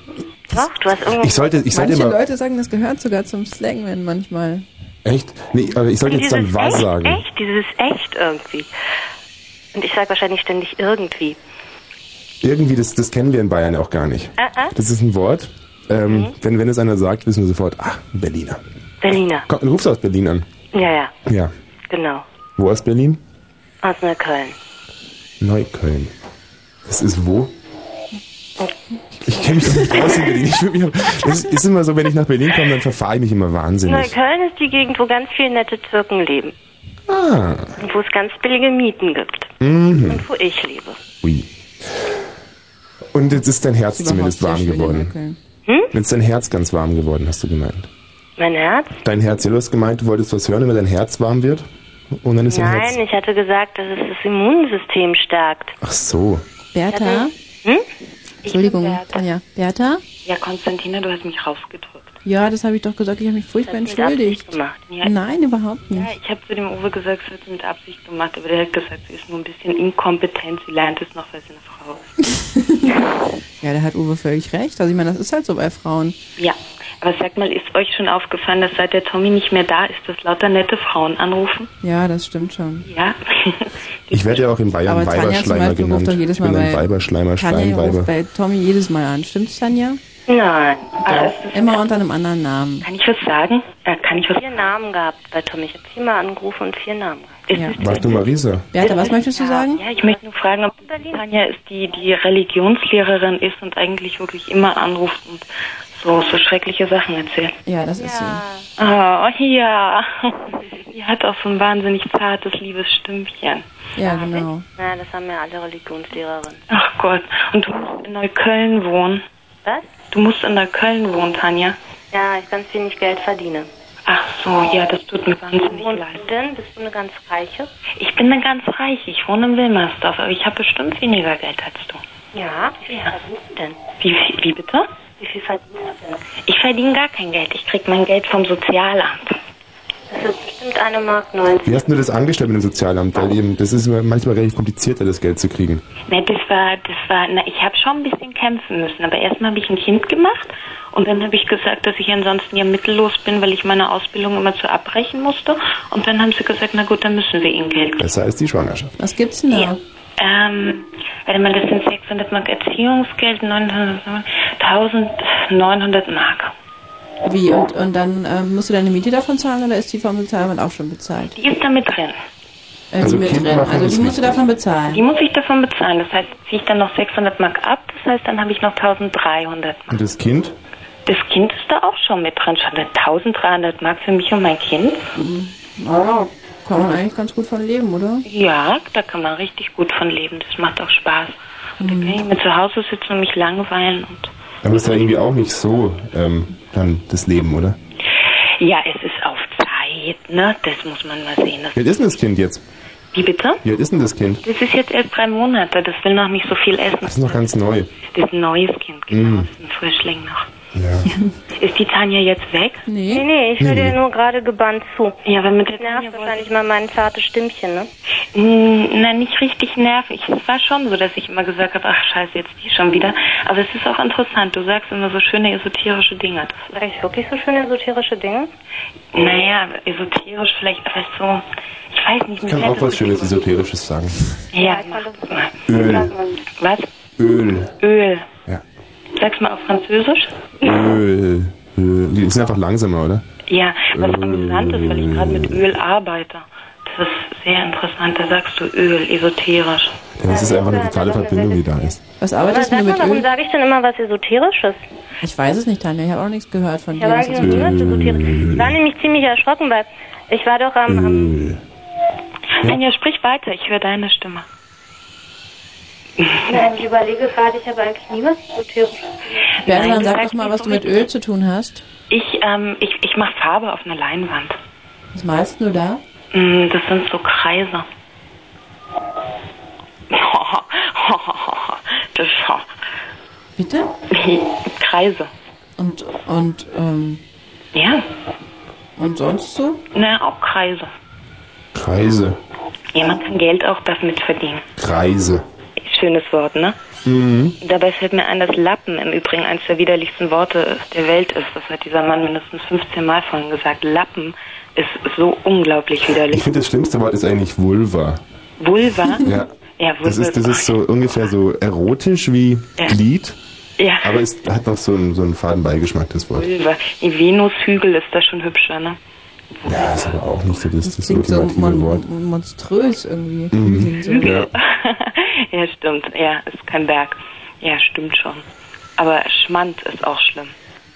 [SPEAKER 9] Doch, du hast irgendwo...
[SPEAKER 1] Ich sollte, ich sollte
[SPEAKER 6] Manche
[SPEAKER 1] immer.
[SPEAKER 6] Leute sagen, das gehört sogar zum Slangman manchmal.
[SPEAKER 1] Echt? Nee, aber ich sollte jetzt
[SPEAKER 9] Dieses
[SPEAKER 1] dann was
[SPEAKER 9] echt,
[SPEAKER 1] sagen.
[SPEAKER 9] Echt, dieses echt irgendwie. Und ich sage wahrscheinlich ständig irgendwie.
[SPEAKER 1] Irgendwie, das, das kennen wir in Bayern auch gar nicht.
[SPEAKER 9] Ah, ah.
[SPEAKER 1] Das ist ein Wort. Ähm,
[SPEAKER 9] Mhm.
[SPEAKER 1] wenn, wenn es einer sagt, wissen wir sofort, ach, ein Berliner.
[SPEAKER 9] Berliner.
[SPEAKER 1] Komm, rufst du aus Berlin an.
[SPEAKER 9] Ja, ja,
[SPEAKER 1] Ja.
[SPEAKER 9] genau.
[SPEAKER 1] Wo aus Berlin?
[SPEAKER 9] Aus Neukölln.
[SPEAKER 1] Neukölln. Das ist wo? Ich, ich kenne mich doch nicht aus in Berlin. Ich fühl mich, das ist immer so, wenn ich nach Berlin komme, dann verfahre ich mich immer wahnsinnig.
[SPEAKER 9] Neukölln ist die Gegend, wo ganz viele nette Türken leben.
[SPEAKER 1] Ah.
[SPEAKER 9] Und wo es ganz billige Mieten gibt.
[SPEAKER 1] Mhm.
[SPEAKER 9] Und wo ich lebe.
[SPEAKER 1] Ui. Und jetzt ist dein Herz zumindest warm geworden.
[SPEAKER 9] Hm?
[SPEAKER 1] Jetzt ist dein Herz ganz warm geworden, hast du gemeint.
[SPEAKER 9] Mein Herz?
[SPEAKER 1] Dein Herz, ja, du hast gemeint, du wolltest was hören, damit dein Herz warm wird. Und dann ist dein
[SPEAKER 9] Nein,
[SPEAKER 1] Herz.
[SPEAKER 9] ich hatte gesagt, dass es das Immunsystem stärkt.
[SPEAKER 1] Ach so.
[SPEAKER 6] Bertha?
[SPEAKER 9] Hm?
[SPEAKER 6] Entschuldigung, Tanja. Bertha?
[SPEAKER 25] Ja, Konstantina, du hast mich rausgedrückt.
[SPEAKER 6] Ja, das habe ich doch gesagt. Ich habe mich furchtbar
[SPEAKER 25] Das hast du mit
[SPEAKER 6] entschuldigt.
[SPEAKER 25] Absicht gemacht. Ja.
[SPEAKER 6] Nein, überhaupt
[SPEAKER 25] Ja,
[SPEAKER 6] nicht.
[SPEAKER 25] ich habe zu dem Uwe gesagt, es wird mit Absicht gemacht, aber der hat gesagt, sie ist nur ein bisschen inkompetent, sie lernt es noch, weil sie eine Frau ist.
[SPEAKER 6] Ja, da hat Uwe völlig recht. Also ich meine, das ist halt so bei Frauen.
[SPEAKER 25] Ja, aber sag mal, ist euch schon aufgefallen, dass seit der Tommy nicht mehr da ist, dass lauter nette Frauen anrufen?
[SPEAKER 6] Ja, das stimmt schon.
[SPEAKER 25] Ja.
[SPEAKER 1] Ich werde ja auch in Bayern
[SPEAKER 6] Aber Tanja zum
[SPEAKER 1] Weiberschleimer
[SPEAKER 6] Beispiel
[SPEAKER 1] genannt.
[SPEAKER 6] ruft doch jedes
[SPEAKER 1] Ich
[SPEAKER 6] Mal
[SPEAKER 1] bin ein
[SPEAKER 6] bei
[SPEAKER 1] Weiberschleimer,
[SPEAKER 6] Tanja ruft
[SPEAKER 1] Steinweiber.
[SPEAKER 6] bei Tommy jedes Mal an. Stimmt's, Tanja?
[SPEAKER 9] Nein.
[SPEAKER 6] Immer unter einem anderen Namen.
[SPEAKER 25] Kann ich was sagen? Äh, kann ich
[SPEAKER 9] was vier Namen gehabt bei Tom. Ich habe viermal angerufen und vier Namen gehabt.
[SPEAKER 6] Ja.
[SPEAKER 1] Mach du Marisa.
[SPEAKER 6] Bertha, was möchtest du sagen?
[SPEAKER 25] Ja, ich möchte nur fragen, ob Tanja ist, die die Religionslehrerin ist und eigentlich wirklich immer anruft und so, so schreckliche Sachen erzählt.
[SPEAKER 6] Ja, das ist sie.
[SPEAKER 25] Oh, ja. Die hat auch so ein wahnsinnig zartes, liebes Stimmchen.
[SPEAKER 6] Ja, genau.
[SPEAKER 9] Na, das haben ja alle Religionslehrerinnen.
[SPEAKER 25] Ach Gott, und du musst in Neukölln wohnen.
[SPEAKER 9] Was?
[SPEAKER 25] Du musst in Neukölln wohnen, Tanja.
[SPEAKER 9] Ja, ich ganz wenig Geld verdiene.
[SPEAKER 25] Ach so, ja, das tut mir wahnsinnig
[SPEAKER 9] Wohnst
[SPEAKER 25] leid.
[SPEAKER 9] du denn? Bist du eine ganz reiche?
[SPEAKER 25] Ich bin dann ganz reich. Ich wohne in Wilmersdorf, aber ich habe bestimmt weniger Geld als du.
[SPEAKER 9] Ja. Wie viel verdienst du denn?
[SPEAKER 25] Wie, wie, wie bitte?
[SPEAKER 9] Wie viel verdienst du denn?
[SPEAKER 25] Ich verdiene gar kein Geld. Ich krieg mein Geld vom Sozialamt.
[SPEAKER 9] Das ist bestimmt eine Mark 90.
[SPEAKER 1] Wie hast du das angestellt mit dem Sozialamt? Weil eben, das ist manchmal relativ komplizierter, das Geld zu kriegen.
[SPEAKER 25] Ne, das war, das war, na, ich habe schon ein bisschen kämpfen müssen, aber erstmal habe ich ein Kind gemacht und dann habe ich gesagt, dass ich ansonsten ja mittellos bin, weil ich meine Ausbildung immer zu abbrechen musste und dann haben sie gesagt, na gut, dann müssen wir ihnen Geld geben.
[SPEAKER 1] Besser als die Schwangerschaft.
[SPEAKER 6] Was gibt's denn da?
[SPEAKER 25] Ähm, warte mal, das sind 600 Mark Erziehungsgeld, 900, 1900 Mark.
[SPEAKER 6] Wie? Und, und dann ähm, musst du deine Miete davon zahlen oder ist die vom Sozialamt auch schon bezahlt?
[SPEAKER 25] Die ist da mit drin.
[SPEAKER 6] Äh, die mit drin. Also die musst du davon bezahlen.
[SPEAKER 25] Die muss ich davon bezahlen. Das heißt, ziehe ich dann noch 600 Mark ab, das heißt, dann habe ich noch 1300
[SPEAKER 1] Und das Kind?
[SPEAKER 25] Das Kind ist da auch schon mit drin. Schon 1300 Mark für mich und mein Kind.
[SPEAKER 6] Mhm. Ja, kann man eigentlich ganz gut von leben, oder?
[SPEAKER 25] Ja, da kann man richtig gut von leben. Das macht auch Spaß. Und dann kann ich mir zu Hause sitzen und mich langweilen. Und
[SPEAKER 1] Aber ist ja irgendwie auch nicht so ähm, dann das Leben, oder?
[SPEAKER 25] ja, es ist auf Zeit, ne? Das muss man mal sehen. Das
[SPEAKER 1] Wie alt ist denn das Kind jetzt?
[SPEAKER 25] Wie bitte?
[SPEAKER 1] Wie alt ist denn das Kind?
[SPEAKER 25] das ist jetzt erst drei Monate. Das will noch nicht so viel essen.
[SPEAKER 1] Das ist noch ganz neu.
[SPEAKER 25] Das ist ein neues Kind,
[SPEAKER 1] Mhm.
[SPEAKER 25] ein Frischling noch.
[SPEAKER 1] Ja.
[SPEAKER 25] Ist die Tanja jetzt weg?
[SPEAKER 6] Nee.
[SPEAKER 9] Nee, nee, ich höre
[SPEAKER 25] Nee.
[SPEAKER 9] dir nur gerade gebannt zu.
[SPEAKER 25] Hm. Ja, aber mit der
[SPEAKER 9] nervt wahrscheinlich mal mein zartes Stimmchen, ne?
[SPEAKER 25] Mm, Na, nicht richtig nervig. Es war schon so, dass ich immer gesagt habe, ach scheiße, jetzt die schon wieder. Aber es ist auch interessant. Du sagst immer so schöne esoterische Dinge.
[SPEAKER 9] Sag ich wirklich so schöne esoterische Dinge?
[SPEAKER 25] Das, naja, esoterisch vielleicht, aber so, ich weiß nicht.
[SPEAKER 1] Ich kann
[SPEAKER 25] mir
[SPEAKER 1] auch
[SPEAKER 25] fällt
[SPEAKER 1] was
[SPEAKER 25] das-
[SPEAKER 1] Schönes Esoterisches sagen.
[SPEAKER 25] Ja, mach das mal.
[SPEAKER 1] Öl.
[SPEAKER 25] Was?
[SPEAKER 1] Öl.
[SPEAKER 25] Öl.
[SPEAKER 1] Ja.
[SPEAKER 25] Sag's mal auf Französisch.
[SPEAKER 1] Öl. Die sind einfach langsamer, oder?
[SPEAKER 25] Ja, was amüsant ist, weil ich gerade mit Öl arbeite. Das ist sehr interessant. Da sagst du Öl, esoterisch.
[SPEAKER 1] Ja, das ist einfach eine totale Verbindung, die da ist.
[SPEAKER 6] Was arbeitest
[SPEAKER 9] Aber
[SPEAKER 6] du
[SPEAKER 9] sag
[SPEAKER 6] mit
[SPEAKER 9] mal, warum
[SPEAKER 6] Öl?
[SPEAKER 9] sage ich denn immer was Esoterisches?
[SPEAKER 6] Ich weiß es nicht, Tanja. Ich habe auch nichts gehört von
[SPEAKER 9] Ich
[SPEAKER 6] dir.
[SPEAKER 9] habe
[SPEAKER 6] Das
[SPEAKER 9] eigentlich
[SPEAKER 6] ist
[SPEAKER 9] noch nie was Esoterisches. Ich war nämlich ziemlich erschrocken, weil ich war doch am... am
[SPEAKER 25] Anja, sprich weiter, ich höre deine Stimme.
[SPEAKER 9] Nein, ich überlege gerade, ich habe eigentlich nie was Esoterisches.
[SPEAKER 6] Bertrand,
[SPEAKER 25] Nein,
[SPEAKER 6] sag
[SPEAKER 25] das
[SPEAKER 6] doch mal, was
[SPEAKER 25] heißt
[SPEAKER 6] du mit Öl zu tun hast.
[SPEAKER 25] Ich, ähm, ich, ich mache Farbe auf eine Leinwand.
[SPEAKER 6] Was malst du da?
[SPEAKER 9] Hm,
[SPEAKER 25] Mm, Das sind so Kreise. Das,
[SPEAKER 6] Bitte?
[SPEAKER 25] Kreise.
[SPEAKER 6] Und, und, ähm,
[SPEAKER 25] Ja,
[SPEAKER 6] und sonst so?
[SPEAKER 25] na, auch Kreise.
[SPEAKER 1] Kreise.
[SPEAKER 25] Ja, man kann Geld auch damit verdienen.
[SPEAKER 1] Kreise.
[SPEAKER 25] Schönes Wort, ne?
[SPEAKER 1] Mhm.
[SPEAKER 25] Dabei fällt mir ein, dass Lappen im Übrigen eines der widerlichsten Worte der Welt ist. Das hat dieser Mann mindestens 15 Mal vorhin gesagt. Lappen ist so unglaublich
[SPEAKER 1] Ich
[SPEAKER 25] widerlich.
[SPEAKER 1] finde, das schlimmste Wort ist eigentlich Vulva.
[SPEAKER 25] Vulva?
[SPEAKER 1] Ja.
[SPEAKER 25] Ja, Vulva.
[SPEAKER 1] Das ist, das ist so ungefähr so erotisch wie
[SPEAKER 25] Ja.
[SPEAKER 1] Glied,
[SPEAKER 25] ja.
[SPEAKER 1] aber es hat noch so einen, so einen faden Beigeschmack, das Wort.
[SPEAKER 25] Vulva. In Venushügel ist das schon hübscher, ne?
[SPEAKER 1] Ja, ist aber auch nicht so das, das
[SPEAKER 6] Klingt so
[SPEAKER 1] ultimative
[SPEAKER 6] mon
[SPEAKER 1] Wort.
[SPEAKER 6] monströs irgendwie.
[SPEAKER 1] Mhm.
[SPEAKER 6] So.
[SPEAKER 1] Ja.
[SPEAKER 25] ja, stimmt. Ja, ist kein Berg. Ja, stimmt schon. Aber Schmand ist auch schlimm.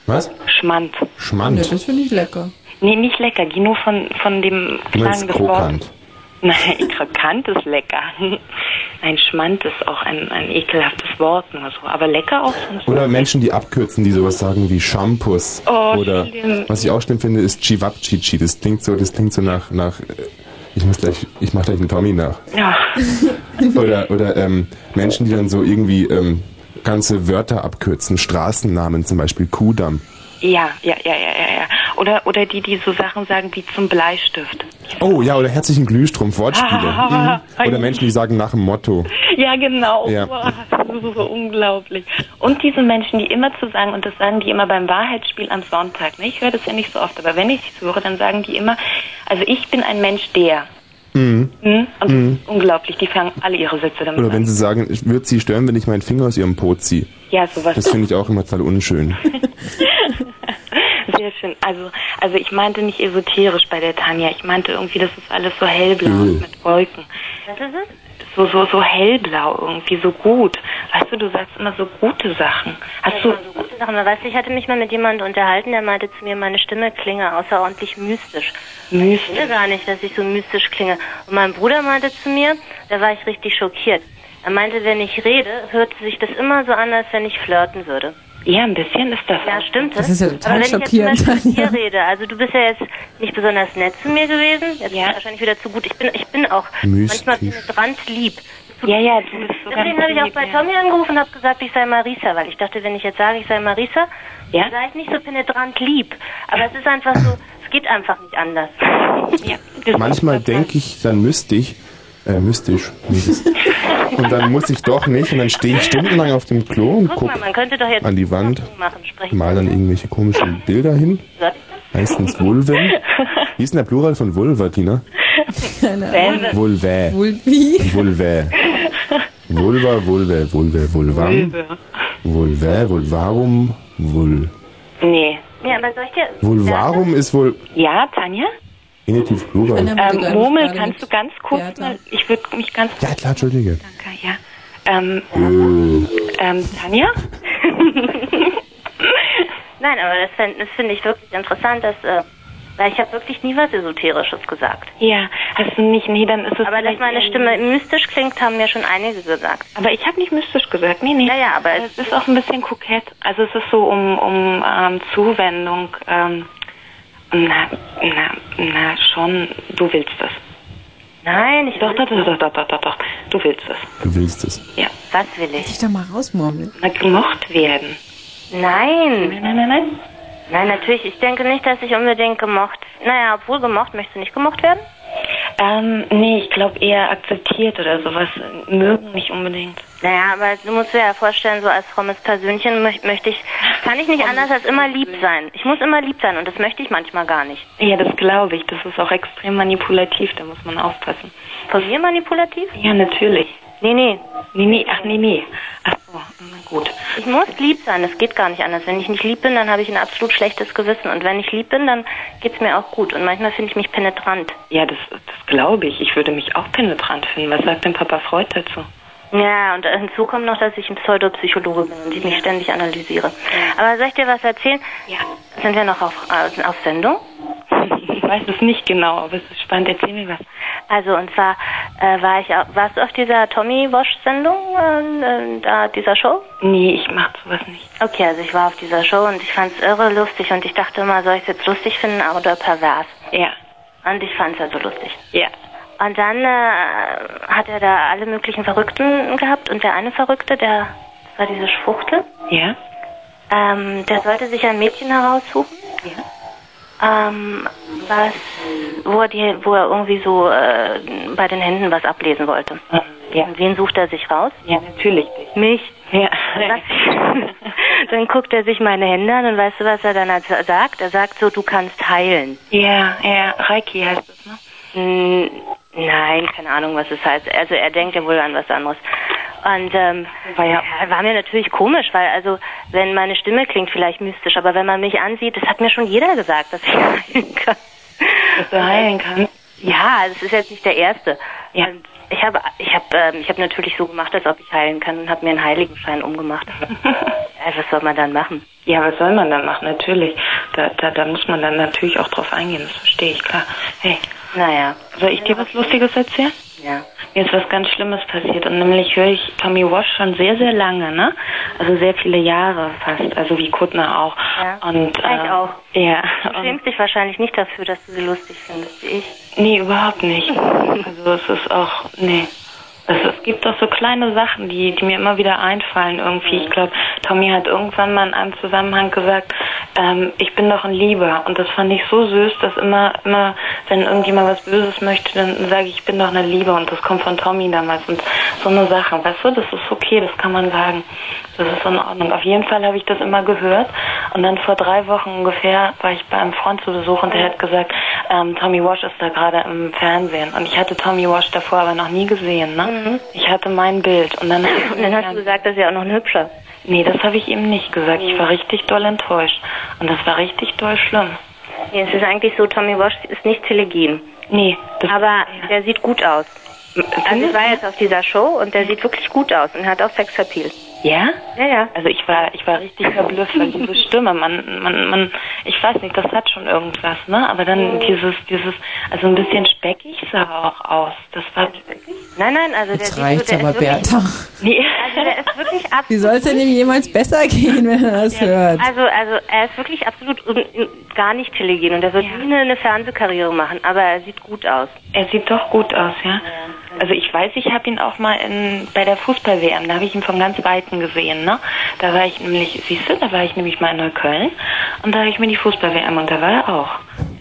[SPEAKER 1] Was?
[SPEAKER 25] Schmand.
[SPEAKER 1] Schmand.
[SPEAKER 6] Ja, das finde ich lecker.
[SPEAKER 25] Nee, nicht lecker. Geh nur von, von dem
[SPEAKER 1] Du
[SPEAKER 25] Klang
[SPEAKER 1] meinst
[SPEAKER 25] des Wortes.
[SPEAKER 1] krokant.
[SPEAKER 25] Nein, krokant ist lecker. Ein Schmand ist auch ein, ein ekelhaftes Wort nur so. Aber lecker auch sonst.
[SPEAKER 1] Oder Menschen, die abkürzen, die sowas sagen wie Shampoos.
[SPEAKER 25] Oh,
[SPEAKER 1] oder
[SPEAKER 25] schlimm.
[SPEAKER 1] was ich auch schlimm finde, ist Chivapchichi. Das klingt so, das klingt so nach, nach äh, ich muss gleich, ich mach gleich einen Tommy nach.
[SPEAKER 25] Ja.
[SPEAKER 1] Oder, oder ähm, Menschen, die dann so irgendwie ähm, ganze Wörter abkürzen, Straßennamen zum Beispiel, Kudamm.
[SPEAKER 25] ja, ja, ja, ja, ja, ja. Oder, oder die, die so Sachen sagen wie zum Bleistift.
[SPEAKER 1] Oh ja, oder herzlichen Glühstrumpf, Wortspiele.
[SPEAKER 25] Ah,
[SPEAKER 1] Mhm. Oder Menschen, die sagen nach dem Motto.
[SPEAKER 25] Ja, genau.
[SPEAKER 1] Ja.
[SPEAKER 25] Wow, das ist so unglaublich. Und diese Menschen, die immer zu sagen, und das sagen die immer beim Wahrheitsspiel am Sonntag, ne? ich höre das ja nicht so oft, aber wenn ich es höre, dann sagen die immer, also ich bin ein Mensch der.
[SPEAKER 1] Mhm.
[SPEAKER 25] Hm? Und
[SPEAKER 1] Mhm.
[SPEAKER 25] das ist unglaublich, die fangen alle ihre Sätze damit
[SPEAKER 1] Oder
[SPEAKER 25] an.
[SPEAKER 1] wenn sie sagen, ich würde sie stören, wenn ich meinen Finger aus ihrem Po ziehe.
[SPEAKER 25] Ja, sowas.
[SPEAKER 1] Das finde ich auch immer total unschön.
[SPEAKER 25] Sehr schön. Also, also ich meinte nicht esoterisch bei der Tanja, ich meinte irgendwie, das ist alles so hellblau
[SPEAKER 1] Öl.
[SPEAKER 25] mit Wolken.
[SPEAKER 9] Was ist es?
[SPEAKER 25] So, so, so hellblau irgendwie, so gut. Weißt du, du sagst immer so gute Sachen. Hast du,
[SPEAKER 9] Gute Sachen. Weißt du, ich hatte mich mal mit jemandem unterhalten, der meinte zu mir, meine Stimme klinge außerordentlich mystisch.
[SPEAKER 25] Mystisch?
[SPEAKER 9] Ich wusste gar nicht, dass ich so mystisch klinge. Und mein Bruder meinte zu mir, da war ich richtig schockiert. Er meinte, wenn ich rede, hört sich das immer so an, als wenn ich flirten würde.
[SPEAKER 25] ja, ein bisschen ist das.
[SPEAKER 9] Ja, stimmt.
[SPEAKER 25] Das ist ja total
[SPEAKER 9] Aber wenn
[SPEAKER 25] schockierend,
[SPEAKER 9] ich jetzt zum Beispiel
[SPEAKER 25] Tanja.
[SPEAKER 9] mit dir rede, also du bist ja jetzt nicht besonders nett zu mir gewesen. Jetzt bin ich wahrscheinlich wieder zu gut. Ich bin, ich bin auch
[SPEAKER 1] Mystisch.
[SPEAKER 9] manchmal penetrant lieb.
[SPEAKER 25] Ja, ja, du bist so ganz
[SPEAKER 9] Deswegen habe ich auch
[SPEAKER 25] lieb,
[SPEAKER 9] bei
[SPEAKER 25] ja.
[SPEAKER 9] Tommy angerufen und habe gesagt, ich sei Marisa, weil ich dachte, wenn ich jetzt sage, ich sei Marisa,
[SPEAKER 25] Ja.
[SPEAKER 9] dann sei ich nicht so penetrant lieb. Aber es ist einfach so, es geht einfach nicht anders.
[SPEAKER 1] Manchmal
[SPEAKER 9] ne?
[SPEAKER 1] denke ich, dann müsste ich, äh, mystisch, nee, das- und dann muss ich doch nicht und dann stehe ich stundenlang auf dem Klo und
[SPEAKER 9] Guck mal,
[SPEAKER 1] gucke
[SPEAKER 9] man könnte doch jetzt
[SPEAKER 1] an die Wand,
[SPEAKER 9] machen, sprechen.
[SPEAKER 1] mal dann irgendwelche komischen Bilder hin, meistens Vulven. Wie ist denn der Plural von Vulva, Tina?
[SPEAKER 25] Selbe.
[SPEAKER 1] Vulvä.
[SPEAKER 6] Vulvi.
[SPEAKER 1] Vulvä. Vulva, Vulvä, Vulvä, Vulvam.
[SPEAKER 25] Vulve.
[SPEAKER 1] Vulvä, Vulvarum, Vul.
[SPEAKER 25] Nee.
[SPEAKER 9] Ja, aber soll ich dir...
[SPEAKER 1] Vulvarum ist wohl
[SPEAKER 25] Ja, Tanja?
[SPEAKER 1] Genitiv Plural.
[SPEAKER 25] Ähm, Murmel, kannst du ganz kurz mal, ich würde mich ganz
[SPEAKER 1] Ja, klar, entschuldige.
[SPEAKER 25] kurz, ja. Ähm,
[SPEAKER 1] Äh,
[SPEAKER 25] ähm, Tanja?
[SPEAKER 9] Nein, aber das, fänd- das finde ich wirklich interessant, dass... Äh, weil ich habe wirklich nie was Esoterisches gesagt.
[SPEAKER 25] Ja, hast du nicht, nee, dann ist es
[SPEAKER 9] Aber dass
[SPEAKER 25] vielleicht
[SPEAKER 9] meine
[SPEAKER 25] irgendwie-
[SPEAKER 9] Stimme mystisch klingt, haben mir schon einige gesagt.
[SPEAKER 25] Aber ich habe nicht mystisch gesagt, nee, nee.
[SPEAKER 9] Naja, aber
[SPEAKER 25] es ist auch ein bisschen kokett. Also es ist so um, um ähm, Zuwendung. Ähm, na, na, na, schon, du willst es.
[SPEAKER 9] Nein, ich
[SPEAKER 25] doch, doch, doch, doch, doch, doch, doch, doch, du willst es.
[SPEAKER 1] Du willst es.
[SPEAKER 25] Ja.
[SPEAKER 9] Was will ich?
[SPEAKER 6] Dich da mal rausmurmeln.
[SPEAKER 25] Na, gemocht werden.
[SPEAKER 9] Nein. Nein,
[SPEAKER 25] nein, nein, nein.
[SPEAKER 9] Nein, natürlich. Ich denke nicht, dass ich unbedingt gemocht. Naja, obwohl gemocht, möchtest du nicht gemocht werden?
[SPEAKER 25] Ähm, nee, ich glaube eher akzeptiert oder sowas. Mögen nicht unbedingt.
[SPEAKER 9] Naja, aber du musst dir ja vorstellen, so als frommes Persönchen möcht, möchte ich, kann ich nicht anders als immer lieb sein. Ich muss immer lieb sein und das möchte ich manchmal gar nicht.
[SPEAKER 25] Ja, das glaube ich. Das ist auch extrem manipulativ, da muss man aufpassen.
[SPEAKER 9] Von mir manipulativ?
[SPEAKER 25] Ja, natürlich.
[SPEAKER 9] Nee, nee.
[SPEAKER 25] Nee, nee, ach nee, nee. Ach so, na gut.
[SPEAKER 9] Ich muss lieb sein, das geht gar nicht anders. Wenn ich nicht lieb bin, dann habe ich ein absolut schlechtes Gewissen. Und wenn ich lieb bin, dann geht es mir auch gut. Und manchmal finde ich mich penetrant.
[SPEAKER 25] Ja, das, das glaube ich. Ich würde mich auch penetrant finden. Was sagt denn Papa Freud dazu?
[SPEAKER 9] Ja, und hinzu kommt noch, dass ich ein Pseudopsychologe bin und ich mich ständig analysiere. Aber soll ich dir was erzählen?
[SPEAKER 25] Ja.
[SPEAKER 9] Sind wir noch auf, äh, auf Sendung?
[SPEAKER 25] Ich weiß es nicht genau, aber es ist spannend. Erzähl mir was.
[SPEAKER 9] Also und zwar äh, war ich, au- warst du auf dieser Tommy Wash Sendung, äh, äh, da, dieser Show?
[SPEAKER 25] Nee, ich mach sowas nicht.
[SPEAKER 9] Okay, also ich war auf dieser Show und ich fand's irre lustig und ich dachte immer, soll ich es jetzt lustig finden oder pervers?
[SPEAKER 25] Ja.
[SPEAKER 9] Und ich fand's also lustig.
[SPEAKER 25] Ja.
[SPEAKER 9] Und dann äh, hat er da alle möglichen Verrückten gehabt und der eine Verrückte, der das war diese Schwuchtel,
[SPEAKER 25] Ja?
[SPEAKER 9] ähm, der sollte sich ein Mädchen heraussuchen. Ähm, was, wo er, die, wo er irgendwie so äh, bei den Händen was ablesen wollte. Und Wen sucht er sich raus?
[SPEAKER 25] Ja, natürlich dich.
[SPEAKER 9] Mich.
[SPEAKER 25] Ja.
[SPEAKER 9] dann guckt er sich meine Hände an und weißt du, was er dann als- sagt? Er sagt so, du kannst heilen.
[SPEAKER 25] Ja, ja, Reiki heißt das, ne?
[SPEAKER 9] Mm, Nein, keine Ahnung, was es heißt. Also er denkt ja wohl an was anderes. Und ähm, war, ja, war mir natürlich komisch, weil also wenn meine Stimme klingt vielleicht mystisch, aber wenn man mich ansieht, das hat mir schon jeder gesagt, dass ich heilen kann.
[SPEAKER 25] Dass du heilen kannst?
[SPEAKER 9] Ja, das ist jetzt nicht der erste. Und ich habe ich habe ähm, ich habe natürlich so gemacht, als ob ich heilen kann und habe mir einen Heiligenschein umgemacht. Äh, was soll man dann machen?
[SPEAKER 25] Ja, was soll man dann machen? Natürlich. Da, da, da muss man dann natürlich auch drauf eingehen, das verstehe ich, klar. Hey.
[SPEAKER 9] Naja.
[SPEAKER 25] Soll ich dir was Lustiges erzählen?
[SPEAKER 9] Ja.
[SPEAKER 25] Mir ist was ganz Schlimmes passiert und nämlich höre ich Tommy Walsh schon sehr, sehr lange, ne? Also sehr viele Jahre fast, also wie Kuttner auch. Ja, und,
[SPEAKER 9] ich
[SPEAKER 25] äh,
[SPEAKER 9] auch.
[SPEAKER 25] Ja.
[SPEAKER 9] Du schämst dich wahrscheinlich nicht dafür, dass du sie lustig findest, wie ich.
[SPEAKER 25] Nee, überhaupt nicht. Also es ist auch, nee. Es, es gibt doch so kleine Sachen, die, die mir immer wieder einfallen irgendwie. Ich glaube, Tommy hat irgendwann mal in einem Zusammenhang gesagt, ähm, ich bin doch ein Lieber. Und das fand ich so süß, dass immer, immer, wenn irgendjemand was Böses möchte, dann sage ich, ich bin doch eine Liebe. Und das kommt von Tommy damals. Und so eine Sache, weißt du, das ist okay, das kann man sagen. Das ist in Ordnung. Auf jeden Fall habe ich das immer gehört. Und dann vor drei Wochen ungefähr war ich bei einem Freund zu Besuch und der hat gesagt, ähm, Tommy Walsh ist da gerade im Fernsehen. Und ich hatte Tommy Walsh davor aber noch nie gesehen. Ne? Ich hatte mein Bild. Und dann,
[SPEAKER 9] Mhm. Und dann hast du gesagt, dass er auch noch ein Hübscher.
[SPEAKER 25] Nee, das habe ich ihm nicht gesagt. Ich war richtig doll enttäuscht. Und das war richtig doll schlimm.
[SPEAKER 9] Nee, es ist eigentlich so, Tommy Walsh ist nicht telegen.
[SPEAKER 25] Nee.
[SPEAKER 9] Aber der sieht gut aus. Also ich war jetzt auf dieser Show und der sieht wirklich gut aus und hat auch Sexappeal.
[SPEAKER 25] Ja?
[SPEAKER 9] Ja, ja.
[SPEAKER 25] Also ich war, ich war richtig verblüfft, weil diese Stimme, man, man, man, ich weiß nicht, das hat schon irgendwas, ne? Aber
[SPEAKER 9] Oh.
[SPEAKER 25] dann dieses, dieses, also ein bisschen speckig sah er auch aus. Das war
[SPEAKER 9] Nein, nein, also der
[SPEAKER 25] Jetzt
[SPEAKER 9] sieht
[SPEAKER 25] reicht's
[SPEAKER 9] so, der
[SPEAKER 25] aber,
[SPEAKER 9] ist wirklich,
[SPEAKER 25] Bertha. Nee.
[SPEAKER 9] Also der ist wirklich absolut.
[SPEAKER 6] Wie soll es denn ihm jemals besser gehen, wenn er das hört?
[SPEAKER 9] Also, also er ist wirklich absolut un- un- gar nicht telegen und er wird nie eine, eine Fernsehkarriere machen, aber er sieht gut aus.
[SPEAKER 25] Er sieht doch gut aus, ja? Also ich weiß, ich habe ihn auch mal in, bei der Fußball-WM, da habe ich ihn von ganz Weitem gesehen, ne? Da war ich nämlich, siehst du, da war ich nämlich mal in Neukölln und da habe ich mir die Fußball-WM und da war er auch.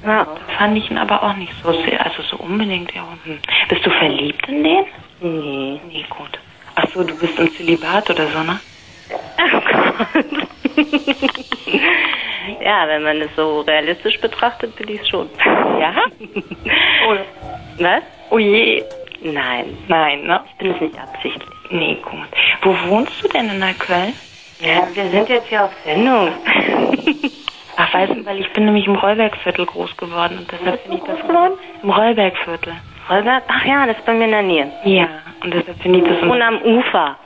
[SPEAKER 9] Ja.
[SPEAKER 25] Fand ich ihn aber auch nicht so sehr, also so unbedingt, ja. Hm. Bist du verliebt in den?
[SPEAKER 9] Nee.
[SPEAKER 25] Nee, gut. Ach so, du bist im Zölibat oder so, ne?
[SPEAKER 9] Ja, wenn man es so realistisch betrachtet, bin ich schon. Ja? Was?
[SPEAKER 25] Oh je.
[SPEAKER 9] Nein.
[SPEAKER 25] Nein, ne?
[SPEAKER 9] Ich bin es nicht absichtlich.
[SPEAKER 25] Nee, gut. Wo wohnst du denn in Neukölln?
[SPEAKER 9] Ja, wir sind jetzt hier auf Sendung.
[SPEAKER 25] Ach, weiß nicht, weil ich bin nämlich im Rollbergviertel groß geworden und deshalb finde ich das geworden? im Rollbergviertel.
[SPEAKER 9] Holbert? Ach ja, das ist bei mir in der Nähe.
[SPEAKER 25] Ja, und deshalb finde ich das
[SPEAKER 9] Ich wohne am Ufer.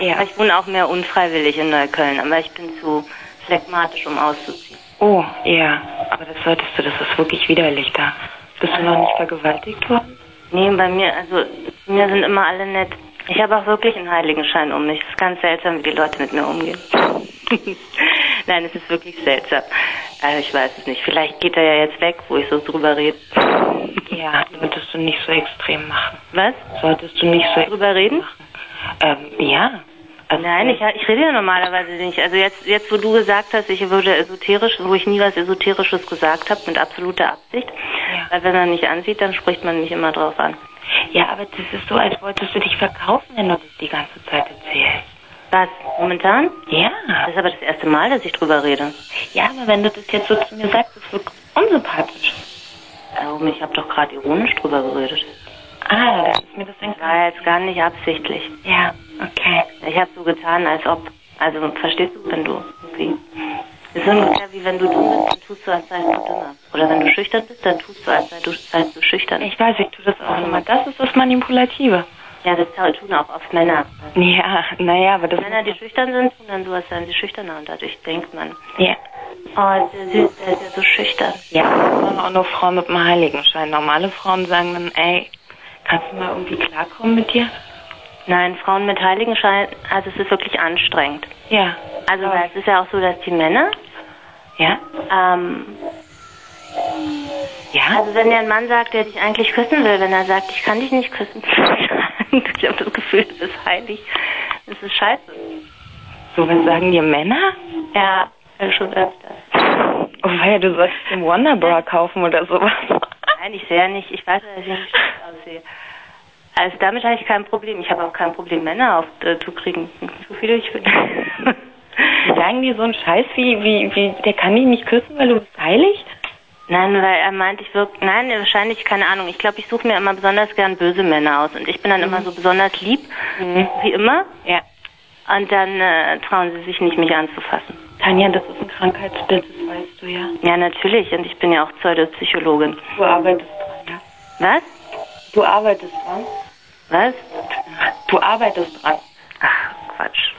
[SPEAKER 25] Ja.
[SPEAKER 9] Aber ich wohne auch mehr unfreiwillig in Neukölln, aber ich bin zu phlegmatisch, um auszuziehen.
[SPEAKER 25] Oh, ja. Aber das solltest du, das ist wirklich widerlich da. Bist du noch nicht vergewaltigt worden?
[SPEAKER 9] Nee, bei mir, also zu mir sind immer alle nett. Ich habe auch wirklich einen Heiligenschein um mich. Es ist ganz seltsam, wie die Leute mit mir umgehen. Nein, es ist wirklich seltsam. Also ich weiß es nicht. Vielleicht geht er ja jetzt weg, wo ich so drüber rede.
[SPEAKER 25] Ja, solltest du nicht so extrem machen.
[SPEAKER 9] Was?
[SPEAKER 25] Solltest du nicht so
[SPEAKER 9] drüber reden?
[SPEAKER 25] Ähm, ja. Also,
[SPEAKER 9] Nein, ich, ich rede ja normalerweise nicht. Also jetzt, jetzt, wo du gesagt hast, ich würde esoterisch, wo ich nie was Esoterisches gesagt habe, mit absoluter Absicht. Weil wenn man mich ansieht, dann spricht man mich immer drauf an.
[SPEAKER 25] Ja, aber das ist so, als wolltest du dich verkaufen, wenn du das die ganze Zeit erzählst.
[SPEAKER 9] Was? Momentan?
[SPEAKER 25] Ja.
[SPEAKER 9] Das ist aber das erste Mal, dass ich drüber rede.
[SPEAKER 25] Ja, aber wenn du das jetzt so zu mir sagst, das wirkt unsympathisch.
[SPEAKER 9] Äh, um, Oh, ich habe doch gerade ironisch drüber geredet. Ah, da ist mir das war jetzt gar nicht absichtlich. Ja, okay. Ich habe so getan, als ob. Also verstehst du, wenn du irgendwie. Es ist ungefähr wie wenn du dumm bist, dann tust du, als seist du dümmer. Oder wenn du schüchtern bist, dann tust du, als seist du, seist du schüchtern. Ich weiß, ich tue das auch immer. Das ist das Manipulative. Ja, das tun auch oft Männer.
[SPEAKER 25] Ja, naja, aber das.
[SPEAKER 9] Männer, die schüchtern sind, tun dann so, als seien sie schüchterner. Und dadurch denkt man,
[SPEAKER 25] Ja.
[SPEAKER 9] oh, ist der süß, der ist ja so schüchtern.
[SPEAKER 25] Ja, das machen auch nur Frauen mit einem Heiligenschein. Normale Frauen sagen dann, ey, kannst du mal irgendwie klarkommen mit dir?
[SPEAKER 9] Nein, Frauen mit Heiligenschein, also es ist wirklich anstrengend.
[SPEAKER 25] Ja.
[SPEAKER 9] Also weil es ist ja auch so, dass die Männer,
[SPEAKER 25] ja,
[SPEAKER 9] ähm,
[SPEAKER 25] ja.
[SPEAKER 9] Also wenn dir ein Mann sagt, der dich eigentlich küssen will, wenn er sagt, ich kann dich nicht küssen, ich habe das Gefühl, das ist heilig, das ist scheiße.
[SPEAKER 25] So was sagen dir Männer?
[SPEAKER 9] Ja, äh, schon öfter.
[SPEAKER 25] Oh, weil du sollst den Wonderbra kaufen oder sowas.
[SPEAKER 9] Nein, ich sehe ja nicht, ich weiß, ja, dass ich nicht schlecht aussehe. Also damit habe ich kein Problem. Ich habe auch kein Problem, Männer auf, äh, zu kriegen. So viele ich will.
[SPEAKER 25] Sagen die so einen Scheiß wie, wie, wie, der kann dich nicht küssen, weil du bist heilig?
[SPEAKER 9] Nein, weil er meint, ich wirke. Nein, wahrscheinlich, keine Ahnung. Ich glaube, ich suche mir immer besonders gern böse Männer aus. Und ich bin dann
[SPEAKER 25] Mhm.
[SPEAKER 9] immer so besonders lieb, wie immer.
[SPEAKER 25] Ja.
[SPEAKER 9] Und dann äh, trauen sie sich nicht, mich anzufassen.
[SPEAKER 25] Tanja, das ist ein Krankheitsbild, das weißt du ja.
[SPEAKER 9] Ja, natürlich. Und ich bin ja auch Pseudopsychologin.
[SPEAKER 25] Du arbeitest dran, ja?
[SPEAKER 9] Was?
[SPEAKER 25] Du arbeitest dran?
[SPEAKER 9] Was?
[SPEAKER 25] Du arbeitest dran.
[SPEAKER 9] Ach, Quatsch.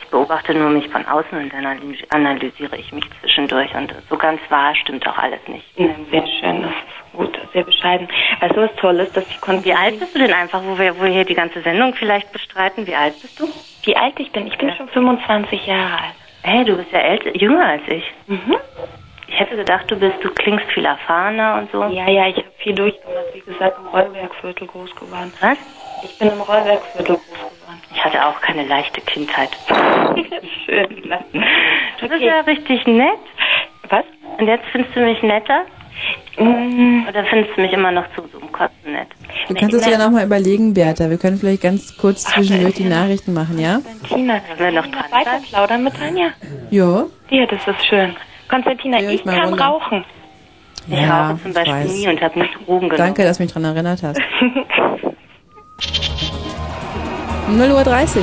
[SPEAKER 9] Ich beobachte nur mich von außen und dann analy- analysiere ich mich zwischendurch. Und so ganz wahr stimmt auch alles nicht.
[SPEAKER 25] Nein, sehr schön, das ist gut, sehr bescheiden. Weißt du, was toll ist, dass die Konferenz...
[SPEAKER 9] Wie alt bist du denn einfach, wo wir, wo wir hier die ganze Sendung vielleicht bestreiten? Wie alt bist du?
[SPEAKER 25] Wie alt ich bin? Ich bin schon 25 Jahre alt. Mhm.
[SPEAKER 9] Hey, du bist ja älter, jünger als ich. Ich hätte gedacht, du bist, du klingst viel erfahrener und so.
[SPEAKER 25] Ja, ja, ich habe viel durchgemacht, wie gesagt, im Rollwerkviertel groß geworden.
[SPEAKER 9] Was?
[SPEAKER 25] Ich bin im Rollwerkviertel groß geworden.
[SPEAKER 9] Ich hatte auch keine leichte Kindheit.
[SPEAKER 25] Schön. ne?
[SPEAKER 9] Das ist ja richtig nett.
[SPEAKER 25] Was?
[SPEAKER 9] Und jetzt findest du mich netter? Oder findest du mich immer noch zu so einem Kotzen nett?
[SPEAKER 6] Du kannst es ja nochmal überlegen, Bertha. Wir können vielleicht ganz kurz zwischendurch die Nachrichten machen, ja?
[SPEAKER 25] Tina, können wir noch dran weiter plaudern mit Tanja?
[SPEAKER 6] Ja.
[SPEAKER 25] Ja, das ist schön. Konstantina,
[SPEAKER 6] Hör
[SPEAKER 25] ich,
[SPEAKER 6] ich mal
[SPEAKER 25] kann
[SPEAKER 6] runter.
[SPEAKER 25] rauchen.
[SPEAKER 9] Ich rauche zum
[SPEAKER 6] ich
[SPEAKER 9] Beispiel
[SPEAKER 6] weiß.
[SPEAKER 9] nie und habe nie Drogen genommen.
[SPEAKER 6] Danke, dass du mich dran erinnert hast. 0 Uhr 30.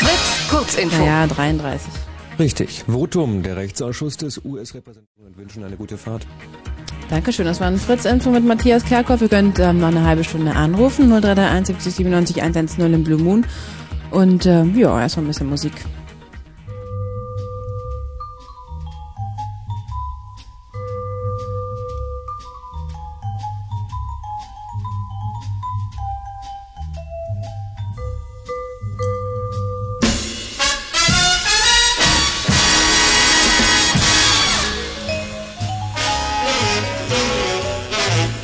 [SPEAKER 8] Fritz Kurzinfo.
[SPEAKER 6] Naja, 33.
[SPEAKER 13] Richtig. Votum. Der Rechtsausschuss des US-Repräsentanten wünschen eine gute Fahrt.
[SPEAKER 6] Dankeschön, das war ein Fritz-Info mit Matthias Kerkhoff. Ihr könnt ähm, noch eine halbe Stunde anrufen. 0331 70 97 110 im Blue Moon. Und ähm, ja, erstmal ein bisschen Musik.
[SPEAKER 4] Thank you.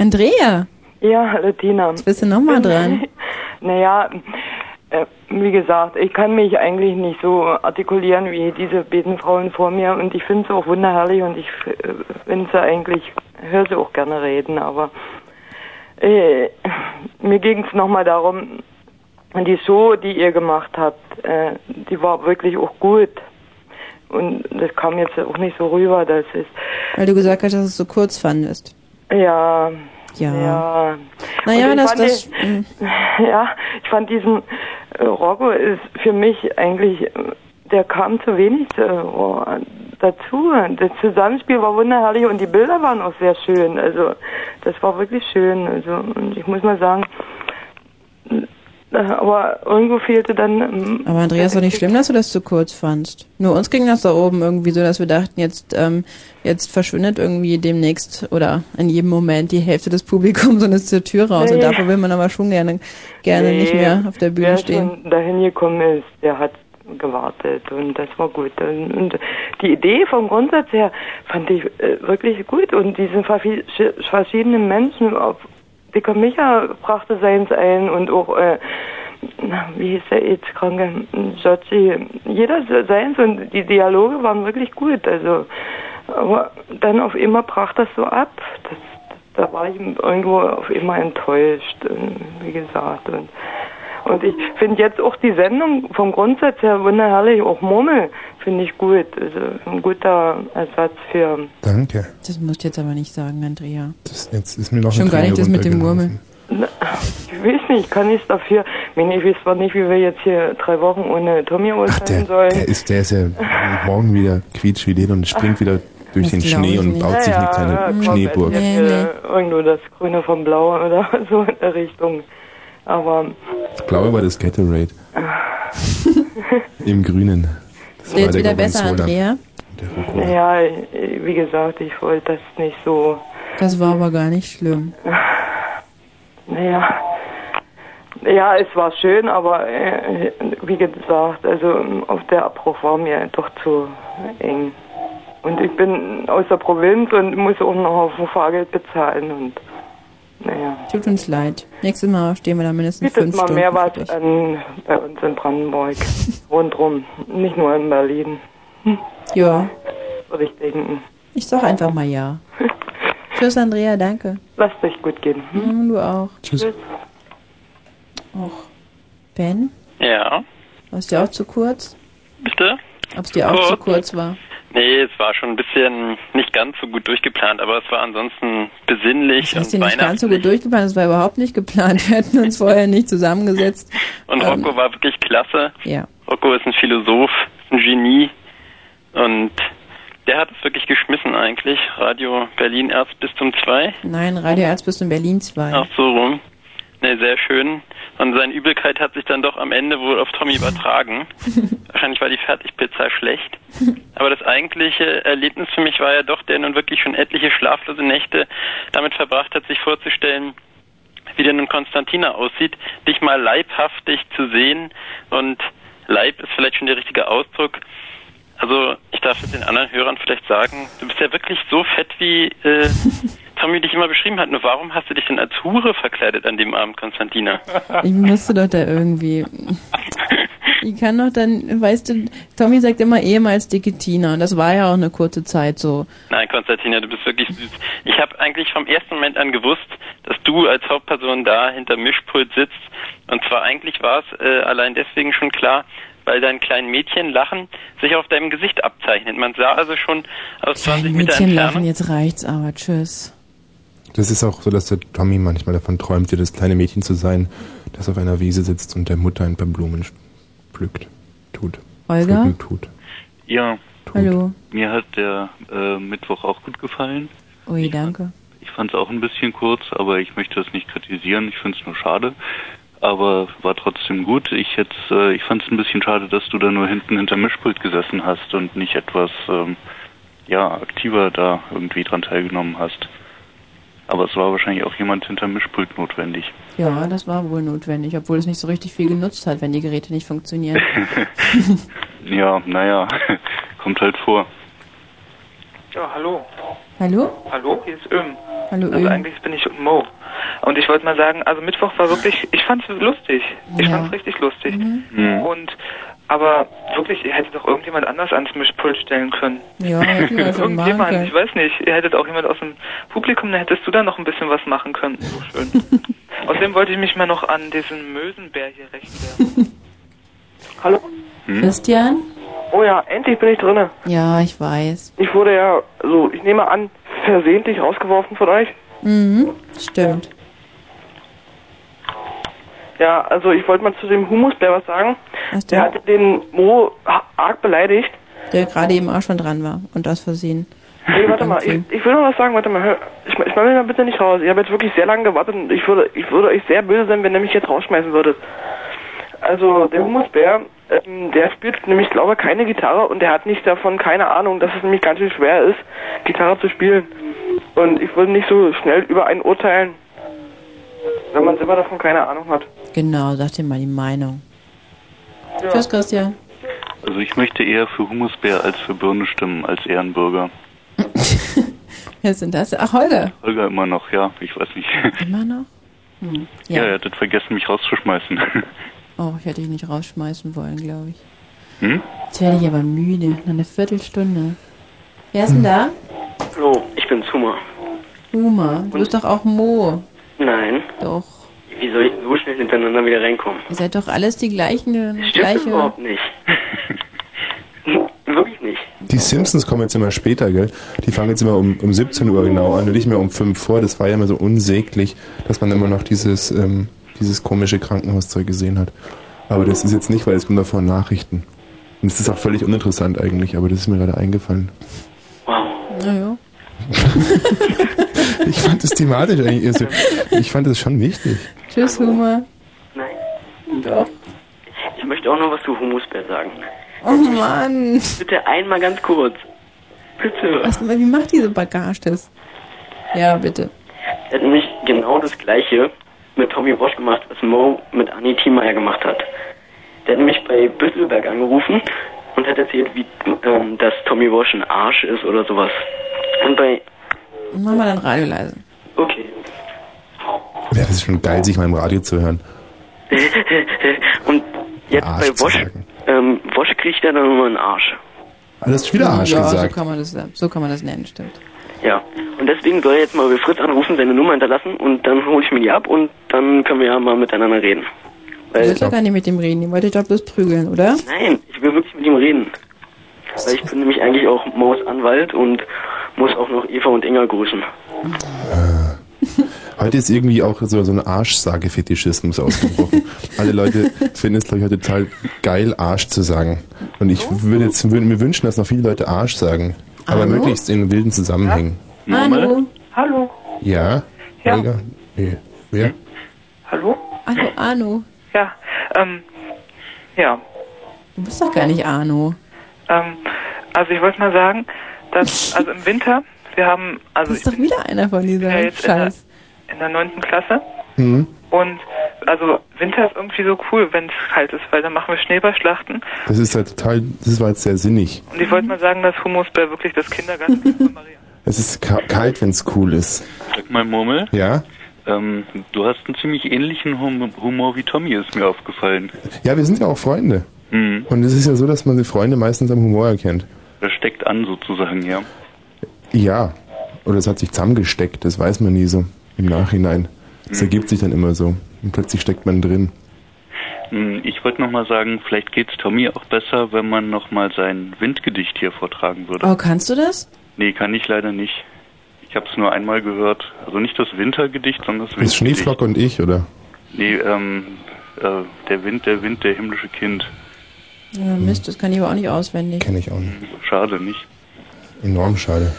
[SPEAKER 6] Andrea,
[SPEAKER 5] Ja, hallo Tina.
[SPEAKER 6] jetzt bist du nochmal dran.
[SPEAKER 5] Naja, äh, wie gesagt, ich kann mich eigentlich nicht so artikulieren wie diese beiden Frauen vor mir und ich finde sie auch wunderherrlich und ich äh, finde sie eigentlich, höre sie auch gerne reden, aber äh, mir ging es nochmal darum, die Show, die ihr gemacht habt, äh, die war wirklich auch gut. Und das kam jetzt auch nicht so rüber, dass es,
[SPEAKER 6] Weil du gesagt hast, dass du es so kurz fandest.
[SPEAKER 5] ja,
[SPEAKER 6] Ja.
[SPEAKER 5] ja.
[SPEAKER 6] Naja,
[SPEAKER 5] Und ich
[SPEAKER 6] das,
[SPEAKER 5] fand
[SPEAKER 6] das, hm.
[SPEAKER 5] den- ja, ich fand diesen äh, Rocco ist für mich eigentlich, äh, der kam zu wenig äh, oh, dazu. Das Zusammenspiel war wunderherrlich und die Bilder waren auch sehr schön. Also das war wirklich schön. Also und ich muss mal sagen, äh, aber irgendwo fehlte dann. ähm,
[SPEAKER 6] aber Andreas, war nicht schlimm, dass du das zu kurz fandst. Nur uns ging das da oben irgendwie so, dass wir dachten, jetzt, ähm, jetzt verschwindet irgendwie demnächst oder in jedem Moment die Hälfte des Publikums und ist zur Tür raus. Und
[SPEAKER 5] Nee.
[SPEAKER 6] dafür will man aber schon gerne, gerne nicht
[SPEAKER 5] Nee,
[SPEAKER 6] mehr auf der Bühne
[SPEAKER 5] wer
[SPEAKER 6] stehen.
[SPEAKER 5] Schon dahin gekommen ist, der hat gewartet und das war gut. Und, und die Idee vom Grundsatz her fand ich äh, wirklich gut und diese verfi- sch- verschiedenen Menschen, ob Dicker Micha brachte seins ein und auch, äh, na, wie hieß der jetzt kranke, Giorgi, jeder seins und die Dialoge waren wirklich gut. Also, aber dann auf immer brach das so ab. Das, da war ich irgendwo auf immer enttäuscht, äh, wie gesagt. Und und ich finde jetzt auch die Sendung vom Grundsatz her wunderherrlich, auch Murmel finde ich gut. Also ein guter Ersatz für.
[SPEAKER 18] Danke.
[SPEAKER 6] Das musst du jetzt aber nicht sagen, Andrea.
[SPEAKER 18] Das, jetzt ist mir noch
[SPEAKER 6] Schon
[SPEAKER 18] eine
[SPEAKER 6] gar nicht
[SPEAKER 18] Träne
[SPEAKER 6] das mit dem
[SPEAKER 18] runtergelaufen.
[SPEAKER 6] Murmeln.
[SPEAKER 5] Na, ich weiß nicht, kann ich es dafür. Ich, meine, ich weiß zwar nicht, wie wir jetzt hier drei Wochen ohne Tommy
[SPEAKER 1] Der,
[SPEAKER 5] urteilen sollen.
[SPEAKER 1] der, ist, der ist ja morgen wieder quietschfidel und springt wieder
[SPEAKER 5] Das
[SPEAKER 1] durch den
[SPEAKER 5] glaub
[SPEAKER 1] Schnee
[SPEAKER 5] ich
[SPEAKER 1] und
[SPEAKER 5] nicht.
[SPEAKER 1] baut sich eine
[SPEAKER 5] Naja,
[SPEAKER 1] kleine
[SPEAKER 5] komm,
[SPEAKER 1] Schneeburg.
[SPEAKER 5] jetzt hier Irgendwo das Grüne vom Blauen oder so in der Richtung. Aber
[SPEAKER 1] Ich glaube, war das Gatorade. Im Grünen. Das war
[SPEAKER 6] Jetzt wieder besser,
[SPEAKER 1] Gorgonzola.
[SPEAKER 6] Andrea.
[SPEAKER 5] ja, ich- wie gesagt, ich wollte das nicht so.
[SPEAKER 6] Das war aber gar nicht schlimm.
[SPEAKER 5] Naja. Ja, es war schön, aber äh, wie gesagt, also ähm, auf der Abbruch war mir doch zu eng. Und ich bin aus der Provinz und muss auch noch auf dem Fahrgeld bezahlen und naja.
[SPEAKER 6] Tut uns leid. Nächstes Mal stehen wir da mindestens
[SPEAKER 5] Gibt es
[SPEAKER 6] fünf
[SPEAKER 5] mal
[SPEAKER 6] Stunden.
[SPEAKER 5] mehr was
[SPEAKER 6] für dich.
[SPEAKER 5] an, bei uns in Brandenburg, rundrum, nicht nur in Berlin,
[SPEAKER 6] Ja,
[SPEAKER 5] würde ich denken.
[SPEAKER 6] ich sag einfach mal ja. Tschüss, Andrea, danke.
[SPEAKER 5] Lass dich gut gehen.
[SPEAKER 6] Hm, du auch.
[SPEAKER 1] Tschüss.
[SPEAKER 6] Och. Ben,
[SPEAKER 26] Ja,
[SPEAKER 6] warst du auch zu kurz?
[SPEAKER 26] bitte?
[SPEAKER 6] Ob's dir auch zu kurz war?
[SPEAKER 26] Nee, es war schon ein bisschen nicht ganz so gut durchgeplant, aber es war ansonsten besinnlich
[SPEAKER 6] Das ist dir
[SPEAKER 26] und
[SPEAKER 6] nicht ganz so
[SPEAKER 26] weihnachtlich.
[SPEAKER 6] gut durchgeplant, das war überhaupt nicht geplant. Wir hätten uns vorher nicht zusammengesetzt.
[SPEAKER 26] Und
[SPEAKER 6] ähm,
[SPEAKER 26] Rocco war wirklich klasse.
[SPEAKER 6] Ja.
[SPEAKER 26] Rocco ist ein Philosoph, ein Genie und der hat es wirklich geschmissen eigentlich. Radio Berlin erst bis zum 2.
[SPEAKER 6] Nein, Radio Erzbistum Berlin 2.
[SPEAKER 26] Ach so rum. Ne, sehr schön. Und seine Übelkeit hat sich dann doch am Ende wohl auf Tommy übertragen. Wahrscheinlich war die Fertigpizza schlecht. Aber das eigentliche Erlebnis für mich war ja doch, der nun wirklich schon etliche schlaflose Nächte damit verbracht hat, sich vorzustellen, wie der nun Konstantina aussieht, dich mal leibhaftig zu sehen. Und Leib ist vielleicht schon der richtige Ausdruck. Also ich darf es den anderen Hörern vielleicht sagen, du bist ja wirklich so fett, wie äh, Tommy dich immer beschrieben hat. Nur warum hast du dich denn als Hure verkleidet an dem Abend, Konstantina?
[SPEAKER 6] Ich musste doch da irgendwie. Ich kann doch dann, weißt du, Tommy sagt immer ehemals dicke Tina und das war ja auch eine kurze Zeit so.
[SPEAKER 26] Nein, Konstantina, du bist wirklich süß. Ich habe eigentlich vom ersten Moment an gewusst, dass du als Hauptperson da hinter Mischpult sitzt. Und zwar eigentlich war es äh, allein deswegen schon klar, weil dein kleinen Mädchen lachen sich auf deinem Gesicht abzeichnet. Man sah also schon aus 20 Meter
[SPEAKER 6] Mädchen
[SPEAKER 26] Entfernung.
[SPEAKER 6] lachen, jetzt reicht's aber. Tschüss.
[SPEAKER 1] Das ist auch so, dass der Tommy manchmal davon träumt, ja das kleine Mädchen zu sein, das auf einer Wiese sitzt und der Mutter ein paar Blumen pflückt. Tut.
[SPEAKER 6] Olga?
[SPEAKER 1] Pflücken tut.
[SPEAKER 27] Ja,
[SPEAKER 6] Hallo.
[SPEAKER 27] mir hat der äh, Mittwoch auch gut gefallen.
[SPEAKER 6] Ui, danke.
[SPEAKER 27] Ich fand es auch ein bisschen kurz, aber ich möchte das nicht kritisieren. Ich finde es nur schade. Aber war trotzdem gut. Ich jetzt, äh, ich fand es ein bisschen schade, dass du da nur hinten hinter Mischpult gesessen hast und nicht etwas ähm, ja aktiver da irgendwie dran teilgenommen hast. Aber es war wahrscheinlich auch jemand hinter Mischpult notwendig.
[SPEAKER 6] Ja, das war wohl notwendig, obwohl es nicht so richtig viel genutzt hat, wenn die Geräte nicht funktionieren.
[SPEAKER 27] ja, naja, kommt halt vor.
[SPEAKER 17] Ja, hallo.
[SPEAKER 6] Hallo?
[SPEAKER 17] Hallo, hier ist Öm.
[SPEAKER 6] Hallo
[SPEAKER 24] Also
[SPEAKER 6] Öl.
[SPEAKER 24] eigentlich bin ich Mo. Und ich wollte mal sagen, also Mittwoch war wirklich, ich fand's lustig. Ich fand's richtig lustig.
[SPEAKER 28] Mhm.
[SPEAKER 24] Und aber wirklich, ihr hättet doch irgendjemand anders ans Mischpult stellen können.
[SPEAKER 6] Ja, hätten wir schon machen
[SPEAKER 24] Irgendjemand,
[SPEAKER 6] können.
[SPEAKER 24] ich weiß nicht. Ihr hättet auch jemand aus dem Publikum, da hättest du da noch ein bisschen was machen können. So schön. Außerdem wollte ich mich mal noch an diesen Mösenbär hier richten.
[SPEAKER 10] Hallo?
[SPEAKER 6] Christian?
[SPEAKER 10] Oh ja, endlich bin ich drinne.
[SPEAKER 6] Ja, ich weiß.
[SPEAKER 10] Ich wurde ja, so, ich nehme an, versehentlich rausgeworfen von euch.
[SPEAKER 6] Mhm, stimmt.
[SPEAKER 10] Ja, also ich wollte mal zu dem Humusbär was sagen. der hatte den Mo ha- arg beleidigt.
[SPEAKER 6] Der gerade eben auch schon dran war und aus Versehen.
[SPEAKER 10] Nee, warte mal, ich,
[SPEAKER 6] Irgendwie.
[SPEAKER 10] ich will noch was sagen, warte mal, hör, ich, ich mache mich mal bitte nicht raus. Ich habe jetzt wirklich sehr lange gewartet und ich würde, ich würde euch sehr böse sein, wenn ihr mich jetzt rausschmeißen würdet. Also, der Humusbär, ähm, der spielt nämlich, glaube ich, keine Gitarre und der hat nicht davon keine Ahnung, dass es nämlich ganz schön schwer ist, Gitarre zu spielen. Und ich würde nicht so schnell über einen urteilen, wenn man selber davon keine Ahnung hat.
[SPEAKER 6] Genau, sag dir mal die Meinung. Tschüss, Christian.
[SPEAKER 27] Also ich möchte eher für Humusbär als für Birne stimmen, als Ehrenbürger.
[SPEAKER 6] Wer ist denn das? Ach, Holger.
[SPEAKER 27] Holger immer noch, ja, ich weiß nicht.
[SPEAKER 6] Immer noch? Hm.
[SPEAKER 27] Ja,
[SPEAKER 6] Ja.
[SPEAKER 27] er hat vergessen, mich rauszuschmeißen.
[SPEAKER 6] Oh, ich hätte dich nicht rausschmeißen wollen, glaube ich.
[SPEAKER 27] Hm?
[SPEAKER 6] Jetzt werde ich aber müde. Noch eine Viertelstunde. Wer ist denn da?
[SPEAKER 21] Hallo, ich bin Zuma.
[SPEAKER 6] Uma. Du bist doch auch Mo.
[SPEAKER 21] Nein.
[SPEAKER 6] Doch.
[SPEAKER 21] Wie soll ich so schnell hintereinander wieder reinkommen?
[SPEAKER 6] Ihr seid doch alles die gleichen.
[SPEAKER 21] Stimmt das
[SPEAKER 6] gleiche.
[SPEAKER 21] überhaupt nicht. Wirklich nicht.
[SPEAKER 1] Die Simpsons kommen jetzt immer später, gell? Die fangen jetzt immer um, um 17 Uhr genau an und nicht mehr um 5 vor. Das war ja immer so unsäglich, dass man immer noch dieses, ähm, dieses komische Krankenhauszeug gesehen hat. Aber das ist jetzt nicht, weil es kommen davor Nachrichten. Und es ist auch völlig uninteressant eigentlich, aber das ist mir gerade eingefallen.
[SPEAKER 6] Naja.
[SPEAKER 1] Ich fand es thematisch eigentlich, also, ich fand es schon wichtig.
[SPEAKER 6] Tschüss, Uma.
[SPEAKER 21] Doch. Ich möchte auch noch was zu Humusbär sagen.
[SPEAKER 6] Oh Mann.
[SPEAKER 21] Bitte einmal ganz kurz. Bitte.
[SPEAKER 6] Was, wie macht diese Bagage das? Ja, bitte.
[SPEAKER 21] Er hat nämlich genau das gleiche mit Tommy Bosch gemacht, was Mo mit Anni Thiemeyer gemacht hat. Der hat nämlich bei Büsselberg angerufen und hat erzählt, wie, ähm, dass Tommy Bosch ein Arsch ist oder sowas. Und bei...
[SPEAKER 6] Mach mal dein Radio leise.
[SPEAKER 21] Okay.
[SPEAKER 1] Ja, das ist schon geil, sich mal im Radio zu hören.
[SPEAKER 21] und jetzt bei Bosch... Ähm, Bosch kriegt er dann immer einen Arsch.
[SPEAKER 1] Ah, Das ist wieder Arsch
[SPEAKER 6] ja,
[SPEAKER 1] gesagt.
[SPEAKER 6] So kann, man das, so kann man das nennen, stimmt.
[SPEAKER 21] Ja. Und deswegen soll er jetzt mal bei Fritz anrufen, seine Nummer hinterlassen und dann hole ich mir die ab und dann können wir ja mal miteinander reden.
[SPEAKER 6] Ich
[SPEAKER 21] Weil
[SPEAKER 6] will doch gar nicht mit dem reden. Ihr wolltet doch bloß prügeln, oder?
[SPEAKER 21] Nein, ich will wirklich mit ihm reden. Weil ich bin nämlich eigentlich auch Maus Anwalt und muss auch noch Eva und Inga grüßen.
[SPEAKER 1] Heute ist irgendwie auch so, so ein Arschsage-Fetischismus ausgebrochen. Alle Leute finden es, glaube ich, heute total geil, Arsch zu sagen. Und ich würde jetzt würde mir wünschen, dass noch viele Leute Arsch sagen. Aber
[SPEAKER 29] Hallo?
[SPEAKER 1] möglichst in wilden Zusammenhängen.
[SPEAKER 6] Hallo.
[SPEAKER 10] Hallo.
[SPEAKER 1] Ja?
[SPEAKER 24] Ja.
[SPEAKER 1] Holger? Nee. Wer?
[SPEAKER 24] Hallo?
[SPEAKER 6] Hallo, Arno.
[SPEAKER 24] Ja, ähm, ja.
[SPEAKER 6] Du bist doch gar nicht Arno.
[SPEAKER 24] Ähm, also ich wollte mal sagen, dass, also im Winter, wir haben, also
[SPEAKER 6] Das ist doch wieder einer von dieser
[SPEAKER 24] Ja, jetzt in der-
[SPEAKER 6] Scheiß.
[SPEAKER 24] in der neunten Klasse
[SPEAKER 1] Mhm.
[SPEAKER 24] und also Winter ist irgendwie so cool, wenn es kalt ist, weil dann machen wir Schneeballschlachten
[SPEAKER 1] Das ist halt total, das war jetzt sehr sinnig.
[SPEAKER 24] und ich wollte
[SPEAKER 6] Mhm.
[SPEAKER 24] mal sagen, dass Humusbär wirklich das Kindergarten
[SPEAKER 1] Es ist ka kalt, wenn es cool ist.
[SPEAKER 27] Sag mal, Murmel,
[SPEAKER 1] Ja?
[SPEAKER 27] ähm, du hast einen ziemlich ähnlichen hum Humor wie Tommy, ist mir aufgefallen.
[SPEAKER 1] Ja, wir sind ja auch Freunde.
[SPEAKER 27] Mhm.
[SPEAKER 1] Und es ist ja so, dass man die Freunde meistens am Humor erkennt.
[SPEAKER 27] Das steckt an sozusagen, ja.
[SPEAKER 1] Ja. Oder es hat sich zusammengesteckt, das weiß man nie so im Nachhinein.
[SPEAKER 6] Mhm.
[SPEAKER 1] Es ergibt sich dann immer so. Und plötzlich steckt man drin.
[SPEAKER 27] Mhm, Ich wollte nochmal sagen, vielleicht geht's Tommy auch besser, wenn man nochmal sein Windgedicht hier vortragen würde.
[SPEAKER 6] Oh, kannst du das?
[SPEAKER 27] Nee, kann ich leider nicht. Ich habe es nur einmal gehört. Also nicht das Wintergedicht, sondern das
[SPEAKER 1] Das
[SPEAKER 27] Windgedicht.
[SPEAKER 1] Schneeflocke und ich, oder?
[SPEAKER 27] Nee, ähm, äh, der Wind, der Wind, der himmlische Kind.
[SPEAKER 6] Ja, Mist, das kann ich aber auch nicht auswendig.
[SPEAKER 1] Kenne ich auch nicht.
[SPEAKER 27] Schade, nicht?
[SPEAKER 1] Enorm schade.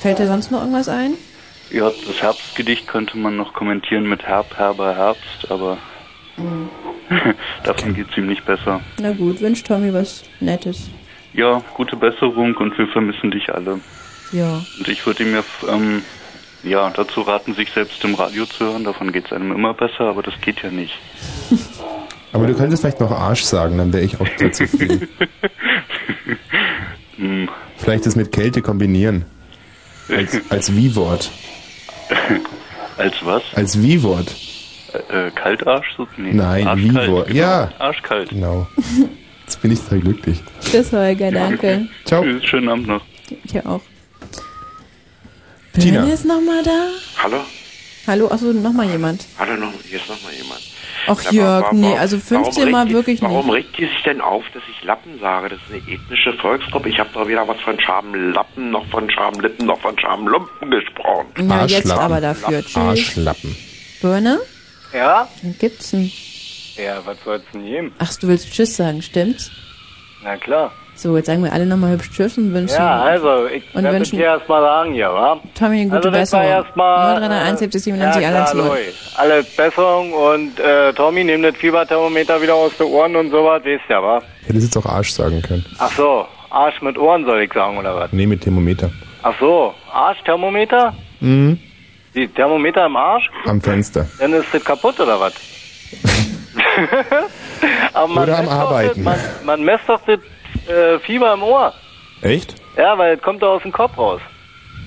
[SPEAKER 6] Fällt dir sonst noch irgendwas ein?
[SPEAKER 27] Ja, das Herbstgedicht könnte man noch kommentieren mit Herb, Herber, Herbst, aber
[SPEAKER 6] Hm.
[SPEAKER 27] davon geht's ihm nicht besser.
[SPEAKER 6] Na gut, wünscht Tommy was Nettes.
[SPEAKER 27] Ja, gute Besserung und wir vermissen dich alle.
[SPEAKER 6] Ja.
[SPEAKER 27] Und ich würde ihm ja, f- ähm, ja, dazu raten, sich selbst im Radio zu hören. Davon geht's einem immer besser, aber das geht ja nicht.
[SPEAKER 1] Aber du könntest vielleicht noch Arsch sagen, dann wäre ich auch sehr zufrieden.
[SPEAKER 27] Hm.
[SPEAKER 1] vielleicht das mit Kälte kombinieren. Als, als Wie-Wort.
[SPEAKER 27] Als was?
[SPEAKER 1] Als Wie-Wort.
[SPEAKER 27] Äh, Kaltarsch? so- Nee,
[SPEAKER 1] Nein,
[SPEAKER 27] Arschkalt.
[SPEAKER 1] Wie-Wort.
[SPEAKER 27] Genau,
[SPEAKER 1] Ja.
[SPEAKER 27] Arschkalt.
[SPEAKER 1] Genau. Jetzt bin ich sehr glücklich.
[SPEAKER 6] Tschüss, Holger, danke.
[SPEAKER 1] Ciao.
[SPEAKER 27] Tschüss, schönen Abend noch.
[SPEAKER 6] Ich ja auch.
[SPEAKER 1] Tina.
[SPEAKER 6] Wer ist nochmal da?
[SPEAKER 14] Hallo?
[SPEAKER 6] Hallo, achso, nochmal jemand.
[SPEAKER 14] Hallo, noch, hier ist nochmal jemand.
[SPEAKER 6] Ach,
[SPEAKER 14] Sag mal,
[SPEAKER 6] Jörg,
[SPEAKER 14] warum-
[SPEAKER 6] nee, also
[SPEAKER 14] warum
[SPEAKER 6] 15 Mal
[SPEAKER 14] regt die-
[SPEAKER 6] wirklich
[SPEAKER 14] Warum
[SPEAKER 6] nicht.
[SPEAKER 14] regt die sich denn auf, dass ich Lappen sage? Das ist eine ethnische Volksgruppe. Ich habe doch weder was von Schamlappen, noch von Schamlippen, noch von Schamlumpen gesprochen.
[SPEAKER 6] Na, jetzt Arschlappen. aber dafür. Tschüss.
[SPEAKER 1] Arschlappen.
[SPEAKER 6] Birne?
[SPEAKER 18] Ja?
[SPEAKER 6] Wen ne? gibt's denn?
[SPEAKER 18] Ja, was soll's denn geben?
[SPEAKER 6] Ach, du willst Tschüss sagen, stimmt's?
[SPEAKER 18] Na klar.
[SPEAKER 6] So, jetzt sagen wir alle nochmal hübsch Tschüss und wünschen.
[SPEAKER 18] Ja, also, ich
[SPEAKER 6] Und
[SPEAKER 18] werde
[SPEAKER 6] wünschen-
[SPEAKER 18] dir erstmal sagen hier, wa?
[SPEAKER 6] Tommy, eine gute
[SPEAKER 18] also, das war
[SPEAKER 6] Besserung.
[SPEAKER 18] erstmal. äh,
[SPEAKER 6] 931
[SPEAKER 18] ja, klar,
[SPEAKER 6] 91
[SPEAKER 18] Leute. Alles Besserung und äh, Tommy, nimm das Fieberthermometer wieder aus den Ohren und sowas, weißt ja, wa?
[SPEAKER 1] Hätte es jetzt auch Arsch sagen können.
[SPEAKER 18] Ach so, Arsch mit Ohren soll ich sagen, oder was?
[SPEAKER 1] Nee, mit Thermometer.
[SPEAKER 18] Ach so, Arschthermometer?
[SPEAKER 1] Mhm.
[SPEAKER 18] Die Thermometer im Arsch?
[SPEAKER 1] Am Fenster.
[SPEAKER 18] Dann ist das kaputt, oder was? Aber man
[SPEAKER 1] Oder am
[SPEAKER 18] messt doch
[SPEAKER 1] Arbeiten.
[SPEAKER 18] Das, man, man messt doch das äh, Fieber im Ohr.
[SPEAKER 1] Echt?
[SPEAKER 18] Ja, weil es kommt doch aus dem Kopf raus.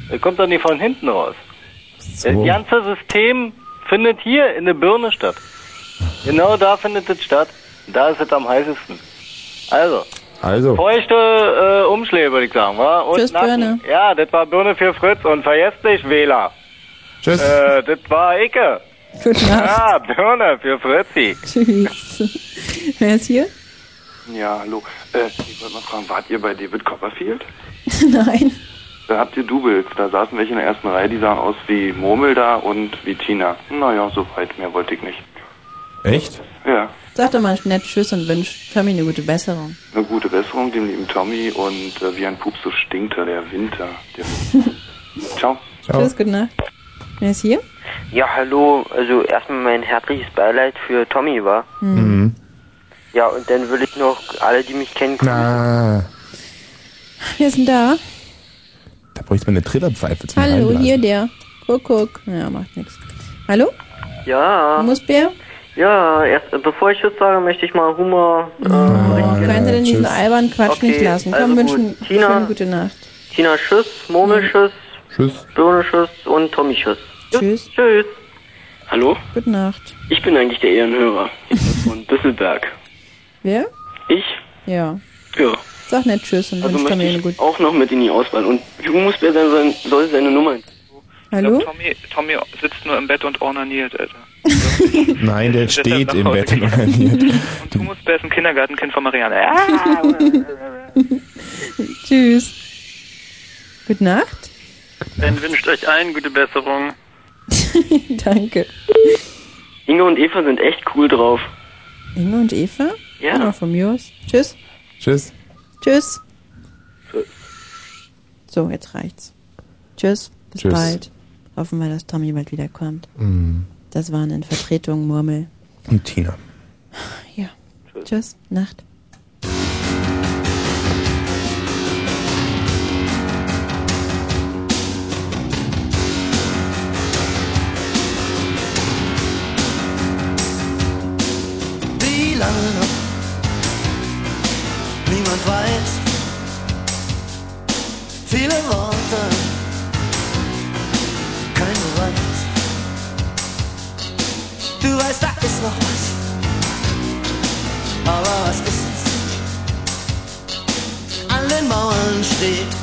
[SPEAKER 18] Es kommt doch nicht von hinten raus. Das ganze System findet hier in der Birne statt. Genau da findet es statt. Da ist es am heißesten. Also,
[SPEAKER 1] Also,
[SPEAKER 18] feuchte äh, Umschläge, würde ich sagen. Wa? Und
[SPEAKER 1] Tschüss,
[SPEAKER 18] Nacken.
[SPEAKER 1] Birne.
[SPEAKER 18] Ja, das war Birne für Fritz. Und vergesst nicht, Wähler.
[SPEAKER 1] Tschüss.
[SPEAKER 18] Äh, das war Icke.
[SPEAKER 6] Gute Nacht.
[SPEAKER 18] Ja, Birne für Fritzi.
[SPEAKER 6] Tschüss. Wer ist hier?
[SPEAKER 3] Ja, hallo. Äh, ich wollte mal fragen, wart ihr bei David Copperfield?
[SPEAKER 6] Nein.
[SPEAKER 3] Da habt ihr Doubles. Da saßen welche in der ersten Reihe, die sahen aus wie Murmel da und wie Tina. Naja, so weit mehr wollte ich nicht.
[SPEAKER 1] Echt?
[SPEAKER 3] Ja,
[SPEAKER 6] Sag doch mal nett Tschüss und wünsch Tommy eine gute Besserung.
[SPEAKER 3] eine gute Besserung dem lieben Tommy und äh, wie ein Pups so stinkt er, der Winter. Der Ciao.
[SPEAKER 6] Tschüss, gute Nacht. Wer ist hier?
[SPEAKER 16] Ja, hallo. Also erstmal mein herzliches Beileid für Tommy, war.
[SPEAKER 6] Hm.
[SPEAKER 1] Mhm.
[SPEAKER 16] Ja, und dann will ich noch alle, die mich kennen,
[SPEAKER 1] Na,
[SPEAKER 6] Wer ist denn da?
[SPEAKER 1] da bräuchte man eine Trillerpfeife zum
[SPEAKER 6] Hallo,
[SPEAKER 1] Reinblasen.
[SPEAKER 6] hier der. Kuckuck. Ja, macht nichts. Hallo?
[SPEAKER 16] Ja.
[SPEAKER 6] Moosbär?
[SPEAKER 16] Ja, erst, äh, bevor ich Tschüss sage, möchte ich mal Humor. Äh, richten.
[SPEAKER 6] Können Sie denn diesen albernen Quatsch
[SPEAKER 16] Okay,
[SPEAKER 6] nicht lassen? Komm,
[SPEAKER 16] also
[SPEAKER 6] wünschen
[SPEAKER 16] gut. Tina.
[SPEAKER 6] schöne gute Nacht.
[SPEAKER 16] Tina Schiss, Murmel
[SPEAKER 6] Mhm.
[SPEAKER 16] Schiss,
[SPEAKER 1] Tschüss.
[SPEAKER 16] Birne Schiss und Tommy Schiss.
[SPEAKER 6] Tschüss.
[SPEAKER 16] Tschüss.
[SPEAKER 21] Hallo?
[SPEAKER 6] Gute Nacht.
[SPEAKER 21] Ich bin eigentlich der Ehrenhörer. Ich bin von Düsselberg.
[SPEAKER 6] Wer?
[SPEAKER 21] Ich?
[SPEAKER 6] Ja.
[SPEAKER 21] Ja.
[SPEAKER 6] Sag nett Tschüss und
[SPEAKER 21] Also
[SPEAKER 6] wünsch
[SPEAKER 21] möchte
[SPEAKER 6] Tommy eine gute...
[SPEAKER 21] ich auch noch mit in die Auswahl. Und Humusbär sein, sein, soll seine Nummer.
[SPEAKER 6] Hallo?
[SPEAKER 24] Tommy, Tommy sitzt nur im Bett und ornaniert, Alter.
[SPEAKER 1] Nein, der steht im Bett und ordiniert.
[SPEAKER 24] Humusbär ist ein Kindergartenkind von Marianne.
[SPEAKER 6] Tschüss. Gute Nacht.
[SPEAKER 26] Dann wünscht euch allen gute Besserung.
[SPEAKER 6] Danke.
[SPEAKER 21] Inge und Eva sind echt cool drauf.
[SPEAKER 6] Inge und Eva?
[SPEAKER 21] Ja.
[SPEAKER 6] Genau, von mir aus. Tschüss.
[SPEAKER 1] Tschüss.
[SPEAKER 6] Tschüss. So, jetzt reicht's. Tschüss. Bis
[SPEAKER 1] Tschüss.
[SPEAKER 6] bald. Hoffen wir, dass Tommy bald wiederkommt.
[SPEAKER 1] Mhm.
[SPEAKER 6] Das waren in Vertretung Murmel.
[SPEAKER 1] Und Tina.
[SPEAKER 6] Ja. Tschüss. Nacht.
[SPEAKER 12] Wie lange noch? Niemand weiß. Viele Worte, kein Beweis. Du weißt, da ist noch was. Aber was ist es? An den Mauern steht.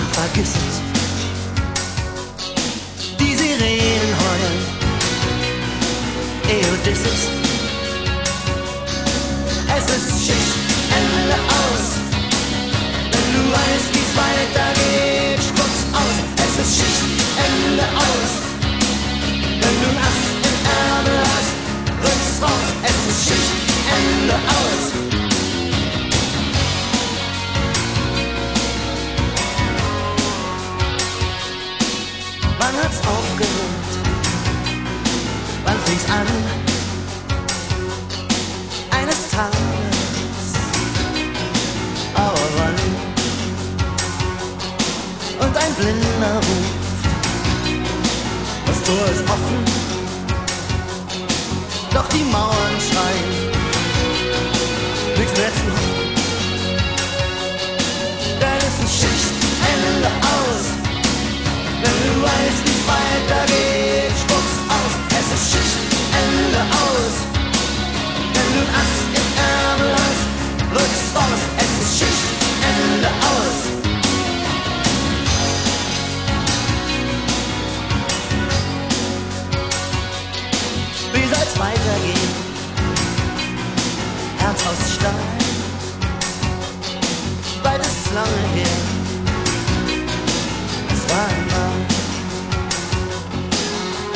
[SPEAKER 12] Ach, vergiss es. Die Sirenen heulen. Eodisses. Es ist Schicht, Ende aus. Wenn du weißt, wie's weitergeht, spuck's aus. Es ist Schicht, Ende aus. Wenn du Ass im Ärmel hast, rück's raus. Es ist Schicht, Ende aus. Wann hat's aufgehört? Wann fing's an? Eines Tages. Aber wann? Und ein blinder Ruf. Das Tor ist offen. Doch die Mauern schreien. Nix mehr zu. Dann ist ein Schichtende aus.
[SPEAKER 11] lange her. Es war mal.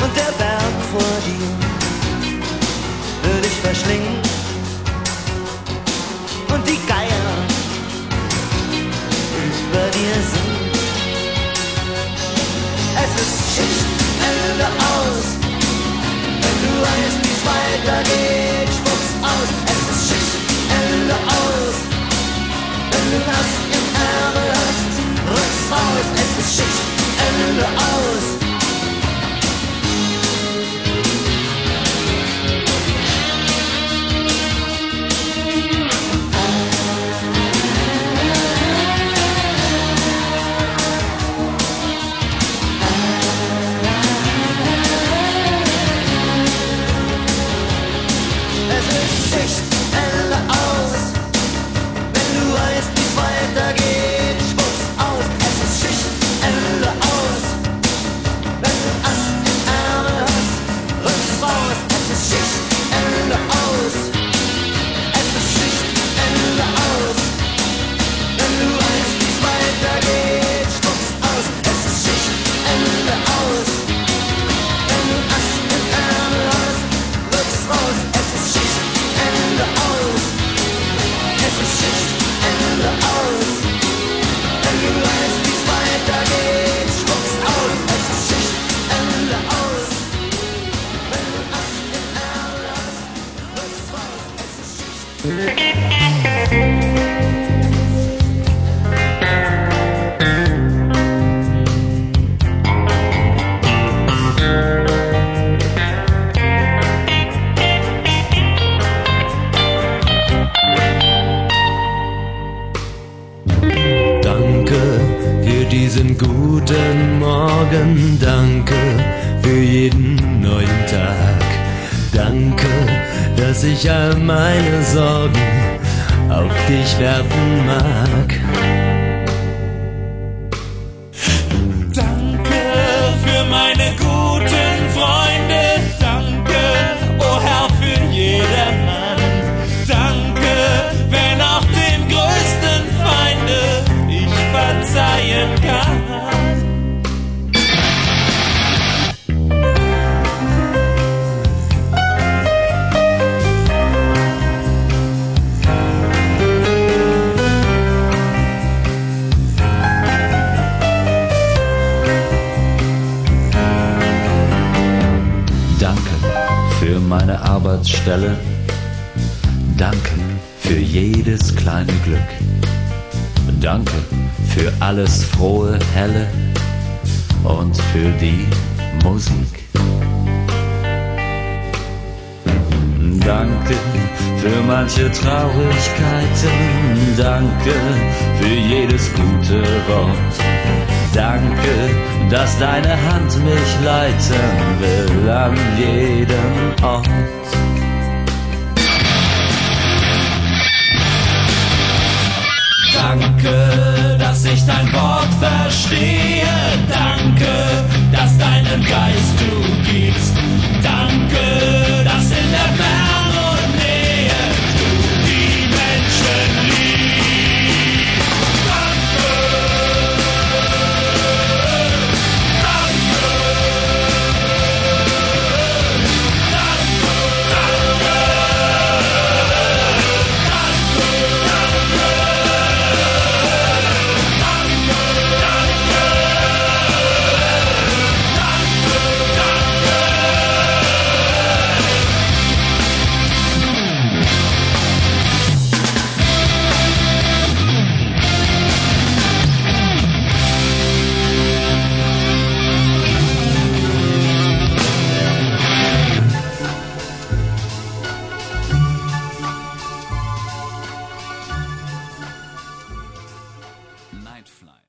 [SPEAKER 11] Und der Berg vor dir will dich verschlingen. Und die Geier über dir singen. Es ist Schichtende aus. Wenn du weißt, wie es weitergeht, spuck's aus. Es ist Schichtende aus. Wenn du Nass im Ärmel hast, rück's raus. Es ist Schichtende aus. Es ist Schichtende aus. Wenn du weißt, wie's weitergeht, spuck's aus. Es ist Schichtende aus. Wenn du Ast im Ärmel hast, rück's raus. Es ist Schichtende aus. Es ist Schichtende aus. Wenn du weißt, wie's weitergeht, spuck's aus. Es ist Schichtende aus. Wenn du Ast im Ärmel hast, rück's raus. Es ist Schichtende aus. Es ist Schichtende aus. Wenn du weißt, wie's weitergeht, spuck's aus. Es ist Schichtende aus. Wenn du Ast im Ärmel hast, rück's raus. Es ist
[SPEAKER 2] Danke für diesen guten Morgen, danke für jeden neuen Tag. Danke, dass ich all meine Sorgen auf dich werfen mag.
[SPEAKER 11] Danke für meine guten Freunde. Danke, o Herr, für jeden Mann. Danke, wenn auch dem größten Feinde ich verzeihen kann.
[SPEAKER 2] Danke für meine Arbeitsstelle. Danke für jedes kleine Glück. Danke für alles frohe Helle und für die Musik. Danke für manche Traurigkeiten. Danke für jedes gute Wort. Danke, dass deine Hand mich leiten will an jedem Ort.
[SPEAKER 11] Danke, dass ich dein Wort verstehe. Danke, dass deinen Geist du gibst. Danke, dass in der Ferne und Nähe du die Menschen liebst. Danke,